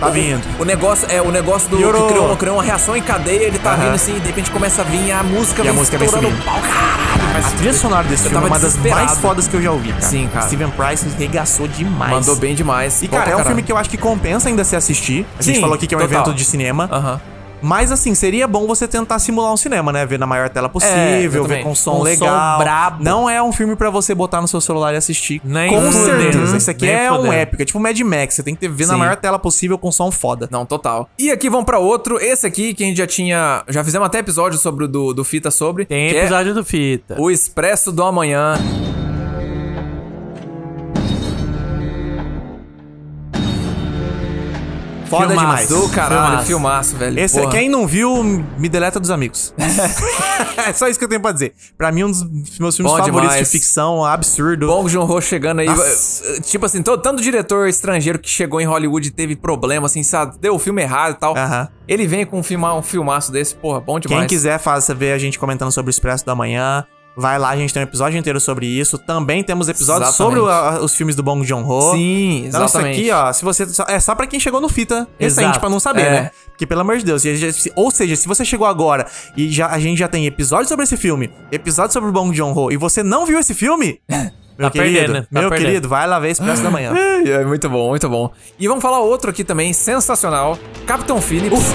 [SPEAKER 2] Tá
[SPEAKER 4] o-
[SPEAKER 2] vindo.
[SPEAKER 4] O negócio é o negócio do que
[SPEAKER 2] Piorou.
[SPEAKER 4] criou, criou uma reação em cadeia, ele tá
[SPEAKER 2] Aham.
[SPEAKER 4] vindo assim, e de repente começa a vir a música
[SPEAKER 2] E a música vem
[SPEAKER 4] estourando
[SPEAKER 2] subindo.
[SPEAKER 4] o pau. Caralho,
[SPEAKER 2] A
[SPEAKER 4] mas
[SPEAKER 2] trilha sonora desse
[SPEAKER 4] eu
[SPEAKER 2] filme é
[SPEAKER 4] tava
[SPEAKER 2] uma das
[SPEAKER 4] desesperado.
[SPEAKER 2] mais fodas que eu já ouvi, cara.
[SPEAKER 4] Sim, cara.
[SPEAKER 2] Steven Price regaçou demais.
[SPEAKER 4] Mandou bem demais.
[SPEAKER 2] E,
[SPEAKER 4] Bom
[SPEAKER 2] cara,
[SPEAKER 4] pra
[SPEAKER 2] é um
[SPEAKER 4] caralho.
[SPEAKER 2] filme que eu acho que compensa ainda se assistir. A gente
[SPEAKER 4] Sim,
[SPEAKER 2] falou aqui que é um
[SPEAKER 4] total. Ah.
[SPEAKER 2] evento de cinema.
[SPEAKER 4] Aham.
[SPEAKER 2] Mas, assim, seria bom você tentar simular um cinema, né? Ver na maior tela
[SPEAKER 4] É, eu
[SPEAKER 2] possível, ver
[SPEAKER 4] também.
[SPEAKER 2] com som
[SPEAKER 4] Com som
[SPEAKER 2] legal.
[SPEAKER 4] brabo.
[SPEAKER 2] Não é um filme pra você botar no seu celular e assistir.
[SPEAKER 4] Nem
[SPEAKER 2] com
[SPEAKER 4] fudendo.
[SPEAKER 2] certeza. Isso aqui
[SPEAKER 4] Nem
[SPEAKER 2] é um
[SPEAKER 4] fudendo.
[SPEAKER 2] épico. É tipo Mad Max. Você tem que ter ver na
[SPEAKER 4] Sim.
[SPEAKER 2] maior tela possível com som foda.
[SPEAKER 4] Não, total. E aqui vamos pra outro. Esse aqui que a gente já tinha. Já fizemos até episódio sobre o do, do Fita sobre.
[SPEAKER 3] Tem
[SPEAKER 4] que
[SPEAKER 3] episódio do Fita.
[SPEAKER 4] É o Expresso do Amanhã.
[SPEAKER 2] Foda
[SPEAKER 4] Filmaço
[SPEAKER 2] demais.
[SPEAKER 4] Do caralho, filmaço,
[SPEAKER 2] Filmaço.
[SPEAKER 4] velho.
[SPEAKER 2] Esse, é
[SPEAKER 4] Porra.
[SPEAKER 2] quem não viu, me deleta dos
[SPEAKER 4] *laughs*
[SPEAKER 2] amigos. é só isso que eu tenho pra dizer. Pra mim, um dos meus filmes
[SPEAKER 4] Bom
[SPEAKER 2] favoritos
[SPEAKER 4] demais.
[SPEAKER 2] de ficção, absurdo.
[SPEAKER 4] Bom Joon Ho chegando aí.
[SPEAKER 2] Nossa.
[SPEAKER 4] Tipo assim, todo, tanto diretor estrangeiro que chegou em Hollywood e teve problema, assim, sabe? Deu o filme errado e tal.
[SPEAKER 2] Aham.
[SPEAKER 4] Ele vem com um, filma, um filmaço desse, porra, bom
[SPEAKER 2] Quem
[SPEAKER 4] demais.
[SPEAKER 2] quiser faça, ver a gente comentando sobre o Expresso da Manhã, vai lá, a gente tem um episódio inteiro sobre isso. Também temos episódios
[SPEAKER 4] Exatamente.
[SPEAKER 2] sobre o- a- os filmes do Bong Joon-ho.
[SPEAKER 4] Sim,
[SPEAKER 2] Então isso
[SPEAKER 4] exatamente.
[SPEAKER 2] aqui, ó, se você só- é só pra quem chegou no fita recente
[SPEAKER 3] Exato.
[SPEAKER 2] pra não saber,
[SPEAKER 4] É.
[SPEAKER 2] né? Porque pelo amor de Deus, e a gente- se- ou seja, se você chegou agora e já a gente já tem episódio sobre esse filme, episódio sobre o Bong Joon-ho e você não viu esse filme, meu querido,
[SPEAKER 3] perdendo, tá
[SPEAKER 2] meu
[SPEAKER 3] perdendo.
[SPEAKER 2] querido, vai lá ver Expresso da Manhã.
[SPEAKER 4] *laughs* Ai, ai, muito bom, muito bom. E vamos falar outro aqui também, sensacional. Capitão Phillips.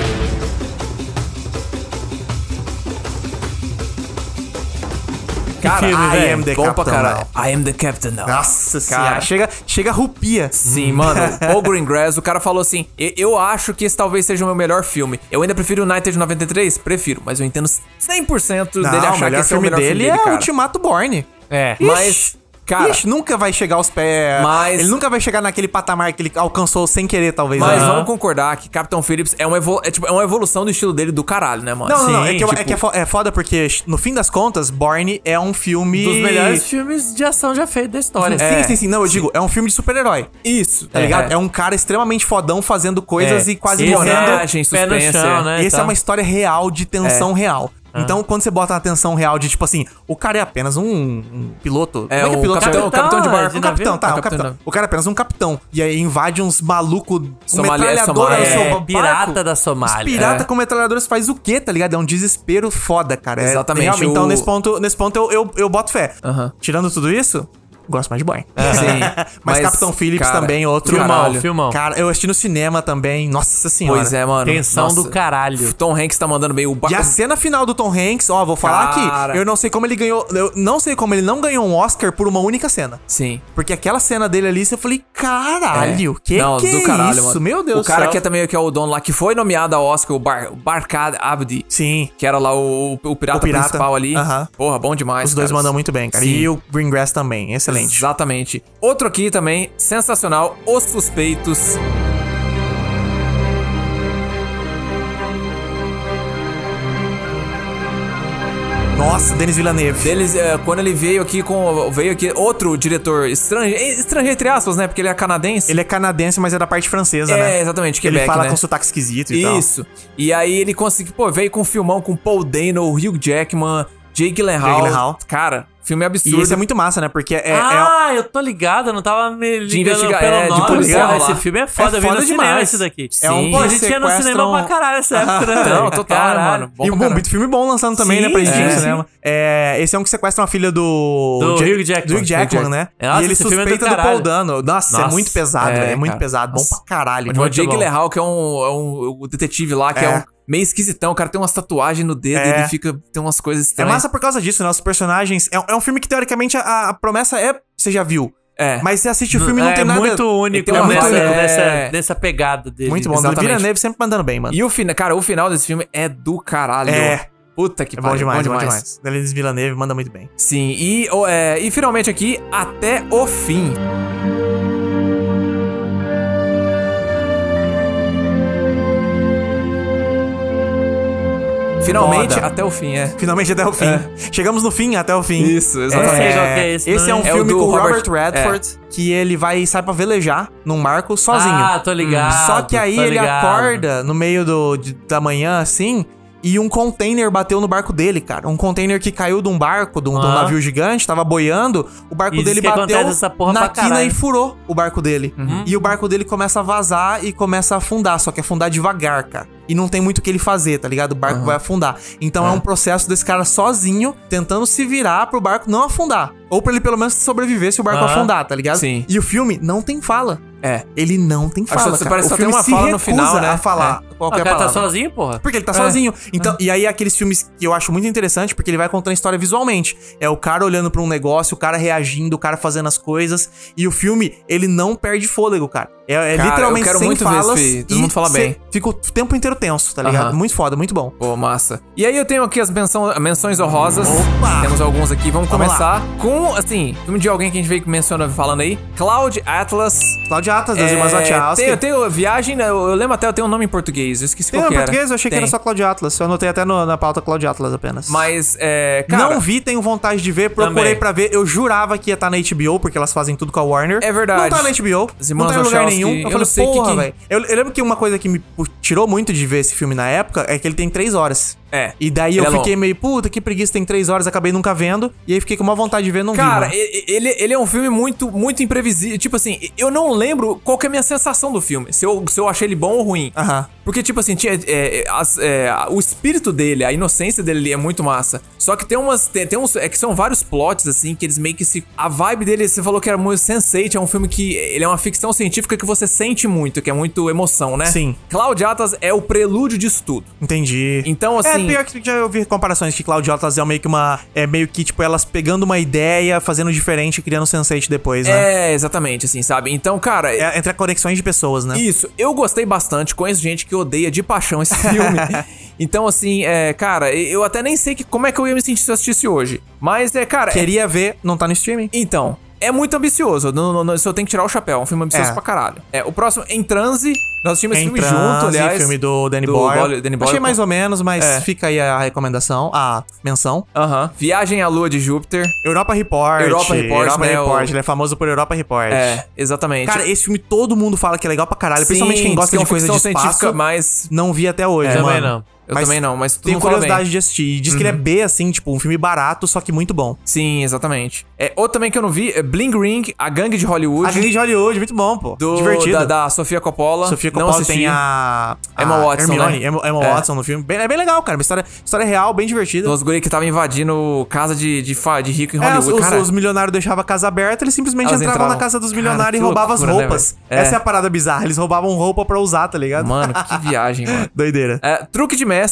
[SPEAKER 4] Cara,
[SPEAKER 2] filme,
[SPEAKER 4] I
[SPEAKER 2] velho.
[SPEAKER 4] am the
[SPEAKER 2] Bom pra
[SPEAKER 4] Captain
[SPEAKER 2] caralho.
[SPEAKER 4] now. I am the Captain now.
[SPEAKER 2] Nossa
[SPEAKER 4] Cara.
[SPEAKER 2] senhora, Hum. chega, chega rupia. *laughs*
[SPEAKER 4] Sim, mano. O Greengrass, o cara falou assim: "E- Eu acho que esse talvez seja o meu melhor filme. Eu ainda prefiro o United de 93? Prefiro, mas eu entendo 100%
[SPEAKER 2] Não,
[SPEAKER 4] dele
[SPEAKER 2] o
[SPEAKER 4] achar que
[SPEAKER 2] melhor
[SPEAKER 4] esse é o
[SPEAKER 2] filme
[SPEAKER 4] melhor
[SPEAKER 2] dele,
[SPEAKER 4] filme
[SPEAKER 2] é
[SPEAKER 4] dele. cara.
[SPEAKER 2] Ultimato Borne.
[SPEAKER 3] É.
[SPEAKER 4] Mas, cara,
[SPEAKER 2] Ixi, nunca vai chegar aos pés.
[SPEAKER 4] Mas-
[SPEAKER 2] Ele nunca vai chegar naquele patamar que ele alcançou sem querer, talvez.
[SPEAKER 4] Mas
[SPEAKER 2] né?
[SPEAKER 4] vamos concordar que Capitão Phillips é uma, evolu- é, tipo, é uma evolução do estilo dele do caralho, né, mano?
[SPEAKER 2] Não, não, não. É
[SPEAKER 4] Sim,
[SPEAKER 2] que, eu- é,
[SPEAKER 4] tipo,
[SPEAKER 2] que é, fo- é foda porque, no fim das contas, Borne é um filme.
[SPEAKER 3] dos melhores filmes de ação já feito da história.
[SPEAKER 2] Sim, sim, sim. Não, eu digo, é um filme de super-herói. Isso, tá
[SPEAKER 4] É.
[SPEAKER 2] ligado? É um cara extremamente fodão fazendo coisas
[SPEAKER 3] É.
[SPEAKER 2] e quase
[SPEAKER 3] Esse
[SPEAKER 2] morrendo.
[SPEAKER 3] é-
[SPEAKER 4] Viagem,
[SPEAKER 3] pé no
[SPEAKER 4] suspense,
[SPEAKER 3] chão, né?
[SPEAKER 2] E essa
[SPEAKER 3] tá.
[SPEAKER 2] é uma história real de tensão real. Então, quando você bota uma tensão real de, tipo assim, o cara é apenas um, um piloto.
[SPEAKER 4] É,
[SPEAKER 2] Como é que
[SPEAKER 4] um
[SPEAKER 2] piloto?
[SPEAKER 4] capitão- capitão de barco.
[SPEAKER 2] Um capitão, tá,
[SPEAKER 4] É um
[SPEAKER 2] um capitão.
[SPEAKER 4] capitão.
[SPEAKER 2] O cara é apenas um capitão. E aí invade uns malucos, um
[SPEAKER 4] Somalia-
[SPEAKER 2] metralhadora no
[SPEAKER 4] Somália.
[SPEAKER 2] seu
[SPEAKER 4] É,
[SPEAKER 2] barco.
[SPEAKER 3] pirata da Somália.
[SPEAKER 2] Os um pirata
[SPEAKER 4] É.
[SPEAKER 2] com metralhadora você faz o quê, tá ligado? É um desespero foda, cara. É,
[SPEAKER 4] Exatamente,
[SPEAKER 2] realmente, Então,
[SPEAKER 4] o-
[SPEAKER 2] nesse ponto, nesse ponto eu, eu, eu boto fé.
[SPEAKER 4] Aham. É.
[SPEAKER 2] Tirando tudo isso... Gosto mais de boy.
[SPEAKER 4] Sim.
[SPEAKER 2] *laughs* mas,
[SPEAKER 4] Mas,
[SPEAKER 2] Capitão Phillips
[SPEAKER 4] cara,
[SPEAKER 2] também, outro.
[SPEAKER 4] filmão,
[SPEAKER 2] Caralho.
[SPEAKER 3] filmão.
[SPEAKER 2] Cara, eu assisti no cinema também. Nossa senhora.
[SPEAKER 4] Pois é, mano.
[SPEAKER 3] Tensão
[SPEAKER 4] Nossa.
[SPEAKER 3] do caralho.
[SPEAKER 4] Tom Hanks tá mandando bem o ba-
[SPEAKER 2] E a cena final do Tom Hanks, ó, vou falar
[SPEAKER 4] Cara.
[SPEAKER 2] aqui. Eu não sei como ele ganhou. Eu não sei como ele não ganhou um Oscar por uma única cena.
[SPEAKER 4] Sim.
[SPEAKER 2] Porque aquela cena dele ali, eu falei, caralho, que
[SPEAKER 4] Não,
[SPEAKER 2] que
[SPEAKER 4] do
[SPEAKER 2] é
[SPEAKER 4] caralho,
[SPEAKER 2] isso?
[SPEAKER 4] mano.
[SPEAKER 2] Meu Deus
[SPEAKER 4] O
[SPEAKER 2] do
[SPEAKER 4] cara
[SPEAKER 2] céu.
[SPEAKER 4] que é também que é o dono lá, que foi nomeado a Oscar, o, Bar, o Barkad Abdi.
[SPEAKER 2] Sim.
[SPEAKER 4] Que era lá o, o, pirata,
[SPEAKER 2] O pirata.
[SPEAKER 4] principal ali.
[SPEAKER 2] Aham.
[SPEAKER 4] Porra, bom demais.
[SPEAKER 2] Os dois
[SPEAKER 4] cara.
[SPEAKER 2] mandam muito bem, cara.
[SPEAKER 4] Sim.
[SPEAKER 2] E o Greengrass também, excelente.
[SPEAKER 4] Exatamente. Outro aqui também, sensacional, Os Suspeitos.
[SPEAKER 2] Nossa, Denis Villeneuve.
[SPEAKER 4] Deles, é, quando ele veio aqui com. Veio aqui outro diretor estrangeiro. Estrangeiro, entre aspas, né? Porque ele é canadense.
[SPEAKER 2] Ele é canadense, mas é da parte francesa,
[SPEAKER 4] É,
[SPEAKER 2] né?
[SPEAKER 4] exatamente,
[SPEAKER 2] Que ele
[SPEAKER 4] Quebec,
[SPEAKER 2] fala
[SPEAKER 4] né?
[SPEAKER 2] com sotaque esquisito e tal.
[SPEAKER 4] Isso. E aí ele conseguiu, pô, veio com um filmão com Paul Dano, Hugh Jackman, Jake
[SPEAKER 2] Jake
[SPEAKER 4] Gyllenhaal.
[SPEAKER 2] Gyllenhaal.
[SPEAKER 4] Cara,
[SPEAKER 2] E
[SPEAKER 4] filme absurdo.
[SPEAKER 2] isso é muito massa, né? Porque é, é-
[SPEAKER 3] ah, eu tô ligado, eu não tava me ligando
[SPEAKER 4] investiga-
[SPEAKER 3] pelo
[SPEAKER 4] é, de
[SPEAKER 3] nome.
[SPEAKER 4] policial
[SPEAKER 3] Porra,
[SPEAKER 4] lá.
[SPEAKER 3] esse filme é
[SPEAKER 2] É
[SPEAKER 3] foda, eu vi
[SPEAKER 2] foda
[SPEAKER 3] no cinema
[SPEAKER 2] demais.
[SPEAKER 3] esse daqui.
[SPEAKER 2] É um-
[SPEAKER 3] Pô, a gente
[SPEAKER 4] Sim.
[SPEAKER 3] tinha no cinema
[SPEAKER 4] Sequestram-
[SPEAKER 3] pra caralho
[SPEAKER 2] *laughs*
[SPEAKER 3] essa época,
[SPEAKER 4] *laughs*
[SPEAKER 3] né?
[SPEAKER 4] Não, total, né,
[SPEAKER 3] Caralho.
[SPEAKER 4] mano. Bom
[SPEAKER 2] E
[SPEAKER 4] pra
[SPEAKER 2] um
[SPEAKER 4] caralho.
[SPEAKER 2] bombito filme bom lançando também,
[SPEAKER 3] Sim,
[SPEAKER 2] né? Pra gente ir no
[SPEAKER 3] sim.
[SPEAKER 2] cinema. É, esse é um que sequestra uma filha do.
[SPEAKER 3] Do
[SPEAKER 2] Jack-
[SPEAKER 3] Hugh Jackman.
[SPEAKER 2] do Hugh Jackman, né?
[SPEAKER 3] Nossa,
[SPEAKER 2] e ele
[SPEAKER 3] esse filme é do
[SPEAKER 2] suspeita do,
[SPEAKER 3] caralho.
[SPEAKER 2] Paul Dano. Nossa, é
[SPEAKER 3] Nossa,
[SPEAKER 2] muito pesado,
[SPEAKER 4] é,
[SPEAKER 2] velho. É muito
[SPEAKER 4] cara.
[SPEAKER 2] pesado. Bom pra caralho.
[SPEAKER 4] O Jake
[SPEAKER 2] bom.
[SPEAKER 4] Gyllenhaal, que é um, é um- o detetive lá, que é,
[SPEAKER 2] É.
[SPEAKER 4] um meio esquisitão. O cara tem umas tatuagens no dedo,
[SPEAKER 2] É.
[SPEAKER 4] ele fica. Tem umas coisas
[SPEAKER 2] É
[SPEAKER 4] estranhas.
[SPEAKER 2] massa por causa disso, né? Os personagens. É, é um filme que, teoricamente, a, a promessa é. Você já viu.
[SPEAKER 4] É.
[SPEAKER 2] Mas você assiste o filme e não
[SPEAKER 3] é
[SPEAKER 2] tem nada.
[SPEAKER 3] muito único
[SPEAKER 4] tem uma
[SPEAKER 3] nessa,
[SPEAKER 4] coisa- é.
[SPEAKER 3] nessa, nessa pegada dele.
[SPEAKER 2] Muito bom.
[SPEAKER 4] Exatamente.
[SPEAKER 2] Vira Neve sempre mandando bem, mano.
[SPEAKER 4] E o final, cara, o final desse filme é do caralho.
[SPEAKER 2] É.
[SPEAKER 4] Puta que
[SPEAKER 2] É
[SPEAKER 4] pariu.
[SPEAKER 2] bom demais, é bom demais. Denis Villeneuve manda muito bem.
[SPEAKER 4] Sim, e, o- é, e finalmente aqui, até o fim. Finalmente,
[SPEAKER 2] Foda.
[SPEAKER 4] até o fim, é.
[SPEAKER 2] Finalmente até o fim. Chegamos no fim, até o fim.
[SPEAKER 4] Isso,
[SPEAKER 3] Eu
[SPEAKER 4] exatamente.
[SPEAKER 3] sei qual que é esse,
[SPEAKER 2] esse é um
[SPEAKER 3] não é?
[SPEAKER 4] É o
[SPEAKER 2] filme
[SPEAKER 4] do
[SPEAKER 2] com o Robert,
[SPEAKER 4] Robert-
[SPEAKER 2] Redford que ele vai sai pra velejar num marco sozinho. Hum.
[SPEAKER 3] Ah, tô ligado,
[SPEAKER 2] Só que aí
[SPEAKER 3] tô
[SPEAKER 2] ele
[SPEAKER 3] ligado.
[SPEAKER 2] acorda no meio do, de- da manhã, assim, e um container bateu no barco dele, cara. Um container que caiu de um barco, de um, de um
[SPEAKER 3] Ah.
[SPEAKER 2] navio gigante, tava boiando, o barco
[SPEAKER 3] E diz
[SPEAKER 2] dele
[SPEAKER 3] que
[SPEAKER 2] bateu
[SPEAKER 3] acontece essa porra
[SPEAKER 2] na
[SPEAKER 3] pra
[SPEAKER 2] quina
[SPEAKER 3] caralho.
[SPEAKER 2] e furou o barco dele.
[SPEAKER 4] Uhum.
[SPEAKER 2] E o barco dele começa a vazar e começa a afundar, só que afundar devagar, cara. E não tem muito o que ele fazer, tá ligado? O barco vai afundar. Então é. um processo desse cara sozinho, tentando se virar pro barco não afundar. Ou pra ele pelo menos sobreviver se o barco
[SPEAKER 3] Aham.
[SPEAKER 2] afundar, tá ligado?
[SPEAKER 4] Sim.
[SPEAKER 2] E o filme não tem fala.
[SPEAKER 4] É.
[SPEAKER 2] Ele não tem fala,
[SPEAKER 4] só-
[SPEAKER 2] cara.
[SPEAKER 4] parece
[SPEAKER 2] o
[SPEAKER 4] só tem
[SPEAKER 2] filme
[SPEAKER 4] uma
[SPEAKER 2] se
[SPEAKER 4] fala no
[SPEAKER 2] recusa
[SPEAKER 4] final, né?
[SPEAKER 2] a falar
[SPEAKER 3] O
[SPEAKER 2] qualquer
[SPEAKER 3] cara tá
[SPEAKER 2] palavra.
[SPEAKER 3] sozinho, porra.
[SPEAKER 2] Porque
[SPEAKER 4] É.
[SPEAKER 2] ele tá sozinho. Então, e aí aqueles filmes que eu acho muito interessante, porque ele vai contando a história visualmente. É o cara olhando pra um negócio, o cara reagindo, o cara fazendo as coisas. E o filme, ele não perde fôlego, cara. É, é
[SPEAKER 4] Cara,
[SPEAKER 2] literalmente
[SPEAKER 4] eu quero
[SPEAKER 2] sem
[SPEAKER 4] muito ver esse
[SPEAKER 2] falas.
[SPEAKER 4] filme, todo
[SPEAKER 2] e
[SPEAKER 4] mundo fala
[SPEAKER 2] cê
[SPEAKER 4] bem.
[SPEAKER 2] Fica o tempo inteiro tenso, tá ligado?
[SPEAKER 4] Aham.
[SPEAKER 2] Muito foda, muito bom.
[SPEAKER 4] Pô, massa. E aí eu tenho aqui as menção- menções honrosas.
[SPEAKER 2] Opa!
[SPEAKER 4] Temos alguns aqui. Vamos,
[SPEAKER 2] Vamos
[SPEAKER 4] começar com, assim, filme de alguém que a gente veio mencionando falando aí. Cloud Atlas.
[SPEAKER 2] Cláudia Atas, das
[SPEAKER 4] É,
[SPEAKER 2] irmãs Wachowski.
[SPEAKER 4] tem, eu tenho viagem, eu, eu lembro até, eu tenho um nome em português, eu esqueci
[SPEAKER 2] Tem
[SPEAKER 4] qual
[SPEAKER 2] em
[SPEAKER 4] que era.
[SPEAKER 2] português? Eu achei
[SPEAKER 4] Tem.
[SPEAKER 2] que era só Cláudia Atlas. Eu anotei até no- na pauta Cláudia Atlas apenas.
[SPEAKER 4] Mas, é, cara...
[SPEAKER 2] não vi, tenho vontade de ver, procurei
[SPEAKER 3] Também.
[SPEAKER 2] pra ver. Eu jurava que ia estar na HBO, porque elas fazem tudo com a Warner.
[SPEAKER 4] É verdade.
[SPEAKER 2] Não tá na HBO,
[SPEAKER 4] As
[SPEAKER 2] não
[SPEAKER 4] irmãs
[SPEAKER 2] tá em lugar
[SPEAKER 4] Wachowski,
[SPEAKER 2] nenhum.
[SPEAKER 4] eu
[SPEAKER 2] Eu,
[SPEAKER 4] não
[SPEAKER 2] falei,
[SPEAKER 4] sei o que
[SPEAKER 2] porra,
[SPEAKER 4] que-
[SPEAKER 2] velho. Eu, eu lembro que uma coisa que me pu- tirou muito de ver esse filme na época é que ele tem três horas.
[SPEAKER 4] É.
[SPEAKER 2] E daí
[SPEAKER 4] Ele
[SPEAKER 2] eu
[SPEAKER 4] é
[SPEAKER 2] fiquei
[SPEAKER 4] longo.
[SPEAKER 2] meio, puta, que preguiça, tem três horas, acabei nunca vendo. E aí fiquei com uma vontade de ver, não vi. né?
[SPEAKER 4] Cara,
[SPEAKER 2] mano.
[SPEAKER 4] e- e- ele, ele é um filme muito, muito imprevisível. Tipo assim, eu não lembro qual que é a minha sensação do filme. Se eu, se eu achei ele bom ou ruim.
[SPEAKER 2] Aham.
[SPEAKER 4] Porque, tipo assim, tinha, é, é, as- é, a- o espírito dele, a inocência dele é muito massa. Só que tem umas. Tem, tem uns. É que são vários plots, assim, que eles meio que se. A vibe dele, você falou que era muito Sense8, é um filme que. Ele é uma ficção científica que você sente muito, que é muito emoção, né?
[SPEAKER 2] Sim.
[SPEAKER 4] Cloud Atlas é o prelúdio disso tudo.
[SPEAKER 2] Entendi.
[SPEAKER 4] Então, assim-
[SPEAKER 2] É pior que já ouvi comparações que Cláudia Atlas é meio que uma. É meio que, tipo, elas pegando uma ideia, fazendo diferente e criando sense depois, né?
[SPEAKER 4] É, exatamente, assim, sabe? Então, cara.
[SPEAKER 2] É, entre conexões de pessoas, né?
[SPEAKER 4] Isso, eu gostei bastante, conheço gente que odeia de paixão esse
[SPEAKER 2] *laughs*
[SPEAKER 4] filme. então, assim, é, cara, eu até nem sei que, como é que eu ia me sentir se eu assistisse hoje. Mas, é, cara. é-
[SPEAKER 2] Queria ver, não tá no streaming.
[SPEAKER 4] Então, é muito ambicioso. Não, não, não, isso eu tenho que tirar o chapéu. É um filme ambicioso
[SPEAKER 2] É.
[SPEAKER 4] pra caralho. É, o próximo, Em Transe. Nós assistimos esse
[SPEAKER 2] Em
[SPEAKER 4] filme
[SPEAKER 2] Transe,
[SPEAKER 4] junto, aliás.
[SPEAKER 2] filme do Danny
[SPEAKER 4] do
[SPEAKER 2] Boyle.
[SPEAKER 4] Boyle- Danny Boyle.
[SPEAKER 2] Achei mais ou menos, mas
[SPEAKER 4] É.
[SPEAKER 2] fica aí a recomendação, a menção.
[SPEAKER 4] Aham. Viagem à Lua de Júpiter.
[SPEAKER 2] Europa Report.
[SPEAKER 4] Europa Report,
[SPEAKER 2] Europa
[SPEAKER 4] né,
[SPEAKER 2] Report.
[SPEAKER 4] o-
[SPEAKER 2] Ele é famoso por Europa Report.
[SPEAKER 4] É, exatamente.
[SPEAKER 2] Cara, esse filme todo mundo fala que é legal pra caralho,
[SPEAKER 4] Sim,
[SPEAKER 2] principalmente quem
[SPEAKER 4] diz que
[SPEAKER 2] gosta
[SPEAKER 4] é
[SPEAKER 2] de
[SPEAKER 4] uma
[SPEAKER 2] coisa de
[SPEAKER 4] ficção
[SPEAKER 2] espaço.
[SPEAKER 4] científica, mas
[SPEAKER 2] Não vi até hoje,
[SPEAKER 3] É,
[SPEAKER 2] mano.
[SPEAKER 3] também não.
[SPEAKER 4] Eu também não, Uhum. mas todo
[SPEAKER 2] tenho
[SPEAKER 4] mundo fala bem.
[SPEAKER 2] curiosidade de assistir. E diz que ele é B, assim, tipo, um filme barato, só que muito bom.
[SPEAKER 4] Sim, exatamente. É, outro também que eu não vi é Bling Ring, A Gangue de Hollywood.
[SPEAKER 2] A Gangue de Hollywood, muito bom, pô.
[SPEAKER 4] do,
[SPEAKER 2] Divertido.
[SPEAKER 4] Da, da Sofia Coppola.
[SPEAKER 2] Sofia
[SPEAKER 4] Não
[SPEAKER 2] Coppola
[SPEAKER 4] assisti.
[SPEAKER 2] tem a, a
[SPEAKER 4] Emma Watson,
[SPEAKER 2] Hermione,
[SPEAKER 4] né?
[SPEAKER 2] Emma, Emma
[SPEAKER 4] É.
[SPEAKER 2] Watson no filme. Bem- é bem legal, cara. Uma história, história real, bem divertida.
[SPEAKER 4] Dos guri que tava invadindo casa de, de, fa- de rico em
[SPEAKER 2] É, os,
[SPEAKER 4] Hollywood.
[SPEAKER 2] os-
[SPEAKER 4] cara.
[SPEAKER 2] os milionários deixavam a casa aberta, eles simplesmente
[SPEAKER 4] Elas
[SPEAKER 2] entravam na
[SPEAKER 4] entravam.
[SPEAKER 2] casa dos
[SPEAKER 4] Cara,
[SPEAKER 2] milionários
[SPEAKER 4] que
[SPEAKER 2] e roubavam as
[SPEAKER 4] loucura, né,
[SPEAKER 2] roupas.
[SPEAKER 4] velho? É.
[SPEAKER 2] Essa é a parada bizarra. Eles roubavam roupa pra usar, tá ligado?
[SPEAKER 4] Mano, que viagem, mano.
[SPEAKER 2] *laughs* Doideira.
[SPEAKER 4] É, truque de mestre.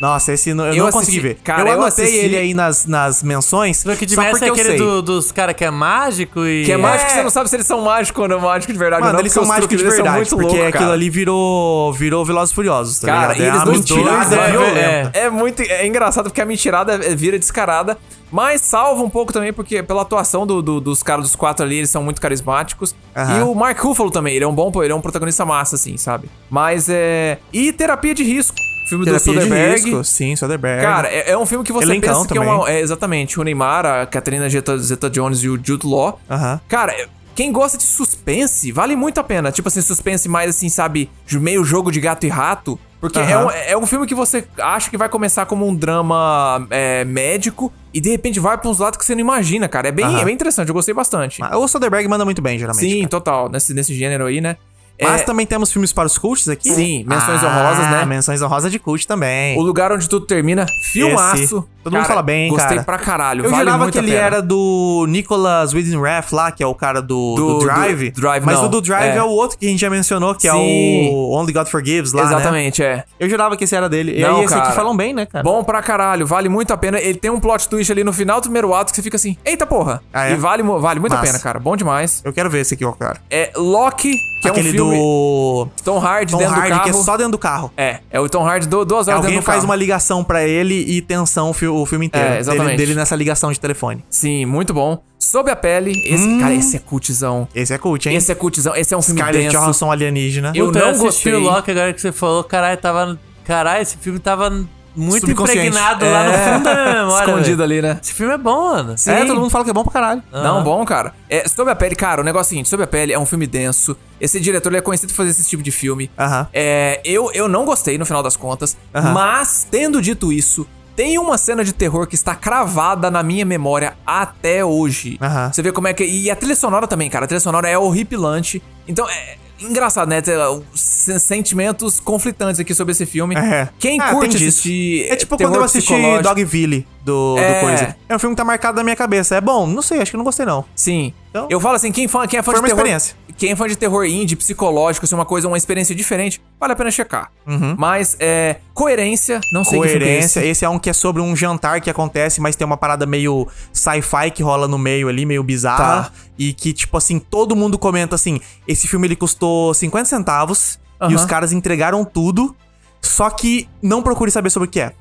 [SPEAKER 2] Nossa, esse não- eu, não
[SPEAKER 4] Eu
[SPEAKER 2] consegui
[SPEAKER 4] assisti-
[SPEAKER 2] ver.
[SPEAKER 4] cara,
[SPEAKER 2] eu
[SPEAKER 4] eu
[SPEAKER 2] anotei
[SPEAKER 4] assisti-
[SPEAKER 2] ele aí nas, nas menções.
[SPEAKER 3] Truque de
[SPEAKER 2] só
[SPEAKER 3] mestre
[SPEAKER 2] porque
[SPEAKER 3] é
[SPEAKER 2] eu
[SPEAKER 3] aquele
[SPEAKER 2] sei.
[SPEAKER 3] do- dos caras que é mágico e.
[SPEAKER 4] Que é mágico
[SPEAKER 2] É.
[SPEAKER 4] que você não sabe se eles são mágicos ou não mágicos de verdade. ou
[SPEAKER 2] Mano,
[SPEAKER 4] não,
[SPEAKER 2] eles são
[SPEAKER 4] porque os
[SPEAKER 2] mágicos
[SPEAKER 4] truques
[SPEAKER 2] de
[SPEAKER 4] deles são
[SPEAKER 2] verdade,
[SPEAKER 4] muito
[SPEAKER 2] porque é
[SPEAKER 4] loucos,
[SPEAKER 2] aquilo
[SPEAKER 4] cara.
[SPEAKER 2] ali virou, virou Velozes e Furiosos, tá
[SPEAKER 4] Cara,
[SPEAKER 2] ligado?
[SPEAKER 4] e
[SPEAKER 2] É
[SPEAKER 4] eles
[SPEAKER 2] uma
[SPEAKER 4] dão
[SPEAKER 2] mentirada
[SPEAKER 4] tiros, é,
[SPEAKER 2] violenta.
[SPEAKER 4] é, é muito é engraçado porque a mentirada é- vira descarada. Mas salva um pouco também, porque pela atuação do- do- dos caras dos quatro ali, eles são muito carismáticos.
[SPEAKER 2] Aham.
[SPEAKER 4] E o Mark Ruffalo também, ele é um bom, ele é um protagonista massa, assim, sabe? Mas é. E Terapia de Risco. Filme do
[SPEAKER 2] Terapia de
[SPEAKER 4] Soderbergh.
[SPEAKER 2] risco, sim, Soderbergh.
[SPEAKER 4] Cara, é, é um filme que você
[SPEAKER 2] Elencão
[SPEAKER 4] pensa que é
[SPEAKER 2] também.
[SPEAKER 4] uma. É, exatamente. O Neymar, a Catherine Zeta, Zeta Jones e o Jude Law.
[SPEAKER 2] Aham.
[SPEAKER 4] Cara, é- quem gosta de suspense, vale muito a pena. Tipo assim, suspense mais assim, sabe? ju- Meio jogo de gato e rato. Porque é,
[SPEAKER 2] Aham.
[SPEAKER 4] um, é um filme que você acha que vai começar como um drama é, médico e de repente vai pra uns lados que você não imagina, cara. É bem,
[SPEAKER 2] Aham.
[SPEAKER 4] é bem interessante, eu gostei bastante.
[SPEAKER 2] Mas Ah, O Soderbergh manda muito bem, geralmente.
[SPEAKER 4] Sim,
[SPEAKER 2] cara.
[SPEAKER 4] total, nesse, nesse gênero aí, né?
[SPEAKER 2] Mas
[SPEAKER 4] É,
[SPEAKER 2] também temos filmes para os cults aqui? Ah,
[SPEAKER 4] Sim, menções honrosas, né?
[SPEAKER 2] Menções honrosas de cult também.
[SPEAKER 4] O Lugar Onde Tudo Termina, filmaço.
[SPEAKER 2] Esse. Todo mundo fala bem,
[SPEAKER 4] gostei
[SPEAKER 2] cara.
[SPEAKER 4] pra caralho,
[SPEAKER 2] Eu
[SPEAKER 4] vale
[SPEAKER 2] jurava
[SPEAKER 4] muito
[SPEAKER 2] que
[SPEAKER 4] a
[SPEAKER 2] ele
[SPEAKER 4] pena.
[SPEAKER 2] era do Nicholas Winding Refn lá, que é o cara do, do
[SPEAKER 4] Do-
[SPEAKER 2] Drive.
[SPEAKER 4] do Drive,
[SPEAKER 2] mas
[SPEAKER 4] não.
[SPEAKER 2] o do Drive é.
[SPEAKER 4] É.
[SPEAKER 2] o outro que a gente já mencionou, que é
[SPEAKER 4] Sim.
[SPEAKER 2] o Only God Forgives lá, né?
[SPEAKER 4] Exatamente, é.
[SPEAKER 2] Eu jurava que esse era dele. E
[SPEAKER 4] Não,
[SPEAKER 2] aí esse aqui
[SPEAKER 4] cara.
[SPEAKER 2] falam bem, né, cara?
[SPEAKER 4] Bom pra caralho, vale muito a pena. Ele tem um plot twist ali no final do primeiro ato que você fica assim, eita porra.
[SPEAKER 2] Ah, é?
[SPEAKER 4] E vale, mu- vale muito
[SPEAKER 2] Massa.
[SPEAKER 4] a pena, cara. Bom demais.
[SPEAKER 2] Eu quero ver esse aqui, ó, cara.
[SPEAKER 4] É Loki, que
[SPEAKER 2] Aquele
[SPEAKER 4] é um filme
[SPEAKER 2] do
[SPEAKER 4] Tom Hardy
[SPEAKER 2] Tom
[SPEAKER 4] dentro do
[SPEAKER 2] Hardy,
[SPEAKER 4] carro.
[SPEAKER 2] que é só dentro do carro.
[SPEAKER 4] É, é o Tom Hardy do, duas horas
[SPEAKER 2] Alguém
[SPEAKER 4] dentro do
[SPEAKER 2] faz
[SPEAKER 4] carro.
[SPEAKER 2] uma ligação pra ele e tensão o fi- o filme inteiro.
[SPEAKER 4] É,
[SPEAKER 2] dele-
[SPEAKER 4] exatamente.
[SPEAKER 2] Dele, nessa ligação de telefone.
[SPEAKER 4] Sim, muito bom. Sob a pele, esse,
[SPEAKER 2] Hum.
[SPEAKER 4] cara, esse é cultizão.
[SPEAKER 2] Esse é cult, hein?
[SPEAKER 4] Esse é cultizão, esse é um filme
[SPEAKER 2] Scarlett
[SPEAKER 4] denso.
[SPEAKER 2] Johansson alienígena.
[SPEAKER 4] Eu
[SPEAKER 3] Puta,
[SPEAKER 4] não
[SPEAKER 3] assisti
[SPEAKER 4] gostei.
[SPEAKER 3] o Loki agora que você falou, caralho, tava. no- Caralho, esse filme tava muito
[SPEAKER 2] Subconsciente.
[SPEAKER 3] impregnado lá no
[SPEAKER 4] É.
[SPEAKER 3] fundo da
[SPEAKER 4] *laughs*
[SPEAKER 3] memória.
[SPEAKER 4] Escondido
[SPEAKER 3] velho.
[SPEAKER 4] ali, né?
[SPEAKER 3] Esse filme é bom, mano.
[SPEAKER 2] É, todo mundo fala que é bom pra caralho.
[SPEAKER 4] Não, bom, cara. É, Sobre a Pele, cara, o negócio é o seguinte, Sobre a Pele é um filme denso. Esse diretor ele é conhecido por fazer esse tipo de filme.
[SPEAKER 2] Aham.
[SPEAKER 4] É, eu, eu não gostei, no final das contas.
[SPEAKER 2] Aham.
[SPEAKER 4] Mas, tendo dito isso, tem uma cena de terror que está cravada na minha memória até hoje.
[SPEAKER 2] Aham.
[SPEAKER 4] Você vê como é que... E a trilha sonora também, cara. A trilha sonora é horripilante. Então, é... Engraçado, né? Ter, uh, sen- Sentimentos conflitantes aqui sobre esse filme.
[SPEAKER 2] É.
[SPEAKER 4] Quem
[SPEAKER 2] Ah,
[SPEAKER 4] curte
[SPEAKER 2] tem disso.
[SPEAKER 4] assistir.
[SPEAKER 2] É tipo
[SPEAKER 4] terror
[SPEAKER 2] quando eu assisti
[SPEAKER 4] psicológico-
[SPEAKER 2] Dogville do,
[SPEAKER 4] É.
[SPEAKER 2] do Coisa. É um filme que tá marcado na minha cabeça. É bom? Não sei, acho que eu não gostei, não.
[SPEAKER 4] Sim.
[SPEAKER 2] Então,
[SPEAKER 4] eu falo assim, quem, fã, quem é fã
[SPEAKER 2] foi
[SPEAKER 4] de
[SPEAKER 2] uma
[SPEAKER 4] terror,
[SPEAKER 2] experiência.
[SPEAKER 4] Quem é fã de terror indie, psicológico, assim, uma coisa, uma experiência diferente, vale a pena checar. Mas, é, coerência, não sei que filme que é
[SPEAKER 2] Uhum. Coerência.
[SPEAKER 4] esse.
[SPEAKER 2] Esse é um que é sobre um jantar que acontece, mas tem uma parada meio sci-fi que rola no meio ali, meio bizarra.
[SPEAKER 4] Tá.
[SPEAKER 2] E que, tipo assim, todo mundo comenta assim: esse filme ele custou 50 centavos e
[SPEAKER 4] Aham.
[SPEAKER 2] os caras entregaram tudo, só que não procure saber sobre o que é.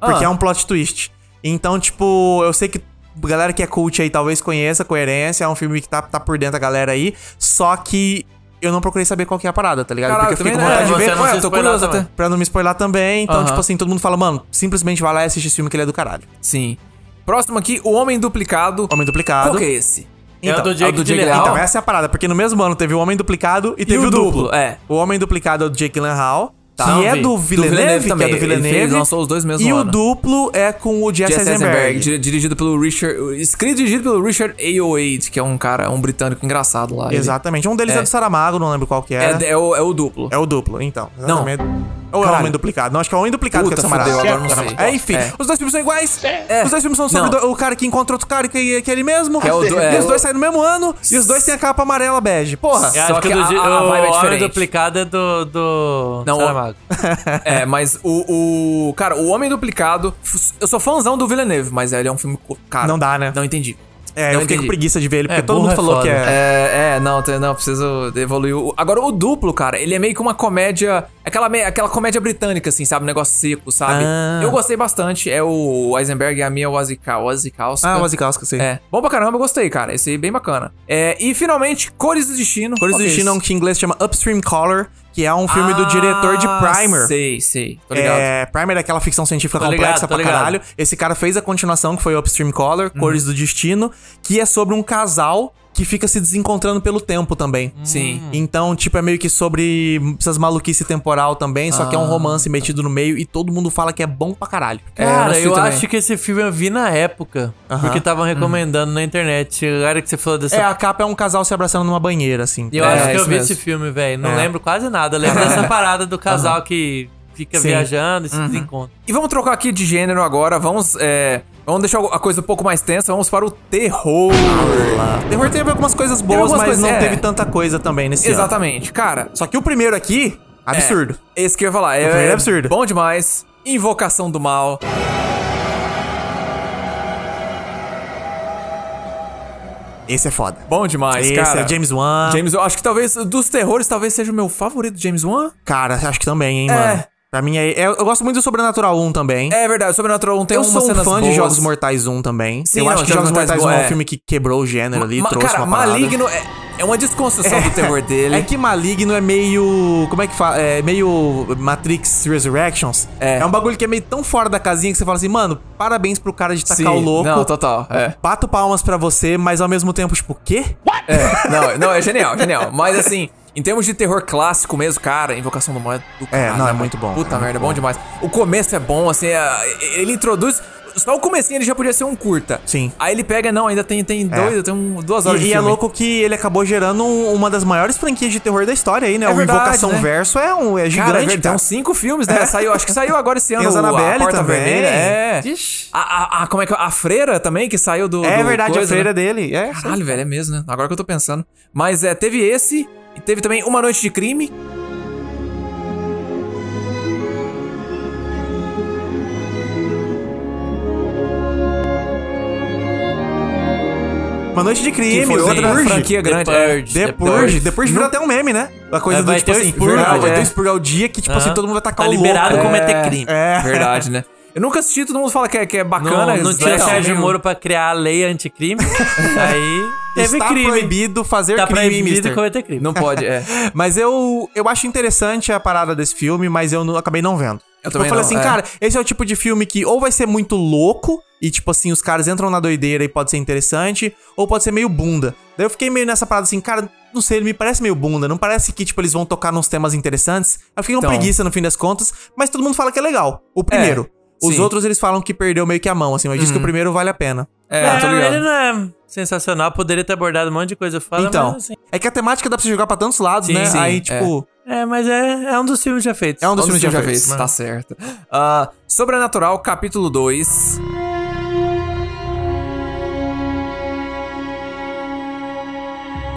[SPEAKER 2] Porque
[SPEAKER 4] Ah.
[SPEAKER 2] é um plot twist. Então, tipo, eu sei que a galera que é cult aí talvez conheça Coerência, é um filme que tá, tá por dentro da galera aí, só que eu não procurei saber qual que é a parada, tá ligado?
[SPEAKER 4] Caralho,
[SPEAKER 2] Porque eu fiquei
[SPEAKER 4] também
[SPEAKER 2] com
[SPEAKER 4] não.
[SPEAKER 2] vontade de
[SPEAKER 4] É,
[SPEAKER 2] ver.
[SPEAKER 4] você
[SPEAKER 3] não
[SPEAKER 2] Ué,
[SPEAKER 3] se
[SPEAKER 2] eu tô
[SPEAKER 3] spoiler
[SPEAKER 2] curioso
[SPEAKER 3] também.
[SPEAKER 2] até. Pra não me spoiler também. Então,
[SPEAKER 4] Aham.
[SPEAKER 2] tipo assim, todo mundo fala, mano, simplesmente vai lá e assiste esse filme que ele é do caralho.
[SPEAKER 4] Sim. Próximo aqui, O Homem Duplicado.
[SPEAKER 2] Homem Duplicado.
[SPEAKER 4] Qual que é esse?
[SPEAKER 3] É o do
[SPEAKER 4] é o do
[SPEAKER 3] Jake
[SPEAKER 4] Jake
[SPEAKER 3] Gyllenhaal.
[SPEAKER 2] Então, essa é a parada, porque no mesmo ano teve o Homem Duplicado e teve
[SPEAKER 4] o
[SPEAKER 2] o duplo.
[SPEAKER 4] duplo, é.
[SPEAKER 2] O Homem Duplicado é o do Jake Gyllenhaal,
[SPEAKER 4] Tá,
[SPEAKER 2] que
[SPEAKER 4] eu
[SPEAKER 2] é
[SPEAKER 4] vi.
[SPEAKER 2] do
[SPEAKER 4] Do
[SPEAKER 2] Villeneuve, que
[SPEAKER 4] Villeneuve
[SPEAKER 2] é
[SPEAKER 4] também,
[SPEAKER 2] do
[SPEAKER 4] ele
[SPEAKER 2] Villeneuve.
[SPEAKER 4] fez, lançou os dois no mesmo
[SPEAKER 2] E
[SPEAKER 4] ano.
[SPEAKER 2] o duplo é com o Jesse,
[SPEAKER 4] Jesse Eisenberg,
[SPEAKER 2] Eisenberg.
[SPEAKER 4] dir- dirigido pelo Richard... Escrito e dirigido pelo Richard A.O.H., que é um cara, um britânico engraçado lá. ele-
[SPEAKER 2] Exatamente. Um deles é,
[SPEAKER 4] É.
[SPEAKER 2] do Saramago, não lembro qual que era.
[SPEAKER 4] É, é o, é o duplo.
[SPEAKER 2] É o duplo, então.
[SPEAKER 4] Não.
[SPEAKER 2] Exatamente. Ou é o
[SPEAKER 4] Caralho.
[SPEAKER 2] Homem Duplicado. Não, acho que é o Homem Duplicado
[SPEAKER 4] Puta,
[SPEAKER 2] que é
[SPEAKER 4] fudeu,
[SPEAKER 2] Samará.
[SPEAKER 4] agora não sei.
[SPEAKER 2] É, enfim.
[SPEAKER 4] É.
[SPEAKER 2] Os dois filmes são iguais. Os dois filmes são sobre
[SPEAKER 4] Não.
[SPEAKER 2] do- o cara que encontra outro cara que, que é ele mesmo.
[SPEAKER 4] Que é o do-
[SPEAKER 2] e
[SPEAKER 4] é.
[SPEAKER 2] os dois saem no mesmo ano. E os dois têm a capa amarela bege. Porra.
[SPEAKER 3] Eu
[SPEAKER 4] Só
[SPEAKER 3] acho que,
[SPEAKER 4] que
[SPEAKER 3] o do
[SPEAKER 4] a-
[SPEAKER 3] Di-
[SPEAKER 4] a- a
[SPEAKER 3] o
[SPEAKER 4] vibe é
[SPEAKER 3] Homem
[SPEAKER 4] diferente.
[SPEAKER 3] Duplicado é do, do
[SPEAKER 4] Não, o-
[SPEAKER 3] Saramago.
[SPEAKER 4] É, mas o, o- Cara, o Homem Duplicado. f- Eu sou fãzão do Villeneuve, mas ele é um filme. co- Cara,
[SPEAKER 2] Não dá, né?
[SPEAKER 4] Não entendi.
[SPEAKER 2] É,
[SPEAKER 4] Não
[SPEAKER 2] eu fiquei com
[SPEAKER 4] entendi.
[SPEAKER 2] preguiça de ver ele, porque
[SPEAKER 3] É,
[SPEAKER 2] todo mundo
[SPEAKER 3] burro é
[SPEAKER 2] falou
[SPEAKER 3] foda.
[SPEAKER 2] que é.
[SPEAKER 4] É, é, não, tem- não, preciso evoluir. o- Agora, o duplo, cara, ele é meio que uma comédia. Aquela, me- aquela comédia britânica, assim, sabe? Um negócio seco, sabe?
[SPEAKER 2] Ah.
[SPEAKER 4] Eu gostei bastante. É o Eisenberg e a Mia Wasikowska. Wasikowska.
[SPEAKER 2] Ah, o Azikowska, sim.
[SPEAKER 4] É. Bom pra caramba, eu gostei, cara. Esse aí bem bacana. É, e finalmente, Cores do Destino.
[SPEAKER 2] Cores do
[SPEAKER 4] Ok,
[SPEAKER 2] Destino é um que em inglês chama Upstream Color, que é um filme do
[SPEAKER 4] Ah,
[SPEAKER 2] diretor de Primer.
[SPEAKER 4] Sei, sei. Tô tá ligado. Tá
[SPEAKER 2] É, Primer é aquela ficção científica
[SPEAKER 3] Tô
[SPEAKER 2] complexa
[SPEAKER 3] ligado, tô
[SPEAKER 2] pra
[SPEAKER 3] ligado.
[SPEAKER 2] caralho. Esse cara fez a continuação, que foi Upstream Color,
[SPEAKER 4] Uhum.
[SPEAKER 2] Cores do Destino, que é sobre um casal que fica se desencontrando pelo tempo também.
[SPEAKER 4] Hum. Sim.
[SPEAKER 2] Então, tipo, é meio que sobre essas maluquice temporal também, só que é um romance metido no meio e todo mundo fala que é bom pra caralho.
[SPEAKER 4] Ah, tá. eu não
[SPEAKER 3] Cara,
[SPEAKER 4] sei
[SPEAKER 3] eu,
[SPEAKER 4] também. Uhum.
[SPEAKER 3] acho que esse filme eu vi na época,
[SPEAKER 2] Aham.
[SPEAKER 3] porque estavam recomendando na internet. Agora que você falou dessa.
[SPEAKER 2] É, a capa é um casal se abraçando numa banheira, assim.
[SPEAKER 3] eu
[SPEAKER 4] é,
[SPEAKER 3] acho que eu
[SPEAKER 4] isso
[SPEAKER 3] vi
[SPEAKER 4] mesmo.
[SPEAKER 3] esse filme, velho.
[SPEAKER 2] É.
[SPEAKER 3] Não lembro quase nada. Lembro
[SPEAKER 2] *laughs*
[SPEAKER 3] dessa parada do casal que fica
[SPEAKER 2] Sim. Uhum.
[SPEAKER 3] viajando e se desencontra.
[SPEAKER 4] E vamos trocar aqui de gênero agora, vamos. é, vamos deixar a coisa um pouco mais tensa, vamos para o terror.
[SPEAKER 2] Terror teve algumas coisas
[SPEAKER 4] Teve
[SPEAKER 2] boas,
[SPEAKER 4] algumas
[SPEAKER 2] mas
[SPEAKER 4] coisas-
[SPEAKER 2] não
[SPEAKER 4] é.
[SPEAKER 2] teve tanta coisa também nesse ano.
[SPEAKER 4] Exatamente. Cara,
[SPEAKER 2] Só que o primeiro aqui, absurdo.
[SPEAKER 4] é, esse que eu ia falar. É,
[SPEAKER 2] primeiro é absurdo.
[SPEAKER 4] Bom demais. Invocação do mal.
[SPEAKER 2] Esse é foda.
[SPEAKER 4] Bom demais,
[SPEAKER 2] Esse
[SPEAKER 4] cara.
[SPEAKER 2] é James Wan.
[SPEAKER 4] James Wan. Acho que talvez dos terrores, talvez seja o meu favorito James Wan.
[SPEAKER 2] Cara, acho que também, hein,
[SPEAKER 4] É.
[SPEAKER 2] mano. Pra mim é, é- Eu gosto muito do Sobrenatural 1 também.
[SPEAKER 4] É verdade, Sobrenatural 1 tem
[SPEAKER 2] eu
[SPEAKER 4] uma
[SPEAKER 2] sou um
[SPEAKER 4] cenas
[SPEAKER 2] fã
[SPEAKER 4] boas.
[SPEAKER 2] de Jogos Mortais 1 também.
[SPEAKER 4] Sim,
[SPEAKER 2] eu
[SPEAKER 4] não,
[SPEAKER 2] acho que Jogos
[SPEAKER 4] Jogos
[SPEAKER 2] Mortais
[SPEAKER 4] Mortais
[SPEAKER 2] 1 é
[SPEAKER 4] é.
[SPEAKER 2] um filme que quebrou o gênero ali,
[SPEAKER 4] Ma-
[SPEAKER 2] trouxe
[SPEAKER 4] cara,
[SPEAKER 2] uma parada.
[SPEAKER 4] Maligno é, é uma desconstrução do terror dele.
[SPEAKER 2] *laughs* É que Maligno é meio. Como é que fala? É meio Matrix Resurrections.
[SPEAKER 4] É.
[SPEAKER 2] um bagulho que é meio tão fora da casinha que você fala assim, mano, parabéns pro cara de tacar
[SPEAKER 4] Sim,
[SPEAKER 2] o louco.
[SPEAKER 4] Não, total. É.
[SPEAKER 2] Bato palmas pra você, mas ao mesmo tempo, tipo, o quê?
[SPEAKER 4] É, não, não, é genial, genial. Mas assim, em termos de terror clássico mesmo, cara, Invocação do Mal é do caralho,
[SPEAKER 2] não, é
[SPEAKER 4] mano.
[SPEAKER 2] muito bom,
[SPEAKER 4] Puta
[SPEAKER 2] é
[SPEAKER 4] merda, é bom. demais. O começo é bom, assim, é- ele introduz. Só o comecinho ele já podia ser um curta.
[SPEAKER 2] Sim. É.
[SPEAKER 4] Aí ele pega, não, ainda tem, tem dois, tem um, duas horas
[SPEAKER 2] E,
[SPEAKER 4] de
[SPEAKER 2] e é
[SPEAKER 4] filme.
[SPEAKER 2] louco que ele acabou gerando um- uma das maiores franquias de terror da história aí, né?
[SPEAKER 4] É
[SPEAKER 2] o
[SPEAKER 4] verdade,
[SPEAKER 2] Invocação
[SPEAKER 4] né?
[SPEAKER 2] Verso é, um, é
[SPEAKER 4] Cara, é
[SPEAKER 2] gigante.
[SPEAKER 4] verdade, tem
[SPEAKER 2] cara.
[SPEAKER 4] uns cinco filmes, né? Saiu, acho que saiu agora
[SPEAKER 2] *laughs*
[SPEAKER 4] esse ano.
[SPEAKER 2] Tem os
[SPEAKER 4] o-
[SPEAKER 2] Annabelle
[SPEAKER 4] a Porta
[SPEAKER 2] também.
[SPEAKER 4] Vermelha, é.
[SPEAKER 3] Ixi.
[SPEAKER 4] A, a- a- como é que é? A Freira também, que saiu do.
[SPEAKER 2] É
[SPEAKER 4] do
[SPEAKER 2] verdade,
[SPEAKER 4] coisa,
[SPEAKER 2] a freira
[SPEAKER 4] né?
[SPEAKER 2] dele. É.
[SPEAKER 4] Caralho, velho, é mesmo, né? Agora que eu tô pensando. Mas é, teve esse, e teve também Uma Noite de Crime,
[SPEAKER 2] Uma noite de crime,
[SPEAKER 4] que foi outra
[SPEAKER 2] Purge.
[SPEAKER 4] franquia grande.
[SPEAKER 3] The
[SPEAKER 4] é.
[SPEAKER 3] Purge.
[SPEAKER 2] The
[SPEAKER 3] The
[SPEAKER 2] Purge.
[SPEAKER 3] Purge.
[SPEAKER 2] The Purge virou até um meme, né? A coisa
[SPEAKER 3] É,
[SPEAKER 2] do
[SPEAKER 3] vai
[SPEAKER 2] tipo
[SPEAKER 3] ter o
[SPEAKER 2] assim,
[SPEAKER 3] Expurgo,
[SPEAKER 2] verdade, vai
[SPEAKER 4] é.
[SPEAKER 2] ter o expurgo ao dia que, tipo assim, todo mundo vai tacar
[SPEAKER 3] Tá
[SPEAKER 2] o louco.
[SPEAKER 3] liberado
[SPEAKER 2] é.
[SPEAKER 3] cometer crime.
[SPEAKER 2] É.
[SPEAKER 4] Verdade, né? Eu nunca assisti, todo mundo fala que é, que
[SPEAKER 3] *laughs*
[SPEAKER 4] é
[SPEAKER 3] Não,
[SPEAKER 4] bacana.
[SPEAKER 3] não
[SPEAKER 4] esse
[SPEAKER 3] tinha
[SPEAKER 4] legal.
[SPEAKER 3] Sérgio Moro pra criar a lei
[SPEAKER 2] *laughs*
[SPEAKER 3] anticrime. aí teve
[SPEAKER 2] Está
[SPEAKER 3] crime.
[SPEAKER 2] proibido fazer
[SPEAKER 3] Tá
[SPEAKER 2] crime,
[SPEAKER 3] proibido
[SPEAKER 2] mister.
[SPEAKER 3] cometer crime. *laughs*
[SPEAKER 4] Não pode, é.
[SPEAKER 2] Mas eu, eu acho interessante a parada desse filme, mas eu não- acabei não vendo. Eu, tipo, eu falei assim,
[SPEAKER 4] é.
[SPEAKER 2] cara, esse é o tipo de filme que ou vai ser muito louco, e tipo assim, os caras entram na doideira e pode ser interessante, ou pode ser meio bunda. Daí eu fiquei meio nessa parada assim, cara, não sei, ele me parece meio bunda, não parece que, tipo, eles vão tocar nos temas interessantes. Eu fiquei com
[SPEAKER 4] Então.
[SPEAKER 2] preguiça no fim das contas, mas todo mundo fala que é legal. O primeiro. Os
[SPEAKER 4] É, sim. Uhum.
[SPEAKER 2] outros eles falam que perdeu meio que a mão, assim, mas diz que o primeiro vale a pena.
[SPEAKER 4] É,
[SPEAKER 3] É,
[SPEAKER 4] tô ligado.
[SPEAKER 3] ele não é sensacional, poderia ter abordado um monte de coisa fora,
[SPEAKER 2] então,
[SPEAKER 3] mas assim.
[SPEAKER 2] é que a temática dá pra você jogar pra tantos lados,
[SPEAKER 4] Sim,
[SPEAKER 2] né?
[SPEAKER 4] sim,
[SPEAKER 2] Aí, tipo,
[SPEAKER 3] É, mas é, é um dos filmes já feitos.
[SPEAKER 2] é, um dos filmes
[SPEAKER 4] Todos que eu
[SPEAKER 2] já
[SPEAKER 4] já
[SPEAKER 2] feitos.
[SPEAKER 4] fez,
[SPEAKER 2] né?
[SPEAKER 4] tá certo. Ah, Sobrenatural, capítulo 2.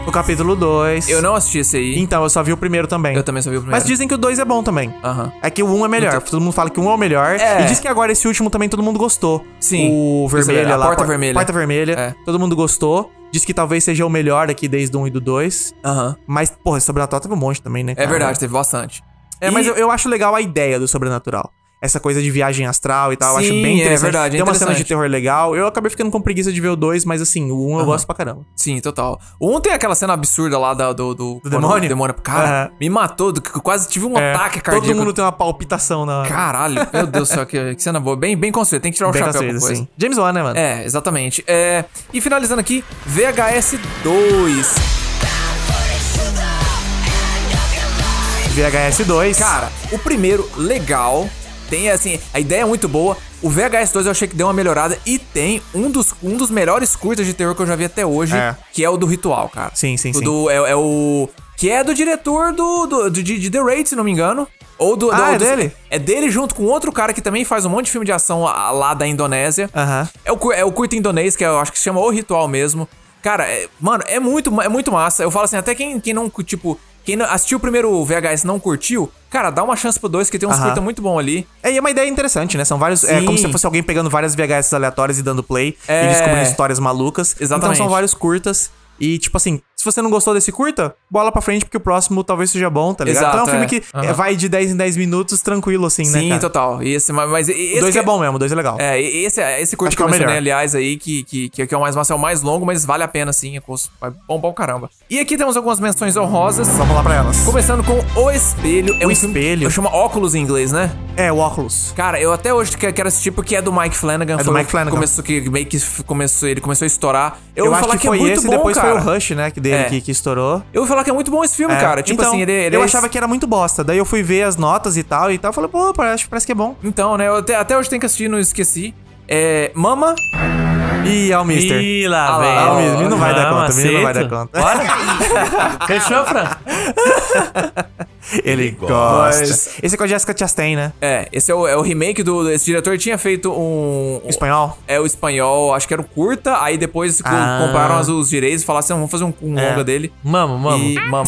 [SPEAKER 2] O capítulo 2.
[SPEAKER 4] É. Eu não assisti esse aí.
[SPEAKER 2] Então, eu só vi o primeiro também.
[SPEAKER 4] Eu também só vi o primeiro.
[SPEAKER 2] Mas dizem que o 2 é bom também.
[SPEAKER 4] Aham. Então-
[SPEAKER 2] É que o 1 um é melhor. Todo mundo fala que o 1 um é o melhor.
[SPEAKER 4] É.
[SPEAKER 2] E diz que agora esse último também todo mundo gostou.
[SPEAKER 4] Sim.
[SPEAKER 2] O
[SPEAKER 4] Isso
[SPEAKER 2] vermelho
[SPEAKER 4] mesmo, a
[SPEAKER 2] lá.
[SPEAKER 4] Porta
[SPEAKER 2] por-
[SPEAKER 4] Vermelha.
[SPEAKER 2] Porta Vermelha.
[SPEAKER 4] É.
[SPEAKER 2] Todo mundo gostou. Diz que talvez seja o melhor aqui desde o 1 e do 2.
[SPEAKER 4] Aham.
[SPEAKER 2] Mas, porra, Sobrenatural teve um monte também, né?
[SPEAKER 4] É
[SPEAKER 2] cara?
[SPEAKER 4] verdade, teve bastante.
[SPEAKER 2] É, mas eu, eu acho legal a ideia do Sobrenatural. Essa coisa de viagem astral e tal, eu acho
[SPEAKER 4] Sim,
[SPEAKER 2] bem
[SPEAKER 4] é
[SPEAKER 2] interessante.
[SPEAKER 4] verdade, é
[SPEAKER 2] Tem uma cena de
[SPEAKER 4] interessante.
[SPEAKER 2] terror legal. Eu acabei ficando com preguiça de ver o 2, mas assim, o 1 um eu gosto pra caramba.
[SPEAKER 4] Sim, total. O Um tem aquela cena absurda lá da- do, do, quando
[SPEAKER 2] demônio?
[SPEAKER 4] o demônio. Cara,
[SPEAKER 2] Aham.
[SPEAKER 4] me matou. do- que eu Quase tive um
[SPEAKER 2] É,
[SPEAKER 4] ataque cardíaco.
[SPEAKER 2] Todo mundo tem uma palpitação na.
[SPEAKER 4] Caralho, meu Deus do céu, que, que cena boa. Bem, bem construída, tem que tirar é o
[SPEAKER 2] Bem
[SPEAKER 4] chapéu
[SPEAKER 2] construída,
[SPEAKER 4] pra coisa.
[SPEAKER 2] assim. James Wan, né, mano?
[SPEAKER 4] É, exatamente. É, e finalizando aqui, VHS 2.
[SPEAKER 2] VHS 2.
[SPEAKER 4] É. Cara, o primeiro, legal. Tem, assim, a ideia é muito boa. O VHS 2 eu achei que deu uma melhorada. E tem um dos, um dos melhores curtas de terror que eu já vi até hoje,
[SPEAKER 2] É.
[SPEAKER 4] que é o do Ritual, cara.
[SPEAKER 2] Sim, sim,
[SPEAKER 4] O
[SPEAKER 2] sim.
[SPEAKER 4] do- é, é o... Que é do diretor do, do, de- de, de The Raid, se não me engano. Ou do...
[SPEAKER 2] Ah,
[SPEAKER 4] do-
[SPEAKER 2] é
[SPEAKER 4] do-
[SPEAKER 2] dele?
[SPEAKER 4] É dele junto com outro cara que também faz um monte de filme de ação a- lá da Indonésia.
[SPEAKER 2] Aham.
[SPEAKER 4] É o, cur- é o curto indonês, que eu acho que se chama O Ritual mesmo. Cara, é- mano, é muito, ma- é muito massa. Eu falo assim, até quem, quem não, cu- tipo, quem não assistiu o primeiro VHS e não curtiu, cara, dá uma chance pro dois, que tem uns
[SPEAKER 2] Aham.
[SPEAKER 4] curta muito bom ali.
[SPEAKER 2] É, e é uma ideia interessante, né? São vários. É
[SPEAKER 4] Sim.
[SPEAKER 2] como se fosse alguém pegando várias VHS aleatórias e dando play e
[SPEAKER 4] É.
[SPEAKER 2] descobrindo histórias malucas. Então
[SPEAKER 4] Exatamente.
[SPEAKER 2] são vários curtas. E, tipo assim, se você não gostou desse curta, bola pra frente, porque o próximo talvez seja bom, tá ligado?
[SPEAKER 4] Exato,
[SPEAKER 2] então é um
[SPEAKER 4] é.
[SPEAKER 2] filme que
[SPEAKER 4] Aham.
[SPEAKER 2] é, vai de 10 em 10 minutos, tranquilo, assim, né?
[SPEAKER 4] Sim,
[SPEAKER 2] cara?
[SPEAKER 4] total. E esse, mas- mas e- e
[SPEAKER 2] O
[SPEAKER 4] esse
[SPEAKER 2] dois
[SPEAKER 4] que
[SPEAKER 2] é bom mesmo, o dois é legal.
[SPEAKER 4] É, e- esse, esse curto
[SPEAKER 2] Acho
[SPEAKER 4] que,
[SPEAKER 2] que é
[SPEAKER 4] eu
[SPEAKER 2] o
[SPEAKER 4] mencionei,
[SPEAKER 2] melhor.
[SPEAKER 4] aliás, aí, que, que, que, que é o mais massa, é o mais longo, mas vale a pena, sim. É cons- vai bombar o caramba. E aqui temos algumas menções honrosas.
[SPEAKER 2] Vamos lá pra elas.
[SPEAKER 4] Começando com O Espelho. É
[SPEAKER 2] O
[SPEAKER 4] um filme-
[SPEAKER 2] Espelho.
[SPEAKER 4] Chama óculos em inglês, né?
[SPEAKER 2] É, o óculos.
[SPEAKER 4] Cara, eu até hoje que- quero assistir porque é do Mike Flanagan.
[SPEAKER 2] do
[SPEAKER 4] foi o
[SPEAKER 2] Mike Flanagan.
[SPEAKER 4] Começou, que meio que f- começou, ele começou a estourar. Eu, vou
[SPEAKER 2] acho
[SPEAKER 4] falar
[SPEAKER 2] que
[SPEAKER 4] que,
[SPEAKER 2] foi
[SPEAKER 4] é muito
[SPEAKER 2] esse
[SPEAKER 4] bom,
[SPEAKER 2] e depois
[SPEAKER 4] cara.
[SPEAKER 2] foi o Rush, né? Que dele
[SPEAKER 4] É.
[SPEAKER 2] que, que estourou.
[SPEAKER 4] Eu vou falar que é muito bom esse filme,
[SPEAKER 2] É,
[SPEAKER 4] cara. Tipo assim, ele, ele
[SPEAKER 2] eu
[SPEAKER 4] é
[SPEAKER 2] achava que era muito bosta. Daí eu fui ver as notas e tal e tal. Eu falei, pô, parece, parece que é bom.
[SPEAKER 4] Então, né? eu até, até hoje tenho que assistir, não esqueci. É. Mama.
[SPEAKER 2] Ih, é o Mister.
[SPEAKER 3] Ih, lá,
[SPEAKER 4] Ah,
[SPEAKER 3] velho.
[SPEAKER 4] lá,
[SPEAKER 2] ó, menino não vai dar conta, menino não vai dar conta. *laughs*
[SPEAKER 3] Bora? Fechou, Fran?
[SPEAKER 2] Ele gosta. Esse é com a Jessica Chastain, né?
[SPEAKER 4] É, esse é o, é o remake do. Esse diretor tinha feito um. um-
[SPEAKER 2] Espanhol.
[SPEAKER 4] é o espanhol, acho que era o curta, aí depois co-
[SPEAKER 2] Ah.
[SPEAKER 4] compraram as- os direitos e falaram assim: "Não, vamos fazer um, um
[SPEAKER 2] É.
[SPEAKER 4] longa dele.
[SPEAKER 3] Mamo, mamo.
[SPEAKER 4] E *laughs* mama.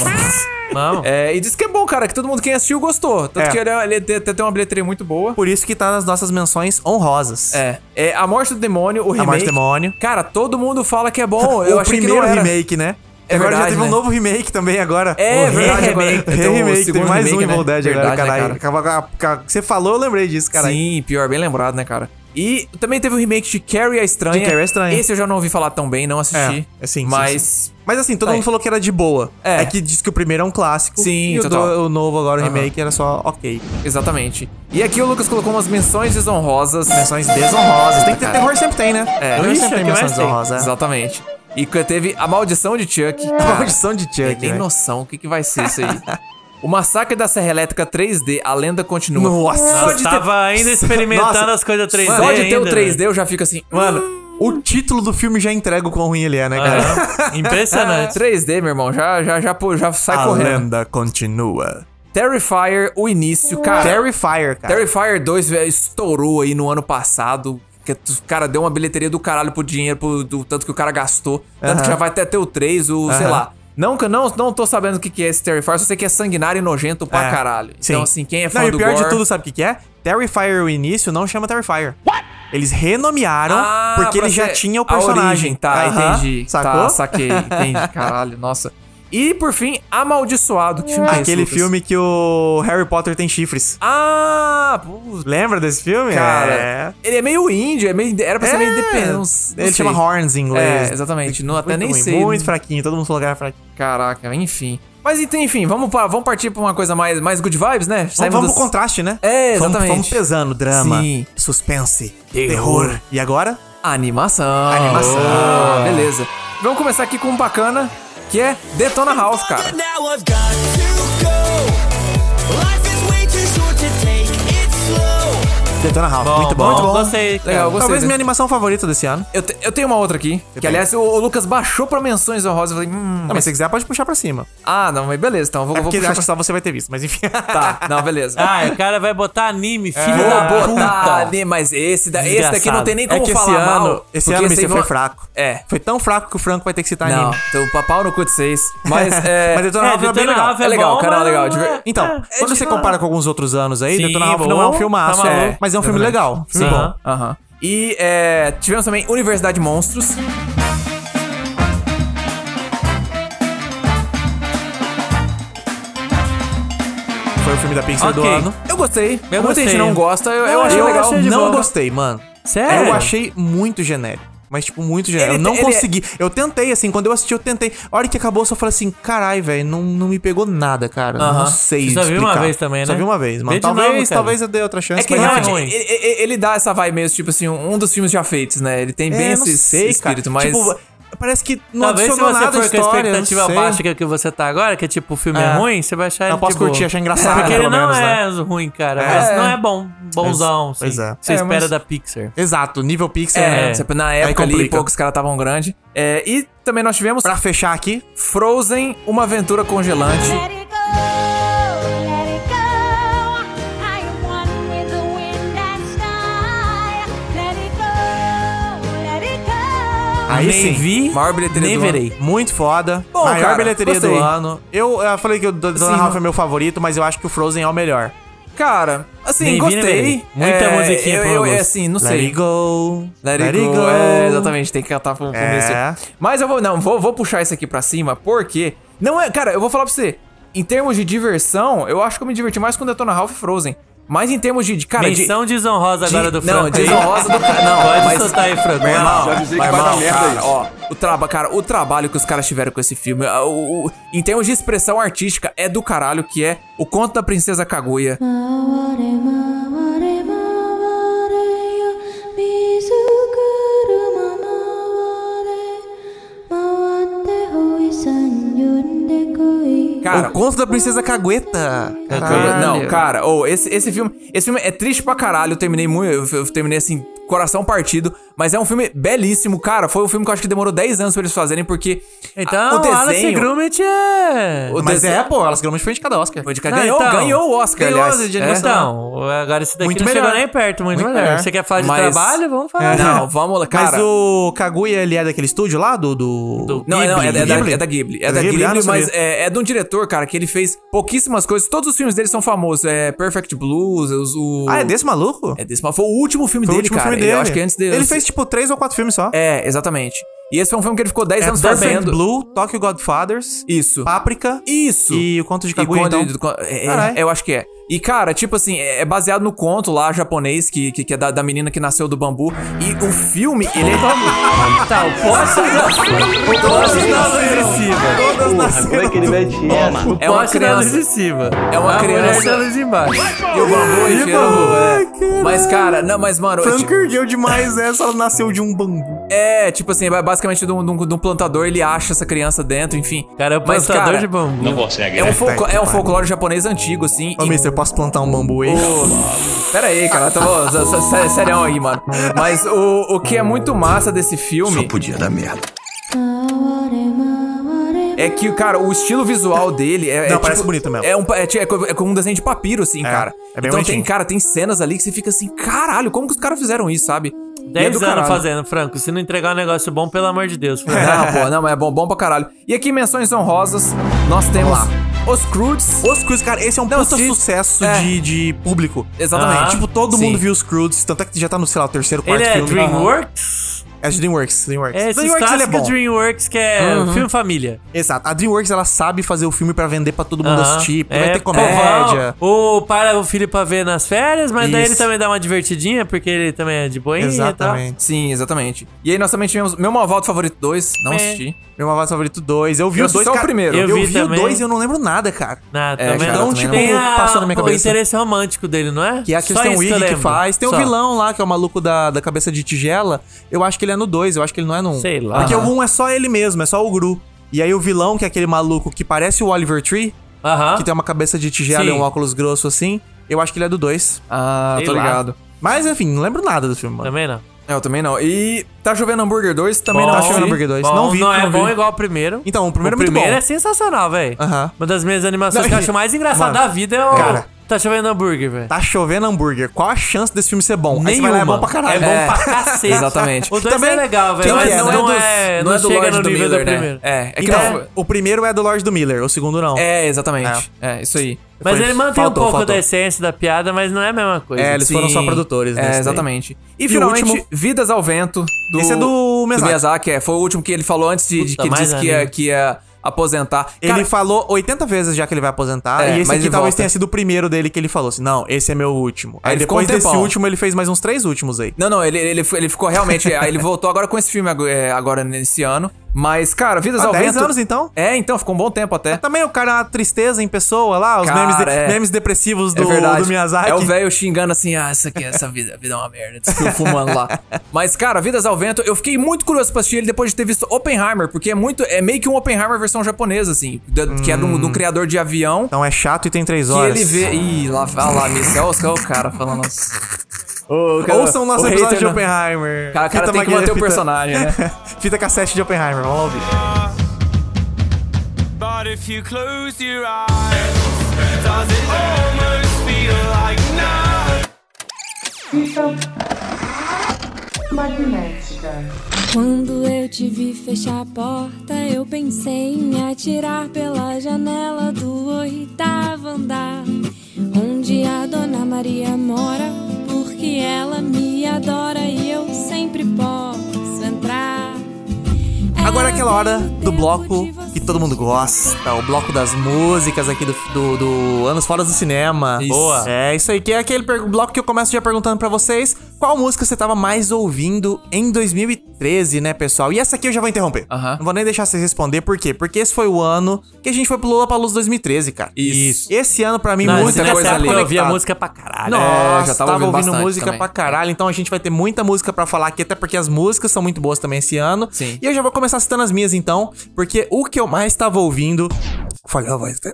[SPEAKER 3] Mamo.
[SPEAKER 4] É, e diz que é bom, cara, que todo mundo quem assistiu gostou. Tanto
[SPEAKER 2] É.
[SPEAKER 4] que ele, ele até até tem uma bilheteria muito boa.
[SPEAKER 2] Por isso que tá nas nossas menções honrosas.
[SPEAKER 4] É, é A Morte do Demônio, o remake.
[SPEAKER 2] A Morte do Demônio.
[SPEAKER 4] Cara, todo mundo fala que
[SPEAKER 2] *laughs*
[SPEAKER 4] é bom. Eu
[SPEAKER 2] o
[SPEAKER 4] achei
[SPEAKER 2] primeiro
[SPEAKER 4] que não era.
[SPEAKER 2] remake, né?
[SPEAKER 4] É
[SPEAKER 2] agora já
[SPEAKER 4] verdade,
[SPEAKER 2] teve um
[SPEAKER 4] né?
[SPEAKER 2] novo remake também agora.
[SPEAKER 4] É
[SPEAKER 2] um
[SPEAKER 4] verdade, agora-
[SPEAKER 2] remake.
[SPEAKER 4] tem um
[SPEAKER 2] remake, teve
[SPEAKER 4] segundo
[SPEAKER 2] mais um
[SPEAKER 4] remake,
[SPEAKER 2] Evil
[SPEAKER 4] né?
[SPEAKER 2] Dead agora,
[SPEAKER 4] Verdade, né,
[SPEAKER 2] caralho. Acaba- acaba- Você falou, eu lembrei disso, caralho.
[SPEAKER 4] Sim, pior, bem lembrado, né, cara? E também teve o remake de Carrie a Estranha.
[SPEAKER 2] De Carrie a Estranha.
[SPEAKER 4] Esse eu já não ouvi falar tão bem, não assisti.
[SPEAKER 2] É, é sim, sim,
[SPEAKER 4] Mas.
[SPEAKER 2] Mas assim, todo
[SPEAKER 4] Tá aí.
[SPEAKER 2] mundo falou que era de boa. É.
[SPEAKER 4] É.
[SPEAKER 2] que diz que o primeiro é um clássico.
[SPEAKER 4] Sim,
[SPEAKER 2] e o,
[SPEAKER 4] total.
[SPEAKER 2] do- o novo agora, o
[SPEAKER 4] Aham.
[SPEAKER 2] remake, era só ok.
[SPEAKER 4] Exatamente. E aqui o Lucas colocou umas menções desonrosas.
[SPEAKER 2] Menções desonrosas. Tem que ter terror, sempre tem, né?
[SPEAKER 4] É.
[SPEAKER 2] Terror
[SPEAKER 4] Ixi,
[SPEAKER 2] sempre
[SPEAKER 3] é
[SPEAKER 2] tem
[SPEAKER 3] que mais
[SPEAKER 2] menções
[SPEAKER 3] tem.
[SPEAKER 2] desonrosas. é.
[SPEAKER 4] Exatamente. E que teve A Maldição de Chuck.
[SPEAKER 2] A
[SPEAKER 4] Cara,
[SPEAKER 2] É. Maldição de Chuck, né?
[SPEAKER 4] Quem tem
[SPEAKER 2] velho.
[SPEAKER 4] noção o que, que vai ser isso aí? o Massacre da Serra Elétrica 3D, a lenda continua.
[SPEAKER 2] Nossa.
[SPEAKER 4] Só
[SPEAKER 3] Nossa,
[SPEAKER 4] de ter-
[SPEAKER 3] tava ainda experimentando
[SPEAKER 2] Nossa,
[SPEAKER 3] as coisas 3D.
[SPEAKER 4] Só de ter o
[SPEAKER 3] ainda, né?
[SPEAKER 4] 3D
[SPEAKER 2] né?
[SPEAKER 4] eu já fico assim.
[SPEAKER 2] Mano, o título do filme já entrega o quão ruim ele é, né, cara?
[SPEAKER 3] velho. É,
[SPEAKER 4] *laughs*
[SPEAKER 3] Impressionante.
[SPEAKER 4] 3D, meu irmão, já, já, já, pô, já sai
[SPEAKER 2] A
[SPEAKER 4] Tá correndo.
[SPEAKER 2] lenda continua.
[SPEAKER 4] Terrifier, o início, cara.
[SPEAKER 2] Terrifier, cara.
[SPEAKER 4] Terrifier 2 velho, estourou aí no ano passado. Que, cara, deu uma bilheteria do caralho pro dinheiro, pro, do tanto que o cara gastou. Tanto
[SPEAKER 2] Aham.
[SPEAKER 4] que já vai até ter o 3, o sei
[SPEAKER 2] Aham.
[SPEAKER 4] lá. Não, que eu não, não tô sabendo o que, que é esse Terrifier, só sei que é sanguinário e nojento pra
[SPEAKER 2] É.
[SPEAKER 4] caralho. Então,
[SPEAKER 2] Sim.
[SPEAKER 4] assim, quem é fã
[SPEAKER 2] Não, e o
[SPEAKER 4] do
[SPEAKER 2] pior de
[SPEAKER 4] gore-
[SPEAKER 2] tudo, sabe o que, que é? Terrifier, o início, não chama Terrifier. Eles renomearam
[SPEAKER 4] Ah,
[SPEAKER 2] porque
[SPEAKER 4] pra
[SPEAKER 2] ele já
[SPEAKER 4] ser
[SPEAKER 2] tinha o
[SPEAKER 4] a origem,
[SPEAKER 2] personagem.
[SPEAKER 4] Tá,
[SPEAKER 2] Aham,
[SPEAKER 4] entendi.
[SPEAKER 2] Sacou?
[SPEAKER 4] Tá,
[SPEAKER 2] *laughs*
[SPEAKER 4] saquei, entendi. Caralho, nossa. E por fim, Amaldiçoado. Que filme é esse,
[SPEAKER 2] Aquele
[SPEAKER 4] Lucas?
[SPEAKER 2] filme que o Harry Potter tem chifres.
[SPEAKER 4] Ah, puta.
[SPEAKER 2] Lembra desse filme?
[SPEAKER 4] Cara,
[SPEAKER 2] É.
[SPEAKER 4] ele é meio índio, é meio, era pra ser meio independente.
[SPEAKER 2] Ele chama Horns em inglês.
[SPEAKER 4] É, exatamente. Não, até
[SPEAKER 2] Muito
[SPEAKER 4] nem
[SPEAKER 2] ruim,
[SPEAKER 4] sei.
[SPEAKER 2] Muito fraquinho, todo mundo falou que era fraquinho.
[SPEAKER 4] Caraca, enfim. Mas então, enfim, vamos, pra, vamos partir pra uma coisa mais, mais good vibes, né?
[SPEAKER 2] Vamos, vamos pro contraste, né?
[SPEAKER 4] É,
[SPEAKER 2] Vamos-
[SPEAKER 4] exatamente.
[SPEAKER 2] Vamos pesando drama,
[SPEAKER 4] Sim.
[SPEAKER 2] suspense,
[SPEAKER 4] Terror.
[SPEAKER 2] terror. E agora?
[SPEAKER 4] Animação.
[SPEAKER 2] Animação.
[SPEAKER 4] Ah, beleza. Vamos começar aqui com um bacana, que é Detona Ralph, cara.
[SPEAKER 11] Now I've got to go. Life is way too short to take it slow.
[SPEAKER 2] Detona Ralph. muito bom,
[SPEAKER 3] bom,
[SPEAKER 2] muito bom.
[SPEAKER 3] gostei, cara.
[SPEAKER 4] Legal, gostei
[SPEAKER 2] Talvez
[SPEAKER 4] desse.
[SPEAKER 2] minha animação favorita desse ano.
[SPEAKER 4] Eu, te- eu tenho uma outra aqui, que
[SPEAKER 2] tem?
[SPEAKER 4] aliás o, o Lucas baixou pra menções honrosas. Eu falei, hum.
[SPEAKER 2] Não, mas se quiser, pode puxar pra cima.
[SPEAKER 4] Ah, não, mas beleza, então eu vou,
[SPEAKER 2] É
[SPEAKER 4] vou
[SPEAKER 2] porque
[SPEAKER 4] puxar.
[SPEAKER 2] acho que só você vai ter visto, mas enfim.
[SPEAKER 4] Tá,
[SPEAKER 2] *laughs*
[SPEAKER 4] não, beleza.
[SPEAKER 2] é.
[SPEAKER 3] Ah, o cara vai botar anime, filho
[SPEAKER 4] Vou
[SPEAKER 3] da
[SPEAKER 4] botar
[SPEAKER 3] puta.
[SPEAKER 4] É. ali, mas esse, da, esse daqui não
[SPEAKER 3] Desgraçado.
[SPEAKER 4] tem nem
[SPEAKER 3] É
[SPEAKER 4] como
[SPEAKER 2] que esse
[SPEAKER 4] falar
[SPEAKER 2] ano-
[SPEAKER 4] mal,
[SPEAKER 2] esse
[SPEAKER 4] porque
[SPEAKER 2] ano
[SPEAKER 4] aí
[SPEAKER 2] MC foi fraco.
[SPEAKER 4] É.
[SPEAKER 2] Foi tão fraco que o Franco vai ter que citar
[SPEAKER 4] Não,
[SPEAKER 2] anime.
[SPEAKER 4] então pra pau no cu de vocês. Mas é.
[SPEAKER 2] Mas Detona
[SPEAKER 3] É,
[SPEAKER 2] Ralph é bem
[SPEAKER 3] Detona
[SPEAKER 2] legal.
[SPEAKER 3] Ralph
[SPEAKER 4] é legal,
[SPEAKER 3] bom,
[SPEAKER 4] cara,
[SPEAKER 3] mas
[SPEAKER 4] legal,
[SPEAKER 3] não
[SPEAKER 4] de ver-
[SPEAKER 3] é-
[SPEAKER 2] Então,
[SPEAKER 3] é,
[SPEAKER 2] quando
[SPEAKER 3] é
[SPEAKER 2] você
[SPEAKER 3] de-
[SPEAKER 2] compara com alguns outros anos aí,
[SPEAKER 3] Sim,
[SPEAKER 2] Detona Ralph não é um
[SPEAKER 3] bom,
[SPEAKER 2] filmaço,
[SPEAKER 3] tá
[SPEAKER 2] é,
[SPEAKER 3] maluco.
[SPEAKER 2] mas é um filme legal.
[SPEAKER 4] Sim.
[SPEAKER 2] Filme bom.
[SPEAKER 3] Aham.
[SPEAKER 4] Aham. E é, tivemos também Universidade Monstros.
[SPEAKER 2] Foi o filme da Pixar do
[SPEAKER 3] Ok.
[SPEAKER 2] ano.
[SPEAKER 4] Eu gostei.
[SPEAKER 3] Eu
[SPEAKER 4] Muita
[SPEAKER 3] gostei.
[SPEAKER 4] gente não gosta, eu, eu
[SPEAKER 3] Não,
[SPEAKER 4] achei
[SPEAKER 3] eu
[SPEAKER 4] legal.
[SPEAKER 3] achei de
[SPEAKER 2] não
[SPEAKER 3] boa.
[SPEAKER 2] gostei, mano.
[SPEAKER 3] Sério?
[SPEAKER 2] Eu achei muito genérico. Mas, tipo, muito genérico. eu
[SPEAKER 4] Ele
[SPEAKER 2] não
[SPEAKER 4] te- ele é-
[SPEAKER 2] consegui. Eu tentei, assim, quando eu assisti, eu tentei. A hora que acabou, eu só falei assim, carai, velho, não, não me pegou nada, cara.
[SPEAKER 3] Aham.
[SPEAKER 2] Não sei
[SPEAKER 3] Você só viu
[SPEAKER 2] explicar.
[SPEAKER 3] uma vez também,
[SPEAKER 2] Só
[SPEAKER 3] né?
[SPEAKER 2] vi uma vez, mano.
[SPEAKER 3] Vê de novo,
[SPEAKER 2] Talvez,
[SPEAKER 3] cara.
[SPEAKER 2] talvez eu dê outra chance.
[SPEAKER 4] É que
[SPEAKER 2] mas
[SPEAKER 3] não é
[SPEAKER 2] enfim.
[SPEAKER 3] ruim.
[SPEAKER 4] realmente, ele, ele- ele dá essa vibe meio, tipo assim, um dos filmes já feitos, né? Ele tem bem
[SPEAKER 2] É, não
[SPEAKER 4] esse
[SPEAKER 2] sei,
[SPEAKER 4] espírito,
[SPEAKER 2] cara.
[SPEAKER 4] mas.
[SPEAKER 2] Tipo, parece que não
[SPEAKER 3] Talvez se
[SPEAKER 2] adicionou
[SPEAKER 3] você
[SPEAKER 2] nada à
[SPEAKER 3] for com a
[SPEAKER 2] história, não
[SPEAKER 3] expectativa
[SPEAKER 2] sei.
[SPEAKER 3] baixa que, que você tá agora, que é tipo, o filme é,
[SPEAKER 2] É.
[SPEAKER 3] ruim, você vai achar ele
[SPEAKER 2] Eu posso
[SPEAKER 3] de boa.
[SPEAKER 2] curtir, achar engraçado,
[SPEAKER 3] Porque ele
[SPEAKER 2] pelo
[SPEAKER 3] não
[SPEAKER 2] menos, né?
[SPEAKER 3] é ruim, cara.
[SPEAKER 2] É.
[SPEAKER 3] Mas não é bom. Bonzão,
[SPEAKER 2] Pois
[SPEAKER 3] sim.
[SPEAKER 2] é.
[SPEAKER 3] Você
[SPEAKER 2] É,
[SPEAKER 3] espera
[SPEAKER 2] mas-
[SPEAKER 3] da Pixar.
[SPEAKER 2] Exato, nível Pixar.
[SPEAKER 4] é,
[SPEAKER 2] né?
[SPEAKER 4] tipo, na
[SPEAKER 2] Aí
[SPEAKER 4] época ali,
[SPEAKER 2] complica.
[SPEAKER 4] poucos caras estavam grandes. É, e também nós tivemos
[SPEAKER 2] Pra fechar aqui,
[SPEAKER 4] Frozen, Uma Aventura Congelante.
[SPEAKER 8] Let it go, let it go. I am one with the wind and sky. Let it go, let it go.
[SPEAKER 2] aí
[SPEAKER 3] nem
[SPEAKER 2] sim.
[SPEAKER 3] vi,
[SPEAKER 4] Maior bilheteria
[SPEAKER 3] nem
[SPEAKER 4] do ano.
[SPEAKER 3] verei.
[SPEAKER 2] Muito foda.
[SPEAKER 4] Bom,
[SPEAKER 2] maior
[SPEAKER 4] cara,
[SPEAKER 2] bilheteria
[SPEAKER 4] gostei.
[SPEAKER 2] do ano. Eu, eu falei que o Dona
[SPEAKER 4] Sim,
[SPEAKER 2] Ralph
[SPEAKER 4] não-
[SPEAKER 2] é meu favorito, mas eu acho que o Frozen é o melhor.
[SPEAKER 4] Cara, assim,
[SPEAKER 3] Nem vi, nem
[SPEAKER 4] gostei.
[SPEAKER 3] verei. Muita musiquinha
[SPEAKER 4] eu,
[SPEAKER 3] pro
[SPEAKER 4] eu,
[SPEAKER 3] meu
[SPEAKER 4] é
[SPEAKER 3] gosto.
[SPEAKER 4] assim, não
[SPEAKER 2] Let
[SPEAKER 4] sei.
[SPEAKER 2] it go.
[SPEAKER 4] Let it go. É, exatamente, tem que cantar pro pro
[SPEAKER 2] É.
[SPEAKER 4] início. Mas eu vou, não, vou, vou puxar isso aqui pra cima, porque. Não é. Cara, eu vou falar pra você. Em termos de diversão, eu acho que eu me diverti mais com Detona Ralph e Frozen. Mas em termos de. de cara, de,
[SPEAKER 3] Menção desonrosa
[SPEAKER 4] de-
[SPEAKER 3] agora do Franco.
[SPEAKER 4] Não,
[SPEAKER 3] aí.
[SPEAKER 4] desonrosa do cara. Não,
[SPEAKER 3] Pode
[SPEAKER 4] mas-
[SPEAKER 3] soltar aí, Franco.
[SPEAKER 4] Meu
[SPEAKER 3] vai lá.
[SPEAKER 4] irmão,
[SPEAKER 5] já avisei que vai
[SPEAKER 4] meu
[SPEAKER 5] dar
[SPEAKER 4] irmão,
[SPEAKER 5] merda
[SPEAKER 4] cara,
[SPEAKER 5] isso.
[SPEAKER 4] ó, o traba, cara, o trabalho que os caras tiveram com esse filme, a- o- o- em termos de expressão artística, é do caralho, que é o conto da princesa Kaguya. Cara,
[SPEAKER 2] o conto da princesa Cagueta.
[SPEAKER 4] Cara,
[SPEAKER 2] Caralho.
[SPEAKER 4] Não, cara, ou esse, esse filme. Esse filme é triste pra caralho. Eu terminei muito. Eu, eu terminei assim, coração partido. Mas é um filme belíssimo, cara. Foi um filme que eu acho que demorou 10 anos pra eles fazerem, porque. a-
[SPEAKER 3] Então, Alice Grummet é...
[SPEAKER 4] o
[SPEAKER 2] Mas
[SPEAKER 4] desenho-
[SPEAKER 2] é, pô, elas ganham de frente cada Oscar.
[SPEAKER 4] Foi de cara-
[SPEAKER 3] Não,
[SPEAKER 4] ganhou,
[SPEAKER 3] então.
[SPEAKER 4] ganhou o Oscar,
[SPEAKER 2] Ganhou,
[SPEAKER 4] aliás.
[SPEAKER 2] de
[SPEAKER 4] É.
[SPEAKER 2] animação.
[SPEAKER 3] Então, agora esse daqui
[SPEAKER 2] Muito
[SPEAKER 3] não chegou
[SPEAKER 2] melhor.
[SPEAKER 3] nem perto, muito,
[SPEAKER 2] Muito
[SPEAKER 3] melhor.
[SPEAKER 2] melhor.
[SPEAKER 3] Você quer falar de
[SPEAKER 4] Mas-
[SPEAKER 3] trabalho? Vamos falar.
[SPEAKER 4] É. Não, vamos lá, cara.
[SPEAKER 2] Mas o Kaguya, ele é daquele estúdio lá do... do...
[SPEAKER 3] Do-
[SPEAKER 4] Não,
[SPEAKER 2] Ghibli.
[SPEAKER 4] não, é, da- é da-
[SPEAKER 2] Ghibli?
[SPEAKER 4] é da Ghibli. É
[SPEAKER 2] É
[SPEAKER 4] da Ghibli,
[SPEAKER 2] Ah, não
[SPEAKER 4] mas
[SPEAKER 2] sabia.
[SPEAKER 4] é, é de um diretor, cara, que ele fez pouquíssimas coisas. Todos os filmes dele são famosos. É Perfect Blues, os- o...
[SPEAKER 2] Ah, é desse maluco?
[SPEAKER 4] É desse, mas foi o último filme
[SPEAKER 2] Foi o
[SPEAKER 4] dele,
[SPEAKER 2] último
[SPEAKER 4] cara.
[SPEAKER 2] filme
[SPEAKER 4] Ele-
[SPEAKER 2] dele.
[SPEAKER 4] Eu acho que antes dele.
[SPEAKER 2] Ele fez, tipo, três ou quatro filmes só.
[SPEAKER 4] É, exatamente. E esse foi um filme que ele ficou 10 anos
[SPEAKER 2] É Perfect
[SPEAKER 4] fazendo.
[SPEAKER 2] Blue, Tokyo Godfathers,
[SPEAKER 4] Isso.
[SPEAKER 2] Páprica
[SPEAKER 4] Isso.
[SPEAKER 2] e o Conto de
[SPEAKER 3] tá
[SPEAKER 4] E
[SPEAKER 2] Kaguya,
[SPEAKER 4] quando-
[SPEAKER 2] então.
[SPEAKER 4] é,
[SPEAKER 2] Caralho.
[SPEAKER 4] é, eu acho que é. E, cara, tipo assim, é é baseado no conto lá japonês, que, que, que é da, da menina que nasceu do bambu. E o filme, ele é. *laughs* tá, o posso
[SPEAKER 2] Todas nas-
[SPEAKER 5] Como é que ele mete essa?
[SPEAKER 4] É uma criança.
[SPEAKER 3] cima.
[SPEAKER 4] É uma
[SPEAKER 3] a mulher
[SPEAKER 4] criança.
[SPEAKER 3] da luz de baixo.
[SPEAKER 4] E o bambu enfiou. é. Mas, é cara, não, mas, mano. eu-
[SPEAKER 2] Franco ergueu demais essa, ela nasceu de um bambu.
[SPEAKER 4] É, tipo assim, ba- basicamente de um, de um- de um plantador, ele acha essa criança dentro, enfim.
[SPEAKER 3] Cara, é um
[SPEAKER 4] Mas,
[SPEAKER 3] plantador
[SPEAKER 4] cara,
[SPEAKER 3] de bambu.
[SPEAKER 10] Não consegue,
[SPEAKER 4] É um,
[SPEAKER 10] né?
[SPEAKER 4] folclo- é um folclore japonês antigo, assim.
[SPEAKER 2] Ô,
[SPEAKER 4] e-
[SPEAKER 2] mister, posso plantar um bambu aí?
[SPEAKER 4] O- Pera aí, cara. Tá bom, sé- sé- sé- sério aí, mano. Mas o, o que é muito massa desse filme
[SPEAKER 7] Podia dar merda.
[SPEAKER 4] é que, cara, o estilo visual dele é. é
[SPEAKER 2] Não, parece bonito mesmo.
[SPEAKER 4] É, um, pa- é, ti- é co- é como um desenho de papiro, assim,
[SPEAKER 2] é
[SPEAKER 4] cara.
[SPEAKER 2] bem
[SPEAKER 4] então tem,
[SPEAKER 2] bonitinho.
[SPEAKER 4] cara, tem cenas ali que você fica assim, caralho, como que os caras fizeram isso, sabe? E é
[SPEAKER 3] 10
[SPEAKER 4] do
[SPEAKER 3] anos
[SPEAKER 4] caralho.
[SPEAKER 3] fazendo, Franco. Se não entregar um negócio bom, pelo amor de Deus, Franco.
[SPEAKER 4] *laughs* Não, pô, não, mas é bom, bom pra caralho. E aqui, menções honrosas, nós temos lá Os Crudes.
[SPEAKER 2] Os Crudes, cara, esse é um puta
[SPEAKER 4] se-
[SPEAKER 2] sucesso
[SPEAKER 4] é.
[SPEAKER 2] de, de público.
[SPEAKER 4] Exatamente.
[SPEAKER 3] Ah,
[SPEAKER 2] tipo, todo
[SPEAKER 4] sim.
[SPEAKER 2] mundo viu os Crudes, tanto é que já tá no, sei lá, o terceiro, quarto
[SPEAKER 3] Ele é
[SPEAKER 2] filme.
[SPEAKER 3] DreamWorks?
[SPEAKER 2] É de DreamWorks, DreamWorks.
[SPEAKER 3] É, esses
[SPEAKER 2] DreamWorks ele
[SPEAKER 3] clássicos DreamWorks que é
[SPEAKER 2] Uhum.
[SPEAKER 3] filme família.
[SPEAKER 2] Exato. A DreamWorks, ela sabe fazer o filme pra vender pra todo mundo
[SPEAKER 3] Aham.
[SPEAKER 2] assistir. porque
[SPEAKER 3] É,
[SPEAKER 2] vai ter né? comédia.
[SPEAKER 3] Ou para o filho pra ver nas férias, mas daí ele
[SPEAKER 2] Isso.
[SPEAKER 3] também dá uma divertidinha, porque ele também é de boinha e
[SPEAKER 2] Exatamente.
[SPEAKER 4] Sim, exatamente. E aí nós também tivemos Meu Malvado Favorito 2, não
[SPEAKER 3] É.
[SPEAKER 4] assisti.
[SPEAKER 2] Meu Malvado Favorito 2. Eu vi
[SPEAKER 4] Eu
[SPEAKER 2] o 2,
[SPEAKER 4] só o
[SPEAKER 2] cara,
[SPEAKER 4] primeiro.
[SPEAKER 2] Eu,
[SPEAKER 3] Eu vi
[SPEAKER 2] vi o
[SPEAKER 3] também.
[SPEAKER 2] 2 e eu não lembro nada, cara.
[SPEAKER 3] tal. Nada,
[SPEAKER 4] É,
[SPEAKER 3] Ah, também
[SPEAKER 4] cara,
[SPEAKER 3] não.
[SPEAKER 4] também
[SPEAKER 2] não.
[SPEAKER 3] Tem a,
[SPEAKER 2] Passou na minha
[SPEAKER 3] o
[SPEAKER 2] cabeça.
[SPEAKER 3] interesse romântico dele, não é?
[SPEAKER 2] Que é a
[SPEAKER 3] Só
[SPEAKER 2] Kristen
[SPEAKER 3] isso eu
[SPEAKER 2] Wiig que
[SPEAKER 3] lembro.
[SPEAKER 2] faz. Tem o
[SPEAKER 3] Só.
[SPEAKER 2] vilão lá, que é o maluco da, da cabeça de tigela. Eu acho que ele é no 2, eu acho que ele não é no 1.
[SPEAKER 3] Sei lá.
[SPEAKER 2] Porque
[SPEAKER 3] Aham.
[SPEAKER 2] o 1 um é só ele mesmo, é só o Gru. E aí o vilão, que é aquele maluco que parece o Oliver Tree,
[SPEAKER 3] Aham.
[SPEAKER 2] que tem uma cabeça de tigela
[SPEAKER 3] Sim.
[SPEAKER 2] e um óculos grosso assim, eu acho que ele é do 2.
[SPEAKER 4] Ah,
[SPEAKER 3] Sei
[SPEAKER 4] tô
[SPEAKER 3] lá.
[SPEAKER 4] ligado.
[SPEAKER 2] Mas enfim, não lembro nada do filme, mano.
[SPEAKER 3] Também não.
[SPEAKER 4] É, eu também não. E Tá Chovendo Hambúrguer 2 também
[SPEAKER 2] Bom.
[SPEAKER 4] não
[SPEAKER 2] Tá
[SPEAKER 4] assisti.
[SPEAKER 2] Chovendo Hambúrguer 2.
[SPEAKER 3] Bom,
[SPEAKER 2] Não vi,
[SPEAKER 3] Não é
[SPEAKER 2] não vi.
[SPEAKER 3] bom igual o primeiro.
[SPEAKER 2] Então, o primeiro
[SPEAKER 3] o
[SPEAKER 2] é muito
[SPEAKER 3] primeiro
[SPEAKER 2] bom.
[SPEAKER 3] é sensacional, velho.
[SPEAKER 2] Aham.
[SPEAKER 3] Uma das minhas animações
[SPEAKER 2] Não,
[SPEAKER 3] que eu
[SPEAKER 2] e-
[SPEAKER 3] acho mais
[SPEAKER 2] mano,
[SPEAKER 3] engraçado da vida é o.
[SPEAKER 2] cara.
[SPEAKER 3] tá chovendo hambúrguer,
[SPEAKER 4] é-
[SPEAKER 3] velho.
[SPEAKER 2] Tá chovendo hambúrguer. Qual a chance desse filme ser bom? Aí você vai lá, é bom pra caralho.
[SPEAKER 3] É bom
[SPEAKER 4] É.
[SPEAKER 3] pra cacete.
[SPEAKER 4] Exatamente.
[SPEAKER 3] O 2 é
[SPEAKER 2] Também-
[SPEAKER 3] legal, velho.
[SPEAKER 2] Quem
[SPEAKER 3] Mas
[SPEAKER 2] que é,
[SPEAKER 3] não,
[SPEAKER 2] né?
[SPEAKER 3] é,
[SPEAKER 4] dos-
[SPEAKER 3] não,
[SPEAKER 4] é do
[SPEAKER 3] chega
[SPEAKER 4] Lord
[SPEAKER 3] no
[SPEAKER 4] do
[SPEAKER 3] nível
[SPEAKER 4] Miller,
[SPEAKER 3] do
[SPEAKER 4] né?
[SPEAKER 3] primeiro.
[SPEAKER 4] É, é que
[SPEAKER 2] Então,
[SPEAKER 4] não-
[SPEAKER 2] o primeiro é do Lord do Miller, o segundo não.
[SPEAKER 4] É, exatamente. É, isso aí.
[SPEAKER 3] Mas
[SPEAKER 4] Foi-
[SPEAKER 3] ele mantém
[SPEAKER 4] faltou,
[SPEAKER 3] um pouco
[SPEAKER 4] faltou.
[SPEAKER 3] da essência da piada, mas não é a mesma coisa.
[SPEAKER 2] É, eles foram só produtores, né,
[SPEAKER 4] É,
[SPEAKER 2] isso daí.
[SPEAKER 4] exatamente. E,
[SPEAKER 2] o
[SPEAKER 4] finalmente,
[SPEAKER 2] último-
[SPEAKER 4] Vidas ao Vento. Do,
[SPEAKER 2] Esse é do Miyazaki.
[SPEAKER 4] é. Foi o último que ele falou antes de, de
[SPEAKER 3] Puta,
[SPEAKER 4] que
[SPEAKER 3] mais
[SPEAKER 4] disse que ia,
[SPEAKER 3] anime.
[SPEAKER 4] que ia aposentar.
[SPEAKER 2] Ele
[SPEAKER 4] Cara,
[SPEAKER 2] falou 80 vezes já que ele vai aposentar.
[SPEAKER 4] É,
[SPEAKER 2] e esse
[SPEAKER 4] mas
[SPEAKER 2] aqui
[SPEAKER 4] ele
[SPEAKER 2] talvez
[SPEAKER 4] volta.
[SPEAKER 2] tenha sido o primeiro dele que ele falou assim: não, esse é meu último. Aí,
[SPEAKER 4] Aí ficou um
[SPEAKER 2] depois desse
[SPEAKER 4] tempão.
[SPEAKER 2] último, ele fez mais uns três últimos aí. Tá
[SPEAKER 4] Não, não, ele, ele, foi- ele ficou realmente. aí ele voltou agora com esse filme ago- é, agora nesse ano. Mas, cara, Vidas
[SPEAKER 2] Há
[SPEAKER 4] ao
[SPEAKER 2] 10
[SPEAKER 4] Vento.
[SPEAKER 2] anos então? tá
[SPEAKER 4] É, então, ficou um bom tempo até.
[SPEAKER 2] Também o cara, a tristeza em pessoa lá, os
[SPEAKER 4] Cara,
[SPEAKER 2] memes, de-
[SPEAKER 4] é.
[SPEAKER 2] memes depressivos
[SPEAKER 4] É
[SPEAKER 2] do,
[SPEAKER 4] verdade.
[SPEAKER 2] do Miyazaki.
[SPEAKER 4] É o velho xingando assim, ah, essa aqui, essa vida, a vida é uma merda. Diz que eu
[SPEAKER 2] *laughs*
[SPEAKER 4] fumando lá. Mas, cara, Vidas ao Vento, eu fiquei muito curioso pra assistir ele depois de ter visto Oppenheimer, porque é muito. É meio que um Oppenheimer versão japonesa, assim. da- Que é de
[SPEAKER 2] Hum.
[SPEAKER 4] um, de um criador de avião.
[SPEAKER 2] Então é chato e tem três
[SPEAKER 4] Que
[SPEAKER 2] horas.
[SPEAKER 4] ele vê. Ih, lá, lá, lá Michel, olha o cara falando. assim.
[SPEAKER 2] Ouçam o nosso
[SPEAKER 4] o
[SPEAKER 2] episódio
[SPEAKER 4] hater
[SPEAKER 2] de
[SPEAKER 4] não-
[SPEAKER 2] Oppenheimer.
[SPEAKER 4] Cara, o cara
[SPEAKER 2] Fita
[SPEAKER 4] tem que
[SPEAKER 2] magnética,
[SPEAKER 4] manter o personagem, né?
[SPEAKER 2] *laughs* Fita cassete de Oppenheimer, vamos lá ouvir.
[SPEAKER 11] But if you close your eyes, does it almost feel like night?
[SPEAKER 1] Fita magnética.
[SPEAKER 8] Quando eu te vi fechar a porta, eu pensei em me atirar pela janela do oitavo andar, onde a dona Maria mora, porque ela me adora e eu sempre posso entrar.
[SPEAKER 2] Agora
[SPEAKER 8] Ela
[SPEAKER 2] é aquela hora
[SPEAKER 8] veio
[SPEAKER 2] do
[SPEAKER 8] tempo
[SPEAKER 2] bloco
[SPEAKER 8] de você
[SPEAKER 2] que todo mundo gosta, o bloco das músicas aqui do, do, do Anos Fora do Cinema.
[SPEAKER 4] Isso.
[SPEAKER 3] Boa.
[SPEAKER 2] É isso aí, que é aquele per- bloco que eu começo já perguntando pra vocês qual música você tava mais ouvindo em 2013, né, pessoal? E essa aqui eu já vou interromper.
[SPEAKER 4] Aham.
[SPEAKER 2] Não vou nem deixar vocês responder, por quê? Porque esse foi o ano que a gente foi pro Lula Luz 2013, cara.
[SPEAKER 4] Isso.
[SPEAKER 2] Esse ano, pra mim,
[SPEAKER 3] Não,
[SPEAKER 2] muita
[SPEAKER 3] nessa
[SPEAKER 2] coisa
[SPEAKER 3] época
[SPEAKER 2] ali.
[SPEAKER 3] Eu ouvia
[SPEAKER 2] conectada.
[SPEAKER 3] música pra caralho.
[SPEAKER 2] Nossa,
[SPEAKER 4] É,
[SPEAKER 2] já
[SPEAKER 4] já
[SPEAKER 2] tava,
[SPEAKER 4] tava
[SPEAKER 2] ouvindo,
[SPEAKER 4] ouvindo bastante
[SPEAKER 2] música
[SPEAKER 4] também.
[SPEAKER 2] pra caralho, então a gente vai ter muita música pra falar aqui, até porque as músicas são muito boas também esse ano.
[SPEAKER 4] Sim.
[SPEAKER 2] E eu já vou começar citando as minhas então, porque o que eu mais tava ouvindo. Falhou a voz até.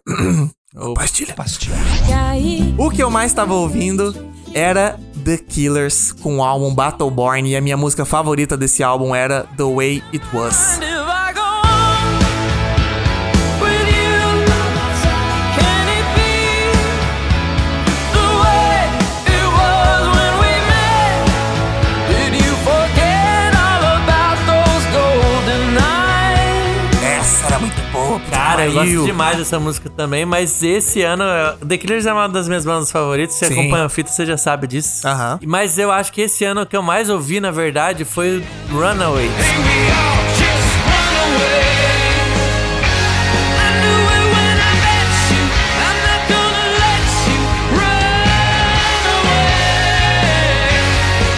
[SPEAKER 2] Pastilha.
[SPEAKER 8] E aí,
[SPEAKER 2] O que eu mais tava ouvindo era The Killers com o álbum Battleborn e a minha música favorita desse álbum era The Way It Was.
[SPEAKER 11] And if I go on with you, can it be the way it was when we met? Did you forget all about those golden nights?
[SPEAKER 2] Essa era muito boa, puta
[SPEAKER 3] Cara, eu
[SPEAKER 2] que
[SPEAKER 3] gosto
[SPEAKER 2] pariu.
[SPEAKER 3] demais dessa música também, mas esse ano, eu- The Killers é uma das minhas bandas favoritas. Se
[SPEAKER 2] Sim.
[SPEAKER 3] acompanha a fita, você já sabe disso.
[SPEAKER 2] Aham.
[SPEAKER 3] Mas eu acho que esse ano o que eu mais ouvi, na verdade, foi Runaway.
[SPEAKER 11] We all just run away. I knew it when I met you. I'm not gonna let you run away.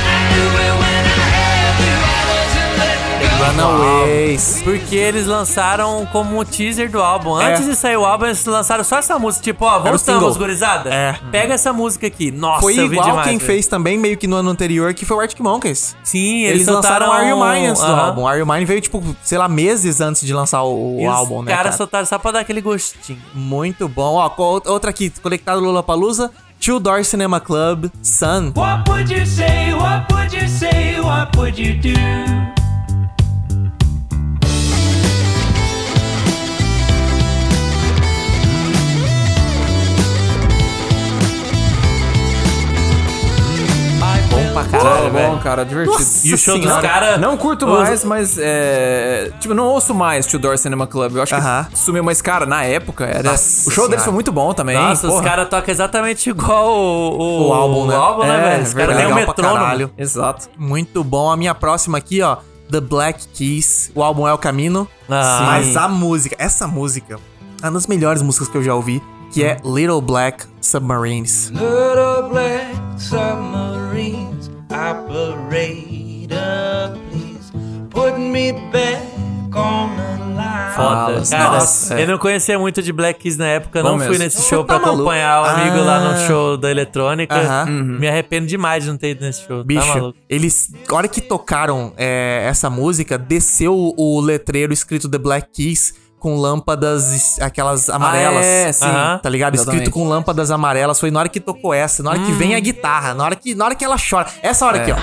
[SPEAKER 11] I knew it when I had you. I wasn't letting go.
[SPEAKER 2] Runaways.
[SPEAKER 3] Porque eles lançaram como um teaser do álbum.
[SPEAKER 2] É.
[SPEAKER 3] Antes de sair o álbum, eles lançaram só essa música. Tipo, ó, voltamos,
[SPEAKER 2] single.
[SPEAKER 3] gurizada.
[SPEAKER 2] É.
[SPEAKER 3] Pega essa música aqui. Nossa,
[SPEAKER 2] Foi
[SPEAKER 3] eu vi
[SPEAKER 2] igual
[SPEAKER 3] demais,
[SPEAKER 2] quem
[SPEAKER 3] velho.
[SPEAKER 2] fez também, meio que no ano anterior, que foi o Arctic Monkeys.
[SPEAKER 3] Sim,
[SPEAKER 2] Eles,
[SPEAKER 3] eles,
[SPEAKER 2] lançaram
[SPEAKER 3] soltaram um,
[SPEAKER 2] Are You Mine antes do
[SPEAKER 3] Aham.
[SPEAKER 2] álbum. Are You Mine veio, tipo, sei lá, meses antes de lançar o, o
[SPEAKER 3] E os
[SPEAKER 2] álbum, né?
[SPEAKER 3] caras
[SPEAKER 2] Cara,
[SPEAKER 3] soltaram só pra dar aquele gostinho.
[SPEAKER 11] Hum.
[SPEAKER 2] Muito bom. Ó, co- outra aqui, conectado Lula Palusa. Two Door Cinema Club, Sun.
[SPEAKER 11] What would you say? What would you say? What would you do?
[SPEAKER 3] Bom pra
[SPEAKER 4] Caralho,
[SPEAKER 3] caralho,
[SPEAKER 4] tá bom,
[SPEAKER 3] velho.
[SPEAKER 4] cara, divertido.
[SPEAKER 2] Nossa
[SPEAKER 3] E o show dos
[SPEAKER 2] senhora.
[SPEAKER 3] caras...
[SPEAKER 4] Não curto
[SPEAKER 3] Os-
[SPEAKER 4] mais, mas é. Tipo, não ouço mais Two Door Cinema Club. Eu acho
[SPEAKER 2] Aham.
[SPEAKER 4] que sumiu, mas, cara, na época era.
[SPEAKER 2] Nossa
[SPEAKER 4] o show deles
[SPEAKER 2] senhora.
[SPEAKER 4] foi muito bom também.
[SPEAKER 3] Nossa, os
[SPEAKER 4] porra.
[SPEAKER 3] caras tocam exatamente igual o,
[SPEAKER 2] O álbum, né?
[SPEAKER 3] O álbum, né,
[SPEAKER 2] É,
[SPEAKER 3] velho? Os caras
[SPEAKER 2] verdade.
[SPEAKER 3] têm um
[SPEAKER 2] Legal pra
[SPEAKER 3] metrônomo.
[SPEAKER 2] caralho.
[SPEAKER 4] Exato.
[SPEAKER 2] Muito bom. A minha próxima aqui, ó. The Black Keys, o álbum É o Caminho.
[SPEAKER 3] Ah.
[SPEAKER 2] Mas
[SPEAKER 3] Sim.
[SPEAKER 2] a música, essa música, é uma das melhores músicas que eu já ouvi, que é Little Black Submarines.
[SPEAKER 12] Little black submarines operator, please put me back on the line.
[SPEAKER 3] Foda.
[SPEAKER 12] Fala,
[SPEAKER 3] Cara,
[SPEAKER 12] nossa.
[SPEAKER 3] eu não conhecia muito de Black Keys na época,
[SPEAKER 12] Bom
[SPEAKER 3] não fui
[SPEAKER 12] mesmo.
[SPEAKER 3] nesse
[SPEAKER 12] Você
[SPEAKER 3] show
[SPEAKER 12] tá
[SPEAKER 3] pra
[SPEAKER 12] maluco.
[SPEAKER 3] acompanhar o amigo lá
[SPEAKER 2] Ah.
[SPEAKER 3] no show da eletrônica.
[SPEAKER 2] Aham.
[SPEAKER 3] Uhum. Me arrependo demais de não ter ido nesse show. tá
[SPEAKER 2] Bicho,
[SPEAKER 3] maluco.
[SPEAKER 2] eles. A hora que tocaram é, essa música, desceu o letreiro escrito The Black Keys com lâmpadas, es- aquelas amarelas.
[SPEAKER 4] é, sim.
[SPEAKER 2] Aham. Tá ligado?
[SPEAKER 4] Exatamente.
[SPEAKER 2] Escrito com lâmpadas amarelas. Foi na hora que tocou essa, na hora que vem a guitarra, na hora que, na hora que ela chora. Essa hora
[SPEAKER 4] É.
[SPEAKER 2] aqui, ó.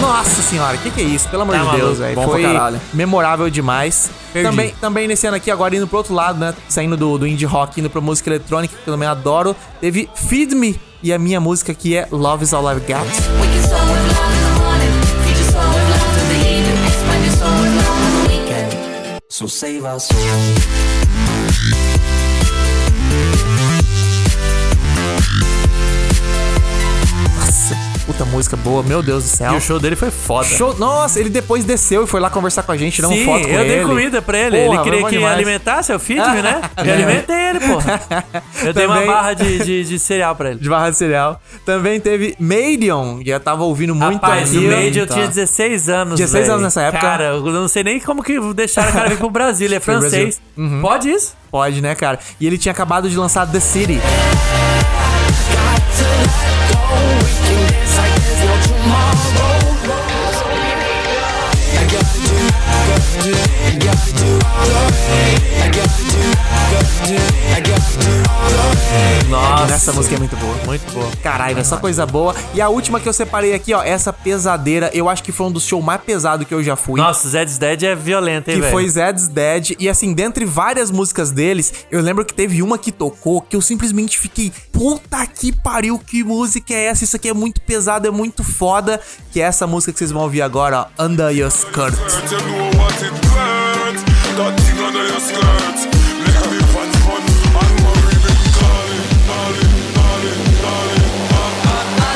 [SPEAKER 2] Nossa senhora, o que, que é isso? Pelo amor
[SPEAKER 4] Tá
[SPEAKER 2] de
[SPEAKER 4] maluco.
[SPEAKER 2] Deus, velho.
[SPEAKER 4] Bom pra
[SPEAKER 2] Foi
[SPEAKER 4] caralho.
[SPEAKER 2] memorável demais.
[SPEAKER 4] Perdi.
[SPEAKER 2] Também, também nesse ano aqui, agora indo pro outro lado, né? Saindo do, do indie rock, indo pra música eletrônica, que eu também adoro. Teve Feed Me e a minha música que é Love is All I've Got.
[SPEAKER 9] We can soar with love in the morning, feed your soul with love till the evening, expand your soul with love on the weekend.
[SPEAKER 12] So save us.
[SPEAKER 2] Nossa, puta música boa, meu Deus do céu.
[SPEAKER 3] E o show dele foi foda.
[SPEAKER 2] Show, nossa, ele depois desceu e foi lá conversar com a gente, deu uma
[SPEAKER 3] Sim,
[SPEAKER 2] foto com
[SPEAKER 3] eu
[SPEAKER 2] ele.
[SPEAKER 3] dei comida pra ele.
[SPEAKER 2] Porra,
[SPEAKER 3] ele
[SPEAKER 2] foi
[SPEAKER 3] queria
[SPEAKER 2] bom
[SPEAKER 3] que
[SPEAKER 2] demais.
[SPEAKER 3] alimentasse o filho, né? Eu alimentei ele, porra. Eu dei uma
[SPEAKER 2] Também-
[SPEAKER 3] barra de, de, de cereal pra ele.
[SPEAKER 2] De barra de cereal. Também teve Madion, que eu tava ouvindo muito
[SPEAKER 3] Rapaz, o
[SPEAKER 2] aqui. tá?
[SPEAKER 3] Made eu tinha 16 anos,
[SPEAKER 2] 16
[SPEAKER 3] velho.
[SPEAKER 2] anos nessa época.
[SPEAKER 3] Cara, eu não sei nem como que deixaram o cara vir pro Brasil. Ele é
[SPEAKER 2] Foi Brasil.
[SPEAKER 3] francês. Pode isso?
[SPEAKER 2] Pode, né, cara? E ele tinha acabado de lançar The City.
[SPEAKER 3] Nossa.
[SPEAKER 2] Essa música é muito boa.
[SPEAKER 3] Muito boa.
[SPEAKER 2] Caralho, é só coisa boa. E a última que eu separei aqui, ó, essa pesadeira, eu acho que foi um dos shows mais pesados que eu já fui.
[SPEAKER 3] Nossa, Zed's Dead é violento, hein,
[SPEAKER 2] Que
[SPEAKER 3] velho?
[SPEAKER 2] foi Zed's Dead. E assim, dentre várias músicas deles, eu lembro que teve uma que tocou que eu simplesmente fiquei, puta que pariu, que música é essa? Isso aqui é muito pesado, é muito foda. Que é essa música que vocês vão ouvir agora, ó, Under Your Skirt.
[SPEAKER 13] You know what it hurts. That thing under your skirt. Make me fat fun and worry me darling, darling, darling, darling.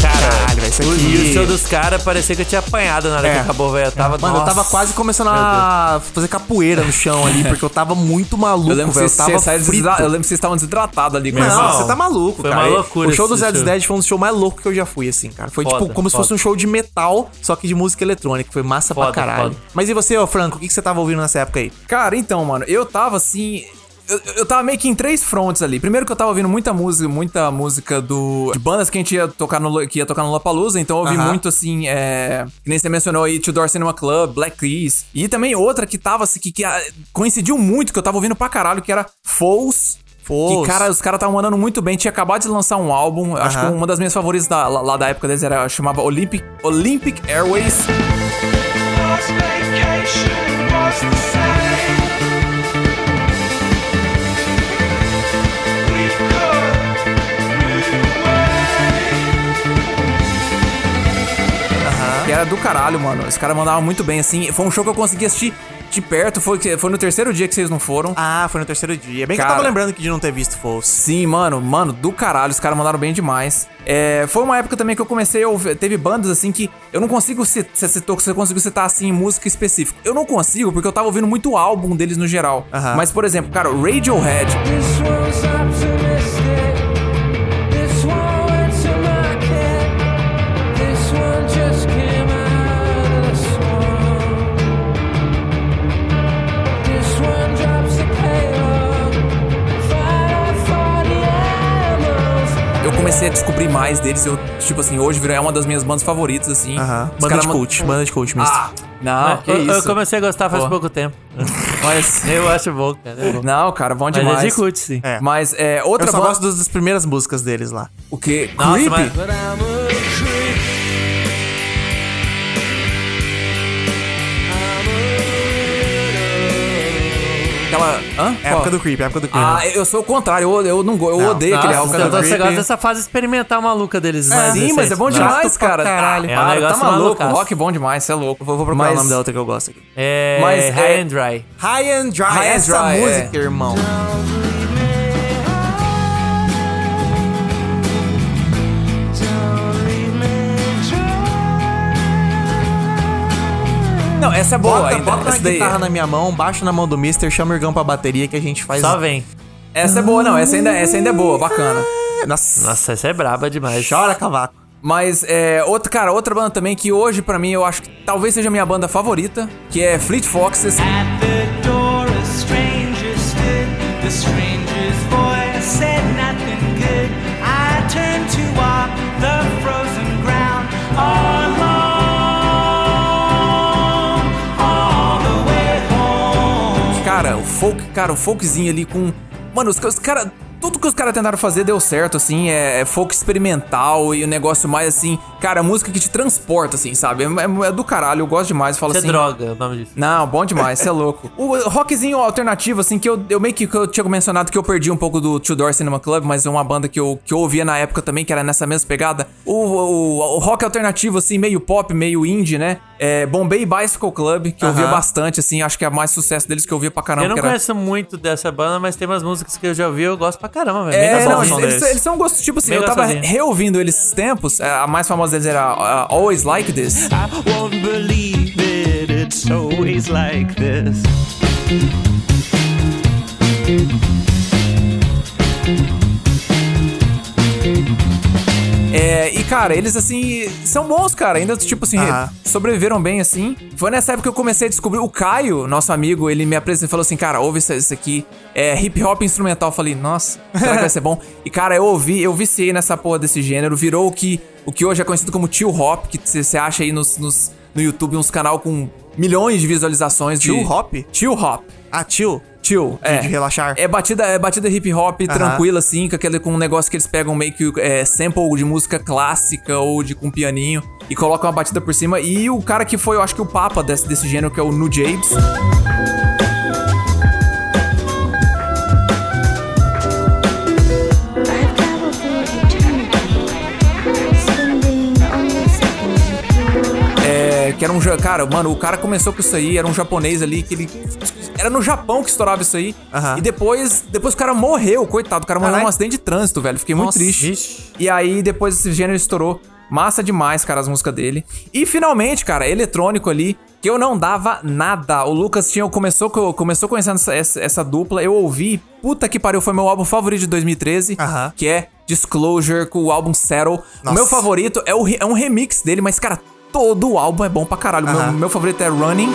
[SPEAKER 3] Caralho,
[SPEAKER 2] velho. Isso
[SPEAKER 3] E
[SPEAKER 2] aqui-
[SPEAKER 3] o show dos caras parecia que eu tinha apanhado na hora que
[SPEAKER 2] É.
[SPEAKER 3] acabou, velho. Eu tava.
[SPEAKER 2] Mano, eu tava
[SPEAKER 3] Nossa.
[SPEAKER 2] quase começando
[SPEAKER 3] Meu Deus.
[SPEAKER 2] a fazer capoeira no chão ali, porque eu tava muito maluco,
[SPEAKER 4] Eu lembro, que
[SPEAKER 2] velho. Eu
[SPEAKER 4] vocês,
[SPEAKER 2] tava
[SPEAKER 4] vocês saíram
[SPEAKER 2] frito.
[SPEAKER 4] desdra- eu lembro que vocês estavam desidratados ali. com
[SPEAKER 2] Não,
[SPEAKER 4] isso.
[SPEAKER 2] você tá maluco,
[SPEAKER 4] Foi
[SPEAKER 2] cara.
[SPEAKER 4] uma loucura
[SPEAKER 2] O show do
[SPEAKER 4] esse
[SPEAKER 2] Zed's
[SPEAKER 4] show.
[SPEAKER 2] Dead foi um dos shows mais loucos que eu já fui, assim, cara. Foi
[SPEAKER 4] Foda,
[SPEAKER 2] tipo como se
[SPEAKER 4] foda.
[SPEAKER 2] fosse um show de metal, só que de música eletrônica. Foi massa
[SPEAKER 4] Foda,
[SPEAKER 2] pra caralho.
[SPEAKER 4] foda.
[SPEAKER 2] Mas e você, ô Franco, o que, que você tava ouvindo nessa época aí?
[SPEAKER 4] Cara, então, mano, eu tava assim. Eu, eu tava meio que em três frontes ali. Primeiro que eu tava ouvindo muita música, muita música do. De bandas que a gente ia tocar no, Lo- que ia tocar no Lollapalooza, então eu ouvi
[SPEAKER 2] Aham.
[SPEAKER 4] muito assim, é. Que nem você mencionou aí, Tudor Cinema Club, Black Keys. E também outra que tava assim, que, que, ah, coincidiu muito, que eu tava ouvindo pra caralho, que era Foes.
[SPEAKER 2] Foes.
[SPEAKER 4] Que, cara, os caras estavam mandando muito bem. Tinha acabado de lançar um álbum. Acho que
[SPEAKER 2] Aham.
[SPEAKER 4] uma das minhas favoritas da- lá, lá da época deles era chamava Olympic, Olympic Airways.
[SPEAKER 11] Last vacation was the same. We could move
[SPEAKER 4] Que era do caralho, mano. Os caras mandavam muito bem, assim. Foi um show que eu consegui assistir de perto. Foi, foi no terceiro dia que vocês não foram.
[SPEAKER 2] Ah, foi no terceiro dia. Bem que eu
[SPEAKER 4] Cara.
[SPEAKER 2] tava lembrando que de não ter visto Foles.
[SPEAKER 4] Sim, mano. Mano, do caralho. Os caras mandaram bem demais. É, foi uma época também que eu comecei a ouvir. Teve bandas, assim, que eu não consigo citar. Você citou que você conseguiu citar, assim, música específica. Eu não consigo, porque eu tava ouvindo muito álbum deles no geral. Mas, por exemplo, cara, Radiohead.
[SPEAKER 11] This one's optimistic. This one went to market. This one just came out of the swamp. This one drops the payload. Fight for the animals.
[SPEAKER 4] Eu comecei a descobrir mais deles. Eu, tipo assim, hoje virou- é uma das minhas bandas favoritas, assim. Os
[SPEAKER 2] Banda
[SPEAKER 4] cara
[SPEAKER 2] de
[SPEAKER 4] man-
[SPEAKER 2] cult, banda de cult, mister.
[SPEAKER 4] Ah, Não,
[SPEAKER 3] Mas
[SPEAKER 4] que
[SPEAKER 3] É, eu, eu
[SPEAKER 4] isso.
[SPEAKER 3] comecei a gostar faz
[SPEAKER 4] Pô.
[SPEAKER 3] pouco tempo. Mas eu acho bom, cara. é bom.
[SPEAKER 4] Não, cara, bom
[SPEAKER 3] Mas é
[SPEAKER 4] demais.
[SPEAKER 3] de cult, sim.
[SPEAKER 2] É.
[SPEAKER 4] Mas é, outra
[SPEAKER 2] Eu só
[SPEAKER 4] banda-
[SPEAKER 2] gosto das, das primeiras músicas deles lá.
[SPEAKER 4] O quê?
[SPEAKER 3] Nossa,
[SPEAKER 4] Creep?
[SPEAKER 3] mas-
[SPEAKER 4] Aquela. Hã?
[SPEAKER 2] É a época do Creep, é a época do Creep.
[SPEAKER 4] Ah, eu sou o contrário, eu, eu não, go- eu
[SPEAKER 2] Não.
[SPEAKER 4] odeio um aquele
[SPEAKER 2] Nossa,
[SPEAKER 4] álbum.
[SPEAKER 2] então
[SPEAKER 4] cara.
[SPEAKER 3] Você gosta dessa fase experimental maluca deles,
[SPEAKER 4] É,
[SPEAKER 3] né?
[SPEAKER 4] sim, mas é bom
[SPEAKER 3] Não.
[SPEAKER 4] demais, cara.
[SPEAKER 3] caralho. É um
[SPEAKER 4] Ah, para, tá
[SPEAKER 3] negócio
[SPEAKER 4] maluco.
[SPEAKER 3] malucaço.
[SPEAKER 4] Rock bom demais, você é louco. Vou, vou
[SPEAKER 2] procurar o nome da outra que eu gosto aqui.
[SPEAKER 3] É,
[SPEAKER 4] Mas
[SPEAKER 3] High
[SPEAKER 4] é-
[SPEAKER 3] and Dry.
[SPEAKER 2] High and Dry,
[SPEAKER 4] High and
[SPEAKER 2] Ah, essa
[SPEAKER 4] Dry, é.
[SPEAKER 2] música, irmão.
[SPEAKER 4] Não, essa é boa
[SPEAKER 2] Bota,
[SPEAKER 4] ainda.
[SPEAKER 2] bota uma
[SPEAKER 4] essa, daí- é.
[SPEAKER 2] guitarra na minha mão, baixo na mão do Mister, chama o Irgão pra bateria que a gente faz...
[SPEAKER 3] Só vem.
[SPEAKER 4] essa é boa, não. Essa ainda, essa ainda é boa, bacana.
[SPEAKER 2] Nossa,
[SPEAKER 3] Nossa, essa é braba demais.
[SPEAKER 2] chora, cavaco.
[SPEAKER 4] Mas, é, outro, cara, outra banda também que hoje, pra mim, eu acho que talvez seja a minha banda favorita, que é Fleet Foxes.
[SPEAKER 11] At the door, a stranger stood. The stranger's voice said nothing good. I turned to walk the frozen ground alone, all the way home.
[SPEAKER 4] Cara, o folk, cara, o folkzinho ali com. Mano, os, os caras. Tudo que os caras tentaram fazer deu certo, assim. É, é folk experimental e o negócio mais assim. Cara, música que te transporta, assim, sabe? É, é- é do caralho, eu gosto demais. Falo
[SPEAKER 3] Isso é
[SPEAKER 4] assim.
[SPEAKER 3] droga, o nome disso.
[SPEAKER 4] Não, bom demais, você é louco. O rockzinho alternativo, assim, que eu, eu meio que, que eu tinha mencionado que eu perdi um pouco do Tudor Cinema Club, mas é uma banda que eu, que eu ouvia na época também, que era nessa mesma pegada. O, o- o rock alternativo, assim, meio pop, meio indie, né? É Bombay Bicycle Club, que eu ouvia
[SPEAKER 2] Aham.
[SPEAKER 4] bastante, assim, acho que é mais sucesso deles que eu ouvia pra caramba.
[SPEAKER 3] eu não
[SPEAKER 4] que era-
[SPEAKER 3] conheço muito dessa banda, mas tem umas músicas que eu já ouvi e eu gosto pra um caramba, velho.
[SPEAKER 4] É,
[SPEAKER 3] Bem
[SPEAKER 4] não,
[SPEAKER 3] gostoso o
[SPEAKER 4] eles,
[SPEAKER 3] som
[SPEAKER 4] eles-
[SPEAKER 3] deles.
[SPEAKER 4] eles são gostos, tipo assim,
[SPEAKER 3] Bem
[SPEAKER 4] eu tava
[SPEAKER 3] gostosinho.
[SPEAKER 4] reouvindo eles esses tempos, é, a mais famosa deles era a Always Like This.
[SPEAKER 11] I won't believe it, it's always like this.
[SPEAKER 4] É, e cara, eles assim, são bons, cara. Ainda, tipo assim,
[SPEAKER 2] Aham.
[SPEAKER 4] sobreviveram bem assim. Foi nessa época que eu comecei a descobrir o Caio, nosso amigo, ele me apresentou e falou assim: cara, ouve isso, isso aqui. É hip hop instrumental. Eu falei, nossa, será que vai ser
[SPEAKER 2] *laughs*
[SPEAKER 4] bom? E cara, eu ouvi, eu viciei nessa porra desse gênero, virou o que, o que hoje é conhecido como tio hop, que você acha aí nos, nos- no YouTube uns canal com milhões de visualizações. de-
[SPEAKER 2] Tio Hop?
[SPEAKER 4] Tio hop.
[SPEAKER 2] Ah, tio.
[SPEAKER 4] Chill, é.
[SPEAKER 2] de relaxar.
[SPEAKER 4] É batida, é batida hip hop
[SPEAKER 2] Aham.
[SPEAKER 4] tranquila, assim, com, aquele, com um negócio que eles pegam meio que é, sample de música clássica ou de com pianinho e colocam uma batida por cima. E o cara que foi, eu acho que o papa desse, desse gênero, que é o Nu James. É, que era um. ja- Cara, mano, o cara começou com isso aí, era um japonês ali que ele. Era no Japão que estourava isso aí.
[SPEAKER 2] Aham.
[SPEAKER 4] E depois. Depois o cara morreu, coitado. O cara morreu
[SPEAKER 2] Caralho.
[SPEAKER 4] num acidente de trânsito, velho. Fiquei muito
[SPEAKER 2] Nossa,
[SPEAKER 4] triste.
[SPEAKER 2] vixe.
[SPEAKER 4] E aí depois esse gênero estourou. Massa demais, cara, as músicas dele. E finalmente, cara, eletrônico ali, que eu não dava nada. O Lucas tinha começou, co- começou conhecendo essa, essa- essa dupla, eu ouvi. Puta que pariu, foi meu álbum favorito de 2013,
[SPEAKER 2] Aham.
[SPEAKER 4] que é Disclosure com o álbum Settle. O meu favorito é, o re- é um remix dele, mas, cara, todo o álbum é bom pra caralho. Meu-
[SPEAKER 2] Aham.
[SPEAKER 4] meu favorito é Running.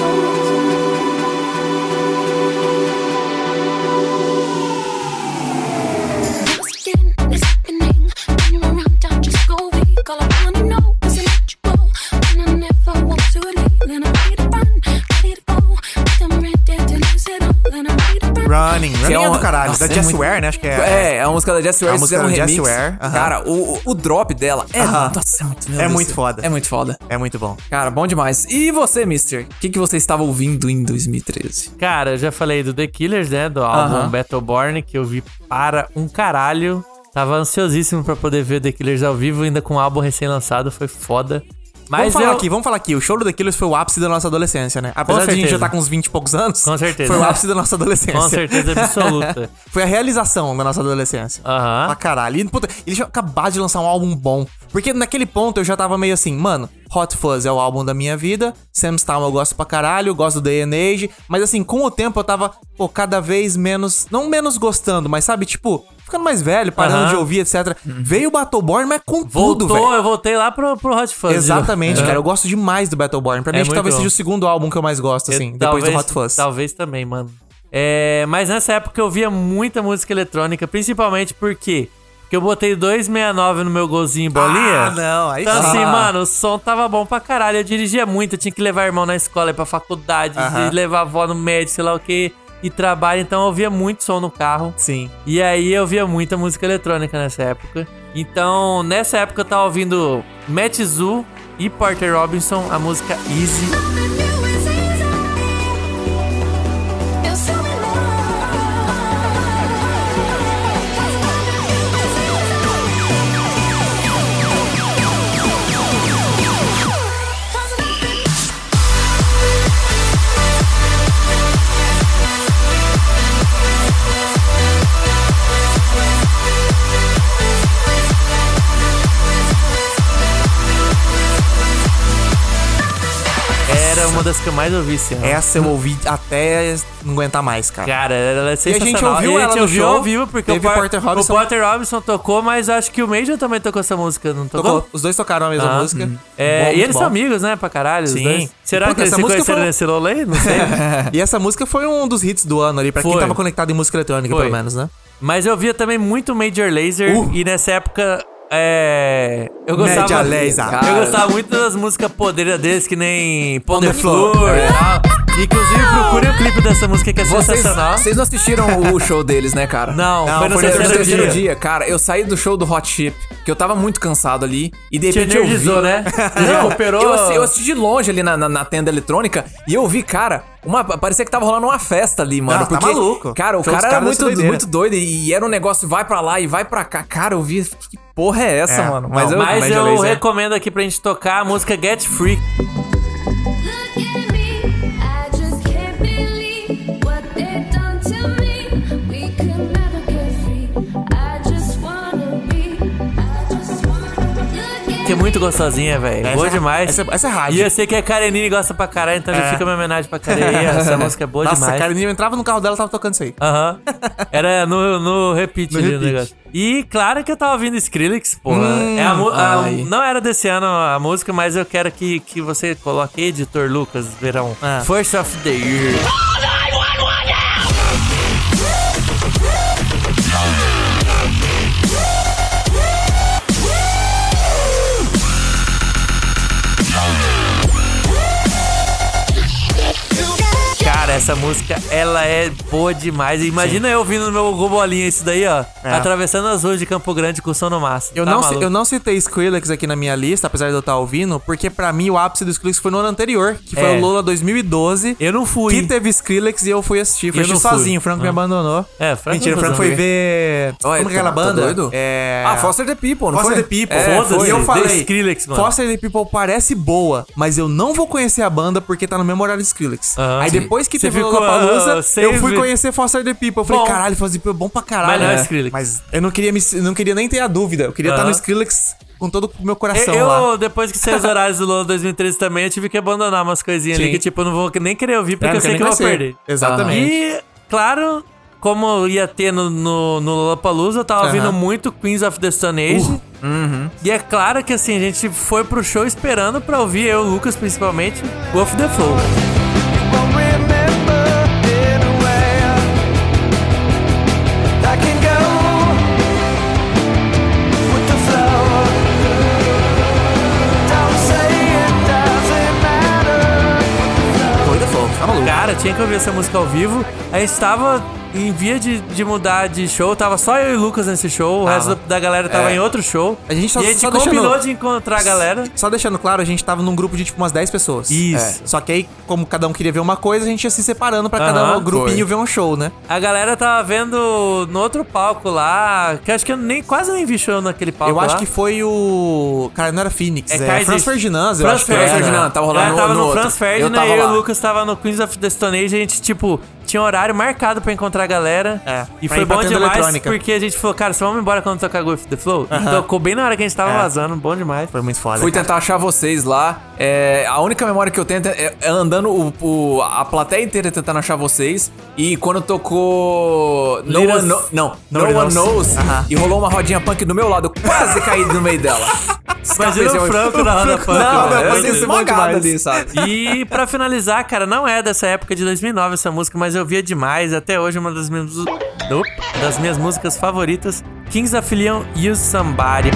[SPEAKER 2] Running. Running
[SPEAKER 4] Que
[SPEAKER 2] é,
[SPEAKER 4] uma-
[SPEAKER 2] do caralho.
[SPEAKER 4] Nossa,
[SPEAKER 2] da
[SPEAKER 4] é
[SPEAKER 2] Jess
[SPEAKER 4] muito-
[SPEAKER 2] Ware, né? Acho que é.
[SPEAKER 4] É, é a música da Jess
[SPEAKER 2] É
[SPEAKER 4] Ware,
[SPEAKER 2] a
[SPEAKER 4] eles
[SPEAKER 2] música
[SPEAKER 4] fizeram um
[SPEAKER 2] da Jess
[SPEAKER 4] remix.
[SPEAKER 2] Ware, aham.
[SPEAKER 4] Cara, o, o- o drop dela é,
[SPEAKER 2] Aham.
[SPEAKER 4] nossa, é muito, meu
[SPEAKER 2] É
[SPEAKER 4] Deus
[SPEAKER 2] muito
[SPEAKER 4] do céu.
[SPEAKER 2] foda.
[SPEAKER 4] É muito foda.
[SPEAKER 2] É muito bom.
[SPEAKER 4] Cara, bom demais. E você, Mister? O que, que você estava ouvindo em 2013?
[SPEAKER 3] Cara, eu já falei do The Killers, né? Do álbum
[SPEAKER 4] Aham.
[SPEAKER 3] Battleborn, que eu vi para um caralho. Tava ansiosíssimo pra poder ver The Killers ao vivo, ainda com o álbum recém-lançado, foi foda. Mas
[SPEAKER 2] vamos falar
[SPEAKER 3] eu...
[SPEAKER 2] aqui, vamos falar aqui. O show do The Killers foi o ápice da nossa adolescência, né? Apesar de a gente
[SPEAKER 3] certeza.
[SPEAKER 2] já estar com uns 20 e poucos anos.
[SPEAKER 3] Com certeza.
[SPEAKER 2] Foi o ápice da nossa adolescência.
[SPEAKER 3] Com certeza
[SPEAKER 4] é
[SPEAKER 3] absoluta.
[SPEAKER 2] *laughs* foi a realização da nossa adolescência.
[SPEAKER 3] Aham.
[SPEAKER 2] Pra caralho. E, puta, eles tinham acabado de lançar um álbum bom. Porque naquele ponto eu já tava meio assim, mano, Hot Fuzz é o álbum da minha vida, Sam's Town eu gosto pra caralho, eu gosto do Day and Age, mas assim, com o tempo eu tava, pô, cada vez menos, não menos gostando, mas sabe, tipo, ficando mais velho, parando
[SPEAKER 3] Aham. Uhum.
[SPEAKER 2] de ouvir, etc. Veio o Battleborn, mas com
[SPEAKER 3] Voltou,
[SPEAKER 2] tudo, velho.
[SPEAKER 3] eu voltei lá pro, pro Hot Fuzz. de
[SPEAKER 2] Exatamente,
[SPEAKER 3] novo.
[SPEAKER 2] cara. Eu gosto demais do Battleborn. Pra mim,
[SPEAKER 3] É
[SPEAKER 2] acho que
[SPEAKER 3] muito
[SPEAKER 2] talvez
[SPEAKER 3] bom.
[SPEAKER 2] seja o segundo álbum que eu mais gosto,
[SPEAKER 3] Eu-
[SPEAKER 2] assim, depois do
[SPEAKER 3] talvez-
[SPEAKER 2] Hot Fuzz.
[SPEAKER 3] Talvez também, mano. É, mas nessa época eu via muita música eletrônica, principalmente porque Que eu botei 269 no meu golzinho bolinha.
[SPEAKER 2] Ah, não, aí
[SPEAKER 3] Então
[SPEAKER 2] sim.
[SPEAKER 3] assim,
[SPEAKER 2] Ah.
[SPEAKER 3] mano, o som tava bom pra caralho. Eu dirigia muito, eu tinha que levar irmão na escola, ir pra faculdade,
[SPEAKER 2] Aham.
[SPEAKER 3] de levar avó no médico, sei lá o que, e trabalho. Então eu via muito som no carro.
[SPEAKER 2] Sim.
[SPEAKER 3] E aí eu via muita música eletrônica nessa época. Então, nessa época eu tava ouvindo Matt Zoo e Porter Robinson, a música Easy. Era uma das que eu mais ouvi esse ano.
[SPEAKER 2] Essa eu ouvi até não aguentar mais, cara.
[SPEAKER 3] Cara, ela é
[SPEAKER 2] E a
[SPEAKER 3] sensacional.
[SPEAKER 2] gente ouviu
[SPEAKER 3] a
[SPEAKER 2] ela
[SPEAKER 3] gente
[SPEAKER 2] no
[SPEAKER 3] ouviu
[SPEAKER 2] show,
[SPEAKER 3] ao vivo, porque o,
[SPEAKER 2] teve
[SPEAKER 3] Por-
[SPEAKER 2] Porter Robinson.
[SPEAKER 3] o Porter Robinson tocou, mas acho que o Major também tocou essa música, não tocou?
[SPEAKER 2] Tocou. Os dois tocaram a mesma
[SPEAKER 3] Ah,
[SPEAKER 2] música.
[SPEAKER 3] hum. É,
[SPEAKER 2] Bom,
[SPEAKER 3] e eles
[SPEAKER 2] bom.
[SPEAKER 3] são amigos, né, pra caralho, os
[SPEAKER 2] Sim.
[SPEAKER 3] dois. Será
[SPEAKER 2] Puta,
[SPEAKER 3] que eles
[SPEAKER 2] essa
[SPEAKER 3] se
[SPEAKER 2] música
[SPEAKER 3] conheceram
[SPEAKER 2] foi-
[SPEAKER 3] nesse rolê?
[SPEAKER 2] *laughs*
[SPEAKER 3] Não sei.
[SPEAKER 2] e essa música foi um dos hits do ano ali, pra quem
[SPEAKER 3] Foi.
[SPEAKER 2] tava conectado em música eletrônica,
[SPEAKER 3] Foi.
[SPEAKER 2] pelo menos, né?
[SPEAKER 3] Mas eu via também muito Major Laser
[SPEAKER 2] Uh.
[SPEAKER 3] e nessa época é, eu gostava
[SPEAKER 2] Major Laser.
[SPEAKER 3] Eu
[SPEAKER 2] Cara.
[SPEAKER 3] gostava muito das músicas podeiras deles que nem Pão de
[SPEAKER 2] the
[SPEAKER 3] Flor
[SPEAKER 2] Floor,
[SPEAKER 3] e
[SPEAKER 2] é.
[SPEAKER 3] tal. Inclusive procurem o clipe dessa música que é
[SPEAKER 4] Vocês,
[SPEAKER 3] sensacional.
[SPEAKER 4] vocês não assistiram
[SPEAKER 3] *laughs*
[SPEAKER 4] o show deles, né, cara?
[SPEAKER 3] Não, foi no terceiro dia.
[SPEAKER 4] Cara, eu saí do show do Hot Chip, que eu tava muito cansado ali. E de
[SPEAKER 3] Te
[SPEAKER 4] repente eu vi...
[SPEAKER 3] energizou,
[SPEAKER 4] *laughs*
[SPEAKER 3] né?
[SPEAKER 4] Não,
[SPEAKER 3] Recuperou.
[SPEAKER 4] Eu, assi- eu assisti de longe ali na, na- na tenda eletrônica e eu vi, cara, uma, parecia que tava rolando uma festa ali, mano.
[SPEAKER 2] Não, tá
[SPEAKER 4] porque,
[SPEAKER 2] maluco.
[SPEAKER 4] Cara, o
[SPEAKER 2] Show dos
[SPEAKER 4] cara era
[SPEAKER 2] caras deve
[SPEAKER 4] muito,
[SPEAKER 2] ser doideira.
[SPEAKER 4] muito doido e, e era um negócio vai pra lá e vai pra cá. Cara, eu vi... Que porra é essa,
[SPEAKER 2] É,
[SPEAKER 4] mano?
[SPEAKER 2] não, mas
[SPEAKER 3] Mas
[SPEAKER 2] Major
[SPEAKER 3] eu
[SPEAKER 2] Laser.
[SPEAKER 3] recomendo aqui pra gente tocar a música Get Free.
[SPEAKER 8] I just can't believe what they've done to me. We could never get free. I just wanna be. I just wanna look at
[SPEAKER 3] Que é muito gostosinha, velho.
[SPEAKER 2] Essa
[SPEAKER 3] Boa
[SPEAKER 2] é-
[SPEAKER 3] demais.
[SPEAKER 2] essa- essa é rádio.
[SPEAKER 3] E eu sei que a Karenine gosta pra caralho, então já
[SPEAKER 2] É.
[SPEAKER 3] fica minha homenagem
[SPEAKER 2] *laughs*
[SPEAKER 3] pra Karenine. Essa música é boa
[SPEAKER 2] Nossa,
[SPEAKER 3] demais.
[SPEAKER 2] a Karine eu entrava no carro dela e tava tocando isso aí.
[SPEAKER 3] Aham. Era no, no repeat
[SPEAKER 2] No
[SPEAKER 3] ali o
[SPEAKER 2] repeat.
[SPEAKER 3] negócio. E claro que eu tava ouvindo Skrillex, pô.
[SPEAKER 2] Hum,
[SPEAKER 3] É a mu- a-
[SPEAKER 2] ai.
[SPEAKER 3] não era desse ano a música, mas eu quero que, que você coloque, editor Lucas, verão.
[SPEAKER 2] É.
[SPEAKER 3] First of the Year. Cara, essa música, ela é boa demais. Imagina eu ouvindo no meu gobolinha isso daí, ó.
[SPEAKER 2] É.
[SPEAKER 3] Atravessando as ruas de Campo Grande com o sono massa.
[SPEAKER 2] Eu,
[SPEAKER 3] Tá
[SPEAKER 2] não, ci-
[SPEAKER 3] maluco?
[SPEAKER 2] eu não citei Skrillex aqui na minha lista, apesar de eu estar ouvindo, porque pra mim o ápice do Skrillex foi no ano anterior, que foi
[SPEAKER 3] É.
[SPEAKER 2] o Lola 2012.
[SPEAKER 3] Eu não fui.
[SPEAKER 2] Que teve Skrillex e eu fui assistir. Fui
[SPEAKER 3] Eu
[SPEAKER 2] assistir
[SPEAKER 3] não fui.
[SPEAKER 2] sozinho, o Franco me
[SPEAKER 3] Ah.
[SPEAKER 2] abandonou.
[SPEAKER 3] É, Franco
[SPEAKER 2] Mentira, o
[SPEAKER 3] não
[SPEAKER 2] Franco
[SPEAKER 3] foi
[SPEAKER 2] foi ver.
[SPEAKER 4] Olha,
[SPEAKER 2] Como que é aquela
[SPEAKER 4] tá- tá
[SPEAKER 2] banda?
[SPEAKER 4] doido?
[SPEAKER 2] É.
[SPEAKER 4] Ah, Foster the People, não
[SPEAKER 2] Foster
[SPEAKER 4] foi?
[SPEAKER 2] the People.
[SPEAKER 4] É,
[SPEAKER 2] Foda-se.
[SPEAKER 4] foi.
[SPEAKER 2] E eu
[SPEAKER 4] The
[SPEAKER 2] falei,
[SPEAKER 3] Skrillex, mano.
[SPEAKER 2] Foster the People parece boa, mas eu não vou conhecer a banda porque tá no mesmo horário de Skrillex.
[SPEAKER 3] Aham.
[SPEAKER 2] Aí
[SPEAKER 3] Ah, Sim.
[SPEAKER 2] depois que
[SPEAKER 3] Você
[SPEAKER 2] teve o
[SPEAKER 3] ficou,
[SPEAKER 2] Lollapalooza,
[SPEAKER 3] ah,
[SPEAKER 2] eu
[SPEAKER 3] save.
[SPEAKER 2] fui conhecer Foster the People. Eu falei,
[SPEAKER 3] Bom.
[SPEAKER 2] caralho, Foster the People é bom pra caralho.
[SPEAKER 3] Mas não é
[SPEAKER 2] né?
[SPEAKER 3] Skrillex.
[SPEAKER 2] Mas eu não queria, me, não queria nem ter a dúvida. Eu queria estar
[SPEAKER 3] Aham.
[SPEAKER 2] no Skrillex com todo o meu
[SPEAKER 3] Eu,
[SPEAKER 2] coração
[SPEAKER 3] eu,
[SPEAKER 2] lá. Né?
[SPEAKER 3] depois que saiu os horários do Lula 2013 também, eu tive que abandonar umas coisinhas ali
[SPEAKER 2] Sim.
[SPEAKER 3] que, tipo, eu não vou nem querer ouvir, porque
[SPEAKER 2] É,
[SPEAKER 3] eu
[SPEAKER 2] não
[SPEAKER 3] sei
[SPEAKER 2] quero
[SPEAKER 3] que eu
[SPEAKER 2] nem
[SPEAKER 3] vou
[SPEAKER 2] conhecer.
[SPEAKER 3] perder.
[SPEAKER 2] Exatamente.
[SPEAKER 3] E, claro, como ia ter no, no, no Lollapalooza, eu tava
[SPEAKER 2] Aham. Uh.
[SPEAKER 3] ouvindo muito Queens of the Stone Age.
[SPEAKER 2] Uhum.
[SPEAKER 3] E é claro que, assim, a gente foi pro show esperando pra ouvir, eu e o Lucas, principalmente, Wolf the Flow.
[SPEAKER 2] Doido fogo, tá maluco.
[SPEAKER 3] Cara, tinha que ouvir essa música ao vivo. A gente tava em via de, de mudar de show, tava só eu e o Lucas nesse show, o
[SPEAKER 2] Tava.
[SPEAKER 3] resto da, da galera tava
[SPEAKER 2] É.
[SPEAKER 3] em outro show.
[SPEAKER 2] A gente só-
[SPEAKER 3] e a gente
[SPEAKER 2] só deixando-
[SPEAKER 3] combinou de encontrar a galera.
[SPEAKER 2] Só deixando claro, a gente tava num grupo de tipo umas 10 pessoas.
[SPEAKER 3] Isso.
[SPEAKER 2] É. Só que aí, como cada um queria ver uma coisa, a gente ia se separando pra cada
[SPEAKER 3] Aham.
[SPEAKER 2] um, grupinho ver um show, né?
[SPEAKER 3] A galera tava vendo no outro palco lá, que eu acho que eu nem, quase nem vi show naquele palco
[SPEAKER 2] Eu acho
[SPEAKER 3] lá.
[SPEAKER 2] que foi o. Cara, não era Phoenix. É,
[SPEAKER 3] Tá. Kaiser-
[SPEAKER 2] Franz Ferdinand, eu
[SPEAKER 3] Franz
[SPEAKER 2] acho que era.
[SPEAKER 3] Ferdinand,
[SPEAKER 4] tava rolando
[SPEAKER 3] É,
[SPEAKER 4] no-
[SPEAKER 3] tava
[SPEAKER 4] no
[SPEAKER 3] no,
[SPEAKER 4] outro.
[SPEAKER 3] Franz Ferdinand
[SPEAKER 4] Eu tava
[SPEAKER 3] e eu e o
[SPEAKER 4] lá.
[SPEAKER 3] Lucas tava no Queens of the Stone Age. A gente, tipo, tinha um horário marcado pra encontrar a galera.
[SPEAKER 2] É,
[SPEAKER 3] E
[SPEAKER 2] pra
[SPEAKER 3] foi
[SPEAKER 2] ir pra
[SPEAKER 3] bom
[SPEAKER 2] tenda
[SPEAKER 3] demais
[SPEAKER 2] eletrônica.
[SPEAKER 3] porque a gente falou, cara, só vamos embora quando tocar Go With The Flow. E
[SPEAKER 2] Aham.
[SPEAKER 3] tocou bem na hora que a gente tava
[SPEAKER 2] É.
[SPEAKER 3] vazando, bom demais.
[SPEAKER 2] Foi muito foda.
[SPEAKER 4] Fui
[SPEAKER 2] cara.
[SPEAKER 4] tentar achar vocês lá. É, a única memória que eu tenho é é andando o, o- a plateia inteira tentando achar vocês. E quando tocou. No
[SPEAKER 3] Little-
[SPEAKER 4] One, Kno- não, no
[SPEAKER 2] Nobody
[SPEAKER 4] one
[SPEAKER 2] Knows.
[SPEAKER 4] Knows.
[SPEAKER 2] Aham.
[SPEAKER 4] E rolou uma rodinha punk do meu lado. eu Quase caí no meio
[SPEAKER 2] *laughs*
[SPEAKER 4] dela.
[SPEAKER 3] Imagina o Franco na roda punk.
[SPEAKER 4] *laughs* Não,
[SPEAKER 3] velho.
[SPEAKER 4] eu
[SPEAKER 3] Meu
[SPEAKER 4] passei
[SPEAKER 3] Deus.
[SPEAKER 4] esmagado ali, sabe?
[SPEAKER 3] E pra finalizar, cara, não é dessa época de 2009 essa música, mas eu via demais. Até hoje é uma das minhas, Opa, das minhas músicas favoritas. Kings of Leon Use Somebody.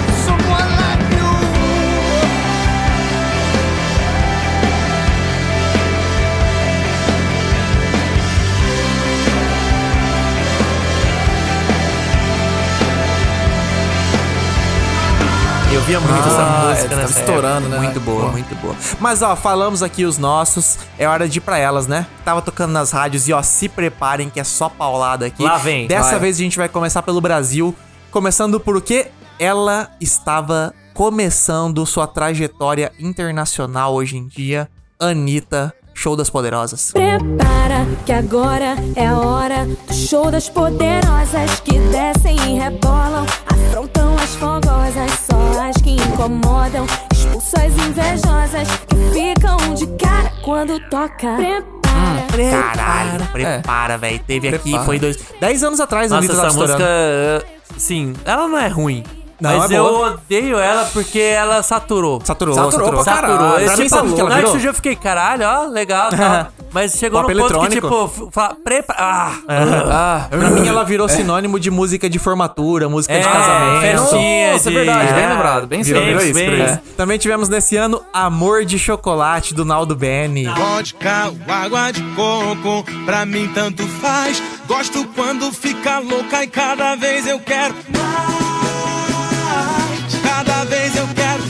[SPEAKER 3] Eu via muito
[SPEAKER 2] Ah,
[SPEAKER 3] essa música,
[SPEAKER 2] Tava
[SPEAKER 3] né?
[SPEAKER 2] é, estourando, né? Muito boa, muito boa. Mas ó, falamos aqui os nossos, é hora de ir pra elas, né? Tava tocando nas rádios e ó, se preparem que é só paulada aqui.
[SPEAKER 3] Lá vem,
[SPEAKER 2] Dessa
[SPEAKER 3] vai.
[SPEAKER 2] vez a gente vai começar pelo Brasil, começando porque ela estava começando sua trajetória internacional hoje em dia. Anitta, Show das Poderosas.
[SPEAKER 14] Prepara que agora é a hora do show das poderosas que descem e rebolam, afrontam as fogosas, só as que incomodam, expulsam as invejosas que ficam de cara quando toca. Prepara,
[SPEAKER 2] Caralho, prepara, velho. Teve aqui,
[SPEAKER 3] Prepara.
[SPEAKER 2] foi dois. Dez anos atrás a
[SPEAKER 3] Nossa,
[SPEAKER 2] Anitta
[SPEAKER 3] essa
[SPEAKER 2] tava estourando.
[SPEAKER 3] música, eh, sim, ela não é ruim.
[SPEAKER 2] Não,
[SPEAKER 3] mas
[SPEAKER 2] é
[SPEAKER 3] eu
[SPEAKER 2] boa.
[SPEAKER 3] odeio ela porque ela saturou.
[SPEAKER 2] Saturou, saturou.
[SPEAKER 3] Saturou.
[SPEAKER 2] Pra
[SPEAKER 3] Esse
[SPEAKER 2] mim, sabe o que ela
[SPEAKER 3] na hora
[SPEAKER 2] virou?
[SPEAKER 3] surgiu, eu fiquei, caralho, ó,
[SPEAKER 2] *laughs*
[SPEAKER 3] legal, tal. Mas chegou
[SPEAKER 2] Pop
[SPEAKER 3] no ponto que,
[SPEAKER 2] eletrônico.
[SPEAKER 3] tipo, f- fala, prepara... Ah,
[SPEAKER 2] Ah, pra mim ela virou sinônimo de música de formatura, música de
[SPEAKER 3] É,
[SPEAKER 2] casamento.
[SPEAKER 3] festinha Nossa, de- é verdade, bem lembrado, bem
[SPEAKER 2] virou,
[SPEAKER 3] sim,
[SPEAKER 2] virou isso,
[SPEAKER 3] bem.
[SPEAKER 2] virou isso. Também tivemos nesse ano Amor de Chocolate, do Naldo Bene.
[SPEAKER 15] Vodka ou água de coco, pra mim tanto faz. Gosto quando fica louca e cada vez eu quero mais. Cada vez eu quero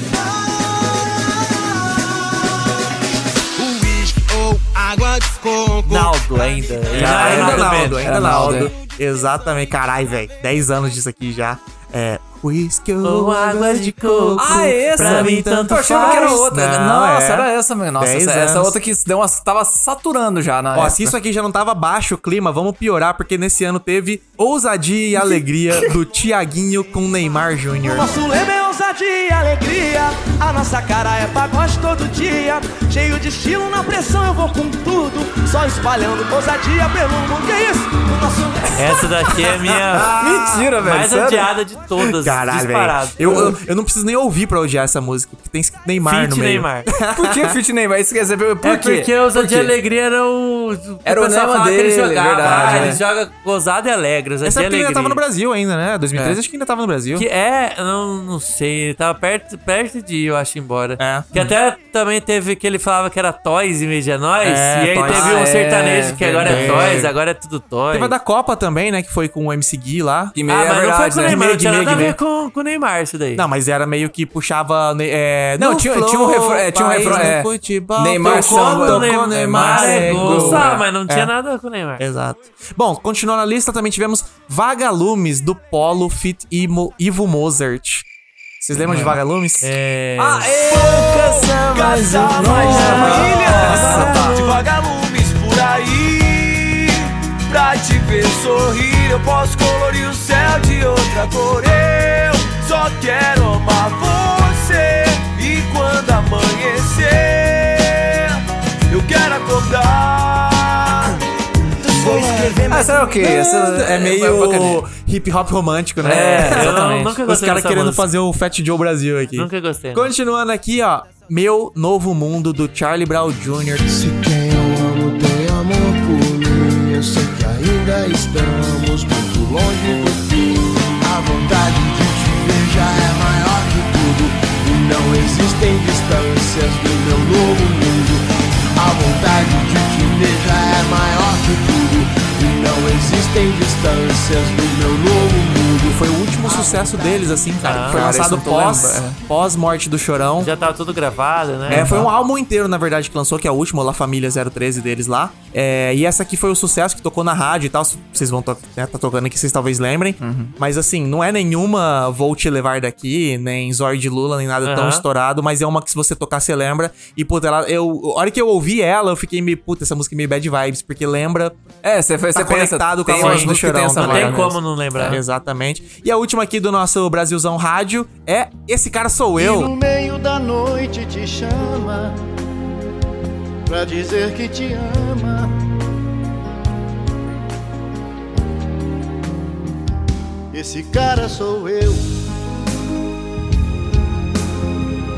[SPEAKER 15] mais. Uísque ou água de coco.
[SPEAKER 3] Naldo ainda.
[SPEAKER 2] Já
[SPEAKER 3] é
[SPEAKER 2] ainda Naldo,
[SPEAKER 3] Bene.
[SPEAKER 2] ainda Naldo.
[SPEAKER 4] né?
[SPEAKER 2] Exatamente, caralho, velho. 10 anos disso aqui já. É. Whisky ou água de coco.
[SPEAKER 4] Ah, é essa?
[SPEAKER 2] Pra mim, tanto
[SPEAKER 4] eu achava
[SPEAKER 2] faz.
[SPEAKER 4] que era outra.
[SPEAKER 2] Não,
[SPEAKER 4] Nossa,
[SPEAKER 2] é.
[SPEAKER 4] era essa mesmo. Nossa,
[SPEAKER 2] Dez
[SPEAKER 4] essa, essa
[SPEAKER 2] anos.
[SPEAKER 4] outra que deu uma, tava saturando já né? na
[SPEAKER 2] Ó,
[SPEAKER 4] época.
[SPEAKER 2] se isso aqui já não tava baixo o clima, vamos piorar, porque nesse ano teve Ousadia e Alegria do Tiaguinho com Neymar Jr.
[SPEAKER 12] Nosso lema é ousadia e alegria. A nossa cara é pagode todo dia. Cheio de estilo, na pressão eu vou com tudo. Só espalhando ousadia pelo mundo. Que isso? O nosso
[SPEAKER 3] Essa daqui é
[SPEAKER 2] *laughs*
[SPEAKER 3] a minha...
[SPEAKER 2] Ah, Mentira, velho,
[SPEAKER 3] Mais
[SPEAKER 2] sério?
[SPEAKER 3] odiada de todas.
[SPEAKER 2] Caralho,
[SPEAKER 3] disparado.
[SPEAKER 2] velho. Eu, eu, eu não preciso nem ouvir pra odiar essa música, porque tem escrito Neymar
[SPEAKER 3] Feat
[SPEAKER 2] no meio.
[SPEAKER 3] *laughs* Neymar.
[SPEAKER 4] Por que Fit Neymar? Isso quer dizer, por
[SPEAKER 3] É
[SPEAKER 4] quê?
[SPEAKER 3] porque o Zé
[SPEAKER 4] Por
[SPEAKER 3] de
[SPEAKER 4] quê?
[SPEAKER 3] Alegria era o. o
[SPEAKER 4] Era o
[SPEAKER 3] pessoal
[SPEAKER 4] lema
[SPEAKER 3] falava que ele
[SPEAKER 4] dele,
[SPEAKER 3] jogava.
[SPEAKER 4] verdade,
[SPEAKER 2] né?
[SPEAKER 3] ah, ele
[SPEAKER 4] é.
[SPEAKER 3] joga gozado e alegre. Zé
[SPEAKER 2] Essa época
[SPEAKER 3] de
[SPEAKER 2] ele
[SPEAKER 3] é Alegria.
[SPEAKER 2] ainda tava no Brasil ainda, né? 2013
[SPEAKER 3] É.
[SPEAKER 2] acho que ainda tava no Brasil.
[SPEAKER 3] Que é, eu não, não sei, ele tava perto, perto de ir, eu acho, embora.
[SPEAKER 2] É.
[SPEAKER 3] Que até também teve que ele falava que era Toys em vez de é Nós,
[SPEAKER 2] É,
[SPEAKER 3] e aí
[SPEAKER 2] Toys.
[SPEAKER 3] teve
[SPEAKER 2] Ah,
[SPEAKER 3] um
[SPEAKER 2] é,
[SPEAKER 3] sertanejo que agora é
[SPEAKER 2] verdade.
[SPEAKER 3] Toys, agora é tudo Toys.
[SPEAKER 2] Teve a da Copa também, né? Que foi com o MC Gui lá.
[SPEAKER 3] ah, mas não foi com o
[SPEAKER 2] né?
[SPEAKER 3] Neymar, não tinha nada a
[SPEAKER 2] Guimê.
[SPEAKER 3] ver com, com o Neymar isso daí.
[SPEAKER 2] Não, mas era meio que puxava. né, É,
[SPEAKER 4] Não,
[SPEAKER 2] no
[SPEAKER 4] tinha- tinha um refrão- é, tinha um
[SPEAKER 2] país
[SPEAKER 4] refrão,
[SPEAKER 2] do
[SPEAKER 4] é.
[SPEAKER 2] futebol,
[SPEAKER 4] Neymar
[SPEAKER 2] tocou,
[SPEAKER 4] samba.
[SPEAKER 2] tocou,
[SPEAKER 4] Neymar
[SPEAKER 2] Neymar é gol.
[SPEAKER 3] Só,
[SPEAKER 2] É.
[SPEAKER 3] mas não
[SPEAKER 2] É.
[SPEAKER 3] tinha nada a ver com o Neymar.
[SPEAKER 2] Exato. Bom, continuando a lista, também tivemos Vagalumes do Polo Fit Imo, Ivo Mozart. Vocês lembram de Vagalumes?
[SPEAKER 3] É.
[SPEAKER 2] Ah,
[SPEAKER 4] Tá,
[SPEAKER 11] Poucas almas família. De vagalumes por aí. Pra te ver sorrir, eu posso colorir o céu de outra cor. Eu só quero amar você. E quando amanhecer, eu quero acordar. Vou escrever
[SPEAKER 4] Ah, será o quê? Essa
[SPEAKER 2] é meio hip hop romântico, né?
[SPEAKER 3] É, eu
[SPEAKER 2] Exatamente.
[SPEAKER 3] nunca
[SPEAKER 2] Os
[SPEAKER 3] gostei
[SPEAKER 2] caras
[SPEAKER 3] dessa
[SPEAKER 2] querendo
[SPEAKER 3] música.
[SPEAKER 2] fazer o Fat Joe Brasil aqui.
[SPEAKER 3] Nunca gostei. né? não.
[SPEAKER 2] Continuando aqui, ó. Meu Novo Mundo, do Charlie Brown Jr.
[SPEAKER 7] Se quem eu amo tem amor por mim, eu sei que ainda estamos muito longe do fim. A vontade de te ver já é maior que tudo, e não existem distâncias no meu novo mundo. A vontade de te ver já é maior que tudo, e não existem distâncias no meu novo mundo.
[SPEAKER 2] Foi o último
[SPEAKER 4] Ah,
[SPEAKER 2] sucesso deles, assim, cara.
[SPEAKER 3] Ah,
[SPEAKER 2] foi
[SPEAKER 3] cara,
[SPEAKER 2] lançado
[SPEAKER 4] isso eu não tô
[SPEAKER 2] pós,
[SPEAKER 4] lembrando, é.
[SPEAKER 2] pós morte do Chorão.
[SPEAKER 3] Já tava tudo gravado, né?
[SPEAKER 2] É, foi um álbum inteiro, na verdade, que lançou, que é o último, La Família 013 deles lá. É, e essa aqui foi o sucesso que tocou na rádio e tal. Vocês vão to né, tá tocando aqui, vocês talvez lembrem.
[SPEAKER 3] Uhum.
[SPEAKER 2] Mas assim, não é nenhuma Vou Te Levar Daqui, nem Zóio de Lula, nem nada tão
[SPEAKER 3] Aham.
[SPEAKER 2] estourado, mas é uma que se você tocar, você lembra. E, puta, ela, eu, a hora que eu ouvi ela, eu fiquei meio, puta, essa música é meio bad vibes, porque lembra
[SPEAKER 4] É, você você
[SPEAKER 2] tá
[SPEAKER 4] pensa,
[SPEAKER 2] conectado com a
[SPEAKER 4] tem umas
[SPEAKER 2] voz do
[SPEAKER 4] músicas que
[SPEAKER 2] Chorão.
[SPEAKER 4] tem essa
[SPEAKER 2] tá
[SPEAKER 3] Não tem
[SPEAKER 2] ligado?
[SPEAKER 3] como não lembrar.
[SPEAKER 2] É, Exatamente. E a última aqui do nosso Brasilzão Rádio é Esse Cara Sou
[SPEAKER 7] E no
[SPEAKER 2] Eu.
[SPEAKER 7] meio da noite te chama pra dizer que te ama. Esse cara sou eu.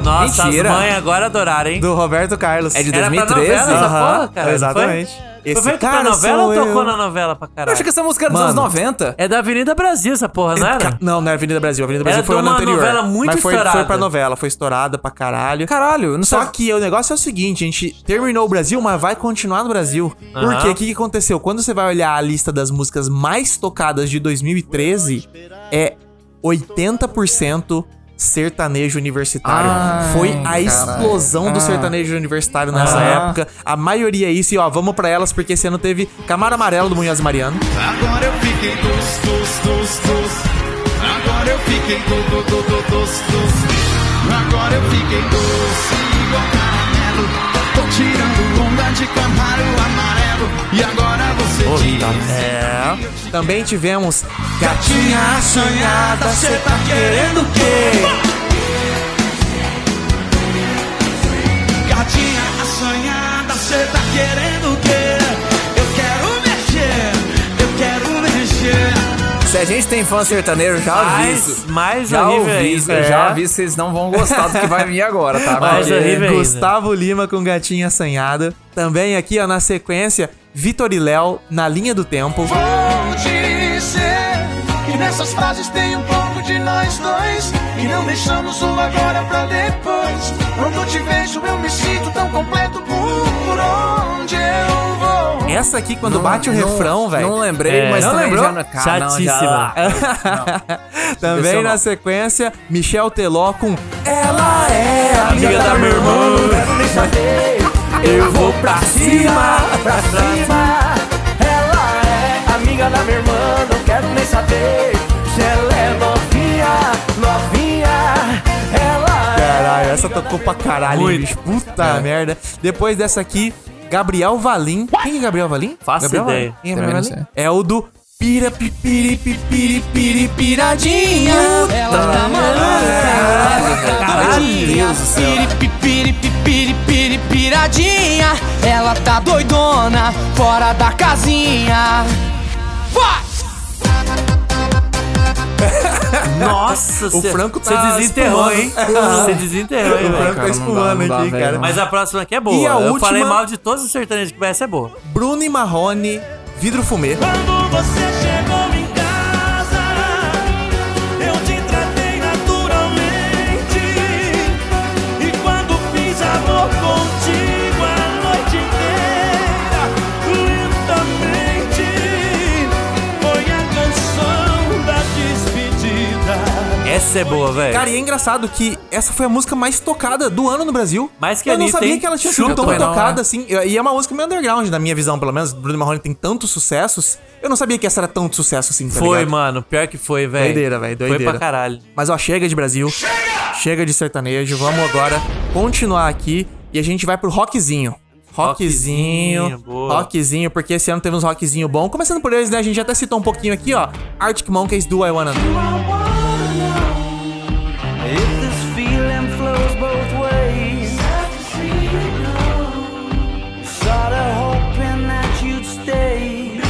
[SPEAKER 3] Nossa,
[SPEAKER 2] Mentira.
[SPEAKER 3] as mães agora adoraram, hein?
[SPEAKER 2] Do Roberto Carlos.
[SPEAKER 4] É de
[SPEAKER 3] Era pra
[SPEAKER 4] 2013?
[SPEAKER 3] novela essa
[SPEAKER 2] Aham,
[SPEAKER 3] porra, cara, não
[SPEAKER 2] Exatamente. Esse
[SPEAKER 3] Foi feito pra
[SPEAKER 2] cara
[SPEAKER 3] novela
[SPEAKER 2] sou
[SPEAKER 3] ou tocou
[SPEAKER 2] eu.
[SPEAKER 3] na novela pra caralho?
[SPEAKER 2] Eu acho que essa música era dos anos 90.
[SPEAKER 3] É da Avenida Brasil essa porra, não era?
[SPEAKER 2] Não, não é Avenida Brasil. Avenida Brasil
[SPEAKER 3] Era
[SPEAKER 2] foi o
[SPEAKER 3] de
[SPEAKER 2] ano
[SPEAKER 3] uma
[SPEAKER 2] anterior.
[SPEAKER 3] novela muito
[SPEAKER 2] Mas foi,
[SPEAKER 3] estourada.
[SPEAKER 2] foi pra novela, foi estourada pra caralho. É, Caralho, não Só que o negócio é o seguinte, a gente terminou o Brasil, mas vai continuar no Brasil.
[SPEAKER 3] Aham.
[SPEAKER 2] Porque o que, que aconteceu? Quando você vai olhar a lista das músicas mais tocadas de 2013, é 80% sertanejo universitário.
[SPEAKER 4] Ai,
[SPEAKER 2] foi a
[SPEAKER 4] caralho.
[SPEAKER 2] explosão do
[SPEAKER 4] Ah.
[SPEAKER 2] sertanejo universitário nessa
[SPEAKER 4] Ah.
[SPEAKER 2] época. A maioria é isso. E ó, vamos pra elas, porque esse ano teve Camaro Amarelo do Munhoz e Mariano.
[SPEAKER 16] Agora eu fiquei tus, tus, tus, tus. Agora eu fiquei tu, tu, tu, tu, tus, tus. Agora eu fiquei doce igual caramelo. Tô tirando onda de camaro amarelo. E agora você
[SPEAKER 2] tá.
[SPEAKER 16] diz.
[SPEAKER 2] É. Também tivemos
[SPEAKER 16] Gatinha sonhada, cê tá querendo o quê? Gatinha assanhada, cê tá querendo o quê? Eu quero mexer, eu quero mexer.
[SPEAKER 4] Se a gente tem fã sertaneiro, já
[SPEAKER 3] Mais-
[SPEAKER 4] aviso.
[SPEAKER 3] mais
[SPEAKER 4] já
[SPEAKER 3] horrível
[SPEAKER 4] aviso,
[SPEAKER 3] ainda.
[SPEAKER 4] Já
[SPEAKER 3] É.
[SPEAKER 4] aviso, vocês não vão gostar do que vai vir agora, tá?
[SPEAKER 2] Mas
[SPEAKER 4] Porque-
[SPEAKER 2] aí, Gustavo Lima com Gatinha Assanhada. Também aqui, ó, na sequência, Vitor e Léo na linha do tempo.
[SPEAKER 7] Vou dizer que nessas frases tem um pouco de nós dois. E não deixamos o agora pra depois. Quando eu te vejo, eu me sinto tão completo por onde eu vou.
[SPEAKER 2] Essa aqui, quando
[SPEAKER 4] Não-
[SPEAKER 2] bate o
[SPEAKER 4] não-
[SPEAKER 2] refrão, velho.
[SPEAKER 4] não lembrei,
[SPEAKER 3] É.
[SPEAKER 4] mas
[SPEAKER 2] não
[SPEAKER 4] também
[SPEAKER 2] lembrou?
[SPEAKER 4] já não- cara, não, já- *laughs*
[SPEAKER 2] *laughs* também
[SPEAKER 4] Desceu
[SPEAKER 2] na
[SPEAKER 4] mal.
[SPEAKER 2] sequência, Michel Teló com
[SPEAKER 7] Ela é
[SPEAKER 2] Amiga da minha irmã.
[SPEAKER 7] Quero nem saber. Eu vou pra cima, pra cima. Ela é amiga da minha irmã. Não quero nem saber. Se ela é novinha, novinha. Ela é.
[SPEAKER 2] Caralho, essa tocou pra caralho, hein, bicho. Puta
[SPEAKER 3] É.
[SPEAKER 2] merda. Depois dessa aqui, Gabriel Valim. Quem é Gabriel Valim?
[SPEAKER 3] Faço
[SPEAKER 2] Gabriel
[SPEAKER 3] ideia.
[SPEAKER 2] Valim? Quem é
[SPEAKER 3] Também
[SPEAKER 2] Gabriel
[SPEAKER 3] não
[SPEAKER 2] Valim? É o do Pira Pipiri Pipiri Piri
[SPEAKER 16] Piradinha, ela tá maluca. Piradinha, piri, piri, piri, piri, piradinha. Ela tá doidona, fora da casinha. Vai!
[SPEAKER 3] Nossa,
[SPEAKER 2] O
[SPEAKER 3] cê-
[SPEAKER 2] Franco tá
[SPEAKER 3] cê desenterrou, hein?
[SPEAKER 2] espumando.
[SPEAKER 3] Você desenterrou, hein?
[SPEAKER 2] O Franco
[SPEAKER 3] velho?
[SPEAKER 2] tá espumando
[SPEAKER 4] não dá,
[SPEAKER 2] aqui,
[SPEAKER 4] velho.
[SPEAKER 2] cara.
[SPEAKER 3] Mas a próxima aqui é boa.
[SPEAKER 2] E a
[SPEAKER 3] Eu
[SPEAKER 2] última-
[SPEAKER 3] falei mal de todos os sertanejos que conhece, é boa.
[SPEAKER 2] Bruno e Marrone, Vidro Fumê.
[SPEAKER 11] Quando você chegou em casa, eu te tratei naturalmente. E quando fiz amor contigo a noite inteira, lentamente, foi a canção da despedida.
[SPEAKER 3] Essa é boa, velho.
[SPEAKER 2] Cara, e é engraçado que essa foi a música mais tocada do ano no Brasil.
[SPEAKER 3] Mais que
[SPEAKER 2] Eu
[SPEAKER 3] a
[SPEAKER 2] não
[SPEAKER 3] Anitta,
[SPEAKER 2] sabia
[SPEAKER 3] hein?
[SPEAKER 2] que ela tinha sido
[SPEAKER 3] Chupa
[SPEAKER 2] tão
[SPEAKER 3] também não,
[SPEAKER 2] tocada
[SPEAKER 3] né?
[SPEAKER 2] assim. E é uma música meio underground, na minha visão, pelo menos. Bruno Marrone tem tantos sucessos. Eu não sabia que essa era tanto sucesso assim, tá
[SPEAKER 3] Foi,
[SPEAKER 2] ligado? É
[SPEAKER 3] mano. Pior que foi, velho.
[SPEAKER 2] Doideira, velho, doideira.
[SPEAKER 3] Foi pra caralho.
[SPEAKER 2] Mas ó, chega de Brasil. Chega! de sertanejo. Vamos agora continuar aqui e a gente vai pro rockzinho. Rockzinho,
[SPEAKER 3] Rockzinho, boa.
[SPEAKER 2] rockzinho, porque esse ano teve uns rockzinho bom. Começando por eles, né? A gente já até citou um pouquinho aqui, ó. Arctic Monkeys do I Wanna Know.
[SPEAKER 11] If this feeling flows both ways, sort of hoping that you'd stay.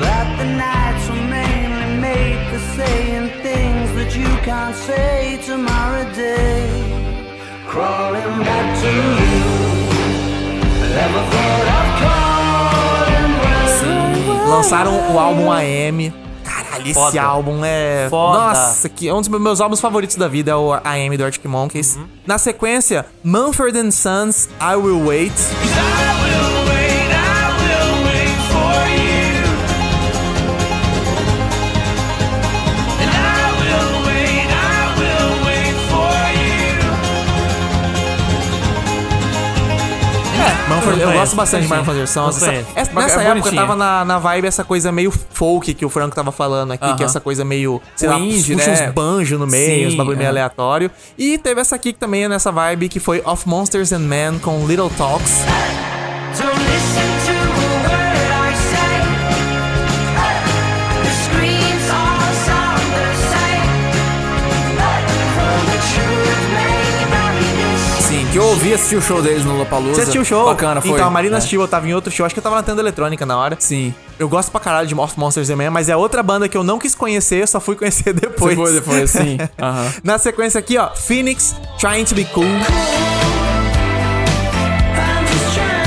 [SPEAKER 11] That the nights were mainly made for saying things that you can't say tomorrow day. Crawling back to you. Never thought of calling when
[SPEAKER 2] Lançaram o álbum AM. Caralho, esse
[SPEAKER 3] Foda.
[SPEAKER 2] álbum é.
[SPEAKER 3] Foda.
[SPEAKER 2] Nossa, que é um dos meus álbuns favoritos da vida é o AM do Arctic Monkeys.
[SPEAKER 4] Uhum.
[SPEAKER 2] Na sequência, Mumford and Sons, I Will Wait. Mumford, eu
[SPEAKER 3] conheço,
[SPEAKER 2] gosto bastante de
[SPEAKER 3] conheço.
[SPEAKER 2] Mumford and Sons.
[SPEAKER 3] Não
[SPEAKER 2] Essa-
[SPEAKER 3] conheço.
[SPEAKER 2] essa-
[SPEAKER 3] é, Mas é
[SPEAKER 2] nessa época
[SPEAKER 3] bonitinha.
[SPEAKER 2] tava na, na vibe essa coisa meio folk que o Franco tava falando aqui, que é
[SPEAKER 4] Aham.
[SPEAKER 2] essa coisa meio, sei
[SPEAKER 4] O
[SPEAKER 2] lá,
[SPEAKER 4] indie,
[SPEAKER 2] puxa
[SPEAKER 4] né?
[SPEAKER 2] uns banjos no meio,
[SPEAKER 4] Sim,
[SPEAKER 2] uns bagulho meio
[SPEAKER 4] é.
[SPEAKER 2] aleatório. E teve essa aqui que também é nessa vibe, que foi Of Monsters and Men com Little Talks.
[SPEAKER 11] Don't listen to a word I say. The screams all sound the same. From the truth made by this.
[SPEAKER 4] Sim, que eu ouvi assistir o show deles no Lollapalooza.
[SPEAKER 2] Você assistiu o show?
[SPEAKER 4] Bacana, foi.
[SPEAKER 2] Então, a Marina
[SPEAKER 4] É.
[SPEAKER 2] assistiu, eu tava em outro show. Acho que eu tava na tenda eletrônica na hora. Sim. Eu gosto pra caralho de Moth Monsters and Men, mas é outra banda que eu não quis conhecer, eu só fui conhecer *laughs* depois.
[SPEAKER 4] Depois, depois, sim. Aham.
[SPEAKER 2] na sequência aqui, ó, Phoenix, Trying to be Cool.
[SPEAKER 11] I'm just trying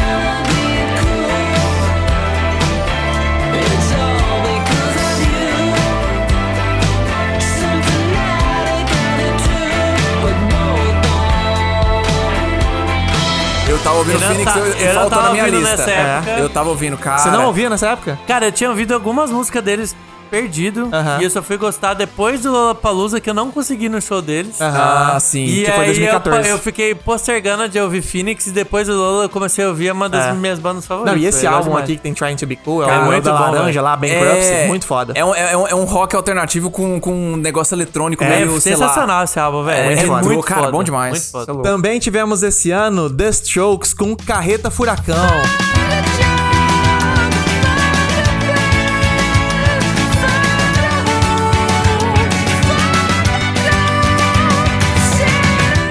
[SPEAKER 4] ouvindo
[SPEAKER 3] Eu não
[SPEAKER 4] Phoenix
[SPEAKER 2] tá-
[SPEAKER 3] ta-
[SPEAKER 4] eu-
[SPEAKER 3] eu não
[SPEAKER 4] faltou
[SPEAKER 3] tava
[SPEAKER 4] na minha
[SPEAKER 3] ouvindo
[SPEAKER 4] lista. É.
[SPEAKER 3] nessa época.
[SPEAKER 4] Eu tava ouvindo, cara.
[SPEAKER 2] Você não ouvia nessa época?
[SPEAKER 3] Cara, eu tinha ouvido algumas músicas deles perdido. E eu só fui gostar depois do Lollapalooza, que eu não consegui no show deles.
[SPEAKER 4] Ah, sim,
[SPEAKER 3] E
[SPEAKER 4] que
[SPEAKER 3] aí
[SPEAKER 4] foi
[SPEAKER 3] Eu,
[SPEAKER 4] 2014.
[SPEAKER 3] eu fiquei postergando de ouvir Phoenix e depois do Lola eu comecei a ouvir é uma das
[SPEAKER 2] É.
[SPEAKER 3] minhas bandas
[SPEAKER 2] Não,
[SPEAKER 3] favoritas.
[SPEAKER 2] e esse
[SPEAKER 3] eu gosto
[SPEAKER 2] álbum
[SPEAKER 3] demais.
[SPEAKER 2] aqui que tem Trying to Be Cool, é,
[SPEAKER 3] Cara,
[SPEAKER 2] o
[SPEAKER 3] muito
[SPEAKER 2] da
[SPEAKER 3] bom,
[SPEAKER 2] laranja
[SPEAKER 3] velho.
[SPEAKER 2] lá, Bankruptcy,
[SPEAKER 4] É-
[SPEAKER 2] muito foda.
[SPEAKER 4] É um, é, um, é um rock alternativo com, com um negócio eletrônico
[SPEAKER 3] É,
[SPEAKER 4] meio, sei lá.
[SPEAKER 3] sensacional esse álbum, velho.
[SPEAKER 4] É,
[SPEAKER 3] É,
[SPEAKER 2] tipo,
[SPEAKER 4] muito
[SPEAKER 3] muito,
[SPEAKER 4] foda. Cara,
[SPEAKER 3] foda,
[SPEAKER 4] bom demais. é
[SPEAKER 3] Muito foda.
[SPEAKER 2] Também tivemos esse ano The Strokes com Carreta Furacão.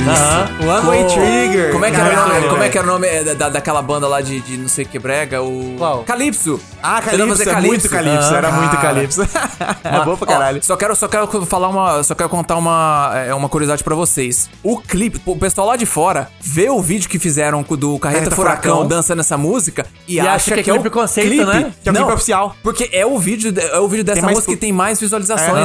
[SPEAKER 3] Aham.
[SPEAKER 4] One Way Trigger. Como é que era o
[SPEAKER 2] Caralho,
[SPEAKER 4] nome, como é
[SPEAKER 2] velho.
[SPEAKER 4] que era o nome é, da, daquela banda lá de, de não sei que brega? O...
[SPEAKER 2] Qual?
[SPEAKER 4] Calypso.
[SPEAKER 2] Ah,
[SPEAKER 4] Tentando
[SPEAKER 2] Calypso,
[SPEAKER 4] fazer
[SPEAKER 2] é muito Calypso, era muito
[SPEAKER 4] cara.
[SPEAKER 2] Calypso. *laughs* é boa pra
[SPEAKER 4] Ah. Ó,
[SPEAKER 2] caralho.
[SPEAKER 4] só quero, só quero falar uma, só quero contar uma, é, uma curiosidade pra vocês. O clipe, o pessoal lá de fora vê o vídeo que fizeram com- do Carreta,
[SPEAKER 2] Carreta
[SPEAKER 4] Furacão,
[SPEAKER 2] Furacão.
[SPEAKER 4] dançando essa música e,
[SPEAKER 2] E
[SPEAKER 4] acha,
[SPEAKER 2] acha que é
[SPEAKER 4] que é
[SPEAKER 2] clipe
[SPEAKER 4] o
[SPEAKER 2] conceito,
[SPEAKER 4] clipe.
[SPEAKER 2] né? Que é o clipe oficial.
[SPEAKER 4] Porque é o vídeo, é o vídeo dessa
[SPEAKER 2] mais
[SPEAKER 4] música
[SPEAKER 2] pu-
[SPEAKER 4] que tem mais visualizações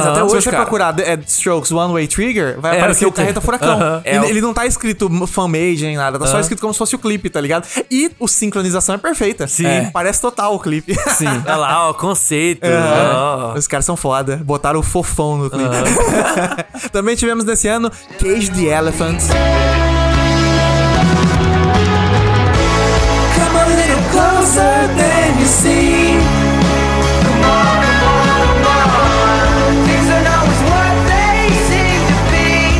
[SPEAKER 2] É,
[SPEAKER 3] tá
[SPEAKER 4] até
[SPEAKER 2] se
[SPEAKER 4] hoje,
[SPEAKER 2] você
[SPEAKER 4] cara.
[SPEAKER 2] procurar The The Strokes One Way Trigger, vai
[SPEAKER 4] É,
[SPEAKER 2] aparecer o
[SPEAKER 4] porque-
[SPEAKER 2] Carreta Furacão.
[SPEAKER 4] Aham.
[SPEAKER 2] E
[SPEAKER 4] É, o-
[SPEAKER 2] ele não tá escrito fanmade nem nada, tá só
[SPEAKER 4] Aham.
[SPEAKER 2] escrito como se fosse o clipe, tá ligado? E o sincronização é perfeita.
[SPEAKER 3] Sim.
[SPEAKER 2] É. Parece total o clipe. Sim.
[SPEAKER 3] *laughs* Olha lá, ó, conceito.
[SPEAKER 2] *laughs*
[SPEAKER 3] ó.
[SPEAKER 2] Os caras são foda. Botaram o fofão no clipe. *laughs* Também tivemos nesse ano Cage the Elephant.
[SPEAKER 11] Come a little closer than you see. Come on, come on, come on. Things are not always what they seem to be.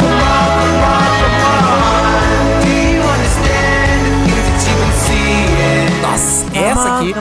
[SPEAKER 11] Come on, come on, come on. Do you understand the things that you can see?
[SPEAKER 2] Nossa, essa aqui.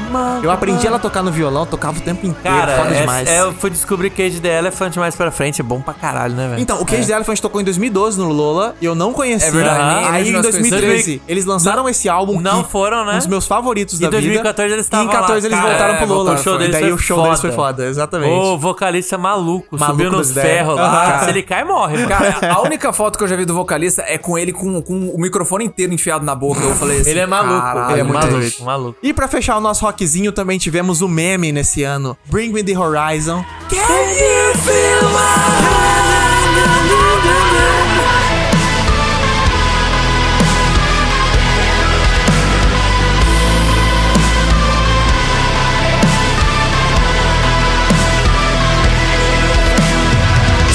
[SPEAKER 2] Eu aprendi ela a tocar no violão, tocava o tempo inteiro.
[SPEAKER 3] Cara,
[SPEAKER 2] foda
[SPEAKER 3] é-
[SPEAKER 2] demais.
[SPEAKER 3] é, eu fui descobrir Cage the Elephant mais pra frente. É bom pra caralho, né, velho?
[SPEAKER 2] Então, o Cage
[SPEAKER 3] é.
[SPEAKER 2] the Elephant tocou em 2012 no Lola, e eu não conhecia.
[SPEAKER 3] É verdade, nem- nem
[SPEAKER 2] Aí em
[SPEAKER 3] nós conhecemos.
[SPEAKER 2] 2013, eles lançaram esse álbum.
[SPEAKER 3] Não
[SPEAKER 2] que-
[SPEAKER 3] foram, né?
[SPEAKER 2] Um dos meus favoritos
[SPEAKER 3] Em
[SPEAKER 2] da
[SPEAKER 3] 2014
[SPEAKER 2] vida.
[SPEAKER 3] eles estavam
[SPEAKER 2] E em 14
[SPEAKER 3] lá,
[SPEAKER 2] eles
[SPEAKER 3] cara.
[SPEAKER 2] voltaram
[SPEAKER 3] É,
[SPEAKER 2] pro Lola.
[SPEAKER 3] voltaram, foi.
[SPEAKER 2] e daí
[SPEAKER 3] Daí
[SPEAKER 2] o show deles foi foda, exatamente.
[SPEAKER 3] O vocalista maluco,
[SPEAKER 2] Maluco
[SPEAKER 3] subiu no
[SPEAKER 2] das ideias.
[SPEAKER 3] ferro lá.
[SPEAKER 2] Aham.
[SPEAKER 3] cara. Se ele cai, morre, mano.
[SPEAKER 4] Cara, a única foto que eu já vi do vocalista é com ele com, com o microfone inteiro enfiado na boca. Eu falei
[SPEAKER 3] *laughs*
[SPEAKER 4] assim,
[SPEAKER 3] Ele é maluco,
[SPEAKER 4] "Caralho,
[SPEAKER 3] ele é
[SPEAKER 4] muito
[SPEAKER 3] maluco,
[SPEAKER 4] doido."
[SPEAKER 3] maluco.
[SPEAKER 2] E pra fechar o nosso rockzinho, também tivemos o meme nesse ano. Bring Me The Horizon.
[SPEAKER 11] Can you feel my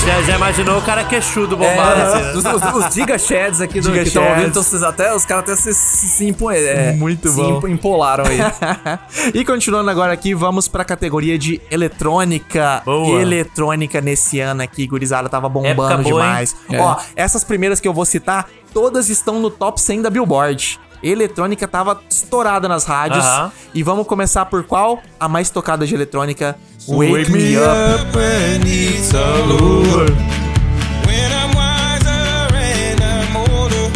[SPEAKER 3] Já, já imaginou o cara queixudo
[SPEAKER 4] É,
[SPEAKER 3] bombado?
[SPEAKER 2] *laughs*
[SPEAKER 3] assim,
[SPEAKER 4] os,
[SPEAKER 3] né?
[SPEAKER 4] os- os Diga Shads aqui do,
[SPEAKER 2] Diga
[SPEAKER 4] que estão
[SPEAKER 2] Shads.
[SPEAKER 4] ouvindo, então vocês até, os caras até se, se, se impo- é,
[SPEAKER 2] Muito
[SPEAKER 4] se
[SPEAKER 2] bom.
[SPEAKER 4] impo- empolaram
[SPEAKER 2] *laughs*
[SPEAKER 4] aí.
[SPEAKER 2] *laughs* e continuando agora aqui, vamos pra categoria de eletrônica.
[SPEAKER 3] Boa.
[SPEAKER 2] Eletrônica nesse ano aqui, gurizada, tava
[SPEAKER 3] Época
[SPEAKER 2] bombando
[SPEAKER 3] boa,
[SPEAKER 2] demais.
[SPEAKER 3] hein?
[SPEAKER 2] Ó,
[SPEAKER 3] É.
[SPEAKER 2] essas primeiras que eu vou citar, todas estão no top 100 da Billboard. Eletrônica tava estourada nas rádios.
[SPEAKER 3] Aham.
[SPEAKER 2] E vamos começar por qual? A mais tocada de eletrônica, Wake, Me Up.
[SPEAKER 13] when it's all over. When I'm wiser and I'm older.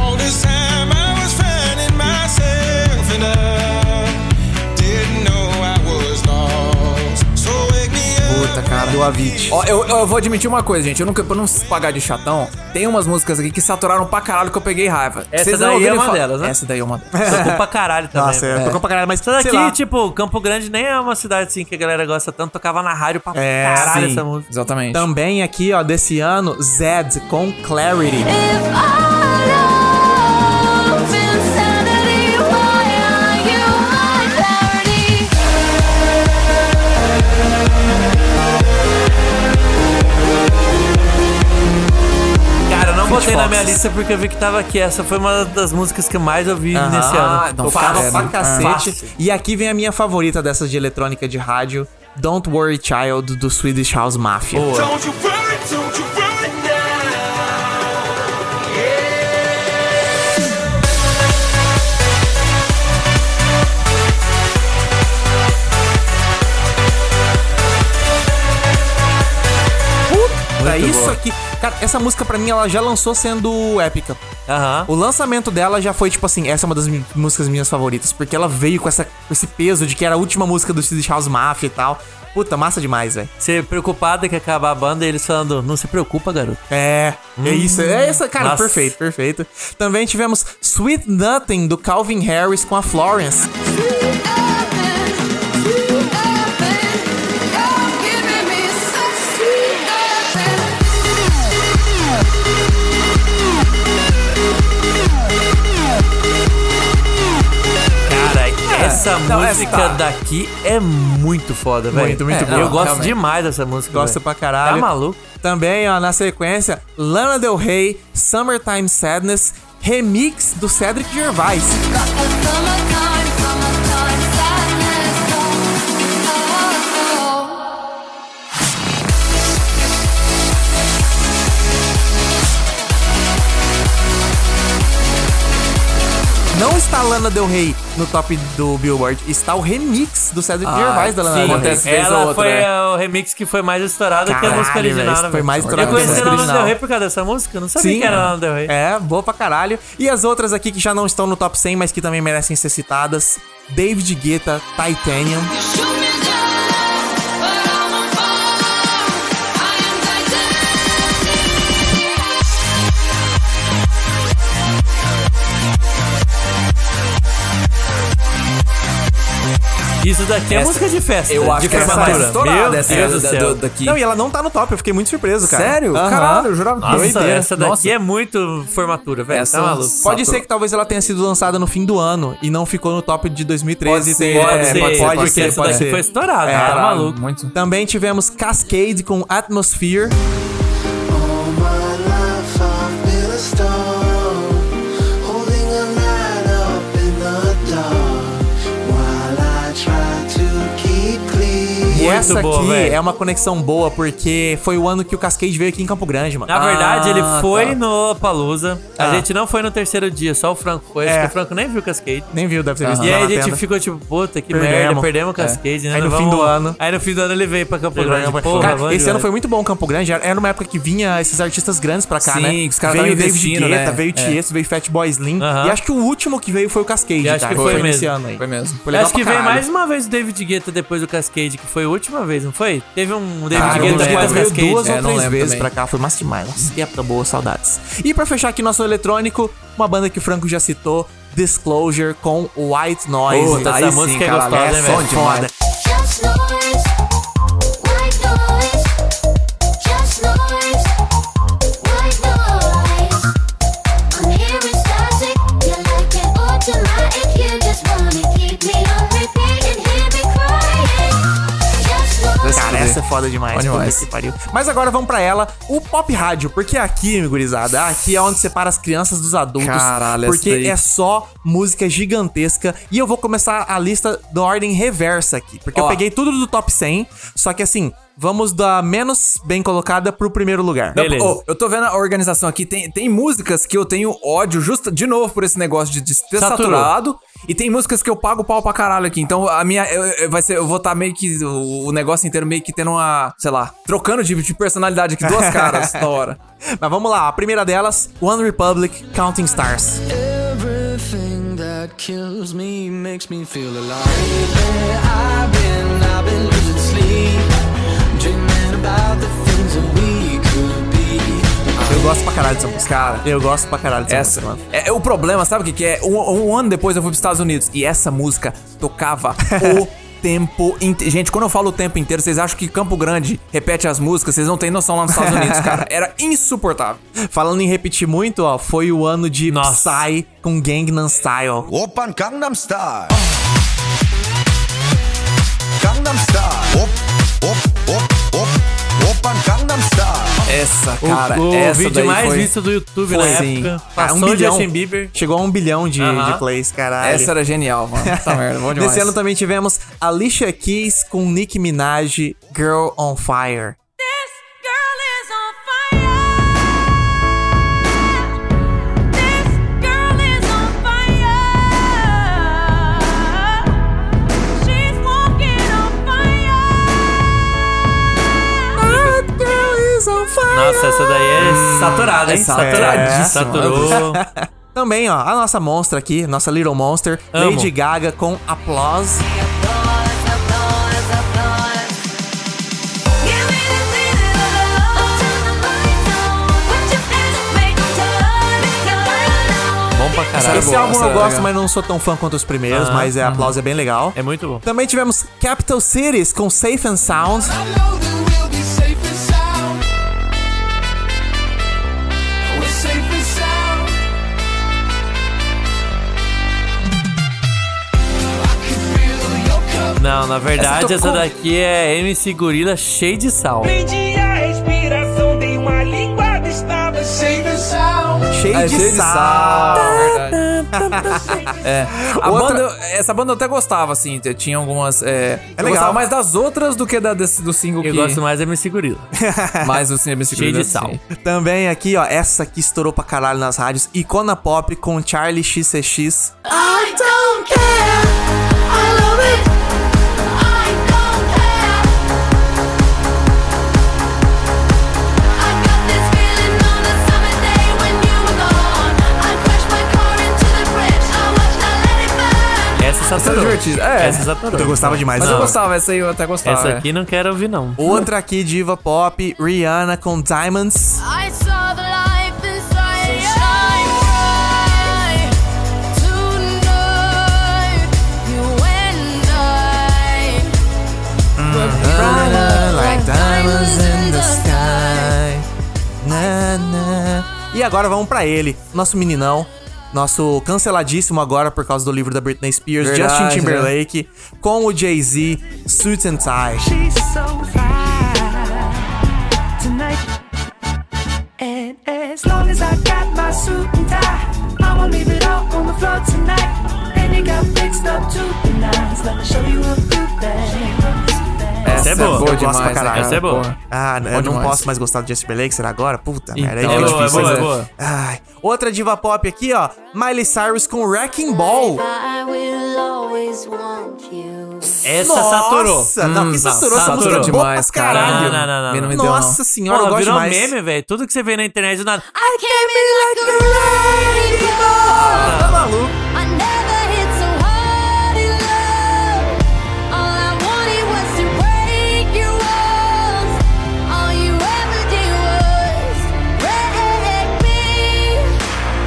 [SPEAKER 13] All this time I was finding myself and I didn't know I was lost. So wake me up.
[SPEAKER 4] Puta, cara. Do
[SPEAKER 2] Avicii.
[SPEAKER 4] Ó, eu, eu vou admitir uma coisa, gente. Eu nunca, pra não se pagar de chatão, tem umas músicas aqui que saturaram pra caralho que eu peguei raiva.
[SPEAKER 3] Essa
[SPEAKER 4] não
[SPEAKER 3] daí é
[SPEAKER 4] ouviram
[SPEAKER 3] uma
[SPEAKER 4] falar-
[SPEAKER 3] delas, né?
[SPEAKER 4] Essa daí é uma delas.
[SPEAKER 3] Tocou pra caralho também.
[SPEAKER 2] Nossa, é,
[SPEAKER 3] velho.
[SPEAKER 2] tocou pra caralho, mas
[SPEAKER 3] Essa
[SPEAKER 2] sei
[SPEAKER 3] daqui,
[SPEAKER 2] lá.
[SPEAKER 3] tipo, Campo Grande nem é uma cidade assim que a galera gosta tanto. Tocava na rádio pra
[SPEAKER 2] É,
[SPEAKER 3] caralho
[SPEAKER 2] sim.
[SPEAKER 3] essa música. Então,
[SPEAKER 4] Exatamente.
[SPEAKER 2] Também aqui, ó, desse ano, Zed com Clarity.
[SPEAKER 3] Cara, eu não
[SPEAKER 4] Fleet
[SPEAKER 3] botei na minha
[SPEAKER 4] Foxes.
[SPEAKER 3] lista porque eu vi que tava aqui. Essa foi uma das músicas que eu mais ouvi
[SPEAKER 2] Aham. então é,
[SPEAKER 3] nesse ano.
[SPEAKER 4] não,
[SPEAKER 2] Tocava
[SPEAKER 4] fácil.
[SPEAKER 2] pra cacete.
[SPEAKER 3] Ah, então Fácil.
[SPEAKER 2] E aqui vem a minha favorita dessas de eletrônica de rádio, Don't Worry Child, do Swedish House Mafia.
[SPEAKER 13] Don't you worry, don't you worry now.
[SPEAKER 2] Puta,
[SPEAKER 3] Muito
[SPEAKER 2] isso
[SPEAKER 3] boa.
[SPEAKER 2] aqui. Cara, essa música pra mim ela já lançou sendo épica.
[SPEAKER 3] Aham.
[SPEAKER 2] O lançamento dela já foi tipo assim, essa é uma das mi- músicas minhas favoritas, porque ela veio com, essa, com esse peso de que era a última música do Swedish House Mafia e tal. Puta, massa demais, velho.
[SPEAKER 3] Você é preocupado que acabar a banda e eles falando, não se preocupa, garoto.
[SPEAKER 2] É,
[SPEAKER 3] Hum,
[SPEAKER 2] é isso. É essa, cara,
[SPEAKER 3] Nossa.
[SPEAKER 2] perfeito, perfeito. Também tivemos Sweet Nothing do Calvin Harris com a Florence.
[SPEAKER 3] Essa
[SPEAKER 4] Então, essa
[SPEAKER 3] música
[SPEAKER 4] tá.
[SPEAKER 3] daqui é muito foda, velho.
[SPEAKER 2] Muito, muito
[SPEAKER 3] É,
[SPEAKER 2] boa,
[SPEAKER 3] Eu gosto
[SPEAKER 2] realmente.
[SPEAKER 3] demais dessa música.
[SPEAKER 2] Gosto
[SPEAKER 3] velho.
[SPEAKER 2] pra caralho.
[SPEAKER 3] Tá maluco?
[SPEAKER 2] Também, ó, na sequência, Lana Del Rey, Summertime Sadness, remix do Cedric Gervais. Não está Lana Del Rey no top do Billboard, está o remix do Cedric Gervais da Lana
[SPEAKER 3] Ah, Sim,
[SPEAKER 2] Del Rey.
[SPEAKER 3] ela foi a- o remix que foi mais estourada que a
[SPEAKER 2] né? Caralho,
[SPEAKER 3] música original.
[SPEAKER 2] velho,
[SPEAKER 3] né,
[SPEAKER 2] foi mais
[SPEAKER 3] Eu
[SPEAKER 2] estourada que a
[SPEAKER 3] conheci
[SPEAKER 2] música
[SPEAKER 3] a Lana Del
[SPEAKER 2] original.
[SPEAKER 3] Rey por causa dessa música. eu Não sabia
[SPEAKER 2] Sim,
[SPEAKER 3] que era Lana Del Rey.
[SPEAKER 2] É, boa pra caralho. E as outras aqui que já não estão no top 100, mas que também merecem ser citadas: David Guetta, Titanium.
[SPEAKER 3] Isso daqui é
[SPEAKER 4] Essa-
[SPEAKER 3] música de festa.
[SPEAKER 4] eu acho
[SPEAKER 3] de
[SPEAKER 4] que essa é a
[SPEAKER 3] formatura.
[SPEAKER 4] mais estourada,
[SPEAKER 3] Meu
[SPEAKER 4] essa
[SPEAKER 3] Deus do
[SPEAKER 4] da-
[SPEAKER 3] céu.
[SPEAKER 4] do- daqui.
[SPEAKER 2] Não, e ela não tá no top, eu fiquei muito surpreso, cara.
[SPEAKER 4] Sério?
[SPEAKER 2] Aham.
[SPEAKER 4] Caralho, eu jurava que-
[SPEAKER 3] Nossa,
[SPEAKER 2] Doideira.
[SPEAKER 3] essa daqui
[SPEAKER 2] Nossa.
[SPEAKER 3] é muito formatura, velho.
[SPEAKER 2] Essa-
[SPEAKER 3] Tá maluco.
[SPEAKER 2] Pode ser que talvez ela tenha sido lançada no fim do ano e não ficou no top de 2013.
[SPEAKER 3] Pode ser,
[SPEAKER 2] tem-
[SPEAKER 3] pode ser,
[SPEAKER 2] é, pode,
[SPEAKER 3] porque
[SPEAKER 2] ser,
[SPEAKER 3] essa
[SPEAKER 2] pode
[SPEAKER 3] daqui
[SPEAKER 2] ser. É,
[SPEAKER 3] foi estourada, tá maluco.
[SPEAKER 2] Muito. Também tivemos Cascade com Atmosphere. E essa
[SPEAKER 3] boa,
[SPEAKER 2] aqui
[SPEAKER 3] velho.
[SPEAKER 2] é uma conexão boa, porque foi o ano que o Cascade veio aqui em Campo Grande, mano.
[SPEAKER 3] Na verdade, ele
[SPEAKER 2] Ah,
[SPEAKER 3] foi
[SPEAKER 2] tá.
[SPEAKER 3] no Palusa. A
[SPEAKER 2] Ah.
[SPEAKER 3] gente não foi no terceiro dia, só o Franco foi. Acho
[SPEAKER 2] É.
[SPEAKER 3] que o Franco nem viu o Cascade.
[SPEAKER 2] Nem viu, deve ter visto.
[SPEAKER 3] E
[SPEAKER 2] lá
[SPEAKER 3] aí a
[SPEAKER 2] na
[SPEAKER 3] gente
[SPEAKER 2] tenda.
[SPEAKER 3] ficou tipo, puta, que
[SPEAKER 2] Perdemos.
[SPEAKER 3] merda, perdemos o
[SPEAKER 2] É.
[SPEAKER 3] Cascade, né?
[SPEAKER 2] Aí
[SPEAKER 3] Não
[SPEAKER 2] no fim
[SPEAKER 3] vamos-
[SPEAKER 2] do ano-
[SPEAKER 3] Aí no fim do ano ele veio pra Campo
[SPEAKER 2] Ele vai
[SPEAKER 3] Grande.
[SPEAKER 2] ganhar
[SPEAKER 3] Porra,
[SPEAKER 2] Cara,
[SPEAKER 3] vamos
[SPEAKER 2] esse ano
[SPEAKER 3] demais.
[SPEAKER 2] foi muito bom o Campo Grande. Era era uma época que vinha esses artistas grandes pra cá,
[SPEAKER 4] Sim,
[SPEAKER 2] né?
[SPEAKER 4] que os caras
[SPEAKER 2] veio
[SPEAKER 4] tavam
[SPEAKER 2] David
[SPEAKER 4] investindo,
[SPEAKER 2] Guetta,
[SPEAKER 4] né?
[SPEAKER 2] veio Tiesto, veio Fatboy Slim.
[SPEAKER 3] Aham.
[SPEAKER 2] E acho que o último que veio foi o Cascade,
[SPEAKER 3] Eu acho
[SPEAKER 2] cara,
[SPEAKER 3] que foi mesmo.
[SPEAKER 2] nesse ano aí.
[SPEAKER 4] Foi mesmo.
[SPEAKER 2] Foi legal
[SPEAKER 3] Acho que
[SPEAKER 2] pra
[SPEAKER 3] veio
[SPEAKER 2] caralho.
[SPEAKER 3] mais uma vez o David Guetta depois do Cascade, que foi a última vez, não foi? Teve um David
[SPEAKER 2] Cara, David
[SPEAKER 3] Guetta
[SPEAKER 2] Guetta
[SPEAKER 3] após o
[SPEAKER 2] veio
[SPEAKER 3] Cascade.
[SPEAKER 2] duas
[SPEAKER 3] É,
[SPEAKER 2] ou
[SPEAKER 3] não
[SPEAKER 2] três
[SPEAKER 3] lembro
[SPEAKER 2] vezes
[SPEAKER 3] também.
[SPEAKER 2] pra cá. Foi massa demais. Nossa, que época boa, saudades. E pra fechar aqui nosso eletrônico, uma banda que o Franco já citou, Disclosure com White Noise.
[SPEAKER 3] Puta, essa música é gostosa,
[SPEAKER 2] essa
[SPEAKER 3] hein, velho?
[SPEAKER 2] é foda. Cara, essa é foda demais.
[SPEAKER 4] Foda
[SPEAKER 2] puta
[SPEAKER 4] demais.
[SPEAKER 2] que pariu. Mas agora vamos pra ela, o pop rádio. Porque aqui, meu gurizada, aqui é onde separa as crianças dos adultos.
[SPEAKER 4] Caralho, essa
[SPEAKER 2] Porque
[SPEAKER 4] daí.
[SPEAKER 2] é só música gigantesca. E eu vou começar a lista da ordem reversa aqui. Porque eu
[SPEAKER 4] Ó.
[SPEAKER 2] peguei tudo do top 100, só que assim, vamos da menos bem colocada pro primeiro lugar.
[SPEAKER 4] Não, ô, eu tô vendo a organização aqui, tem, tem músicas que eu tenho ódio, justo de novo, por esse negócio de, de ter
[SPEAKER 3] Saturou.
[SPEAKER 4] saturado. E tem músicas que eu pago pau pra caralho aqui. Então a minha. eu- eu- vai ser, eu vou estar meio que. O, o negócio inteiro meio que tendo uma. Sei lá. Trocando de, de personalidade aqui,
[SPEAKER 2] *laughs*
[SPEAKER 4] duas caras da hora.
[SPEAKER 2] Mas vamos lá, a primeira delas, One Republic Counting Stars.
[SPEAKER 17] Everything that kills me makes me feel alive. Lately, I've been, I've been losing sleep, dreaming about the things that we could be.
[SPEAKER 2] Eu gosto pra caralho dessa música. Cara, eu gosto pra caralho dessa
[SPEAKER 4] Essa,
[SPEAKER 2] música, mano.
[SPEAKER 4] É, é o problema, sabe o que, que é? Um, um ano depois eu fui pros Estados Unidos e essa música tocava o tempo inteiro. Gente, quando eu falo o tempo inteiro, vocês acham que Campo Grande repete as músicas? Vocês não têm noção lá nos Estados Unidos, cara. Era insuportável.
[SPEAKER 2] Falando em repetir muito, ó, foi o ano de
[SPEAKER 4] Nossa.
[SPEAKER 2] Psy com Gangnam Style.
[SPEAKER 18] Open Gangnam Style. Gangnam Style. Op, op, op, op. Open Gangnam Style.
[SPEAKER 4] Essa,
[SPEAKER 3] O-
[SPEAKER 4] cara,
[SPEAKER 3] É. o
[SPEAKER 4] essa
[SPEAKER 3] vídeo
[SPEAKER 4] daí
[SPEAKER 3] mais
[SPEAKER 4] foi-
[SPEAKER 3] visto do YouTube na época.
[SPEAKER 2] Ah,
[SPEAKER 3] Passou o Justin Bieber.
[SPEAKER 2] Chegou a um bilhão de,
[SPEAKER 3] Aham.
[SPEAKER 2] de plays, caralho. *laughs*
[SPEAKER 4] Essa era genial, mano. Tá merda, bom demais.
[SPEAKER 2] Nesse ano também tivemos Alicia Keys com Nicki Minaj, Girl on Fire.
[SPEAKER 3] Nossa, essa daí é saturada, hein?
[SPEAKER 2] É
[SPEAKER 3] Saturada.
[SPEAKER 2] saturadíssima.
[SPEAKER 3] Saturou.
[SPEAKER 2] Também, ó, a nossa monstra aqui, nossa Little Monster,
[SPEAKER 3] Amo.
[SPEAKER 2] Lady Gaga com Applause.
[SPEAKER 3] Bom pra caralho.
[SPEAKER 2] tá- Esse álbum eu gosto, mas não sou tão fã quanto os primeiros,
[SPEAKER 3] Ah,
[SPEAKER 2] mas é,
[SPEAKER 3] aham.
[SPEAKER 2] Applause é bem legal.
[SPEAKER 3] É muito bom.
[SPEAKER 2] Também tivemos Capital Cities com Safe and Sound.
[SPEAKER 16] Be
[SPEAKER 3] Não, na verdade,
[SPEAKER 9] Essa
[SPEAKER 3] essa,
[SPEAKER 9] tocou-
[SPEAKER 3] daqui é MC Gorila cheio de sal.
[SPEAKER 9] Prendi a respiração, dei uma linguada, estava cheio de sal.
[SPEAKER 2] Cheio
[SPEAKER 4] É,
[SPEAKER 2] de
[SPEAKER 4] cheio de
[SPEAKER 2] sal. *laughs*
[SPEAKER 4] sal,
[SPEAKER 2] "Ah,
[SPEAKER 9] é.
[SPEAKER 4] A
[SPEAKER 2] Outra-
[SPEAKER 4] banda, eu- essa banda eu até gostava, assim, t- tinha algumas. É, eu
[SPEAKER 2] legal.
[SPEAKER 4] gostava mais das outras do que da, desse- do single
[SPEAKER 3] Eu
[SPEAKER 4] que. *laughs*
[SPEAKER 3] gosto mais da MC Gorila.
[SPEAKER 4] mais do cinema né?
[SPEAKER 3] Cheio de sal.
[SPEAKER 2] Também aqui, ó, essa que estourou pra caralho nas rádios, Icona Pop com Charlie XCX.
[SPEAKER 9] I don't care. I love it. I don't care. I got this feeling on a summer day when you were gone. I crashed my car into the bridge. I watched I let it burn.
[SPEAKER 3] Essa
[SPEAKER 4] Essa é
[SPEAKER 3] saturou.
[SPEAKER 4] divertida. É.
[SPEAKER 3] Essa saturou.
[SPEAKER 2] Eu gostava demais
[SPEAKER 4] Mas eu
[SPEAKER 2] dela.
[SPEAKER 4] gostava, essa aí eu até gostava.
[SPEAKER 3] Essa
[SPEAKER 4] é.
[SPEAKER 3] aqui não quero ouvir, não.
[SPEAKER 2] Outra aqui, diva pop, Rihanna com Diamonds.
[SPEAKER 9] I saw the life inside your eye tonight. You and I.
[SPEAKER 2] Mm-hmm. Like diamonds in the sky. Na, na. E agora vamos pra ele, nosso meninão. Nosso canceladíssimo agora por causa do livro da Britney Spears,
[SPEAKER 4] Verdade, né?
[SPEAKER 2] Justin Timberlake, com o Jay-Z, Suit and Tie.
[SPEAKER 9] She's so fine tonight. And as long as I got my suit and tie, I won't leave it all on the floor tonight. And it got fixed up to the nines. Let me show you a good thing.
[SPEAKER 3] Essa é boa.
[SPEAKER 2] eu gosto pra caralho.
[SPEAKER 3] Essa é boa.
[SPEAKER 2] né, Ah, eu
[SPEAKER 4] Bom
[SPEAKER 2] não
[SPEAKER 4] demais.
[SPEAKER 2] posso mais gostar do Justin Timberlake, será agora? Puta merda, aí
[SPEAKER 4] Então,
[SPEAKER 2] fica
[SPEAKER 4] é boa,
[SPEAKER 2] difícil.
[SPEAKER 4] é boa,
[SPEAKER 2] né?
[SPEAKER 4] é boa.
[SPEAKER 2] Ai. Outra diva pop aqui, ó, Miley Cyrus com Wrecking Ball.
[SPEAKER 8] I will always want you.
[SPEAKER 3] Essa saturou. Hum,
[SPEAKER 2] Nossa, não, que saturou, essa música é boa
[SPEAKER 4] demais,
[SPEAKER 2] pra
[SPEAKER 4] cara.
[SPEAKER 2] caralho.
[SPEAKER 3] Não, não, não, não.
[SPEAKER 4] Me me deu, não.
[SPEAKER 2] Nossa senhora, eu
[SPEAKER 3] Porra,
[SPEAKER 2] gosto
[SPEAKER 3] virou
[SPEAKER 2] demais.
[SPEAKER 3] meme, velho. Tudo que você vê na internet, do nada.
[SPEAKER 8] I came in like a
[SPEAKER 2] Tá
[SPEAKER 8] ladybug.
[SPEAKER 2] Ah, maluco?
[SPEAKER 8] I never hit so hard in love. All I wanted was to break your walls. All you ever did was wreck me.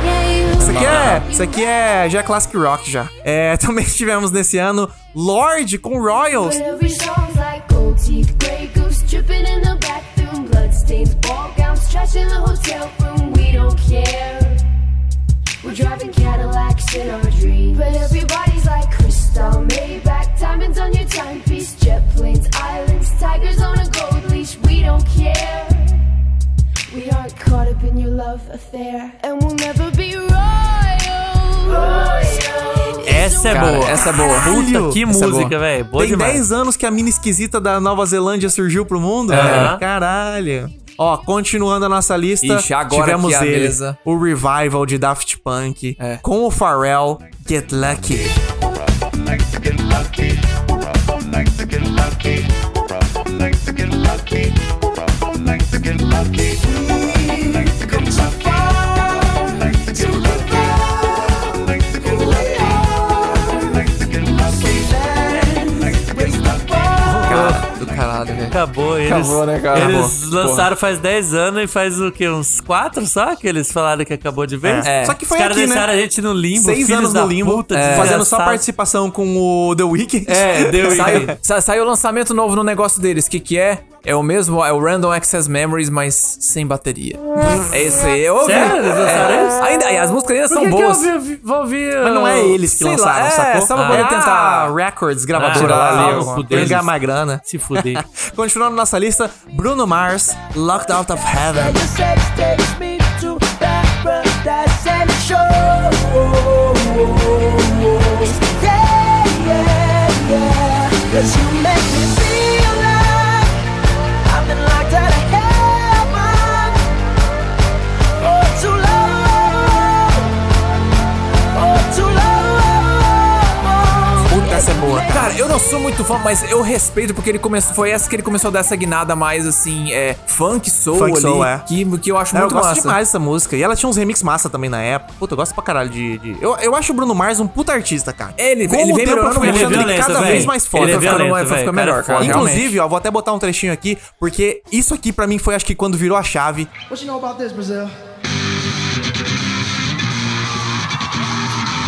[SPEAKER 8] Yeah, you
[SPEAKER 2] Isso aqui é, isso aqui é já é classic rock já. É, *laughs* também tivemos nesse ano Lorde com Royals.
[SPEAKER 8] But every song's like gold teeth, gray goose dripping in the bathroom, bloodstains, ball gowns, trash in the hotel room. We don't care. We're driving Cadillacs in our dreams. But everybody's like crystal, Maybach, diamonds on your timepiece, jet planes, islands, tigers on a gold leash. We don't care. We aren't caught up in your love affair, and we'll never be royal.
[SPEAKER 3] Essa é
[SPEAKER 4] Cara,
[SPEAKER 3] boa.
[SPEAKER 4] essa é boa.
[SPEAKER 3] Puta, que
[SPEAKER 4] Essa é boa.
[SPEAKER 3] música, velho. Boa
[SPEAKER 2] Tem
[SPEAKER 3] demais.
[SPEAKER 2] 10 anos que a mina esquisita da Nova Zelândia surgiu pro mundo,
[SPEAKER 3] Aham.
[SPEAKER 2] velho. Caralho. Ó, continuando a nossa lista,
[SPEAKER 4] Ixi, agora
[SPEAKER 2] tivemos
[SPEAKER 4] que é a
[SPEAKER 2] ele,
[SPEAKER 4] mesa.
[SPEAKER 2] o Revival de Daft Punk, com o Pharrell, Get Lucky.
[SPEAKER 4] Cara, do caralho, velho.
[SPEAKER 3] Acabou, eles,
[SPEAKER 4] Acabou, né, cara?
[SPEAKER 3] eles
[SPEAKER 4] Acabou.
[SPEAKER 3] lançaram faz 10 anos e faz o quê? Uns 4 só que eles falaram que acabou de vez?
[SPEAKER 2] É. Só que foi
[SPEAKER 3] Os caras
[SPEAKER 2] aqui, né?
[SPEAKER 3] deixaram a gente no limbo.
[SPEAKER 2] Seis
[SPEAKER 3] filhos
[SPEAKER 2] anos
[SPEAKER 3] da
[SPEAKER 2] no limbo, é.
[SPEAKER 3] puta,
[SPEAKER 2] fazendo só
[SPEAKER 3] desgraçado.
[SPEAKER 2] participação com o The Weeknd.
[SPEAKER 3] É, *laughs*
[SPEAKER 2] *laughs*
[SPEAKER 3] The
[SPEAKER 4] Saiu,
[SPEAKER 3] Weeknd.
[SPEAKER 4] sa- saiu lançamento novo no negócio deles. O que, que é? É o mesmo, é o Random Access Memories, mas sem bateria. Esse aí eu ouvi.
[SPEAKER 3] Sério? Eles lançaram
[SPEAKER 4] É.
[SPEAKER 3] isso?
[SPEAKER 4] Ainda, e as músicas ainda
[SPEAKER 3] Por
[SPEAKER 4] são
[SPEAKER 3] que
[SPEAKER 4] boas.
[SPEAKER 3] Que eu ouvi- vou *laughs* ouvir,
[SPEAKER 2] Mas não é
[SPEAKER 3] uh,
[SPEAKER 2] eles que
[SPEAKER 4] sei lá,
[SPEAKER 2] lançaram,
[SPEAKER 4] é,
[SPEAKER 2] sacou?
[SPEAKER 4] só pra poder
[SPEAKER 2] É
[SPEAKER 4] tentar-
[SPEAKER 2] a Records, gravadora lá,
[SPEAKER 3] Ah, lá,
[SPEAKER 2] ali, alguma
[SPEAKER 3] fuder
[SPEAKER 2] coisa,
[SPEAKER 3] eles.
[SPEAKER 2] ganhar mais grana. *laughs*
[SPEAKER 3] Se fuder.
[SPEAKER 2] Continuando nossa lista, Bruno Mars, Locked Out of Heaven.
[SPEAKER 9] Cause you make me feel like I've been locked out of heaven for too long, for too long.
[SPEAKER 2] Puta, essa é boa, cara.
[SPEAKER 4] Cara, eu não sou muito fã, mas eu respeito porque ele começou. Foi essa que ele começou a dar essa guinada mais assim, é, funk soul
[SPEAKER 2] Funk
[SPEAKER 4] ali,
[SPEAKER 2] soul, é.
[SPEAKER 4] que, que eu acho
[SPEAKER 2] É, eu
[SPEAKER 4] muito
[SPEAKER 2] gosto
[SPEAKER 4] massa.
[SPEAKER 2] demais dessa música. E ela tinha uns remix massa também na época. Puta, eu gosto pra caralho de. de- Eu, eu acho o Bruno Mars um puta artista, cara.
[SPEAKER 4] Ele-
[SPEAKER 2] Com
[SPEAKER 4] ele
[SPEAKER 2] o
[SPEAKER 4] vem
[SPEAKER 2] tempo eu
[SPEAKER 4] melhorando
[SPEAKER 2] fui
[SPEAKER 4] muito.
[SPEAKER 2] achando
[SPEAKER 4] Ele é
[SPEAKER 2] ele
[SPEAKER 4] violento,
[SPEAKER 2] cada
[SPEAKER 4] velho.
[SPEAKER 2] vez mais
[SPEAKER 4] Ele
[SPEAKER 2] foda.
[SPEAKER 4] é
[SPEAKER 2] Tá ficando-
[SPEAKER 4] violento,
[SPEAKER 2] vai
[SPEAKER 4] velho.
[SPEAKER 2] ficando
[SPEAKER 4] Cara,
[SPEAKER 2] melhor, cara.
[SPEAKER 4] foda.
[SPEAKER 2] Inclusive, ó, vou até botar um trechinho aqui, porque isso aqui pra mim foi acho que quando virou a chave.
[SPEAKER 13] What you know about this, Brazil?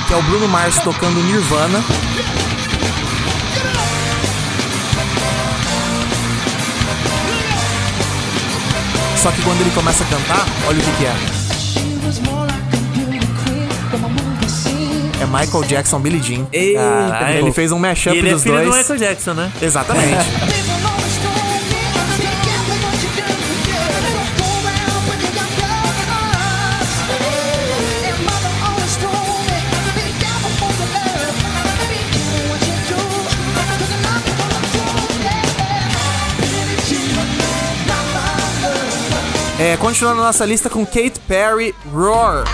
[SPEAKER 2] que é o Bruno Mars tocando Nirvana. Só que quando ele começa a cantar, olha o que, que é. É Michael Jackson Billie Jean.
[SPEAKER 3] Caralho.
[SPEAKER 2] Ele fez um mashup
[SPEAKER 3] E ele
[SPEAKER 2] dos
[SPEAKER 3] é filho
[SPEAKER 2] dois.
[SPEAKER 3] do Michael Jackson, né?
[SPEAKER 2] Exatamente. É, continuando a nossa lista com Kate Perry, Roar.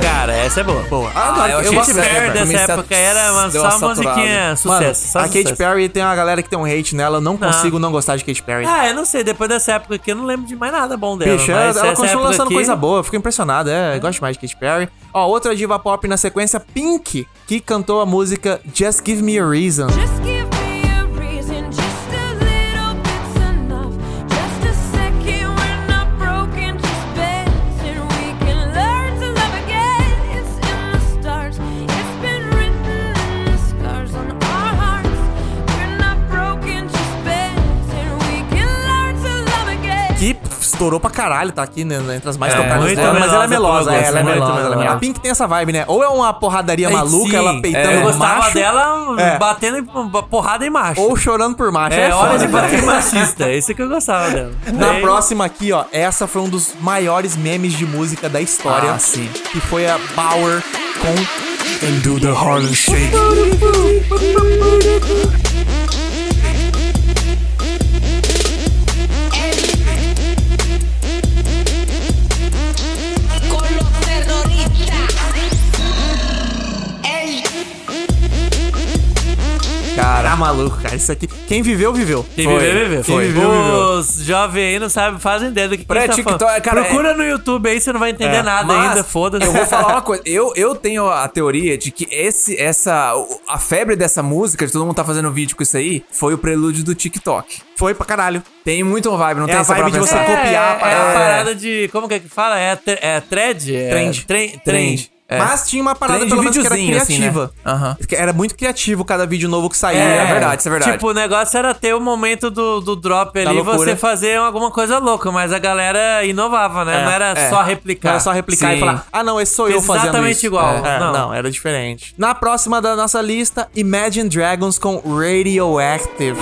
[SPEAKER 3] Cara, essa é boa. Boa.
[SPEAKER 2] Adoro
[SPEAKER 3] eu Katy Perry dessa época era uma-
[SPEAKER 2] deu
[SPEAKER 3] só
[SPEAKER 2] saturada.
[SPEAKER 3] musiquinha, sucesso,
[SPEAKER 2] Mano,
[SPEAKER 3] só
[SPEAKER 2] a Katy
[SPEAKER 3] sucesso.
[SPEAKER 2] Perry tem uma galera que tem um hate nela. Eu não consigo não gostar de Katy Perry.
[SPEAKER 3] Ah, eu não sei, depois dessa época aqui eu não lembro de mais nada bom dela.
[SPEAKER 2] Bicho,
[SPEAKER 3] mas
[SPEAKER 2] ela, ela
[SPEAKER 3] essa
[SPEAKER 2] continua
[SPEAKER 3] época
[SPEAKER 2] lançando
[SPEAKER 3] aqui-
[SPEAKER 2] coisa boa, eu fico impressionado, é, eu gosto demais de Katy Perry. Ó, outra diva pop na sequência, Pink, que cantou a música Just Give Me a Reason. Que estourou pra caralho, tá aqui né, entre as mais
[SPEAKER 3] É,
[SPEAKER 2] tocadas
[SPEAKER 3] muito
[SPEAKER 2] dela, mas ela é melosa,
[SPEAKER 3] melosa, eu
[SPEAKER 2] é,
[SPEAKER 3] gosto,
[SPEAKER 2] ela é
[SPEAKER 3] muito
[SPEAKER 2] melosa, ela é melosa.
[SPEAKER 3] melosa.
[SPEAKER 2] A Pink tem essa vibe, né? Ou é uma porradaria
[SPEAKER 3] Ai,
[SPEAKER 2] maluca,
[SPEAKER 3] sim, é.
[SPEAKER 2] ela peitando
[SPEAKER 3] Eu gostava
[SPEAKER 2] macho,
[SPEAKER 3] dela
[SPEAKER 2] é,
[SPEAKER 3] batendo em- porrada em macho.
[SPEAKER 2] ou chorando por macho.
[SPEAKER 3] É, hora de
[SPEAKER 2] foda, né?
[SPEAKER 3] bater machista. Esse é que eu gostava dela.
[SPEAKER 2] Na
[SPEAKER 3] Bem-
[SPEAKER 2] próxima aqui, ó, essa foi um dos maiores memes de música da história.
[SPEAKER 3] Ah, sim.
[SPEAKER 2] Que foi a Power com And Do the Harlem Shake.
[SPEAKER 9] Con los terroristas. El
[SPEAKER 2] Cara, tá maluco, cara. Isso aqui. Quem viveu, viveu.
[SPEAKER 3] Quem
[SPEAKER 2] Foi.
[SPEAKER 3] viveu, viveu.
[SPEAKER 2] Quem viveu, viveu.
[SPEAKER 3] Os jovens aí não sabem, fazem ideia do que, que
[SPEAKER 4] Pré-
[SPEAKER 3] a gente tá falando.
[SPEAKER 4] TikTok, cara,
[SPEAKER 3] Procura no YouTube aí, você não vai entender
[SPEAKER 4] É,
[SPEAKER 3] nada
[SPEAKER 4] mas
[SPEAKER 3] ainda, foda-se.
[SPEAKER 4] Eu vou falar uma coisa. Eu, eu tenho a teoria de que esse, essa, o- a febre dessa música, de todo mundo tá fazendo vídeo com isso aí, foi o prelúdio do TikTok.
[SPEAKER 2] Foi pra caralho.
[SPEAKER 4] Tem muito uma vibe, não
[SPEAKER 2] É
[SPEAKER 4] tem
[SPEAKER 2] a
[SPEAKER 4] essa
[SPEAKER 2] vibe de
[SPEAKER 4] parada
[SPEAKER 2] você
[SPEAKER 4] pensar.
[SPEAKER 2] copiar
[SPEAKER 3] *laughs* É, a parada de. Como que é que fala? É, tre- é thread? É,
[SPEAKER 2] Trend.
[SPEAKER 3] Trend.
[SPEAKER 4] Trend. É.
[SPEAKER 2] Mas tinha uma parada
[SPEAKER 4] Trend
[SPEAKER 2] pelo menos, que era
[SPEAKER 4] videozinho, assim, né?
[SPEAKER 2] criativa.
[SPEAKER 4] Aham.
[SPEAKER 2] Porque Era muito criativo cada vídeo novo que saía.
[SPEAKER 4] É, é verdade, isso é verdade.
[SPEAKER 3] Tipo, o negócio era ter o momento do, do drop ali e
[SPEAKER 2] loucura.
[SPEAKER 3] você fazer alguma coisa louca, mas a galera inovava, né?
[SPEAKER 2] É,
[SPEAKER 3] não era
[SPEAKER 2] é.
[SPEAKER 3] só replicar.
[SPEAKER 2] Não era só replicar e
[SPEAKER 3] Sim.
[SPEAKER 2] falar, ah não, esse sou eu
[SPEAKER 3] Fez
[SPEAKER 2] fazendo
[SPEAKER 3] exatamente
[SPEAKER 2] isso.
[SPEAKER 3] igual.
[SPEAKER 2] É, é,
[SPEAKER 3] Não.
[SPEAKER 2] não. era diferente. Na próxima da nossa lista, Imagine Dragons com Radioactive.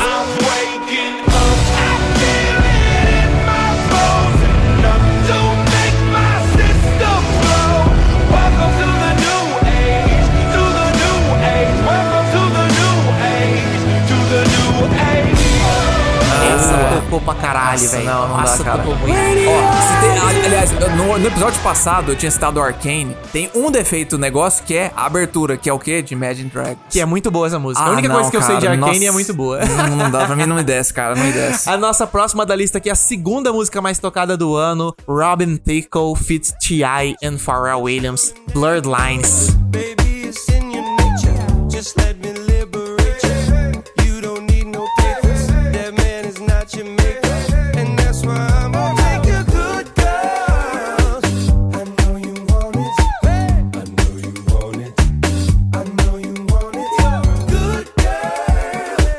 [SPEAKER 2] Essa tocou pra caralho,
[SPEAKER 4] Nossa,
[SPEAKER 2] velho.
[SPEAKER 4] não, não
[SPEAKER 2] Nossa,
[SPEAKER 4] dá, cara.
[SPEAKER 2] tocou muito.
[SPEAKER 4] Ó, se tem- a- aliás, no, no episódio passado eu tinha citado o Arcane. Tem um defeito do negócio que é a abertura, que é o quê? De Imagine Dragons.
[SPEAKER 2] Que é muito boa essa música.
[SPEAKER 4] Ah,
[SPEAKER 2] a única
[SPEAKER 4] não,
[SPEAKER 2] coisa que eu sei de
[SPEAKER 4] cara,
[SPEAKER 2] Arcane
[SPEAKER 4] nossa.
[SPEAKER 2] é muito boa.
[SPEAKER 4] Não, não dá, pra mim não me desce, cara,
[SPEAKER 2] *laughs*
[SPEAKER 4] não me desce.
[SPEAKER 2] A nossa próxima da lista aqui é a segunda música mais tocada do ano: Robin Thicke, Fit T.I. and Pharrell Williams, Blurred Lines.
[SPEAKER 13] Baby, it's in your nature. Just let me liberate you. You don't need no papers. That man is not your maker. And that's why I'm gonna make a good girl. I know you want it. I know you want it. I know you want it. Good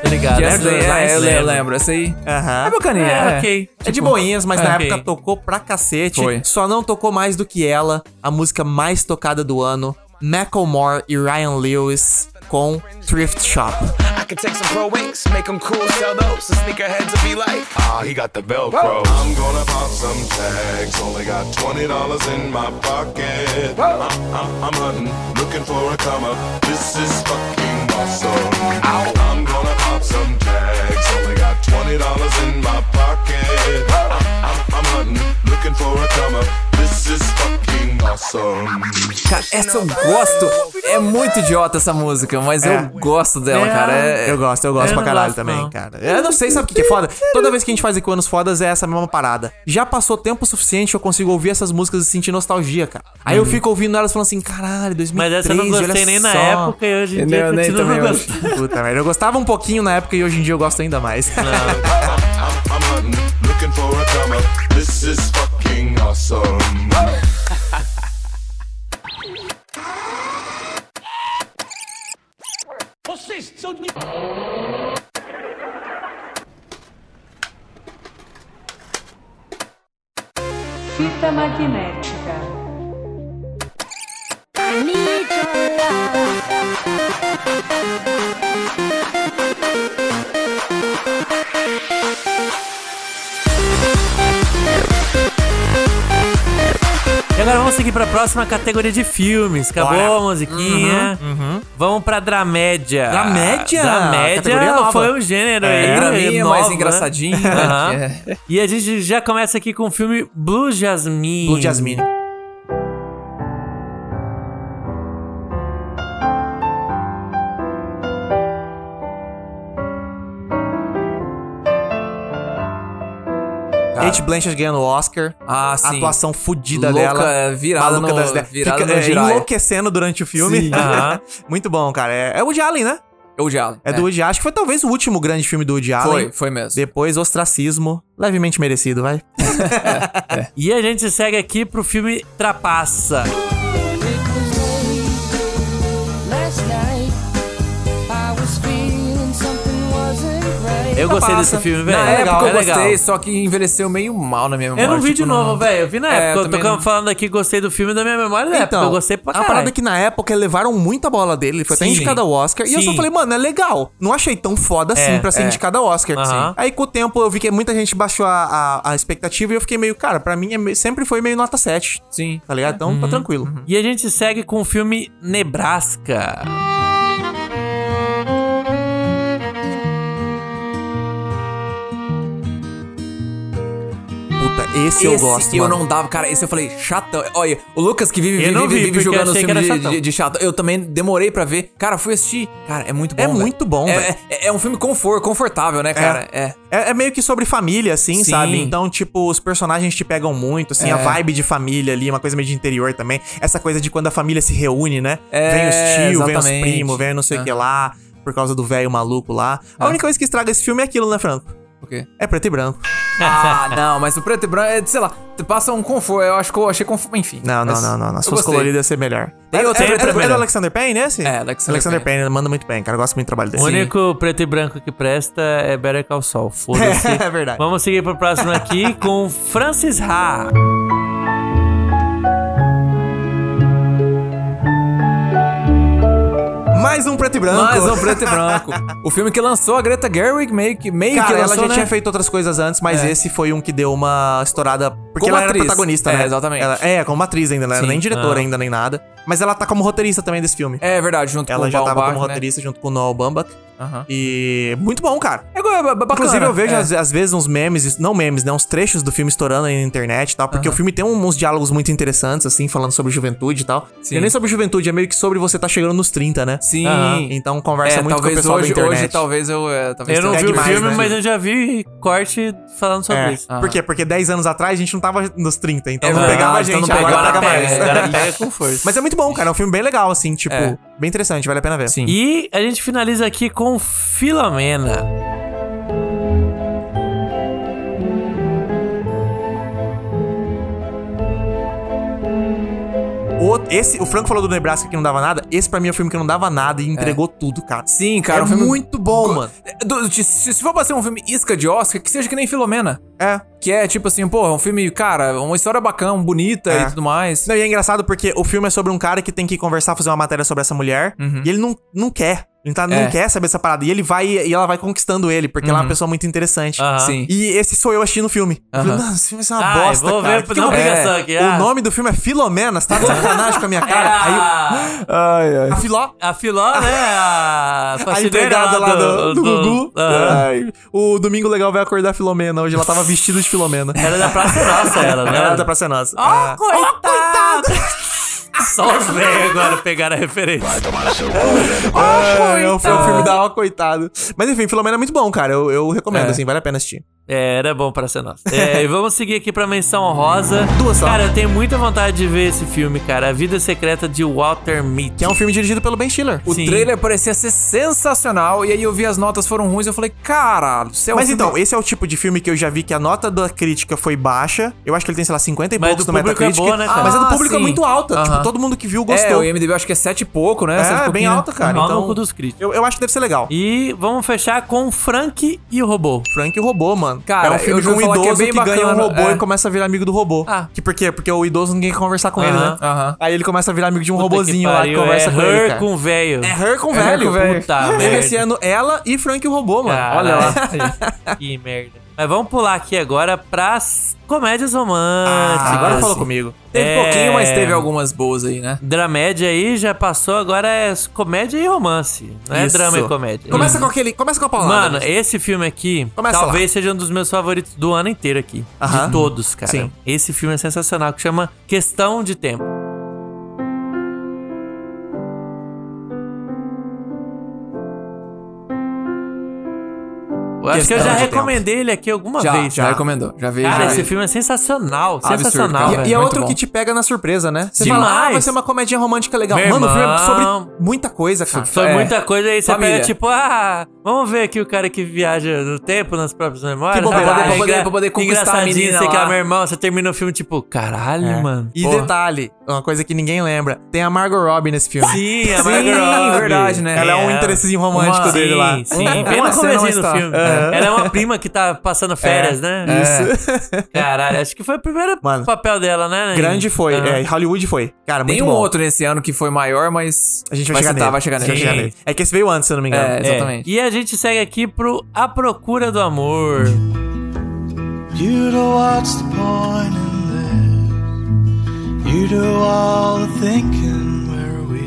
[SPEAKER 3] Obrigado.
[SPEAKER 4] Que essa daí, é, eu lembro, lembro, essa aí.
[SPEAKER 2] Aham.
[SPEAKER 4] É bacaninha.
[SPEAKER 3] É, ok.
[SPEAKER 2] É de boinhas, mas na
[SPEAKER 3] ok.
[SPEAKER 2] época tocou pra cacete.
[SPEAKER 4] Foi.
[SPEAKER 2] Só não tocou mais do que ela, a música mais tocada do ano, Macklemore e Ryan Lewis com Thrift Shop.
[SPEAKER 19] I could take some pro wings, make them cool, sell those. The sneakerheads will be like, ah, he got the Velcro.
[SPEAKER 16] I'm gonna pop some tags. Only got twenty dollars in my pocket. Uh, I, I, I'm hunting, looking for a come up. This is fucking awesome. I'm gonna pop some tags. Only got twenty dollars in my pocket. I, I, I'm hunting, looking for a come up. This is fucking awesome.
[SPEAKER 4] Cara, essa eu gosto. É muito idiota essa música, mas
[SPEAKER 2] É.
[SPEAKER 4] eu gosto dela, cara. É-
[SPEAKER 2] Eu gosto, eu gosto
[SPEAKER 4] Eu
[SPEAKER 2] pra
[SPEAKER 4] não
[SPEAKER 2] caralho
[SPEAKER 4] gosto,
[SPEAKER 2] também,
[SPEAKER 4] não.
[SPEAKER 2] cara. Eu não sei, sabe o que que é foda? Toda vez que a gente faz aqui o Anos Fodas é essa mesma parada. Já passou tempo suficiente que eu consigo ouvir essas músicas e sentir nostalgia, cara. Aí eu fico ouvindo elas falando assim, caralho, 2013,
[SPEAKER 3] Uhum. Mas essa eu não gostei
[SPEAKER 2] olha
[SPEAKER 3] nem na
[SPEAKER 2] só.
[SPEAKER 3] época e hoje em dia eu continuo não
[SPEAKER 2] hoje.
[SPEAKER 3] gostando.
[SPEAKER 2] Puta merda, eu gostava um pouquinho na época e hoje em dia eu gosto ainda mais.
[SPEAKER 3] É.
[SPEAKER 16] I'm hunting, looking for a come up. This is fucking awesome. uh.
[SPEAKER 1] Fita magnética.
[SPEAKER 3] E agora vamos seguir pra próxima categoria de filmes. Acabou
[SPEAKER 2] Bora.
[SPEAKER 3] a musiquinha.
[SPEAKER 2] Uhum, uhum.
[SPEAKER 3] Vamos pra Dramédia.
[SPEAKER 2] Dramédia? Categoria
[SPEAKER 3] Dramédia
[SPEAKER 2] nova.
[SPEAKER 3] foi um gênero
[SPEAKER 2] É,
[SPEAKER 3] aí.
[SPEAKER 2] draminha
[SPEAKER 3] nova,
[SPEAKER 2] mais
[SPEAKER 3] né?
[SPEAKER 2] engraçadinho, né?
[SPEAKER 4] *laughs*
[SPEAKER 3] Aham.
[SPEAKER 2] É.
[SPEAKER 3] E a gente já começa aqui com o filme Blue Jasmine.
[SPEAKER 2] Blue Jasmine. Kate Blanchett ganhando o Oscar.
[SPEAKER 4] Ah, sim.
[SPEAKER 2] A atuação fodida
[SPEAKER 4] Louca,
[SPEAKER 2] dela.
[SPEAKER 4] é, virada
[SPEAKER 2] Maluca
[SPEAKER 4] no-
[SPEAKER 2] das ideias.
[SPEAKER 4] virada
[SPEAKER 2] Fica,
[SPEAKER 4] no
[SPEAKER 2] é,
[SPEAKER 4] giraia.
[SPEAKER 2] enlouquecendo durante o filme.
[SPEAKER 4] Sim. *laughs* Aham.
[SPEAKER 2] *laughs* Muito bom, cara. É, é o Woody Allen, né?
[SPEAKER 4] É o Woody Allen.
[SPEAKER 2] É, do Woody Allen. Acho que foi talvez o último grande filme do Woody Allen.
[SPEAKER 4] Foi, foi mesmo.
[SPEAKER 2] Depois, Ostracismo. Levemente merecido, vai.
[SPEAKER 3] E a gente segue aqui pro filme Trapaça.
[SPEAKER 11] Last night, I was feeling something wasn't right.
[SPEAKER 3] Eu gostei desse filme, velho.
[SPEAKER 4] Na
[SPEAKER 3] É legal,
[SPEAKER 4] época eu
[SPEAKER 3] é legal.
[SPEAKER 4] gostei, só que envelheceu meio mal na minha memória.
[SPEAKER 3] Eu não vi
[SPEAKER 4] tipo,
[SPEAKER 3] de novo, velho. Eu vi na
[SPEAKER 4] É,
[SPEAKER 3] época. Eu tô
[SPEAKER 4] também não- Então,
[SPEAKER 3] falando aqui, gostei do filme da minha memória na época. Eu gostei pra
[SPEAKER 2] a
[SPEAKER 3] caralho.
[SPEAKER 2] parada é que na época levaram muita bola dele, foi até
[SPEAKER 3] Sim.
[SPEAKER 2] indicado ao Oscar. E eu só
[SPEAKER 3] Sim.
[SPEAKER 2] falei, mano, é legal. Não achei tão foda assim
[SPEAKER 3] É,
[SPEAKER 2] pra ser
[SPEAKER 3] é.
[SPEAKER 2] indicado ao Oscar.
[SPEAKER 3] Aham.
[SPEAKER 2] Sim. Aí com o tempo eu vi que muita gente baixou a, a, a expectativa e eu fiquei meio, cara, pra mim é meio- sempre foi meio nota 7.
[SPEAKER 4] Sim.
[SPEAKER 2] Tá ligado? Então
[SPEAKER 3] Uhum.
[SPEAKER 2] tá tranquilo.
[SPEAKER 3] E a gente segue com o filme Nebraska.
[SPEAKER 2] Puta, esse, eu gosto.
[SPEAKER 4] Eu
[SPEAKER 2] mano.
[SPEAKER 4] não dava, cara. Esse eu falei, chatão. Olha, o Lucas que vive,
[SPEAKER 2] Eu
[SPEAKER 4] vive,
[SPEAKER 2] não vi,
[SPEAKER 4] vive, vive
[SPEAKER 2] porque
[SPEAKER 4] jogando
[SPEAKER 2] achei que
[SPEAKER 4] filme
[SPEAKER 2] era
[SPEAKER 4] de,
[SPEAKER 2] chatão.
[SPEAKER 4] de- de chato. Eu também demorei pra ver. Cara, fui assistir. Cara, é muito bom.
[SPEAKER 2] É
[SPEAKER 4] velho.
[SPEAKER 2] muito bom,
[SPEAKER 4] É,
[SPEAKER 2] velho.
[SPEAKER 4] é- é um filme confort, confortável, né, cara? É.
[SPEAKER 2] É, é meio que sobre família, assim,
[SPEAKER 4] Sim.
[SPEAKER 2] sabe? Então, tipo, os personagens te pegam muito, assim, a
[SPEAKER 4] É.
[SPEAKER 2] vibe de família ali, uma coisa meio de interior também. Essa coisa de quando a família se reúne, né?
[SPEAKER 4] É,
[SPEAKER 2] vem os tios, vem os
[SPEAKER 4] exatamente.
[SPEAKER 2] primos, vem não sei o que lá, por causa do velho maluco lá. A única coisa que estraga esse filme é aquilo, né, Franco?
[SPEAKER 4] O quê?
[SPEAKER 2] É preto e branco.
[SPEAKER 4] Ah, *laughs* não, mas o preto e branco, é, sei lá, passa um conforto. Eu acho que eu achei conforto. Enfim.
[SPEAKER 2] Não, não,
[SPEAKER 4] mas
[SPEAKER 2] não, não, não.
[SPEAKER 4] eu
[SPEAKER 2] Se fosse
[SPEAKER 4] gostei.
[SPEAKER 2] colorido ia ser melhor.
[SPEAKER 4] Tem
[SPEAKER 2] é,
[SPEAKER 4] outra
[SPEAKER 2] é,
[SPEAKER 4] preto e
[SPEAKER 2] é, é
[SPEAKER 4] branco.
[SPEAKER 2] do Alexander Payne, né? Esse?
[SPEAKER 4] É, Alexander
[SPEAKER 2] Payne. ele manda muito bem, cara. Eu gosto muito do trabalho dele.
[SPEAKER 3] O único preto e branco que presta é Better Call Saul. Foda-se.
[SPEAKER 4] *laughs*
[SPEAKER 2] É verdade.
[SPEAKER 3] Vamos seguir pro próximo aqui com Francis Ha.
[SPEAKER 2] Mais um preto e branco.
[SPEAKER 4] Mais um preto e *laughs* branco. o filme que lançou a Greta Gerwig, meio que, meio que
[SPEAKER 2] Cara, ela
[SPEAKER 4] lançou,
[SPEAKER 2] já
[SPEAKER 4] né?
[SPEAKER 2] tinha feito outras coisas antes, mas
[SPEAKER 4] É.
[SPEAKER 2] esse foi um que deu uma estourada. Porque
[SPEAKER 4] Como
[SPEAKER 2] ela
[SPEAKER 4] atriz.
[SPEAKER 2] era protagonista, né?
[SPEAKER 4] É, exatamente.
[SPEAKER 2] Ela- é, como atriz ainda, ela
[SPEAKER 4] Sim.
[SPEAKER 2] era nem diretora
[SPEAKER 4] Ah.
[SPEAKER 2] ainda, nem nada. Mas ela tá como roteirista também desse filme.
[SPEAKER 4] É verdade, junto com
[SPEAKER 2] ela
[SPEAKER 4] o
[SPEAKER 2] já
[SPEAKER 4] Bob
[SPEAKER 2] tava
[SPEAKER 4] Bach,
[SPEAKER 2] como
[SPEAKER 4] né?
[SPEAKER 2] roteirista junto com o Noel Baumbach.
[SPEAKER 4] Aham.
[SPEAKER 2] E muito bom, cara.
[SPEAKER 4] É, é, é bacana.
[SPEAKER 2] Inclusive, eu vejo
[SPEAKER 4] é.
[SPEAKER 2] às, às vezes uns memes, não memes, né? Uns trechos do filme estourando aí na internet e tal, porque o filme tem um- uns diálogos muito interessantes, assim, falando sobre juventude e tal.
[SPEAKER 4] Sim.
[SPEAKER 2] E nem sobre juventude, é meio que sobre você tá chegando nos 30, né?
[SPEAKER 4] Sim.
[SPEAKER 2] Então conversa
[SPEAKER 4] É,
[SPEAKER 2] muito com o
[SPEAKER 4] talvez
[SPEAKER 2] pessoal
[SPEAKER 4] hoje,
[SPEAKER 2] da internet.
[SPEAKER 4] Hoje talvez eu... é, talvez
[SPEAKER 3] Eu não
[SPEAKER 4] tenha
[SPEAKER 3] vi o
[SPEAKER 4] mais,
[SPEAKER 3] filme,
[SPEAKER 4] né?
[SPEAKER 3] mas eu já vi corte falando sobre
[SPEAKER 2] É.
[SPEAKER 3] isso.
[SPEAKER 2] Por quê? Porque 10 anos atrás a gente não tava nos 30, então
[SPEAKER 4] É
[SPEAKER 2] não
[SPEAKER 4] verdade,
[SPEAKER 2] pegava a gente,
[SPEAKER 4] então não
[SPEAKER 2] agora
[SPEAKER 4] pegava,
[SPEAKER 2] pega
[SPEAKER 4] pega,
[SPEAKER 2] mais. É.
[SPEAKER 4] *laughs* agora
[SPEAKER 3] pega com força.
[SPEAKER 2] Mas é muito bom, cara. É um filme bem legal, assim, tipo,
[SPEAKER 3] É.
[SPEAKER 2] bem interessante, vale a pena ver. Sim.
[SPEAKER 3] E a gente finaliza aqui com Filomena.
[SPEAKER 2] O, esse, o Franco falou do Nebraska que não dava nada. Esse pra mim é um filme que não dava nada e entregou tudo, cara.
[SPEAKER 4] Sim, cara.
[SPEAKER 2] É
[SPEAKER 4] um filme- É,
[SPEAKER 2] muito bom, mano.
[SPEAKER 4] Do- se, se for pra ser um filme isca de Oscar, que seja que nem Filomena.
[SPEAKER 2] É.
[SPEAKER 4] Que é tipo assim, porra, um filme, cara, uma história bacana, bonita
[SPEAKER 2] É.
[SPEAKER 4] e tudo mais.
[SPEAKER 2] Não, e é engraçado porque o filme é sobre um cara que tem que conversar, fazer uma matéria sobre essa mulher. E ele não, não quer. Ele tá,
[SPEAKER 4] É.
[SPEAKER 2] não quer saber essa parada. E ele vai e ela vai conquistando ele, porque ela é uma pessoa muito interessante.
[SPEAKER 4] Aham. Sim.
[SPEAKER 2] E esse sou eu assistindo o filme. Eu falei,
[SPEAKER 4] Aham.
[SPEAKER 2] não, esse filme é uma
[SPEAKER 3] Ai,
[SPEAKER 2] bosta,
[SPEAKER 3] vou
[SPEAKER 2] cara.
[SPEAKER 3] ver
[SPEAKER 2] Por que
[SPEAKER 3] na
[SPEAKER 2] eu vou ver?"
[SPEAKER 3] obrigação aqui, ah.
[SPEAKER 2] O nome do filme é Filomena, você tá de sacanagem com a minha cara. Aí eu-
[SPEAKER 3] ah.
[SPEAKER 4] Ai, ai.
[SPEAKER 2] a Filó.
[SPEAKER 3] A Filó,
[SPEAKER 4] *laughs*
[SPEAKER 3] né? A,
[SPEAKER 2] A
[SPEAKER 3] faxineira
[SPEAKER 2] empregada lá do, do, Gugu.
[SPEAKER 3] Aham.
[SPEAKER 2] Ai, o Domingo Legal vai acordar a Filomena. Hoje ela tava vestida de Filomena.
[SPEAKER 3] Era da Praça é Ah! Nossa, ela, né?
[SPEAKER 2] Ela da Praça é Nossa.
[SPEAKER 3] Ó,
[SPEAKER 2] É.
[SPEAKER 3] coitado! Só os velhos agora pegaram a referência.
[SPEAKER 2] um então. É, é o filme da Ó, coitado. Mas enfim, Filomena é muito bom, cara. Eu, eu recomendo,
[SPEAKER 4] É.
[SPEAKER 2] assim, vale a pena assistir.
[SPEAKER 3] É, era bom pra ser nosso. É, e vamos seguir aqui pra menção honrosa.
[SPEAKER 2] Duas só.
[SPEAKER 3] Cara, eu tenho muita vontade de ver esse filme, cara. A Vida Secreta de Walter Mitty.
[SPEAKER 2] Que é um filme dirigido pelo Ben Stiller.
[SPEAKER 4] um- O trailer parecia ser sensacional, e aí eu vi as notas foram ruins, eu falei, caralho, isso é um
[SPEAKER 2] Mas
[SPEAKER 4] filme-
[SPEAKER 2] então, esse é o tipo de filme que eu já vi que a nota da crítica foi baixa. Eu acho que ele tem, sei lá, 50 e
[SPEAKER 3] Mas
[SPEAKER 2] poucos
[SPEAKER 3] do
[SPEAKER 2] no
[SPEAKER 3] público é
[SPEAKER 2] Metacritic.
[SPEAKER 3] boa, né, cara?
[SPEAKER 2] Mas a do
[SPEAKER 4] Ah,
[SPEAKER 2] público é
[SPEAKER 4] sim.
[SPEAKER 2] muito alta. Tipo,
[SPEAKER 4] Aham.
[SPEAKER 2] todo mundo que viu
[SPEAKER 4] É,
[SPEAKER 2] gostou.
[SPEAKER 4] o IMDB eu acho que é sete e pouco, né?
[SPEAKER 2] É,
[SPEAKER 4] Sete e
[SPEAKER 2] bem
[SPEAKER 4] pouquinho.
[SPEAKER 2] alta, cara.
[SPEAKER 3] Pau no
[SPEAKER 2] Então,
[SPEAKER 3] cu dos críticos.
[SPEAKER 2] eu, eu acho que deve ser legal.
[SPEAKER 3] E vamos fechar com Frank e o Robô.
[SPEAKER 2] Frank e o Robô, mano.
[SPEAKER 4] Cara,
[SPEAKER 2] é um filme
[SPEAKER 4] eu
[SPEAKER 2] de
[SPEAKER 4] já
[SPEAKER 2] um
[SPEAKER 4] ouvi falar
[SPEAKER 2] idoso
[SPEAKER 4] que
[SPEAKER 2] que,
[SPEAKER 4] é bem
[SPEAKER 2] ganha um
[SPEAKER 4] bacana,
[SPEAKER 2] robô
[SPEAKER 4] é.
[SPEAKER 2] e começa a virar amigo do robô. Ah. Que por quê? Porque o idoso ninguém quer conversar com ele, né?
[SPEAKER 3] Aham,
[SPEAKER 4] aham.
[SPEAKER 2] Aí ele começa a virar amigo de um
[SPEAKER 3] Puta
[SPEAKER 2] robozinho lá que
[SPEAKER 3] pariu,
[SPEAKER 2] conversa
[SPEAKER 3] é
[SPEAKER 2] com
[SPEAKER 3] her
[SPEAKER 2] ele, cara.
[SPEAKER 3] com velho.
[SPEAKER 2] É Her com
[SPEAKER 3] É Her
[SPEAKER 2] velho.
[SPEAKER 3] com velho. Puta
[SPEAKER 2] Teve
[SPEAKER 3] merda.
[SPEAKER 2] esse ano ela e Frank e o robô, mano.
[SPEAKER 3] Olha *laughs* lá. que merda. Mas vamos pular aqui agora pras comédias românticas.
[SPEAKER 2] Ah, agora falou comigo.
[SPEAKER 4] Teve
[SPEAKER 3] É.
[SPEAKER 4] pouquinho, mas teve algumas boas aí, né?
[SPEAKER 3] Dramédia aí já passou, agora é comédia e romance. Não é
[SPEAKER 4] Isso.
[SPEAKER 3] drama e comédia.
[SPEAKER 2] Começa com aquele. Começa com a né? palavra.
[SPEAKER 3] Mano, esse filme aqui
[SPEAKER 2] Começa
[SPEAKER 3] talvez seja um dos meus favoritos do ano inteiro aqui.
[SPEAKER 2] Aham.
[SPEAKER 3] De todos, cara.
[SPEAKER 2] Sim.
[SPEAKER 3] Esse filme é sensacional, que chama Questão de Tempo. Eu acho que eu
[SPEAKER 4] Questão
[SPEAKER 3] já
[SPEAKER 4] de
[SPEAKER 3] recomendei ele aqui alguma
[SPEAKER 4] já,
[SPEAKER 3] é vez.
[SPEAKER 4] já,
[SPEAKER 3] cara.
[SPEAKER 4] recomendou. Já veio.
[SPEAKER 3] Cara,
[SPEAKER 4] já
[SPEAKER 3] esse
[SPEAKER 4] veio.
[SPEAKER 3] filme é sensacional.
[SPEAKER 4] Absurdo,
[SPEAKER 3] sensacional,
[SPEAKER 4] cara.
[SPEAKER 2] E é
[SPEAKER 4] Muito
[SPEAKER 2] outro
[SPEAKER 4] bom.
[SPEAKER 2] que te pega na surpresa, né? Você
[SPEAKER 3] Demais.
[SPEAKER 2] fala, ah, vai ser uma comédia romântica legal.
[SPEAKER 3] Meu
[SPEAKER 2] Mano, o filme é
[SPEAKER 3] irmão.
[SPEAKER 2] sobre muita coisa, cara.
[SPEAKER 3] Foi
[SPEAKER 2] É.
[SPEAKER 3] muita coisa aí, você
[SPEAKER 4] Família.
[SPEAKER 3] pega tipo, ah, vamos ver aqui o cara que viaja no tempo, nas próprias memórias.
[SPEAKER 4] Que bobagem,
[SPEAKER 3] Ah,
[SPEAKER 4] pra poder-
[SPEAKER 3] engra-
[SPEAKER 4] pra poder conquistar a
[SPEAKER 3] engraçadinho,
[SPEAKER 4] menina
[SPEAKER 3] sei que
[SPEAKER 4] lá.
[SPEAKER 3] é meu irmão, você termina o filme tipo, caralho,
[SPEAKER 2] É.
[SPEAKER 3] mano.
[SPEAKER 2] E
[SPEAKER 3] Pô.
[SPEAKER 2] detalhe, uma coisa que ninguém lembra, tem a Margot Robbie nesse filme.
[SPEAKER 3] Sim, a
[SPEAKER 4] Sim,
[SPEAKER 3] Margot Robbie.
[SPEAKER 4] verdade, né?
[SPEAKER 2] Ela é um
[SPEAKER 3] É.
[SPEAKER 2] interessezinho romântico
[SPEAKER 4] Uma-
[SPEAKER 2] dele
[SPEAKER 3] Sim,
[SPEAKER 2] lá.
[SPEAKER 3] sim, bem
[SPEAKER 4] É. Uma É.
[SPEAKER 3] no
[SPEAKER 4] cena,
[SPEAKER 3] comecinho do
[SPEAKER 4] uma
[SPEAKER 3] filme.
[SPEAKER 2] história.
[SPEAKER 3] Ela é uma prima que tá passando férias, né?
[SPEAKER 2] Isso.
[SPEAKER 3] *laughs* Caralho, acho que foi o primeiro
[SPEAKER 2] Mano.
[SPEAKER 3] papel dela, né? Nani?
[SPEAKER 2] Grande foi.
[SPEAKER 3] Aham.
[SPEAKER 2] É, Hollywood foi. Cara,
[SPEAKER 4] Tem
[SPEAKER 2] muito
[SPEAKER 4] um
[SPEAKER 2] bom.
[SPEAKER 4] outro nesse ano que foi maior, mas.
[SPEAKER 2] A gente vai, chegar nele.
[SPEAKER 4] citar, Vai chegar
[SPEAKER 2] A gente
[SPEAKER 4] nele.
[SPEAKER 3] Sim.
[SPEAKER 2] nele. É que esse veio antes, se eu não me engano.
[SPEAKER 4] É, exatamente.
[SPEAKER 3] E a gente segue aqui pro A Procura do Amor.
[SPEAKER 16] You know what's the point in this? You do all the thinking where we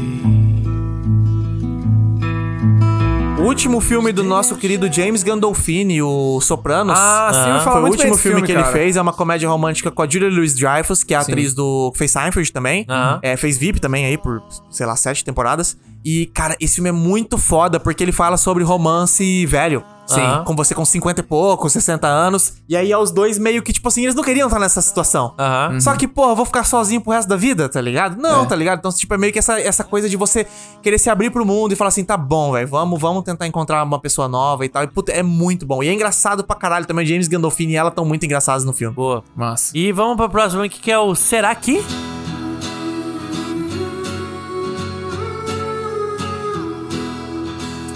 [SPEAKER 2] O último filme do nosso querido James Gandolfini, o Sopranos.
[SPEAKER 4] Ah, sim, eu
[SPEAKER 2] Ah,
[SPEAKER 4] falo
[SPEAKER 2] Foi o
[SPEAKER 4] muito bem
[SPEAKER 2] último
[SPEAKER 4] desse
[SPEAKER 2] filme
[SPEAKER 4] filme,
[SPEAKER 2] que ele
[SPEAKER 4] cara.
[SPEAKER 2] fez. É uma comédia romântica com a Julia Louis-Dreyfus, que é a
[SPEAKER 4] Sim.
[SPEAKER 2] atriz do... Fez Seinfeld também.
[SPEAKER 3] Aham.
[SPEAKER 2] É, fez VIP também aí por, sei lá, sete temporadas. E, cara, esse filme é muito foda, porque ele fala sobre romance velho.
[SPEAKER 3] Sim.
[SPEAKER 2] Aham. Com você com 50 e pouco, 60 anos. E aí, aos dois, meio que, tipo assim, eles não queriam estar nessa situação.
[SPEAKER 3] Aham.
[SPEAKER 2] Só que, porra, vou ficar sozinho pro resto da vida, tá ligado? Não, tá ligado? Então, tipo, é meio que essa, essa coisa de você querer se abrir pro mundo e falar assim, tá bom, velho, vamos, vamos tentar encontrar uma pessoa nova e tal. E, puta, é muito bom. E é engraçado pra caralho também. James Gandolfini e ela estão muito engraçados no filme.
[SPEAKER 3] Boa.
[SPEAKER 4] Massa.
[SPEAKER 3] E vamos pra próxima aqui, que é o Será Que?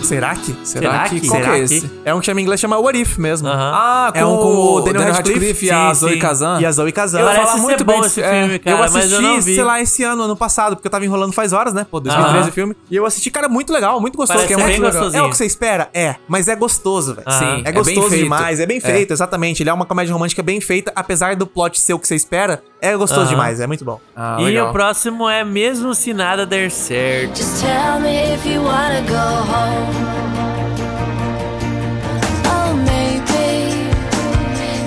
[SPEAKER 2] Será que?
[SPEAKER 4] Será que? Qual que
[SPEAKER 2] Será
[SPEAKER 4] é
[SPEAKER 2] que?
[SPEAKER 4] esse?
[SPEAKER 2] É um que chama em inglês chama What If mesmo.
[SPEAKER 3] Aham.
[SPEAKER 4] Ah, com,
[SPEAKER 2] É um com
[SPEAKER 4] o Daniel Radcliffe, e a
[SPEAKER 2] sim,
[SPEAKER 4] Zoe
[SPEAKER 2] sim.
[SPEAKER 4] Kazan.
[SPEAKER 2] E a Zoe Kazan.
[SPEAKER 3] Parece
[SPEAKER 2] Ela fala
[SPEAKER 3] ser
[SPEAKER 2] muito
[SPEAKER 3] bom
[SPEAKER 2] bem
[SPEAKER 3] esse
[SPEAKER 2] desse-
[SPEAKER 3] filme, cara,
[SPEAKER 2] Eu
[SPEAKER 3] mas eu
[SPEAKER 2] assisti,
[SPEAKER 3] não vi.
[SPEAKER 2] sei lá, esse ano, ano passado, porque eu tava enrolando faz horas, né? Pô, 2013
[SPEAKER 3] Aham.
[SPEAKER 2] o filme. E eu assisti, cara, muito legal, muito gostoso. que
[SPEAKER 3] Parece
[SPEAKER 2] é
[SPEAKER 3] bem
[SPEAKER 2] muito legal.
[SPEAKER 3] gostosinho.
[SPEAKER 2] É o que você espera? É, mas é gostoso, velho.
[SPEAKER 3] Aham. Sim,
[SPEAKER 2] É
[SPEAKER 4] é bem
[SPEAKER 2] gostoso
[SPEAKER 4] feito.
[SPEAKER 2] demais, é bem
[SPEAKER 4] É.
[SPEAKER 2] feito, exatamente. Ele é uma comédia romântica bem feita, apesar do plot ser o que você espera, é gostoso
[SPEAKER 3] Aham.
[SPEAKER 2] demais, é muito bom.
[SPEAKER 4] Ah,
[SPEAKER 3] e
[SPEAKER 4] legal.
[SPEAKER 3] o próximo é Mesmo Se Nada Der Certo.
[SPEAKER 8] Just tell me if you wanna go home. Oh, maybe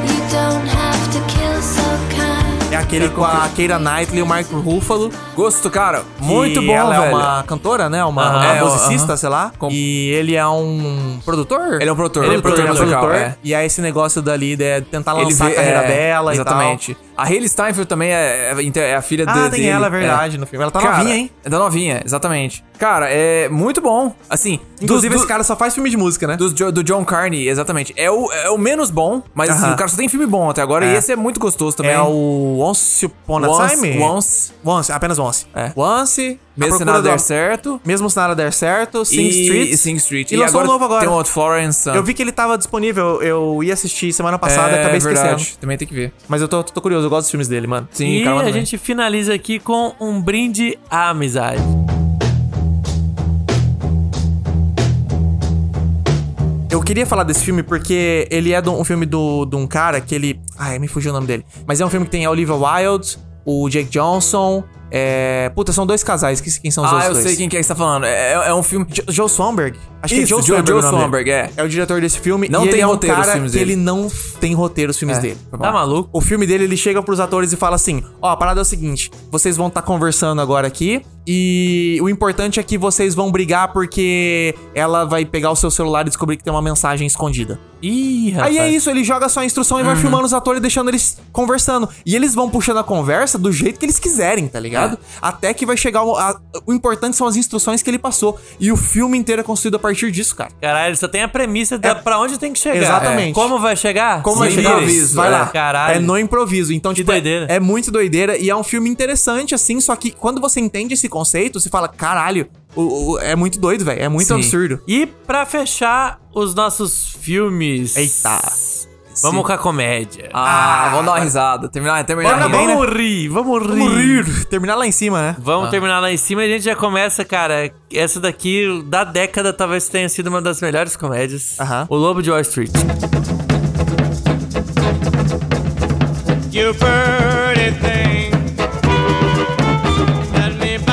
[SPEAKER 8] you don't have to kill so kind.
[SPEAKER 2] É aquele com a Keira Knightley e o Mark Ruffalo.
[SPEAKER 4] Gosto, cara. Muito
[SPEAKER 2] que
[SPEAKER 4] bom,
[SPEAKER 2] ela
[SPEAKER 4] velho.
[SPEAKER 2] é uma cantora, né? Uma,
[SPEAKER 4] Aham.
[SPEAKER 2] uma
[SPEAKER 4] É,
[SPEAKER 2] musicista,
[SPEAKER 4] aham.
[SPEAKER 2] sei lá.
[SPEAKER 4] Com-
[SPEAKER 2] E ele é um produtor?
[SPEAKER 4] Ele é um produtor.
[SPEAKER 2] Ele é
[SPEAKER 4] Produtor
[SPEAKER 2] produtor,
[SPEAKER 4] musical,
[SPEAKER 2] produtor.
[SPEAKER 4] é.
[SPEAKER 2] E aí esse negócio dali de tentar lançar
[SPEAKER 4] vê-
[SPEAKER 2] a carreira
[SPEAKER 4] é,
[SPEAKER 2] dela
[SPEAKER 4] Exatamente. A Hayley Steinfeld também é, é inter- é a filha
[SPEAKER 2] e tal.
[SPEAKER 4] de-
[SPEAKER 2] Ah, tem
[SPEAKER 4] dele.
[SPEAKER 2] ela, é verdade, no filme. Ela tá novinha, hein?
[SPEAKER 4] É da novinha, exatamente. Cara, é muito bom. Assim,
[SPEAKER 2] Inclusive,
[SPEAKER 4] dos-
[SPEAKER 2] esse cara só faz filme de música, né?
[SPEAKER 4] dos Jo- do John Carney, exatamente. É o, é o menos bom, mas assim,
[SPEAKER 2] Aham.
[SPEAKER 4] o cara só tem filme bom até agora.
[SPEAKER 2] É.
[SPEAKER 4] E esse é muito gostoso também.
[SPEAKER 2] É o Once Upon a
[SPEAKER 4] Once,
[SPEAKER 2] Time?
[SPEAKER 4] Once.
[SPEAKER 2] Once, apenas Once.
[SPEAKER 4] É.
[SPEAKER 2] Once, A
[SPEAKER 4] Mesmo se
[SPEAKER 2] Procura
[SPEAKER 4] nada
[SPEAKER 2] do-
[SPEAKER 4] der certo.
[SPEAKER 2] Mesmo se nada der certo, Sing
[SPEAKER 4] e,
[SPEAKER 2] Street.
[SPEAKER 4] E Sing Street.
[SPEAKER 2] E, lançou um novo agora.
[SPEAKER 4] Tem um outro Florence. Sun.
[SPEAKER 2] Eu vi que ele tava disponível, eu ia assistir semana passada,
[SPEAKER 4] é,
[SPEAKER 2] acabei
[SPEAKER 4] verdade.
[SPEAKER 2] esquecendo.
[SPEAKER 4] Também tem que ver.
[SPEAKER 2] Mas eu tô, tô curioso, eu gosto dos filmes dele, mano.
[SPEAKER 4] Sim,
[SPEAKER 3] e
[SPEAKER 4] cara,
[SPEAKER 3] a
[SPEAKER 4] também.
[SPEAKER 3] gente finaliza aqui com um brinde à amizade.
[SPEAKER 2] Eu queria falar desse filme porque ele é de um um filme do, de um cara que ele. Ai, me fugiu o nome dele. Mas é um filme que tem a Olivia Wilde, o Jake Johnson, É. Puta, são dois casais. Esqueci quem são os
[SPEAKER 4] Ah,
[SPEAKER 2] outros
[SPEAKER 4] eu
[SPEAKER 2] dois.
[SPEAKER 4] sei quem que é que você tá falando. É, é um filme.
[SPEAKER 2] Jo- Joe Swanberg? Acho que é
[SPEAKER 4] Isso,
[SPEAKER 2] Joe
[SPEAKER 4] Joe-
[SPEAKER 2] Swanberg.
[SPEAKER 4] Joe
[SPEAKER 2] o nome
[SPEAKER 4] Swanberg,
[SPEAKER 2] dele. é. o diretor desse filme.
[SPEAKER 4] Não
[SPEAKER 2] e
[SPEAKER 4] tem
[SPEAKER 2] ele é um
[SPEAKER 4] roteiro os
[SPEAKER 2] cara
[SPEAKER 4] filmes
[SPEAKER 2] que
[SPEAKER 4] dele.
[SPEAKER 2] ele não tem roteiro os filmes
[SPEAKER 4] É,
[SPEAKER 2] dele.
[SPEAKER 4] tá maluco?
[SPEAKER 2] O filme dele, ele chega pros atores e fala assim: Ó, a parada é o seguinte, vocês vão estar conversando agora aqui. E o importante é que vocês vão brigar porque ela vai pegar o seu celular e descobrir que tem uma mensagem escondida.
[SPEAKER 3] Ih, rapaz.
[SPEAKER 2] Aí é isso, ele joga só a instrução e vai filmando os atores, deixando eles conversando. E eles vão puxando a conversa do jeito que eles quiserem, tá ligado? Até que vai chegar. O, a- o importante são as instruções que ele passou. E o filme inteiro é construído a partir disso, cara.
[SPEAKER 3] Caralho, só tem a premissa da pra onde tem que chegar.
[SPEAKER 2] Exatamente.
[SPEAKER 3] Como vai chegar?
[SPEAKER 2] Como
[SPEAKER 3] Se
[SPEAKER 2] é
[SPEAKER 3] vire.
[SPEAKER 2] improviso? Vai lá.
[SPEAKER 3] Caralho.
[SPEAKER 2] É no improviso. Então, tipo, é-
[SPEAKER 3] doideira.
[SPEAKER 2] é muito doideira e é um filme interessante, assim. Só que quando você entende esse conceito, você fala, caralho, o- o- é muito doido, velho. É muito
[SPEAKER 3] Sim.
[SPEAKER 2] absurdo.
[SPEAKER 3] E pra fechar os nossos filmes. Eita. Vamos
[SPEAKER 4] Sim.
[SPEAKER 3] com a comédia.
[SPEAKER 4] Ah, vamos dar uma risada. Terminar, terminar.
[SPEAKER 3] Bora,
[SPEAKER 4] bem,
[SPEAKER 3] vamos
[SPEAKER 4] né?
[SPEAKER 3] rir, vamos rir.
[SPEAKER 2] Vamos rir. Terminar lá em cima, né?
[SPEAKER 3] Vamos
[SPEAKER 2] Ah.
[SPEAKER 3] terminar lá em cima e a gente já começa, cara. Essa daqui da década talvez tenha sido uma das melhores comédias. O Lobo de Wall Street.
[SPEAKER 13] You pretty thing.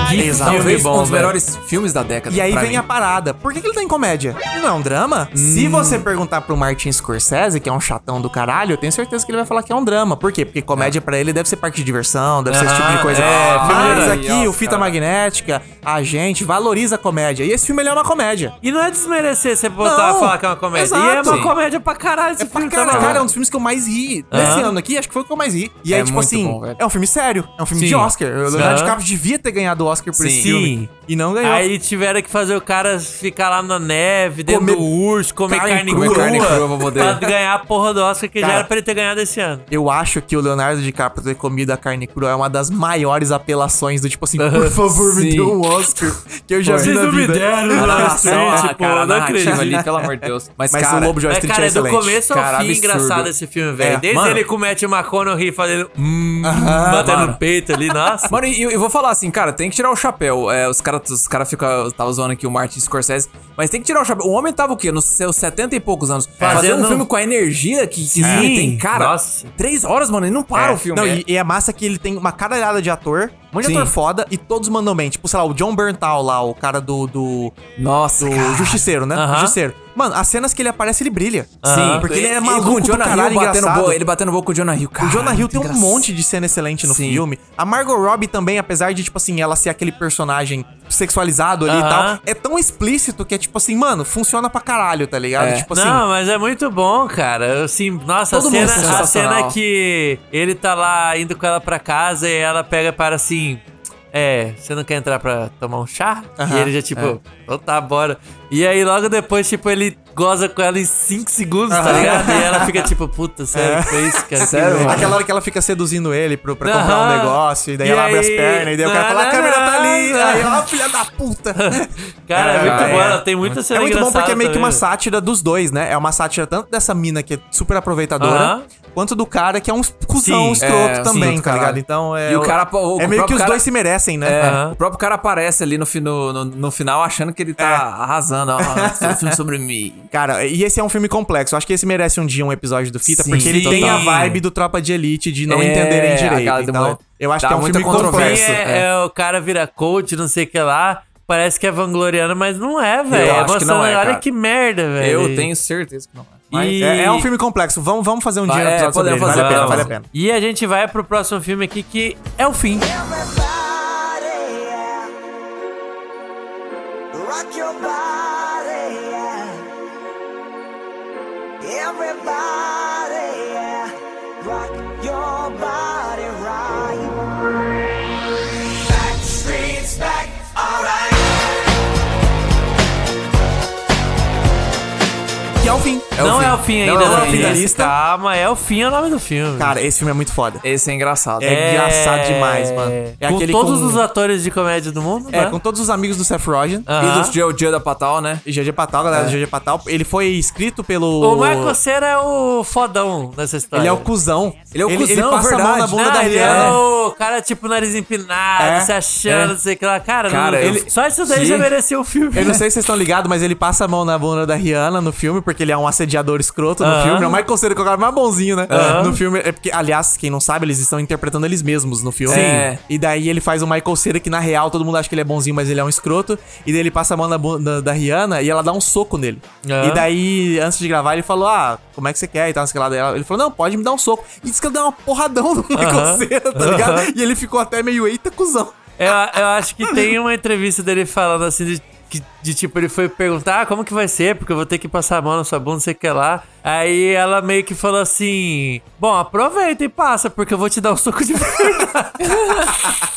[SPEAKER 4] Que
[SPEAKER 2] Exatamente.
[SPEAKER 4] talvez
[SPEAKER 2] é
[SPEAKER 4] um dos
[SPEAKER 2] Bom, né? velho.
[SPEAKER 4] melhores filmes da década.
[SPEAKER 2] E aí
[SPEAKER 4] pra
[SPEAKER 2] vem
[SPEAKER 4] mim.
[SPEAKER 2] a parada. Por que, que ele tá em comédia? Ele Não é um drama? Se você perguntar pro Martin Scorsese, que é um chatão do caralho, eu tenho certeza que ele vai falar que é um drama. Por quê? Porque comédia pra ele deve ser parte de diversão, deve ser esse tipo de
[SPEAKER 3] Aham,
[SPEAKER 2] coisa.
[SPEAKER 3] é, filme
[SPEAKER 2] Mas
[SPEAKER 3] de-
[SPEAKER 2] aqui, o
[SPEAKER 3] Nossa,
[SPEAKER 2] Fita
[SPEAKER 3] cara.
[SPEAKER 2] Magnética, a gente valoriza a comédia. E esse filme ele é uma comédia.
[SPEAKER 3] E não é desmerecer você botar
[SPEAKER 2] Não,
[SPEAKER 3] falar que é uma comédia. E é
[SPEAKER 2] exato.
[SPEAKER 3] uma
[SPEAKER 2] Sim.
[SPEAKER 3] comédia pra caralho esse filme.
[SPEAKER 2] Cara,
[SPEAKER 3] tá maluco.
[SPEAKER 2] cara, é um dos filmes que eu mais ri.
[SPEAKER 3] Aham.
[SPEAKER 2] Nesse ano aqui, acho que foi o que eu mais ri. E aí,
[SPEAKER 4] É
[SPEAKER 2] tipo
[SPEAKER 4] muito
[SPEAKER 2] assim,
[SPEAKER 4] bom, velho.
[SPEAKER 2] é um filme sério. É um filme
[SPEAKER 4] Sim.
[SPEAKER 2] de Oscar. O Leonardo
[SPEAKER 4] Aham.
[SPEAKER 2] DiCaprio devia ter ganhado o Oscar por
[SPEAKER 4] Sim.
[SPEAKER 2] esse filme. E não ganhou.
[SPEAKER 3] Aí tiveram que fazer o cara ficar lá na neve, dentro
[SPEAKER 2] Comer
[SPEAKER 3] do urso, comer
[SPEAKER 2] carne
[SPEAKER 3] carne,
[SPEAKER 2] crua.
[SPEAKER 3] crua,
[SPEAKER 2] Comer carne crua pra poder.
[SPEAKER 3] ganhar a porra do Oscar que já
[SPEAKER 2] Cara.
[SPEAKER 3] era pra ele ter ganhado esse ano.
[SPEAKER 2] Eu acho que o Leonardo DiCaprio ter comido a carne crua é uma das maiores apelações do tipo assim, por favor, me
[SPEAKER 4] Sim.
[SPEAKER 2] dê um Oscar. Que eu já
[SPEAKER 4] Foi.
[SPEAKER 2] vi na
[SPEAKER 4] Vocês não me
[SPEAKER 2] vida.
[SPEAKER 4] deram,
[SPEAKER 2] A
[SPEAKER 4] né?
[SPEAKER 2] narração,
[SPEAKER 4] Sim,
[SPEAKER 2] ah,
[SPEAKER 4] tipo,
[SPEAKER 2] cara,
[SPEAKER 4] eu não
[SPEAKER 2] a narrativa
[SPEAKER 4] acredito.
[SPEAKER 2] ali, *laughs* pelo amor de Deus. Mas,
[SPEAKER 4] Mas,
[SPEAKER 2] cara,
[SPEAKER 4] o Lobo de Wall
[SPEAKER 3] Mas,
[SPEAKER 4] Street
[SPEAKER 3] cara,
[SPEAKER 4] é
[SPEAKER 3] é do
[SPEAKER 4] excelente.
[SPEAKER 3] começo ao
[SPEAKER 4] Cara,
[SPEAKER 3] fim
[SPEAKER 4] absurdo.
[SPEAKER 3] engraçado esse filme, velho.
[SPEAKER 4] É,
[SPEAKER 3] Desde
[SPEAKER 4] mano.
[SPEAKER 3] ele com o Matthew McConaughey fazendo... Hum,
[SPEAKER 2] Ah,
[SPEAKER 3] batendo
[SPEAKER 4] mano.
[SPEAKER 3] no peito ali,
[SPEAKER 2] *laughs*
[SPEAKER 3] nossa.
[SPEAKER 4] Mano, e eu, eu vou falar assim, cara, tem que tirar o chapéu. É, os caras os cara ficam. Tava zoando aqui o Martin Scorsese, mas tem que tirar o chapéu. O homem tava o quê? Nos seus 70 e poucos anos. Fazendo um
[SPEAKER 3] Fazendo-
[SPEAKER 4] filme com a energia que, que
[SPEAKER 3] Sim.
[SPEAKER 4] ele tem, cara.
[SPEAKER 3] Nossa.
[SPEAKER 4] Três horas, mano, ele não para
[SPEAKER 2] É.
[SPEAKER 4] o filme.
[SPEAKER 2] Não,
[SPEAKER 4] é.
[SPEAKER 2] e, e é massa que ele tem uma caralhada de ator, um monte de
[SPEAKER 4] Sim.
[SPEAKER 2] ator foda, e todos mandam bem. Tipo, sei lá, o John Berntal lá, o cara do. do
[SPEAKER 4] Nossa,
[SPEAKER 2] do
[SPEAKER 4] cara.
[SPEAKER 2] Justiceiro, né?
[SPEAKER 4] Aham.
[SPEAKER 2] Justiceiro. Mano, as cenas que ele aparece, ele brilha.
[SPEAKER 4] Sim,
[SPEAKER 2] Porque ele é
[SPEAKER 4] com o
[SPEAKER 2] maluco do
[SPEAKER 4] Jonah Hill
[SPEAKER 2] caralho,
[SPEAKER 4] batendo
[SPEAKER 2] engraçado.
[SPEAKER 4] boa, ele batendo boa com o Jonah Hill, cara.
[SPEAKER 2] O Jonah Hill tem um
[SPEAKER 4] engraçado.
[SPEAKER 2] monte de cena excelente no
[SPEAKER 4] Sim.
[SPEAKER 2] filme. A Margot Robbie também, apesar de, tipo assim, ela ser aquele personagem sexualizado ali e
[SPEAKER 3] Aham.
[SPEAKER 2] tal, é tão explícito que é, tipo assim, mano, funciona pra caralho, tá ligado?
[SPEAKER 3] É.
[SPEAKER 2] Tipo assim.
[SPEAKER 3] Não, mas é muito bom, cara. Assim, nossa, a
[SPEAKER 2] Todo mundo é
[SPEAKER 3] cena, a
[SPEAKER 2] sensacional.
[SPEAKER 3] cena que ele tá lá indo com ela pra casa e ela pega para assim. É, você não quer entrar pra tomar um chá?
[SPEAKER 2] Aham, É.
[SPEAKER 3] e ele já, tipo, então tá, bora. E aí logo depois, tipo, ele goza com ela em 5 segundos, tá
[SPEAKER 2] Aham. É.
[SPEAKER 3] ligado? E ela fica, tipo, puta, sério, que foi isso,
[SPEAKER 4] é
[SPEAKER 3] cara.
[SPEAKER 2] Sério,
[SPEAKER 3] Que-
[SPEAKER 2] Aquela hora que ela fica seduzindo ele pro, pra comprar
[SPEAKER 3] Aham.
[SPEAKER 2] um negócio, e daí
[SPEAKER 3] E
[SPEAKER 2] ela abre as
[SPEAKER 3] aí-
[SPEAKER 2] pernas, e daí o cara fala, a
[SPEAKER 3] Não,
[SPEAKER 2] câmera
[SPEAKER 3] não,
[SPEAKER 2] tá ali,
[SPEAKER 3] não.
[SPEAKER 2] aí ela, filha da
[SPEAKER 4] *laughs*
[SPEAKER 2] puta.
[SPEAKER 3] Cara, é, muito
[SPEAKER 2] Ah,
[SPEAKER 3] bom, ela tem muita cena
[SPEAKER 2] É muito bom
[SPEAKER 3] engraçada
[SPEAKER 2] porque é meio que uma
[SPEAKER 3] também.
[SPEAKER 2] sátira dos dois, né? É uma sátira tanto dessa mina que é super aproveitadora,
[SPEAKER 3] né? Aham.
[SPEAKER 2] quanto do cara que é um cuzão,
[SPEAKER 4] Sim,
[SPEAKER 2] um escroto
[SPEAKER 4] é,
[SPEAKER 2] também,
[SPEAKER 4] sim,
[SPEAKER 2] tá
[SPEAKER 4] caralho.
[SPEAKER 2] ligado? Então é.
[SPEAKER 4] E o cara, pô, o
[SPEAKER 2] é meio
[SPEAKER 4] próprio
[SPEAKER 2] que os
[SPEAKER 4] cara-
[SPEAKER 2] dois se merecem, né?
[SPEAKER 4] É,
[SPEAKER 2] Aham.
[SPEAKER 4] O próprio cara aparece ali no, fi- no, no, no final achando que ele tá
[SPEAKER 2] *laughs*
[SPEAKER 4] arrasando. Ó, esse é um filme sobre mim.
[SPEAKER 2] Cara, e esse é um filme complexo. Eu acho que esse merece um dia um episódio do Fita,
[SPEAKER 4] Sim,
[SPEAKER 2] porque ele tem a
[SPEAKER 4] total.
[SPEAKER 2] vibe do Tropa de Elite de não
[SPEAKER 4] É,
[SPEAKER 2] entenderem
[SPEAKER 4] aquela
[SPEAKER 2] direito. Então,
[SPEAKER 4] demora-
[SPEAKER 2] eu acho
[SPEAKER 4] dá
[SPEAKER 2] que é um
[SPEAKER 4] muita
[SPEAKER 2] filme
[SPEAKER 4] controvérsia.
[SPEAKER 2] complexo.
[SPEAKER 3] É, é, o cara vira coach, não sei o que lá. Parece que é vangloriano, mas não é, velho.
[SPEAKER 4] Eu
[SPEAKER 3] É
[SPEAKER 4] acho que
[SPEAKER 3] mostrando,
[SPEAKER 4] não é,
[SPEAKER 3] olha
[SPEAKER 4] cara.
[SPEAKER 3] que merda, velho.
[SPEAKER 4] Eu tenho certeza que não é.
[SPEAKER 2] Mas
[SPEAKER 3] E-
[SPEAKER 2] é, é um filme complexo. Vamos, vamos fazer um dia
[SPEAKER 3] Vai,
[SPEAKER 2] um episódio sobre ele.
[SPEAKER 3] É, podemos
[SPEAKER 2] Vale a
[SPEAKER 3] fazer,
[SPEAKER 2] pena,
[SPEAKER 3] vamos.
[SPEAKER 2] vale a pena.
[SPEAKER 3] E a gente vai pro próximo filme aqui que é o fim.
[SPEAKER 11] Rock your body, yeah. Everybody, yeah. Rock your body right. Back streets back, alright.
[SPEAKER 2] Que é o fim.
[SPEAKER 3] não é o fim ainda, não,
[SPEAKER 2] é o fim da
[SPEAKER 3] gente.
[SPEAKER 2] lista.
[SPEAKER 3] Calma, é o fim é o nome do filme.
[SPEAKER 2] Cara, esse filme é muito foda.
[SPEAKER 4] Esse é engraçado.
[SPEAKER 2] É engraçado demais, mano. É
[SPEAKER 3] com
[SPEAKER 2] aquele
[SPEAKER 3] todos
[SPEAKER 2] com-
[SPEAKER 3] os atores de comédia do mundo,
[SPEAKER 2] É,
[SPEAKER 3] né?
[SPEAKER 2] com todos os amigos do Seth Rogen.
[SPEAKER 3] Aham.
[SPEAKER 4] E do Joe Joe da Patal, né?
[SPEAKER 2] E GG Patal, galera
[SPEAKER 4] É.
[SPEAKER 2] do GG Patal. Ele foi escrito pelo...
[SPEAKER 3] O Michael Cera é o fodão nessa história.
[SPEAKER 2] Ele é o cuzão.
[SPEAKER 4] Ele é o
[SPEAKER 2] Ele
[SPEAKER 4] cuzão,
[SPEAKER 2] passa a mão
[SPEAKER 4] verdade. Ah,
[SPEAKER 2] na bunda
[SPEAKER 3] Não,
[SPEAKER 2] da né?
[SPEAKER 3] ele
[SPEAKER 2] Rihanna.
[SPEAKER 3] é o cara, tipo, nariz empinado,
[SPEAKER 2] É,
[SPEAKER 3] se achando,
[SPEAKER 2] é.
[SPEAKER 3] não sei o que lá. Cara,
[SPEAKER 4] Cara,
[SPEAKER 3] não-
[SPEAKER 4] ele-
[SPEAKER 3] só isso daí
[SPEAKER 4] Sim.
[SPEAKER 3] já mereceu o filme.
[SPEAKER 2] Eu não sei se vocês estão ligados, mas ele passa a mão na bunda da Rihanna no filme, porque ele é um assediador escroto no
[SPEAKER 3] Aham.
[SPEAKER 2] filme. É o Michael Cera que é o cara mais bonzinho, né?
[SPEAKER 3] Aham.
[SPEAKER 2] No filme. É porque, aliás, quem não sabe, eles estão interpretando eles mesmos no filme.
[SPEAKER 3] Sim.
[SPEAKER 2] É. E daí ele faz o Michael Cera, que na real todo mundo acha que ele é bonzinho, mas ele é um escroto. E daí ele passa a mão na bunda da Rihanna e ela dá um soco nele.
[SPEAKER 3] Aham.
[SPEAKER 2] E daí, antes de gravar, ele falou: Ah, como é que você quer? E tal, não sei o que lá. Daí ela- Ele falou: Não, pode me dar um soco. E disse que eu dei uma porradão no Michael
[SPEAKER 3] Aham.
[SPEAKER 2] Cera, tá ligado?
[SPEAKER 3] Aham.
[SPEAKER 2] E ele ficou até meio eita, cuzão.
[SPEAKER 3] Eu, eu acho que tem uma entrevista dele falando assim de, que- de tipo, ele foi perguntar ah, como que vai ser, porque eu vou ter que passar a mão na sua bunda, não sei o que lá. Aí ela meio que falou assim: Bom, aproveita e passa, porque eu vou te dar um soco de verdade. *laughs*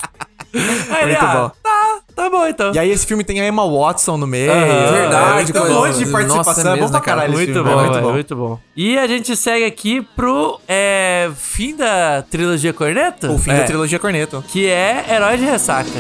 [SPEAKER 3] Aí ele,
[SPEAKER 2] Muito
[SPEAKER 3] "Ah,
[SPEAKER 2] bom.
[SPEAKER 3] Tá, tá bom então.
[SPEAKER 2] E aí esse filme tem a Emma Watson no meio.
[SPEAKER 3] Aham.
[SPEAKER 2] Verdade,
[SPEAKER 3] Verdade,
[SPEAKER 2] tem um
[SPEAKER 3] coisa-
[SPEAKER 2] monte de participação.
[SPEAKER 3] Nossa, é
[SPEAKER 2] é bom é
[SPEAKER 3] mesmo,
[SPEAKER 2] pra
[SPEAKER 3] né, cara?
[SPEAKER 2] caralho esse
[SPEAKER 3] Muito
[SPEAKER 2] filme,
[SPEAKER 3] bom,
[SPEAKER 2] velho,
[SPEAKER 3] velho, muito bom. E a gente segue aqui pro é, fim da trilogia Corneto.
[SPEAKER 2] O fim
[SPEAKER 3] É.
[SPEAKER 2] da trilogia Corneto.
[SPEAKER 3] Que é Herói de Ressaca.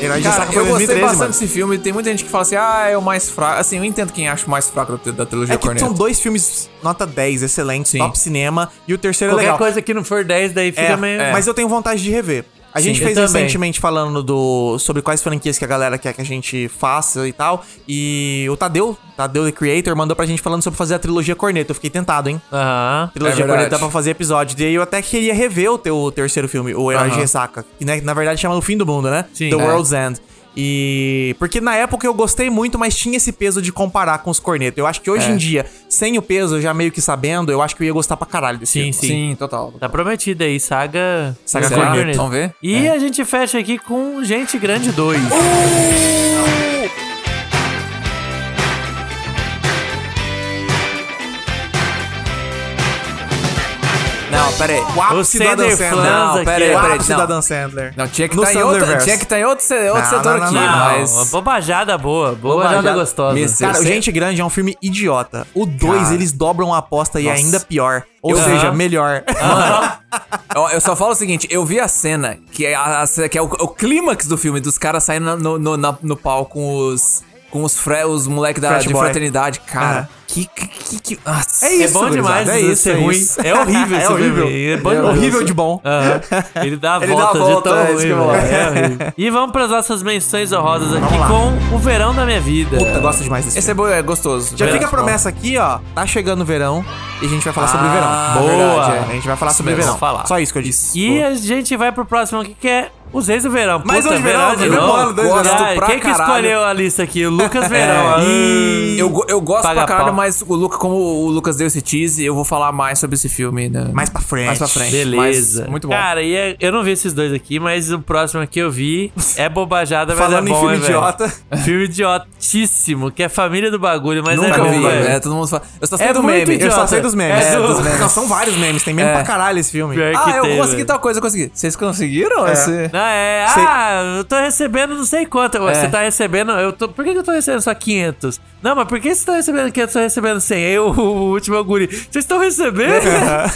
[SPEAKER 2] Herói de
[SPEAKER 4] Cara,
[SPEAKER 2] Ressaca foi
[SPEAKER 4] eu gostei
[SPEAKER 2] 2013,
[SPEAKER 4] bastante
[SPEAKER 2] mano.
[SPEAKER 4] desse filme. Tem muita gente que fala assim, ah, é o mais fraco. Assim, eu entendo quem acha o mais fraco da, da trilogia
[SPEAKER 2] É que
[SPEAKER 4] Cornetto.
[SPEAKER 2] são dois filmes nota 10, excelentes, top cinema. E o terceiro
[SPEAKER 3] Qualquer
[SPEAKER 2] é legal.
[SPEAKER 3] coisa que não for 10, daí fica
[SPEAKER 2] É,
[SPEAKER 3] meio.
[SPEAKER 2] Mas eu tenho vontade de rever. A
[SPEAKER 3] Sim,
[SPEAKER 2] gente
[SPEAKER 3] eu
[SPEAKER 2] fez
[SPEAKER 3] também.
[SPEAKER 2] recentemente falando do sobre quais franquias que a galera quer que a gente faça e tal. E o Tadeu, Tadeu The Creator, mandou pra gente falando sobre fazer a trilogia Corneto. Eu fiquei tentado, hein?
[SPEAKER 3] Aham.
[SPEAKER 2] Trilogia Corneto dá tá pra fazer episódio. E aí eu até queria rever o teu terceiro filme, o Herói de
[SPEAKER 3] Aham.
[SPEAKER 2] Ressaca. Que né, na verdade chama O Fim do Mundo, né?
[SPEAKER 3] Sim.
[SPEAKER 2] The
[SPEAKER 3] É.
[SPEAKER 2] World's End. E. Porque na época eu gostei muito, mas tinha esse peso de comparar com os Corneto. Eu acho que hoje
[SPEAKER 3] É.
[SPEAKER 2] em dia, sem o peso, já meio que sabendo, eu acho que eu ia gostar pra caralho desse
[SPEAKER 3] Sim,
[SPEAKER 2] filme.
[SPEAKER 3] sim. Sim,
[SPEAKER 4] total.
[SPEAKER 3] Tá prometido aí, saga.
[SPEAKER 2] Saga
[SPEAKER 3] Corneto.
[SPEAKER 2] Corneto. Vamos ver? É.
[SPEAKER 3] E a gente fecha aqui com Gente Grande 2.
[SPEAKER 4] Não, pera aí.
[SPEAKER 2] O ápice
[SPEAKER 4] Cidadão
[SPEAKER 2] do Adam Sandler.
[SPEAKER 4] Não, pera aí,
[SPEAKER 2] o
[SPEAKER 4] pera aí.
[SPEAKER 2] ápice do
[SPEAKER 4] Não.
[SPEAKER 2] Adam Sandler.
[SPEAKER 4] Não, tinha que
[SPEAKER 2] No
[SPEAKER 4] tá em outra-
[SPEAKER 2] Sandlerverse.
[SPEAKER 4] tinha que tá em outro se- outro
[SPEAKER 2] Não,
[SPEAKER 4] setor
[SPEAKER 2] não, não,
[SPEAKER 4] aqui,
[SPEAKER 2] não.
[SPEAKER 4] mas-
[SPEAKER 3] Uma Bobajada boa. Bobajada gostosa.
[SPEAKER 2] Cara, o Gente Grande é um filme idiota. O 2,
[SPEAKER 4] Cara.
[SPEAKER 2] eles dobram a aposta e é
[SPEAKER 4] Nossa.
[SPEAKER 2] ainda pior. Ou
[SPEAKER 4] Eu-
[SPEAKER 2] seja,
[SPEAKER 4] Aham.
[SPEAKER 2] melhor.
[SPEAKER 4] Ó, eu só falo o seguinte, eu vi a cena que é, a- a- que é o, o clímax do filme, dos caras saindo na- no, no, na- no palco com os. Com os, fre, os moleques da
[SPEAKER 2] Fresh
[SPEAKER 4] de
[SPEAKER 2] boy.
[SPEAKER 4] fraternidade, cara.
[SPEAKER 2] Aham.
[SPEAKER 4] Que, que, que, que-
[SPEAKER 2] *laughs*
[SPEAKER 4] nossa.
[SPEAKER 2] É isso,
[SPEAKER 3] é bom
[SPEAKER 2] gurizada,
[SPEAKER 3] demais
[SPEAKER 2] é
[SPEAKER 3] de
[SPEAKER 2] isso,
[SPEAKER 3] ser
[SPEAKER 2] é
[SPEAKER 3] ruim.
[SPEAKER 2] isso.
[SPEAKER 3] É
[SPEAKER 2] *laughs*
[SPEAKER 3] horrível
[SPEAKER 2] É
[SPEAKER 3] esse filme.
[SPEAKER 2] horrível.
[SPEAKER 3] É bom
[SPEAKER 2] É
[SPEAKER 3] demais.
[SPEAKER 2] horrível de bom.
[SPEAKER 3] Aham. Ele dá a
[SPEAKER 2] *laughs* Ele dá
[SPEAKER 3] volta,
[SPEAKER 2] a volta,
[SPEAKER 3] de
[SPEAKER 2] é
[SPEAKER 3] tão
[SPEAKER 2] isso
[SPEAKER 3] ruim,
[SPEAKER 2] que eu vou
[SPEAKER 3] velho.
[SPEAKER 2] falar.
[SPEAKER 3] É horrível. E vamos para as nossas menções honrosas aqui
[SPEAKER 2] lá.
[SPEAKER 3] com O Verão da Minha Vida.
[SPEAKER 2] Puta, gosto demais desse
[SPEAKER 4] Esse é, bo- é gostoso.
[SPEAKER 2] Já
[SPEAKER 4] Verdade,
[SPEAKER 2] fica a
[SPEAKER 4] bom.
[SPEAKER 2] promessa aqui, ó. Tá chegando o verão e a gente vai falar sobre o verão.
[SPEAKER 4] Ah,
[SPEAKER 2] Boa!
[SPEAKER 4] verdade, é.
[SPEAKER 2] A gente vai falar
[SPEAKER 4] Isso
[SPEAKER 2] sobre o
[SPEAKER 4] mesmo,
[SPEAKER 2] verão.
[SPEAKER 4] vamos falar.
[SPEAKER 2] Só isso que eu disse. É.
[SPEAKER 3] E a gente vai pro próximo aqui que é Os Reis do Verão.
[SPEAKER 2] Mais
[SPEAKER 3] Puta,
[SPEAKER 2] um de verão,
[SPEAKER 3] de
[SPEAKER 4] né?
[SPEAKER 2] mesmo
[SPEAKER 3] novo.
[SPEAKER 2] ano, dois
[SPEAKER 3] Gosto
[SPEAKER 4] verão.
[SPEAKER 3] pra Quem que
[SPEAKER 4] caralho. É,
[SPEAKER 3] escolheu a lista aqui? O
[SPEAKER 4] *laughs*
[SPEAKER 3] Lucas Verão. Ah,
[SPEAKER 4] Eu, go- eu gosto
[SPEAKER 3] Paga
[SPEAKER 4] pra caralho,
[SPEAKER 3] pau.
[SPEAKER 4] mas o Luca, como o Lucas deu esse tease, eu vou falar mais sobre esse filme, né?
[SPEAKER 2] Mais pra frente.
[SPEAKER 4] Mais pra frente.
[SPEAKER 3] Beleza.
[SPEAKER 4] Mas muito bom.
[SPEAKER 3] Cara, e é- eu não vi esses dois aqui, mas o próximo aqui eu vi. É bobajada, mas
[SPEAKER 2] Falando
[SPEAKER 3] é
[SPEAKER 2] em
[SPEAKER 3] bom,
[SPEAKER 2] filme
[SPEAKER 3] hein, velho?
[SPEAKER 2] idiota.
[SPEAKER 3] *laughs* Filme idiotíssimo, que é família do bagulho, mas é
[SPEAKER 4] Nunca
[SPEAKER 3] bom,
[SPEAKER 4] vi,
[SPEAKER 3] velho.
[SPEAKER 4] é, todo mundo fala. Eu só sei
[SPEAKER 3] É
[SPEAKER 4] do
[SPEAKER 3] muito
[SPEAKER 4] meme.
[SPEAKER 2] Eu só
[SPEAKER 3] idiota.
[SPEAKER 2] sei dos memes.
[SPEAKER 3] É, do-
[SPEAKER 2] Não, são vários memes. Tem meme
[SPEAKER 4] É.
[SPEAKER 2] pra caralho esse filme.
[SPEAKER 3] Pior que
[SPEAKER 4] Ah, eu
[SPEAKER 3] tem,
[SPEAKER 4] consegui
[SPEAKER 3] velho.
[SPEAKER 4] tal coisa, consegui. Vocês conseguiram?
[SPEAKER 2] É.
[SPEAKER 4] Esse...
[SPEAKER 3] Não, é,
[SPEAKER 4] Sei-
[SPEAKER 3] ah, eu tô recebendo não sei quanto. Ué,
[SPEAKER 4] É.
[SPEAKER 3] Você tá recebendo. Eu tô, por que, que eu tô recebendo só 500? Não, mas por que você tá recebendo 500? Eu tô recebendo 100. Aí o, *laughs* o último é o guri. Vocês estão recebendo?
[SPEAKER 4] É.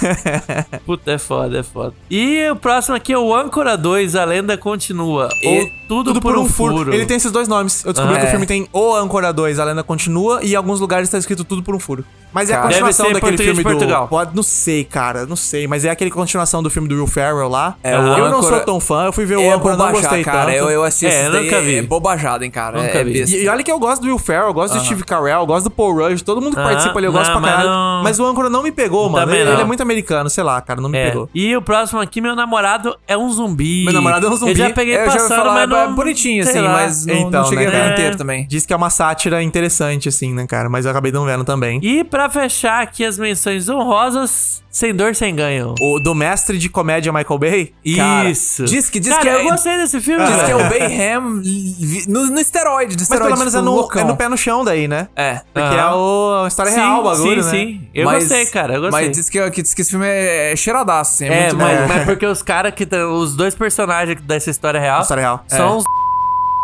[SPEAKER 3] Puta, é foda, é foda. E o próximo aqui é o Âncora 2, a lenda continua. Ou tudo, por, um furo.
[SPEAKER 2] Ele tem esses dois nomes. Eu descobri
[SPEAKER 3] Ah,
[SPEAKER 2] que o
[SPEAKER 3] é.
[SPEAKER 2] filme tem O Âncora 2, A Lenda Continua, e em alguns lugares tá escrito Tudo por um Furo. Mas é a
[SPEAKER 3] Cara.
[SPEAKER 2] continuação
[SPEAKER 3] Deve ser
[SPEAKER 2] daquele
[SPEAKER 3] português
[SPEAKER 2] filme
[SPEAKER 3] de
[SPEAKER 2] do...
[SPEAKER 3] Portugal.
[SPEAKER 2] Pode, não sei, cara, não sei. Mas é aquele continuação do filme do Will Ferrell lá.
[SPEAKER 4] É,
[SPEAKER 2] eu
[SPEAKER 4] o
[SPEAKER 2] não sou
[SPEAKER 4] Âncora-
[SPEAKER 2] tão fã, eu fui ver o
[SPEAKER 4] É
[SPEAKER 2] Âncora, não
[SPEAKER 4] bobajada,
[SPEAKER 2] gostei tanto.
[SPEAKER 4] cara. Eu, eu assisti
[SPEAKER 3] É,
[SPEAKER 4] esse
[SPEAKER 3] eu
[SPEAKER 4] daí,
[SPEAKER 3] nunca vi.
[SPEAKER 4] É bobajada, hein, cara.
[SPEAKER 3] Nunca
[SPEAKER 4] é
[SPEAKER 3] vi.
[SPEAKER 4] besta.
[SPEAKER 2] E, e olha que eu gosto do Will Ferrell, eu gosto do Steve Carell, eu gosto do Paul Rudd, todo mundo que
[SPEAKER 3] Ah,
[SPEAKER 2] participa ali eu gosto
[SPEAKER 3] não,
[SPEAKER 2] pra caralho.
[SPEAKER 3] mas não-
[SPEAKER 2] Mas o Âncora não me pegou, mano.
[SPEAKER 3] Também
[SPEAKER 2] Ele,
[SPEAKER 3] não.
[SPEAKER 2] ele é muito americano, sei lá, cara, não me
[SPEAKER 3] É.
[SPEAKER 2] pegou.
[SPEAKER 3] E o próximo aqui, meu namorado é um zumbi.
[SPEAKER 2] Meu namorado é um zumbi.
[SPEAKER 3] Eu já peguei
[SPEAKER 4] É, eu já ouvi
[SPEAKER 3] passando,
[SPEAKER 4] falar,
[SPEAKER 3] mas
[SPEAKER 4] é
[SPEAKER 3] não...
[SPEAKER 4] bonitinho,
[SPEAKER 3] sei
[SPEAKER 4] assim,
[SPEAKER 3] lá.
[SPEAKER 4] mas não-
[SPEAKER 2] Então, né,
[SPEAKER 4] cheguei a ver
[SPEAKER 2] cara?
[SPEAKER 4] inteiro também.
[SPEAKER 2] Diz que é uma sátira interessante, assim, né, cara? Mas eu acabei não vendo também.
[SPEAKER 3] E pra fechar aqui as menções honrosas, sem dor, sem ganho.
[SPEAKER 2] O do mestre de comédia Michael Bay?
[SPEAKER 3] Isso.
[SPEAKER 4] Diz que, diz
[SPEAKER 3] Cara,
[SPEAKER 4] que
[SPEAKER 3] eu
[SPEAKER 4] é,
[SPEAKER 3] gostei desse filme.
[SPEAKER 4] Diz que é
[SPEAKER 3] velho.
[SPEAKER 4] o Bayham vi- no, no esteroide, de
[SPEAKER 2] Mas
[SPEAKER 4] esteroide.
[SPEAKER 2] pelo menos é
[SPEAKER 4] tipo,
[SPEAKER 2] no,
[SPEAKER 4] loucão.
[SPEAKER 2] é no pé no chão daí, né?
[SPEAKER 4] É.
[SPEAKER 2] Porque é o, a história
[SPEAKER 3] Sim,
[SPEAKER 2] real o bagulho, né?
[SPEAKER 3] sim, sim. Eu gostei, cara, eu gostei.
[SPEAKER 4] Mas diz que, que, diz que esse filme é, é cheiradaço, assim. É,
[SPEAKER 3] É,
[SPEAKER 4] muito
[SPEAKER 3] mas,
[SPEAKER 4] bom.
[SPEAKER 3] mas porque os caras que. tão- Os dois personagens dessa história real.
[SPEAKER 2] História real.
[SPEAKER 3] São
[SPEAKER 2] É.
[SPEAKER 3] os.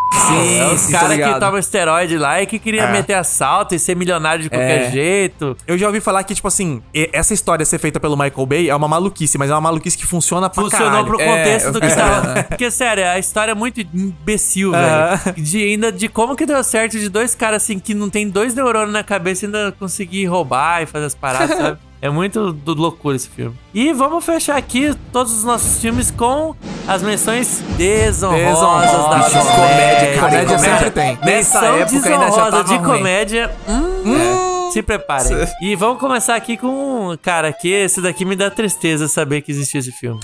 [SPEAKER 4] Sim,
[SPEAKER 3] é os
[SPEAKER 4] sim,
[SPEAKER 3] caras
[SPEAKER 4] tô
[SPEAKER 3] que
[SPEAKER 4] tá ligado.
[SPEAKER 3] tomam esteroide lá e que queria
[SPEAKER 2] É.
[SPEAKER 3] meter assalto e ser milionário de qualquer
[SPEAKER 4] É.
[SPEAKER 3] jeito.
[SPEAKER 2] Eu já ouvi falar que, tipo assim, e- essa história ser feita pelo Michael Bay é uma maluquice, mas é uma maluquice que funciona pra
[SPEAKER 3] Funcionou
[SPEAKER 2] caralho.
[SPEAKER 3] pro
[SPEAKER 4] É,
[SPEAKER 3] contexto do
[SPEAKER 4] eu
[SPEAKER 3] que tá-
[SPEAKER 4] fiquei
[SPEAKER 2] *laughs*
[SPEAKER 3] tava.
[SPEAKER 4] sabendo.
[SPEAKER 3] Porque, sério, a história é muito imbecil,
[SPEAKER 2] É.
[SPEAKER 3] velho. De, ainda de como que deu
[SPEAKER 2] *laughs*
[SPEAKER 3] certo de dois caras assim que não tem dois neurônios na cabeça ainda conseguir roubar e fazer as paradas, sabe? É É muito do- loucura esse filme. E vamos fechar aqui todos os nossos filmes com as menções desonrosas, da
[SPEAKER 2] Desonrosas,
[SPEAKER 3] comédia.
[SPEAKER 2] comédia, cara, comédia sempre tem.
[SPEAKER 3] Menção
[SPEAKER 2] Nessa época ainda já
[SPEAKER 3] desonrosa
[SPEAKER 2] tava
[SPEAKER 3] de
[SPEAKER 2] ruim. É.
[SPEAKER 3] comédia. Hum, Se preparem.
[SPEAKER 2] *laughs*
[SPEAKER 3] E vamos começar aqui com... um Cara, que esse daqui me dá tristeza saber que existia esse filme.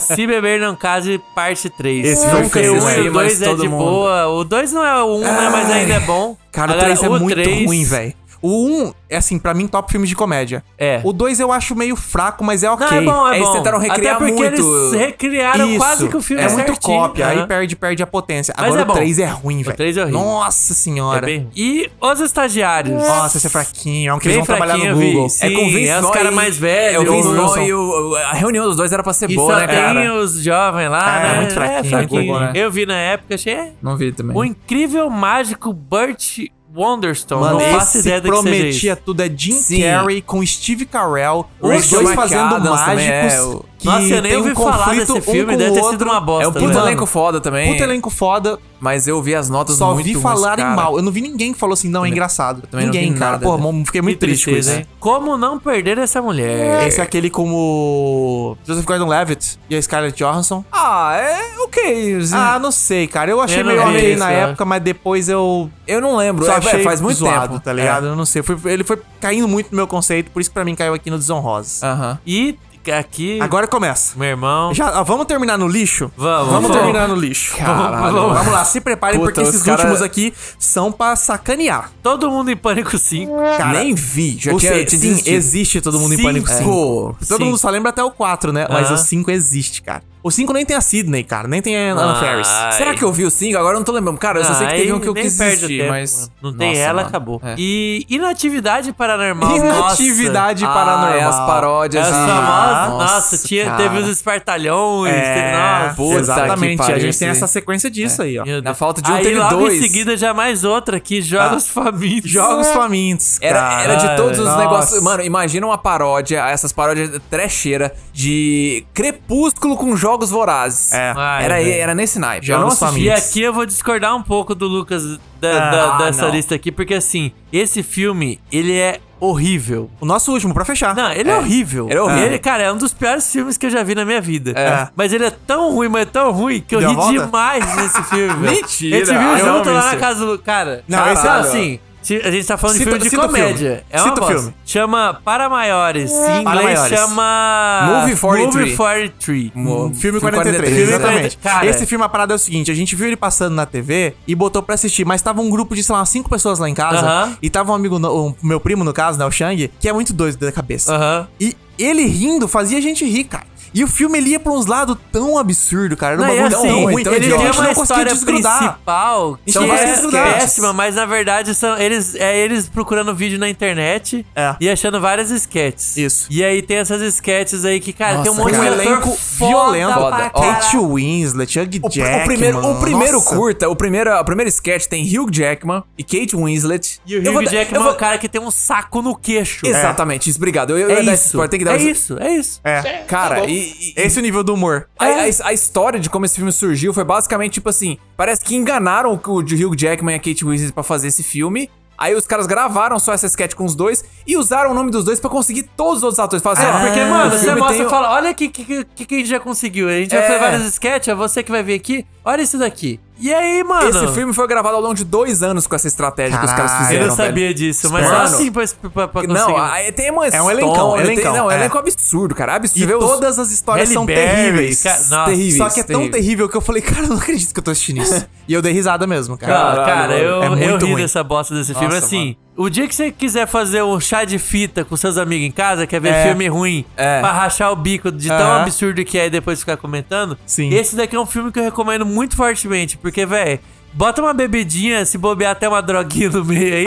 [SPEAKER 3] Se Beber Não Case, parte 3.
[SPEAKER 2] Esse foi
[SPEAKER 3] Porque
[SPEAKER 2] feio,
[SPEAKER 3] o 1
[SPEAKER 2] hein?
[SPEAKER 3] e o 2
[SPEAKER 2] Mas
[SPEAKER 3] é
[SPEAKER 2] todo
[SPEAKER 3] de
[SPEAKER 2] mundo-
[SPEAKER 3] boa. O 2 não é o 1, né? Mas ainda é bom.
[SPEAKER 2] Cara,
[SPEAKER 3] Agora,
[SPEAKER 2] o 3 é muito
[SPEAKER 3] três-
[SPEAKER 2] ruim, velho. O 1 é assim, pra mim, top filme de comédia.
[SPEAKER 3] É.
[SPEAKER 2] O 2 eu acho meio fraco, mas é ok.
[SPEAKER 3] é bom, é
[SPEAKER 2] Eles
[SPEAKER 3] bom.
[SPEAKER 2] tentaram recriar
[SPEAKER 3] Até porque
[SPEAKER 2] muito.
[SPEAKER 3] eles recriaram quase que o filme
[SPEAKER 2] É muito
[SPEAKER 3] certinho,
[SPEAKER 2] cópia,
[SPEAKER 3] aham.
[SPEAKER 2] aí perde, perde a potência.
[SPEAKER 3] Mas
[SPEAKER 2] Agora
[SPEAKER 3] é bom.
[SPEAKER 2] o 3 é ruim,
[SPEAKER 3] O
[SPEAKER 2] velho.
[SPEAKER 3] três é horrível.
[SPEAKER 2] Nossa senhora.
[SPEAKER 3] É bem- E Os Estagiários?
[SPEAKER 2] Nossa, esse é fraquinho. É um que
[SPEAKER 3] Bem
[SPEAKER 2] eles vão trabalhar
[SPEAKER 3] fraquinho,
[SPEAKER 2] no
[SPEAKER 3] eu vi.
[SPEAKER 2] Google.
[SPEAKER 3] Sim, é os caras mais velhos.
[SPEAKER 4] É o Vince
[SPEAKER 3] Wilson.
[SPEAKER 4] Vaughn e o- o- a reunião dos dois era pra ser
[SPEAKER 3] E
[SPEAKER 4] boa,
[SPEAKER 3] só
[SPEAKER 2] é
[SPEAKER 4] né,
[SPEAKER 3] tem
[SPEAKER 4] cara?
[SPEAKER 3] os jovens
[SPEAKER 2] Ah,
[SPEAKER 3] lá,
[SPEAKER 4] É,
[SPEAKER 3] né?
[SPEAKER 4] muito fraquinho, muito bom, né?
[SPEAKER 3] Eu vi na época, achei... é,
[SPEAKER 4] Não vi também.
[SPEAKER 3] O incrível mágico Burt Wonderstone.
[SPEAKER 2] Mano,
[SPEAKER 3] não faço
[SPEAKER 2] esse
[SPEAKER 3] ideia do que seja isso.
[SPEAKER 2] prometia tudo. É Jim
[SPEAKER 3] Sim.
[SPEAKER 2] Carrey com Steve Carell.
[SPEAKER 3] O
[SPEAKER 2] Os dois
[SPEAKER 3] Rachel
[SPEAKER 2] fazendo
[SPEAKER 3] McAdams
[SPEAKER 2] mágicos.
[SPEAKER 3] também, é, o-
[SPEAKER 2] que
[SPEAKER 3] Nossa, eu nem
[SPEAKER 2] tem um
[SPEAKER 3] ouvi falar
[SPEAKER 2] conflito
[SPEAKER 3] desse
[SPEAKER 2] um
[SPEAKER 3] filme,
[SPEAKER 2] com
[SPEAKER 3] deve
[SPEAKER 2] o
[SPEAKER 3] ter sido
[SPEAKER 2] outro.
[SPEAKER 3] uma bosta,
[SPEAKER 2] É um
[SPEAKER 4] Puta
[SPEAKER 2] puta
[SPEAKER 4] elenco
[SPEAKER 2] elenco
[SPEAKER 4] foda também.
[SPEAKER 2] Puta elenco foda.
[SPEAKER 4] Mas eu vi as notas
[SPEAKER 2] Só
[SPEAKER 4] muito
[SPEAKER 2] vi
[SPEAKER 4] ruins,
[SPEAKER 2] falarem
[SPEAKER 4] cara.
[SPEAKER 2] mal. Eu não vi ninguém que falou assim, não, é engraçado.
[SPEAKER 4] também não
[SPEAKER 2] Ninguém,
[SPEAKER 4] vi
[SPEAKER 2] cara.
[SPEAKER 4] nada,
[SPEAKER 2] Pô,
[SPEAKER 4] né?
[SPEAKER 2] mano, fiquei muito
[SPEAKER 3] Que
[SPEAKER 2] triste com
[SPEAKER 3] tristeza,
[SPEAKER 2] isso.
[SPEAKER 3] hein? Como não perder essa mulher?
[SPEAKER 2] Esse é aquele como Joseph Gordon-Levitt e a Scarlett Johansson.
[SPEAKER 4] Ah, é ok.
[SPEAKER 2] Ah, não é. sei, cara. Eu achei
[SPEAKER 3] Eu não
[SPEAKER 2] meio
[SPEAKER 3] vi
[SPEAKER 2] ok
[SPEAKER 3] isso,
[SPEAKER 2] na
[SPEAKER 3] eu
[SPEAKER 2] época, mas depois eu
[SPEAKER 4] Eu não lembro.
[SPEAKER 2] só
[SPEAKER 4] é,
[SPEAKER 2] achei
[SPEAKER 4] é, faz muito
[SPEAKER 2] zoado,
[SPEAKER 4] tempo.
[SPEAKER 2] tá ligado? Eu não sei. Foi- ele foi caindo muito no meu conceito, por isso que pra mim caiu aqui no Desonrosa.
[SPEAKER 4] É, Aham.
[SPEAKER 3] E aqui...
[SPEAKER 2] Agora começa.
[SPEAKER 3] Meu irmão...
[SPEAKER 2] Já, ah, vamos terminar no lixo?
[SPEAKER 3] Vamos,
[SPEAKER 2] Vamos
[SPEAKER 3] vamos.
[SPEAKER 2] terminar no lixo.
[SPEAKER 4] Caralho.
[SPEAKER 2] Vamos, vamos lá, se preparem,
[SPEAKER 4] Puta,
[SPEAKER 2] porque esses
[SPEAKER 4] os cara-
[SPEAKER 2] últimos aqui são pra sacanear.
[SPEAKER 3] Todo mundo em Pânico 5.
[SPEAKER 2] Cara,
[SPEAKER 4] Nem vi. Já
[SPEAKER 2] Ou
[SPEAKER 4] tinha
[SPEAKER 2] seja,
[SPEAKER 4] te
[SPEAKER 2] sim,
[SPEAKER 4] desistido.
[SPEAKER 2] existe Todo Mundo em Pânico
[SPEAKER 4] Cinco.
[SPEAKER 2] 5. Todo
[SPEAKER 3] Sim.
[SPEAKER 2] mundo só lembra até o 4, né? Mas
[SPEAKER 3] Aham.
[SPEAKER 2] o 5 existe, cara. O 5 nem tem a Sidney, cara. Nem tem a Anna
[SPEAKER 3] Ai.
[SPEAKER 2] Faris.
[SPEAKER 4] Será que eu vi o 5? Agora eu não tô lembrando. Cara, eu só sei que
[SPEAKER 3] Ah,
[SPEAKER 4] teve
[SPEAKER 3] aí
[SPEAKER 4] um que eu
[SPEAKER 3] nem
[SPEAKER 4] quis
[SPEAKER 3] perde o
[SPEAKER 4] assistir,
[SPEAKER 3] tempo,
[SPEAKER 4] mas...
[SPEAKER 3] mano. Não tem
[SPEAKER 4] Nossa,
[SPEAKER 3] ela,
[SPEAKER 4] mano.
[SPEAKER 3] acabou.
[SPEAKER 4] É.
[SPEAKER 3] E inatividade paranormal.
[SPEAKER 2] Inatividade
[SPEAKER 3] nossa.
[SPEAKER 2] paranormal.
[SPEAKER 4] Ah, é as paródias.
[SPEAKER 3] As
[SPEAKER 4] de-
[SPEAKER 3] famosas.
[SPEAKER 4] Ah, Nossa,
[SPEAKER 3] Nossa, tinha-
[SPEAKER 4] cara.
[SPEAKER 3] teve os espartalhões. teve-
[SPEAKER 2] É,
[SPEAKER 3] nossa.
[SPEAKER 4] puta que
[SPEAKER 2] exatamente. A
[SPEAKER 4] pariu,
[SPEAKER 2] gente tem
[SPEAKER 4] sim.
[SPEAKER 2] essa sequência disso aí, ó.
[SPEAKER 3] Meu
[SPEAKER 4] Na
[SPEAKER 3] Deus.
[SPEAKER 4] falta de um,
[SPEAKER 3] Aí
[SPEAKER 4] teve
[SPEAKER 3] logo
[SPEAKER 4] dois. Ah,
[SPEAKER 3] em seguida já mais outra que Jogos Famintos.
[SPEAKER 2] Jogos famintos,
[SPEAKER 4] Era,
[SPEAKER 2] cara.
[SPEAKER 4] era de todos os
[SPEAKER 2] Nossa.
[SPEAKER 4] negócios. Mano, imagina uma paródia, essas paródias trecheira de Crepúsculo com jogos vorazes.
[SPEAKER 2] É.
[SPEAKER 3] Ai,
[SPEAKER 4] era,
[SPEAKER 3] velho.
[SPEAKER 4] era nesse naipe.
[SPEAKER 2] Eu não
[SPEAKER 4] Jogos
[SPEAKER 2] assisti
[SPEAKER 3] E
[SPEAKER 4] famintos.
[SPEAKER 3] aqui eu vou discordar um pouco do Lucas da- da-
[SPEAKER 4] Ah,
[SPEAKER 3] dessa
[SPEAKER 4] não.
[SPEAKER 3] lista aqui, porque assim, esse filme, ele é horrível.
[SPEAKER 2] O nosso último, pra fechar.
[SPEAKER 3] Não, ele é, horrível.
[SPEAKER 4] Ele é horrível.
[SPEAKER 3] Ele, cara, é um dos piores filmes que eu já vi na minha vida.
[SPEAKER 4] É.
[SPEAKER 3] Mas ele é tão ruim, mas é tão ruim, que eu
[SPEAKER 2] Deu a
[SPEAKER 3] ri
[SPEAKER 2] volta? é
[SPEAKER 3] demais
[SPEAKER 2] *laughs*
[SPEAKER 3] nesse filme. velho.
[SPEAKER 4] Mentira.
[SPEAKER 3] A gente
[SPEAKER 4] Ah,
[SPEAKER 3] viu
[SPEAKER 4] eu
[SPEAKER 3] junto
[SPEAKER 4] amo
[SPEAKER 3] lá
[SPEAKER 4] isso.
[SPEAKER 3] na casa do. Cara,
[SPEAKER 2] Não, esse é
[SPEAKER 3] cara,
[SPEAKER 2] melhor.
[SPEAKER 3] assim. se- A gente tá falando
[SPEAKER 2] Cita-
[SPEAKER 3] de filme de
[SPEAKER 2] cita o filme.
[SPEAKER 3] comédia. É
[SPEAKER 2] Cita
[SPEAKER 3] uma
[SPEAKER 2] o
[SPEAKER 3] bosta.
[SPEAKER 2] filme.
[SPEAKER 3] Chama Para Maiores. Em
[SPEAKER 2] Para
[SPEAKER 3] inglês
[SPEAKER 2] Maiores.
[SPEAKER 3] chama.
[SPEAKER 4] Movie 43.
[SPEAKER 3] Movie 43.
[SPEAKER 4] Mo-
[SPEAKER 2] Filme 43, exatamente.
[SPEAKER 3] Cara,
[SPEAKER 2] Esse filme, a parada é o seguinte, a gente viu ele passando na TV e botou pra assistir, mas tava um grupo de, sei lá, umas cinco pessoas lá em casa,
[SPEAKER 3] Aham.
[SPEAKER 2] e tava um amigo, no- um- meu primo no caso, né, o Shang, que é muito doido da cabeça.
[SPEAKER 3] Aham.
[SPEAKER 2] E ele rindo fazia a gente rir, cara. E o filme ele ia pra uns lados tão absurdo, cara. Era um
[SPEAKER 3] Não, é
[SPEAKER 2] bagulho
[SPEAKER 3] assim,
[SPEAKER 2] tão ruim,
[SPEAKER 4] então
[SPEAKER 3] ele
[SPEAKER 2] que a
[SPEAKER 3] tem
[SPEAKER 2] gente
[SPEAKER 3] uma
[SPEAKER 2] não conseguia
[SPEAKER 3] história
[SPEAKER 2] desgrudar.
[SPEAKER 3] principal que
[SPEAKER 2] Então, vai
[SPEAKER 3] é
[SPEAKER 2] desgrudar.
[SPEAKER 3] péssima, mas na verdade são eles, é eles procurando vídeo na internet
[SPEAKER 2] É.
[SPEAKER 3] e achando várias sketches.
[SPEAKER 2] Isso.
[SPEAKER 3] E aí tem essas sketches aí que, cara, tem um
[SPEAKER 4] Nossa,
[SPEAKER 3] monte
[SPEAKER 2] Um
[SPEAKER 4] cara.
[SPEAKER 3] de ator
[SPEAKER 2] elenco
[SPEAKER 3] foda
[SPEAKER 2] violento.
[SPEAKER 3] pra
[SPEAKER 4] Ó,
[SPEAKER 3] caralho.
[SPEAKER 2] Kate Winslet, Hugh
[SPEAKER 4] O, pr- o
[SPEAKER 2] Jackman.
[SPEAKER 4] primeiro, o primeiro
[SPEAKER 2] nossa.
[SPEAKER 4] curta, o primeiro, a primeira sketch tem Hugh Jackman e Kate Winslet.
[SPEAKER 3] E o
[SPEAKER 4] Eu
[SPEAKER 3] Hugh
[SPEAKER 4] vou dar-
[SPEAKER 3] Jackman
[SPEAKER 4] eu vou-
[SPEAKER 3] é o cara que tem um saco no queixo.
[SPEAKER 4] Exatamente, isso, obrigado. Eu, eu
[SPEAKER 3] É,
[SPEAKER 4] ia
[SPEAKER 3] é
[SPEAKER 4] dar
[SPEAKER 3] isso.
[SPEAKER 4] spoiler, tem que dar
[SPEAKER 3] é
[SPEAKER 4] os-
[SPEAKER 3] isso, é isso.
[SPEAKER 2] É.
[SPEAKER 4] Cara, e, e-
[SPEAKER 2] Esse é o nível do humor.
[SPEAKER 4] a, a- a história de como esse filme surgiu foi basicamente tipo assim: parece que enganaram o, o Hugh Jackman e a Kate Winslet pra fazer esse filme. Aí os caras gravaram só essa sketch com os dois e usaram o nome dos dois pra conseguir todos os outros atores. assim, Fazer,
[SPEAKER 3] É, porque, mano, você mostra e
[SPEAKER 4] o
[SPEAKER 3] fala, olha o que, que, que, que a gente já conseguiu. A gente já
[SPEAKER 4] É.
[SPEAKER 3] fez vários sketches, é você que vai vir aqui, olha isso daqui. E aí, mano?
[SPEAKER 4] Esse filme foi gravado ao longo de dois anos com essa estratégia que os caras
[SPEAKER 2] Caralho.
[SPEAKER 4] fizeram.
[SPEAKER 3] Eu não
[SPEAKER 2] velho.
[SPEAKER 3] sabia disso, mas
[SPEAKER 4] Mano,
[SPEAKER 3] é assim pra, pra, pra conseguir.
[SPEAKER 4] Não, aí tem uma
[SPEAKER 2] É um
[SPEAKER 4] história,
[SPEAKER 2] elencão,
[SPEAKER 4] tem-
[SPEAKER 2] elencão,
[SPEAKER 4] Não, é um
[SPEAKER 2] é.
[SPEAKER 4] elenco absurdo, cara. Absurdo.
[SPEAKER 2] E
[SPEAKER 4] Vê
[SPEAKER 2] *laughs*
[SPEAKER 4] os-
[SPEAKER 2] todas as histórias
[SPEAKER 3] Halle
[SPEAKER 2] são
[SPEAKER 3] Berry,
[SPEAKER 2] terríveis.
[SPEAKER 3] cara, nossa.
[SPEAKER 2] terríveis. Só que é tão
[SPEAKER 4] terríveis.
[SPEAKER 2] terrível que eu falei, cara, eu não acredito que eu tô assistindo isso. *laughs* e eu dei risada mesmo, cara.
[SPEAKER 3] Cara, cara, eu,
[SPEAKER 2] é
[SPEAKER 3] eu
[SPEAKER 2] muito
[SPEAKER 3] ri
[SPEAKER 2] ruim.
[SPEAKER 3] dessa bosta desse filme.
[SPEAKER 4] Nossa,
[SPEAKER 3] Assim, o dia que você quiser fazer um chá de fita com seus amigos em casa, quer ver
[SPEAKER 2] É.
[SPEAKER 3] filme ruim,
[SPEAKER 4] É.
[SPEAKER 3] pra rachar o bico de tão
[SPEAKER 2] Aham.
[SPEAKER 3] absurdo que é e depois ficar comentando,
[SPEAKER 2] Sim.
[SPEAKER 3] esse daqui é um filme que eu recomendo muito fortemente, porque, velho. Bota uma bebidinha, se bobear até uma droguinha no meio
[SPEAKER 2] *laughs*
[SPEAKER 3] aí.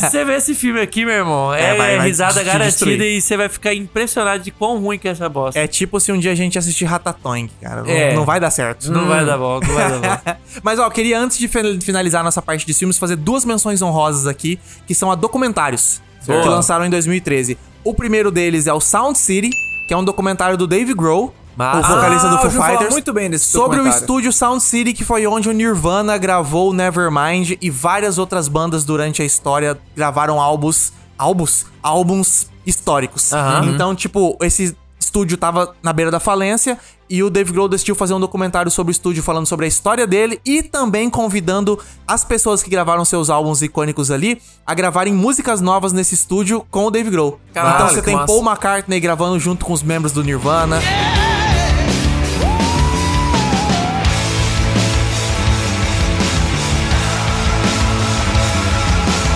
[SPEAKER 3] se você vê esse filme aqui, meu irmão, é,
[SPEAKER 2] É, vai- vai
[SPEAKER 3] risada
[SPEAKER 2] te
[SPEAKER 3] garantida
[SPEAKER 2] destruir.
[SPEAKER 3] e você vai ficar impressionado de quão ruim que é essa bosta.
[SPEAKER 2] É tipo se um dia a gente assistir Ratatouille, cara. Não-
[SPEAKER 3] É.
[SPEAKER 2] Não, vai dar certo.
[SPEAKER 3] Não vai dar bom, não vai dar
[SPEAKER 2] *laughs*
[SPEAKER 3] bom.
[SPEAKER 2] Mas, ó, eu queria, antes de fin- finalizar nossa parte de filmes, fazer duas menções honrosas aqui, que são a documentários,
[SPEAKER 3] Boa.
[SPEAKER 2] que lançaram em 2013. O primeiro deles é o Sound City, que é um documentário do Dave Grohl,
[SPEAKER 3] Massa.
[SPEAKER 2] o vocalista
[SPEAKER 4] Ah,
[SPEAKER 2] do
[SPEAKER 4] eu
[SPEAKER 2] Foo
[SPEAKER 4] ouvi falar
[SPEAKER 2] Fighters,
[SPEAKER 4] muito bem desse
[SPEAKER 2] sobre o
[SPEAKER 4] documentário.
[SPEAKER 2] estúdio Sound City, que foi onde o Nirvana gravou o Nevermind e várias outras bandas durante a história gravaram álbuns, álbuns, álbuns históricos. Então, tipo, esse estúdio tava na beira da falência e o Dave Grohl decidiu fazer um documentário sobre o estúdio falando sobre a história dele e também convidando as pessoas que gravaram seus álbuns icônicos ali a gravarem músicas novas nesse estúdio com o Dave Grohl.
[SPEAKER 4] Caralho,
[SPEAKER 2] então você
[SPEAKER 4] que
[SPEAKER 2] tem
[SPEAKER 4] massa.
[SPEAKER 2] Paul McCartney gravando junto com os membros do Nirvana.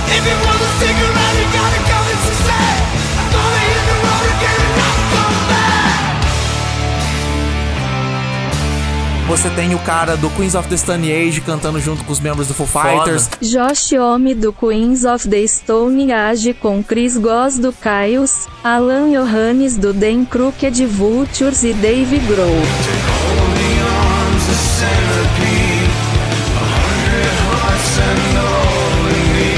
[SPEAKER 11] If you want to stick around, you gotta come and say, I'm gonna hit the road again and not come back.
[SPEAKER 2] Você tem o cara do Queens of the Stone Age cantando junto com os membros do Foo Fighters.
[SPEAKER 6] Josh Homme do Queens of the Stone Age com Chris Goss do Caius, Alan Johannes do Dan Crooked Vultures e Dave Grohl.
[SPEAKER 11] Arms a centipede, a hundred hearts and all in me.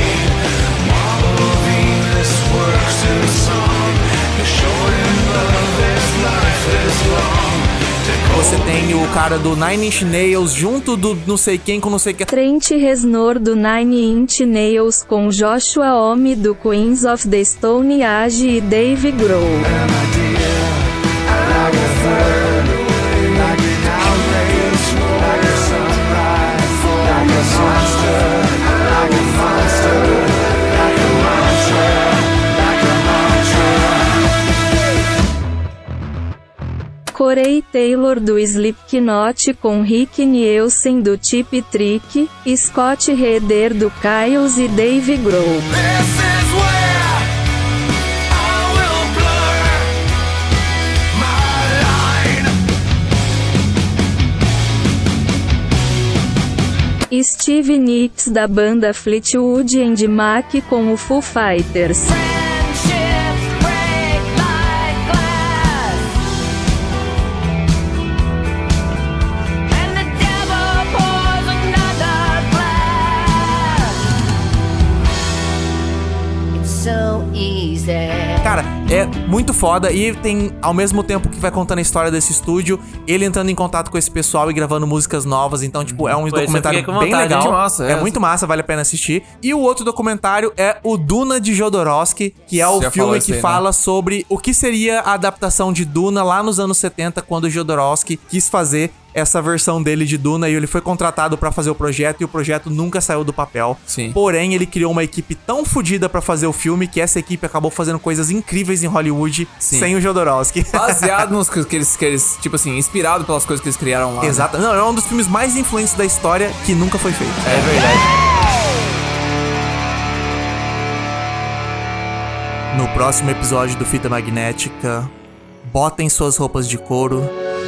[SPEAKER 11] Marble Venus works in song, the short in love is life is long.
[SPEAKER 2] Você tem o cara do Nine Inch Nails junto do não sei quem com não sei quem.
[SPEAKER 6] Trent Reznor do Nine Inch Nails com Joshua Homme do Queens of the Stone Age e Dave Grohl. Corey Taylor do Slipknot com Rick Nielsen do Tip Trick, Scott Reder do Kyles e Dave Grohl. Steve Nicks da banda Fleetwood and Mac com o Foo Fighters.
[SPEAKER 9] It's so easy.
[SPEAKER 2] Cara, é muito foda e tem, ao mesmo tempo que vai contando a história desse estúdio, ele entrando em contato com esse pessoal e gravando músicas novas. Então, tipo, é um
[SPEAKER 3] Pô, esse eu
[SPEAKER 2] documentário
[SPEAKER 3] fiquei com
[SPEAKER 2] bem
[SPEAKER 3] vontade,
[SPEAKER 2] legal.
[SPEAKER 3] hein? Massa,
[SPEAKER 2] é.
[SPEAKER 3] é.
[SPEAKER 2] muito massa, vale a pena assistir. E o outro documentário é o Duna de Jodorowsky, que é o
[SPEAKER 4] Já falou
[SPEAKER 2] filme
[SPEAKER 4] isso
[SPEAKER 2] que
[SPEAKER 4] aí, né?
[SPEAKER 2] fala sobre o que seria a adaptação de Duna lá nos anos 70, quando o Jodorowsky quis fazer essa versão dele de Duna e ele foi contratado pra fazer o projeto e o projeto nunca saiu do papel. Sim. Porém, ele criou uma equipe tão fodida pra fazer o filme que essa equipe acabou fazendo coisas incríveis em Hollywood
[SPEAKER 4] Sim.
[SPEAKER 2] sem o
[SPEAKER 4] *laughs*
[SPEAKER 2] Jodorowsky.
[SPEAKER 4] Baseado nos que que eles, que eles, tipo assim, inspirado pelas coisas que eles criaram lá. né?
[SPEAKER 2] Exato. Não, é um dos filmes mais influentes da história que nunca foi feito.
[SPEAKER 4] É verdade.
[SPEAKER 2] No próximo episódio do Fita Magnética, botem suas roupas de couro,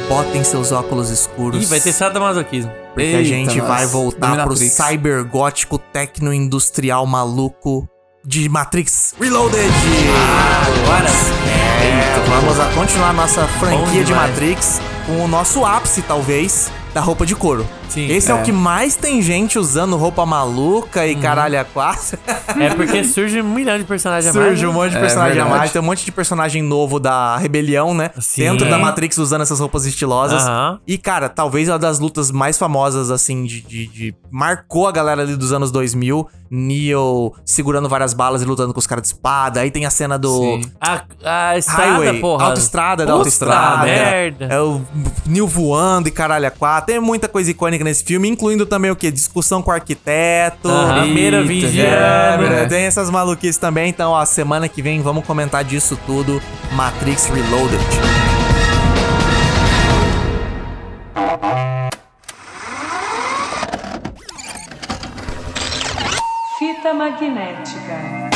[SPEAKER 2] botem seus óculos escuros.
[SPEAKER 3] Ih, vai
[SPEAKER 2] *laughs*
[SPEAKER 3] ter sadomasoquismo.
[SPEAKER 2] Porque a gente vai voltar pro cyber gótico tecno industrial maluco de Matrix Reloaded.
[SPEAKER 3] Ah, Agora
[SPEAKER 2] É, vamos a continuar nossa franquia de
[SPEAKER 3] demais.
[SPEAKER 2] Matrix com o nosso ápice, talvez, da roupa de couro.
[SPEAKER 3] Sim,
[SPEAKER 2] Esse é.
[SPEAKER 3] é. Uhum.
[SPEAKER 2] o que mais tem gente usando roupa maluca e caralho a quase.
[SPEAKER 3] É porque surge um milhão de personagens a mais.
[SPEAKER 2] Surge um monte de
[SPEAKER 3] né?
[SPEAKER 2] personagem
[SPEAKER 3] É
[SPEAKER 2] a
[SPEAKER 3] verdade.
[SPEAKER 2] mais, tem um monte de personagem novo da rebelião, né?
[SPEAKER 3] Sim.
[SPEAKER 2] Dentro da Matrix usando essas roupas estilosas.
[SPEAKER 3] Aham.
[SPEAKER 2] E, cara, talvez uma das lutas mais famosas, assim, de, de- de- Marcou a galera ali dos anos 2000. Neo segurando várias balas e lutando com os caras de espada. Aí tem a cena do.
[SPEAKER 3] A, a estrada,
[SPEAKER 2] Highway,
[SPEAKER 3] porra.
[SPEAKER 2] autoestrada é da
[SPEAKER 3] Puta
[SPEAKER 2] autoestrada.
[SPEAKER 3] merda.
[SPEAKER 2] É o Neo voando e caralho a quatro. Tem muita coisa icônica nesse filme, incluindo também o quê? Discussão com o arquiteto.
[SPEAKER 3] Aham.
[SPEAKER 2] Eita,
[SPEAKER 3] Merovingiano.
[SPEAKER 2] é,
[SPEAKER 3] né?
[SPEAKER 2] verdade. Tem essas maluquices também. Então, ó, semana que vem vamos comentar disso tudo. Matrix Reloaded.
[SPEAKER 1] Fita magnética.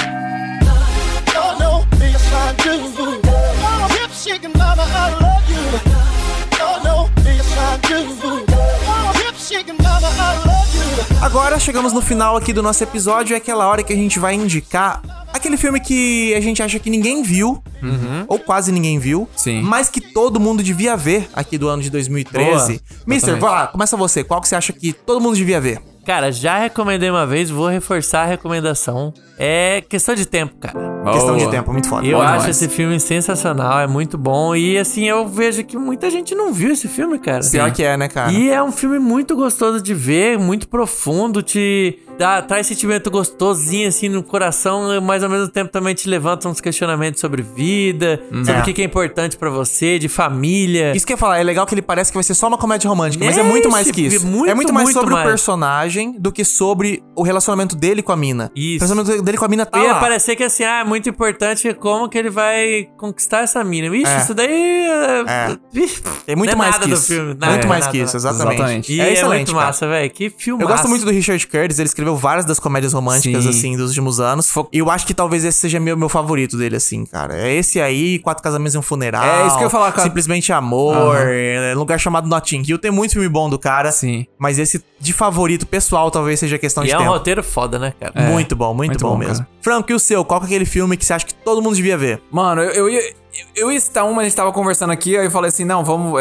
[SPEAKER 11] Don't know me, yes I do. Oh, hip shaking, mama, I love you. Don't know me, yes I do. Oh, hip shaking, mama, I love you.
[SPEAKER 2] Agora chegamos no final aqui do nosso episódio, é aquela hora que a gente vai indicar aquele filme que a gente acha que ninguém viu,
[SPEAKER 3] Uhum.
[SPEAKER 2] ou quase ninguém viu, mas que todo mundo devia ver aqui do ano de 2013.
[SPEAKER 3] Boa,
[SPEAKER 2] Mister,
[SPEAKER 3] exatamente.
[SPEAKER 2] vai lá, começa você. Qual que você acha que todo mundo devia ver?
[SPEAKER 3] Cara, já recomendei uma vez, vou reforçar a recomendação. É questão de tempo, cara.
[SPEAKER 2] Questão de tempo, muito foda.
[SPEAKER 3] Eu
[SPEAKER 2] Bom
[SPEAKER 3] acho
[SPEAKER 2] demais.
[SPEAKER 3] esse filme sensacional, é muito bom. E assim, eu vejo que muita gente não viu esse filme, cara.
[SPEAKER 2] Pior que é, né, cara?
[SPEAKER 3] E é um filme muito gostoso de ver, muito profundo, te dá, traz sentimento gostosinho assim no coração, mas ao mesmo tempo também te levanta uns questionamentos sobre vida, sobre
[SPEAKER 2] É.
[SPEAKER 3] o que que é importante pra você, de família.
[SPEAKER 2] Isso que eu ia falar, é legal que ele parece que vai ser só uma comédia romântica, mas é
[SPEAKER 3] Esse-
[SPEAKER 2] muito mais que isso.
[SPEAKER 3] muito,
[SPEAKER 2] é muito mais
[SPEAKER 3] muito
[SPEAKER 2] sobre
[SPEAKER 3] mais.
[SPEAKER 2] o personagem do que sobre o relacionamento dele com a mina.
[SPEAKER 3] Isso.
[SPEAKER 2] O relacionamento dele com a mina tá
[SPEAKER 3] E ia
[SPEAKER 2] lá.
[SPEAKER 3] parecer que assim, ah, é muito importante como que ele vai conquistar essa mina. Ixi,
[SPEAKER 2] É.
[SPEAKER 3] isso daí.
[SPEAKER 2] É.
[SPEAKER 3] Tem
[SPEAKER 2] Tem muito mais
[SPEAKER 3] nada
[SPEAKER 2] que
[SPEAKER 3] do
[SPEAKER 2] isso.
[SPEAKER 3] filme. Não,
[SPEAKER 2] muito
[SPEAKER 3] é
[SPEAKER 2] mais
[SPEAKER 3] nada,
[SPEAKER 2] que isso,
[SPEAKER 3] nada.
[SPEAKER 2] exatamente.
[SPEAKER 3] E é, muito
[SPEAKER 2] cara.
[SPEAKER 3] massa, velho. Que filme.
[SPEAKER 2] Eu gosto muito do Richard Curtis, ele escreveu várias das comédias românticas,
[SPEAKER 3] Sim.
[SPEAKER 2] assim, dos últimos anos. E eu acho que talvez esse seja meu, meu favorito dele, assim, cara. É esse aí, Quatro Casamentos e um Funeral.
[SPEAKER 4] É isso que eu ia falar, cara.
[SPEAKER 2] Simplesmente Amor,
[SPEAKER 4] Aham.
[SPEAKER 2] é, Lugar Chamado Notting Hill. Tem muito filme bom do cara. Sim. Mas esse de favorito pessoal talvez seja questão
[SPEAKER 3] E
[SPEAKER 2] de
[SPEAKER 3] é um
[SPEAKER 2] tempo.
[SPEAKER 3] roteiro foda, né, cara?
[SPEAKER 4] É.
[SPEAKER 2] Muito bom, muito, bom, mesmo. Franco, e o seu? Qual que é aquele filme que você acha que todo mundo devia ver?
[SPEAKER 4] Mano, eu, eu ia. Eu ia citar uma, a gente tava conversando aqui, aí eu falei assim, não, vamos.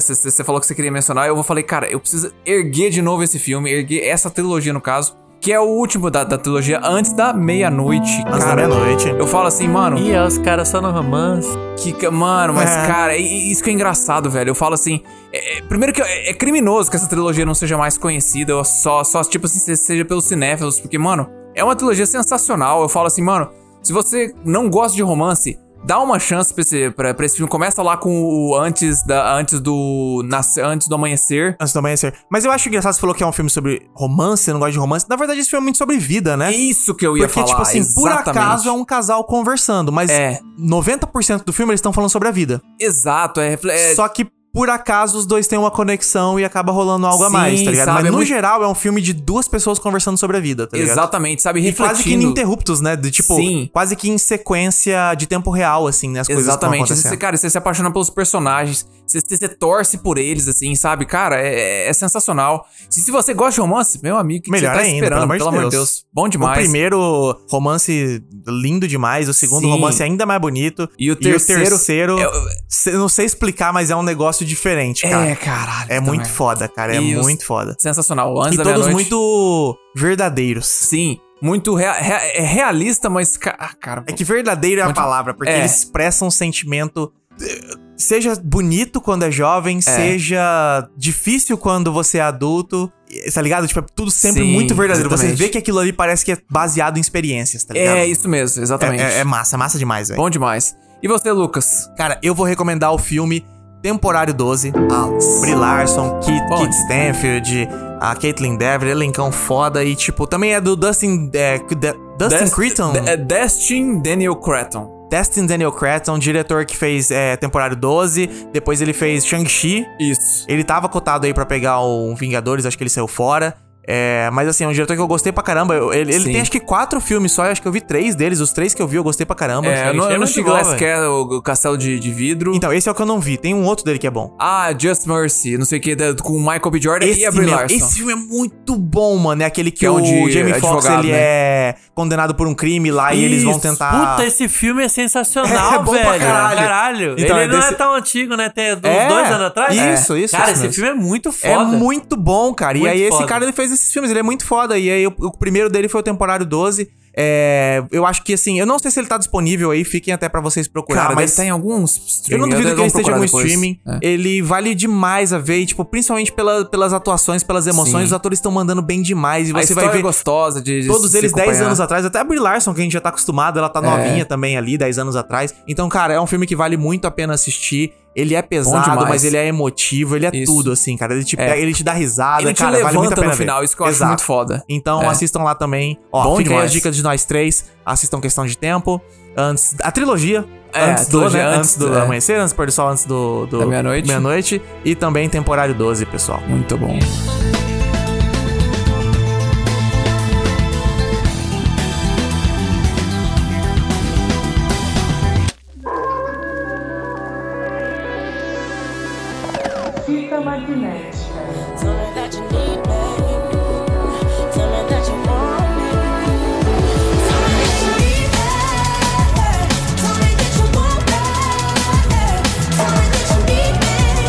[SPEAKER 4] Você falou que você queria mencionar, eu falei, cara, eu preciso erguer de novo esse filme, erguer essa trilogia no caso. Que é o último da, da trilogia antes da meia-noite. Antes
[SPEAKER 2] da meia-noite.
[SPEAKER 4] Eu falo assim, mano.
[SPEAKER 3] E os caras só no romance.
[SPEAKER 4] Que, ca- mano, mas,
[SPEAKER 3] É.
[SPEAKER 4] cara, i- isso que é engraçado, velho. Eu falo assim. é- é- primeiro que é, é criminoso que essa trilogia não seja mais conhecida, ou só, só tipo assim, se- seja pelos cinéfilos, porque, mano, é uma trilogia sensacional. Eu falo assim, mano, se você não gosta de romance, dá uma chance pra esse, pra, pra esse filme. Começa lá com o antes, da, antes do. Nas, antes do amanhecer.
[SPEAKER 2] Antes do amanhecer. Mas eu acho engraçado, você falou que é um filme sobre romance, você não gosta de romance. Na verdade, esse filme é muito sobre vida, né?
[SPEAKER 4] Isso que eu ia
[SPEAKER 2] Porque,
[SPEAKER 4] falar,
[SPEAKER 2] tipo assim, por
[SPEAKER 4] exatamente.
[SPEAKER 2] acaso um é um casal conversando, mas
[SPEAKER 4] É.
[SPEAKER 2] 90% do filme eles estão falando sobre a vida.
[SPEAKER 4] Exato, é. refle- é-
[SPEAKER 2] Só tá que por acaso os dois têm uma conexão e acaba rolando algo a
[SPEAKER 4] Sim,
[SPEAKER 2] mais, tá ligado?
[SPEAKER 4] sabe,
[SPEAKER 2] mas
[SPEAKER 4] é
[SPEAKER 2] no
[SPEAKER 4] muito-
[SPEAKER 2] geral é um filme de duas pessoas conversando sobre a vida, tá ligado?
[SPEAKER 4] Exatamente, sabe?
[SPEAKER 2] E
[SPEAKER 4] Refletindo.
[SPEAKER 2] quase que ininterruptos, né? De, tipo,
[SPEAKER 4] Sim.
[SPEAKER 2] quase que em sequência de tempo real, assim, né? As coisas tão
[SPEAKER 4] Exatamente.
[SPEAKER 2] acontecendo.
[SPEAKER 4] Você, cara, você se apaixona pelos personagens, você, você- você torce por eles, assim, sabe? Cara, é, é sensacional. Se, se você gosta de romance, meu amigo, o que que
[SPEAKER 2] Melhor
[SPEAKER 4] você tá
[SPEAKER 2] ainda,
[SPEAKER 4] esperando,
[SPEAKER 2] pelo amor de Deus.
[SPEAKER 4] Bom demais.
[SPEAKER 2] Tipo, O primeiro romance lindo demais, o segundo
[SPEAKER 4] Sim.
[SPEAKER 2] romance ainda mais bonito.
[SPEAKER 4] E o terceiro-
[SPEAKER 2] terceiro,
[SPEAKER 4] é o-
[SPEAKER 2] se- não sei explicar, mas é um negócio diferente, cara.
[SPEAKER 4] É, caralho.
[SPEAKER 2] É muito
[SPEAKER 4] também.
[SPEAKER 2] foda, cara. É
[SPEAKER 4] E os-
[SPEAKER 2] muito foda.
[SPEAKER 4] Sensacional. Antes
[SPEAKER 2] e
[SPEAKER 4] da
[SPEAKER 2] todos
[SPEAKER 4] meia-noite.
[SPEAKER 2] muito verdadeiros.
[SPEAKER 4] Sim. Muito rea- rea- é realista, mas. ca- ah, cara.
[SPEAKER 2] É que verdadeiro é a
[SPEAKER 4] Muito-
[SPEAKER 2] palavra, porque
[SPEAKER 4] É.
[SPEAKER 2] eles expressam um sentimento. eh, Seja bonito quando é jovem, seja difícil quando você é adulto. eh, Tá ligado? Tipo, é tudo sempre
[SPEAKER 4] Sim,
[SPEAKER 2] muito verdadeiro.
[SPEAKER 4] exatamente.
[SPEAKER 2] Você vê que aquilo ali parece que é baseado em experiências, tá ligado?
[SPEAKER 4] É isso mesmo, exatamente.
[SPEAKER 2] É, é- é massa, massa demais, velho.
[SPEAKER 4] Bom demais. E você, Lucas?
[SPEAKER 2] Cara, eu vou recomendar o filme Temporário 12. A Brie Larson, Kit, Kit Stanfield, a Caitlin Dever, elencão foda. E, tipo, também é do Dustin... É, de- Dustin
[SPEAKER 4] Dest-
[SPEAKER 2] Creighton?
[SPEAKER 4] De- é Destin Daniel Cretton.
[SPEAKER 2] Destin Daniel Cretton, um diretor que fez é, Temporário 12, depois ele fez Shang-Chi.
[SPEAKER 4] Isso.
[SPEAKER 2] Ele tava cotado aí pra pegar um Vingadores, acho que ele saiu fora. É, mas assim, é um diretor que eu gostei pra caramba. Eu- ele ele
[SPEAKER 4] Sim.
[SPEAKER 2] tem acho que quatro filmes só, eu acho que eu vi três deles. Os três que eu vi, eu gostei pra caramba.
[SPEAKER 4] É, eu não, eu não cheguei lá sequer o, o Castelo de, de Vidro.
[SPEAKER 2] Então, esse é o que eu não vi. Tem um outro dele que é bom.
[SPEAKER 4] Ah, Just Mercy, não sei o que, da- com o Michael B. Jordan
[SPEAKER 2] Esse,
[SPEAKER 4] e a Brie
[SPEAKER 2] mesmo.
[SPEAKER 4] Larson.
[SPEAKER 2] Esse filme é muito bom, mano. É aquele que,
[SPEAKER 4] Que é
[SPEAKER 2] o,
[SPEAKER 4] o de
[SPEAKER 2] Jamie Foxx,
[SPEAKER 4] advogado,
[SPEAKER 2] ele
[SPEAKER 4] né?
[SPEAKER 2] é condenado por um crime lá e eles vão
[SPEAKER 3] Isso.
[SPEAKER 2] tentar...
[SPEAKER 3] Puta, esse filme é sensacional,
[SPEAKER 2] *laughs* É bom pra
[SPEAKER 3] velho.
[SPEAKER 2] caralho. Então,
[SPEAKER 3] Ele
[SPEAKER 2] é
[SPEAKER 3] não é
[SPEAKER 2] desse-
[SPEAKER 3] tão antigo, né? Tem uns
[SPEAKER 2] É,
[SPEAKER 3] dois anos atrás.
[SPEAKER 2] isso, isso,
[SPEAKER 3] Cara,
[SPEAKER 2] isso
[SPEAKER 3] esse
[SPEAKER 2] mesmo.
[SPEAKER 3] filme é muito foda.
[SPEAKER 2] É muito bom, cara. e
[SPEAKER 3] Muito
[SPEAKER 2] aí
[SPEAKER 3] foda.
[SPEAKER 2] esse cara ele fez esses filmes, ele é muito foda. E aí o, o primeiro dele foi o Temporário 12. É, eu acho que assim, eu não sei se ele tá disponível aí, fiquem até pra vocês procurar,
[SPEAKER 4] Cara,
[SPEAKER 2] mas
[SPEAKER 4] mas tem alguns
[SPEAKER 2] eu
[SPEAKER 4] streaming,
[SPEAKER 2] não duvido que
[SPEAKER 4] até
[SPEAKER 2] ele
[SPEAKER 4] vamos
[SPEAKER 2] esteja em
[SPEAKER 4] procurar
[SPEAKER 2] algum
[SPEAKER 4] depois.
[SPEAKER 2] streaming.
[SPEAKER 4] É.
[SPEAKER 2] Ele vale demais a ver, e, tipo, principalmente pela- pelas atuações, pelas emoções,
[SPEAKER 4] Sim.
[SPEAKER 2] os atores estão mandando bem demais e
[SPEAKER 4] a
[SPEAKER 2] você
[SPEAKER 4] história
[SPEAKER 2] vai ver
[SPEAKER 4] gostosa de, de
[SPEAKER 2] todos
[SPEAKER 4] se
[SPEAKER 2] eles 10
[SPEAKER 4] acompanhar. É.
[SPEAKER 2] anos atrás, até a Brie Larson, que a gente já tá acostumado, ela tá novinha também ali, 10 anos atrás. Então, cara, é um filme que vale muito a pena assistir. Ele é pesado,
[SPEAKER 4] demais.
[SPEAKER 2] mas ele é emotivo, ele é
[SPEAKER 4] Isso.
[SPEAKER 2] tudo, assim, cara. Ele te,
[SPEAKER 4] É.
[SPEAKER 2] pega- ele te dá risada,
[SPEAKER 4] Ele te
[SPEAKER 2] né? cara, vale muito a
[SPEAKER 4] levanta
[SPEAKER 2] pena
[SPEAKER 4] no
[SPEAKER 2] ver.
[SPEAKER 4] final, isso que eu acho
[SPEAKER 2] Exato.
[SPEAKER 4] muito foda.
[SPEAKER 2] Então
[SPEAKER 4] É.
[SPEAKER 2] assistam lá também. Ó,
[SPEAKER 4] Bom
[SPEAKER 2] fica aí
[SPEAKER 4] demais.
[SPEAKER 2] as dicas de nós três. Assistam Questão de Tempo. Antes, a trilogia.
[SPEAKER 4] É,
[SPEAKER 2] antes,
[SPEAKER 4] a trilogia
[SPEAKER 2] do, né,
[SPEAKER 4] antes,
[SPEAKER 2] antes do
[SPEAKER 4] é.
[SPEAKER 2] amanhecer, antes do pôr do sol, antes do, do
[SPEAKER 4] Da meia-noite.
[SPEAKER 2] meia-noite. E também temporário 12, pessoal.
[SPEAKER 4] Muito bom.
[SPEAKER 1] Fita magnética.
[SPEAKER 11] Tell me that you need me. Tell me that you want me. Tell me that you need me. Tell me that you want me. Tell me that you need me.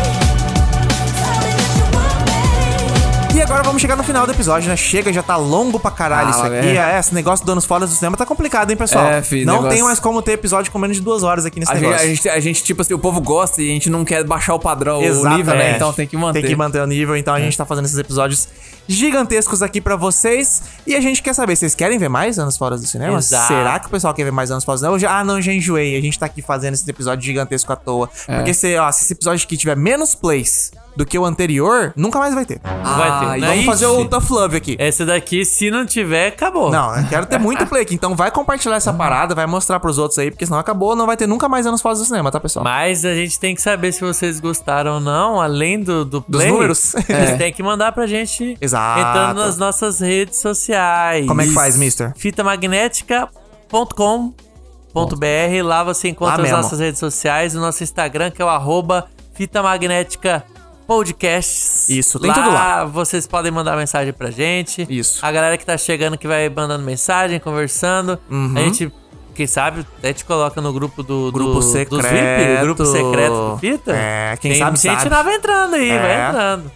[SPEAKER 11] Tell me that you want me.
[SPEAKER 2] chegar no final do episódio, né? Chega, já tá longo pra caralho
[SPEAKER 4] Ah,
[SPEAKER 2] isso aqui.
[SPEAKER 4] é.
[SPEAKER 2] É. esse negócio do anos fora do cinema tá complicado, hein, pessoal?
[SPEAKER 4] É, fi,
[SPEAKER 2] Não
[SPEAKER 4] negócio-
[SPEAKER 2] tem mais como ter episódio com menos de duas horas aqui nesse
[SPEAKER 4] A gente,
[SPEAKER 2] negócio.
[SPEAKER 4] a, gente, a gente, tipo assim, o povo gosta e a gente não quer baixar o padrão, o
[SPEAKER 2] Exatamente.
[SPEAKER 4] nível, né? Então tem que manter. É.
[SPEAKER 2] Tem que manter o nível, então a gente tá fazendo esses episódios gigantescos aqui pra vocês. E a gente quer saber, vocês querem ver mais Anos Fora do Cinema?
[SPEAKER 4] Exato.
[SPEAKER 2] Será que o pessoal quer ver mais Anos Fora do Cinema? Eu já- ah, não, já enjoei. A gente tá aqui fazendo esse episódio gigantesco à toa.
[SPEAKER 4] É.
[SPEAKER 2] Porque se, ó, se esse episódio aqui tiver menos plays do que o anterior, nunca mais vai ter. Ah,
[SPEAKER 3] Vai ter.
[SPEAKER 4] é
[SPEAKER 2] Vamos fazer o Tough Love aqui.
[SPEAKER 3] Esse daqui, se não tiver, acabou.
[SPEAKER 2] Não, eu quero ter muito play aqui. Então vai compartilhar essa
[SPEAKER 3] Uhum.
[SPEAKER 2] parada, vai mostrar pros outros aí, porque senão acabou, não vai ter nunca mais anos fora do cinema, tá, pessoal?
[SPEAKER 3] Mas a gente tem que saber se vocês gostaram ou não, além do, do
[SPEAKER 2] Dos
[SPEAKER 3] play,
[SPEAKER 2] números.
[SPEAKER 3] Vocês
[SPEAKER 2] *laughs* É.
[SPEAKER 3] têm que mandar pra gente
[SPEAKER 2] Exato.
[SPEAKER 3] entrando
[SPEAKER 2] *laughs*
[SPEAKER 3] nas nossas redes sociais.
[SPEAKER 2] Como é que faz, mister?
[SPEAKER 3] fitamagnética.com.br Lá você
[SPEAKER 2] Lá
[SPEAKER 3] encontra as
[SPEAKER 2] mesmo.
[SPEAKER 3] nossas redes sociais, o nosso Instagram, que é o arroba fitamagnética podcasts.
[SPEAKER 2] Isso, tem tudo lá.
[SPEAKER 3] Vocês podem mandar mensagem pra gente.
[SPEAKER 2] Isso.
[SPEAKER 3] A galera que tá chegando que vai mandando mensagem, conversando.
[SPEAKER 2] Uhum.
[SPEAKER 3] A gente, quem sabe, até te coloca no grupo do
[SPEAKER 2] Grupo
[SPEAKER 3] do-
[SPEAKER 2] secreto.
[SPEAKER 3] Dos VIP, grupo secreto do Fita.
[SPEAKER 2] É, quem
[SPEAKER 3] Tem
[SPEAKER 2] sabe
[SPEAKER 3] gente
[SPEAKER 2] sabe.
[SPEAKER 3] nova entrando aí,
[SPEAKER 2] É.
[SPEAKER 3] vai entrando.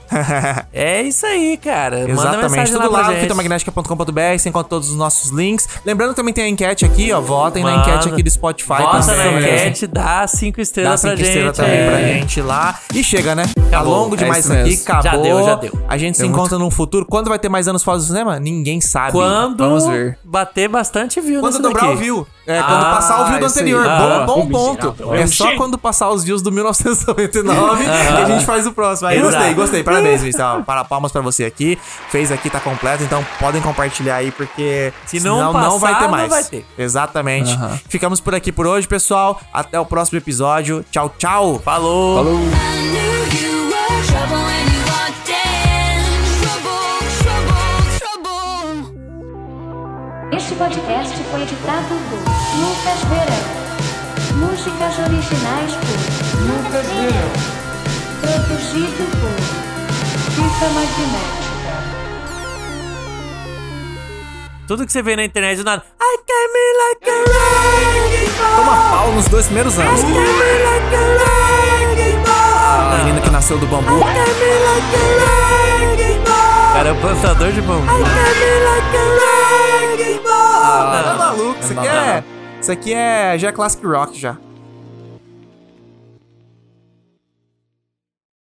[SPEAKER 3] É isso aí, cara. Manda
[SPEAKER 2] Exatamente,
[SPEAKER 3] mensagem
[SPEAKER 2] tudo
[SPEAKER 3] lá,
[SPEAKER 2] lá,
[SPEAKER 3] pra
[SPEAKER 2] no
[SPEAKER 3] gente.
[SPEAKER 2] fitamagnética.com.br, você encontra todos os nossos links. Lembrando que também tem a enquete aqui, ó. Votem na
[SPEAKER 3] Manda.
[SPEAKER 2] enquete aqui do Spotify.
[SPEAKER 3] Bota na
[SPEAKER 2] também.
[SPEAKER 3] enquete, dá cinco
[SPEAKER 2] Dá
[SPEAKER 3] estrelas
[SPEAKER 2] cinco
[SPEAKER 3] pra gente.
[SPEAKER 2] estrelas também
[SPEAKER 3] é.
[SPEAKER 2] pra gente lá. E chega, né? Tá
[SPEAKER 3] Acabou.
[SPEAKER 2] longo
[SPEAKER 3] É
[SPEAKER 2] demais
[SPEAKER 3] isso
[SPEAKER 2] isso aqui,
[SPEAKER 3] mesmo. Já
[SPEAKER 2] acabou.
[SPEAKER 3] deu, já deu.
[SPEAKER 2] A gente se
[SPEAKER 3] Deu
[SPEAKER 2] encontra num futuro. Quando vai ter mais anos fora do cinema? Ninguém sabe.
[SPEAKER 3] Quando
[SPEAKER 2] Vamos ver.
[SPEAKER 3] bater bastante view
[SPEAKER 2] Quando
[SPEAKER 3] nisso
[SPEAKER 2] dobrar
[SPEAKER 3] daqui.
[SPEAKER 2] o view. É, quando
[SPEAKER 3] Ah,
[SPEAKER 2] passar o view do
[SPEAKER 3] isso aí.
[SPEAKER 2] anterior.
[SPEAKER 3] Ah,
[SPEAKER 2] bom, bom
[SPEAKER 3] o
[SPEAKER 2] ponto.
[SPEAKER 3] miserável.
[SPEAKER 2] É
[SPEAKER 3] Eu
[SPEAKER 2] só
[SPEAKER 3] chego.
[SPEAKER 2] quando passar os views do 1999
[SPEAKER 3] Ah.
[SPEAKER 2] que a gente faz o próximo. Aí, gostei,
[SPEAKER 3] Exato.
[SPEAKER 2] gostei. Parabéns, Vinícius. Ó, Para palmas pra você aqui. Fez aqui, tá completo. Então podem compartilhar aí, porque
[SPEAKER 3] Se não
[SPEAKER 2] senão não
[SPEAKER 3] passar,
[SPEAKER 2] vai ter
[SPEAKER 3] não
[SPEAKER 2] mais.
[SPEAKER 3] vai ter.
[SPEAKER 2] Exatamente.
[SPEAKER 3] Aham.
[SPEAKER 2] Ficamos por aqui por hoje, pessoal. Até o próximo episódio. Tchau, tchau.
[SPEAKER 3] Falou.
[SPEAKER 20] Este podcast foi editado por Lucas Verão. Músicas originais por Lucas Verão. Produzido por Fita Magnética.
[SPEAKER 3] Tudo que você vê na internet do nada. I came in like a wrecking Toma
[SPEAKER 4] pau nos dois primeiros anos.
[SPEAKER 3] I came in like a wrecking
[SPEAKER 4] A menina que nasceu do bambu.
[SPEAKER 3] Cara, é o plantador de bambu.
[SPEAKER 2] Ah, tá
[SPEAKER 3] Não,
[SPEAKER 2] maluco? Isso
[SPEAKER 3] não,
[SPEAKER 2] aqui é. Isso aqui é. Já é classic rock já.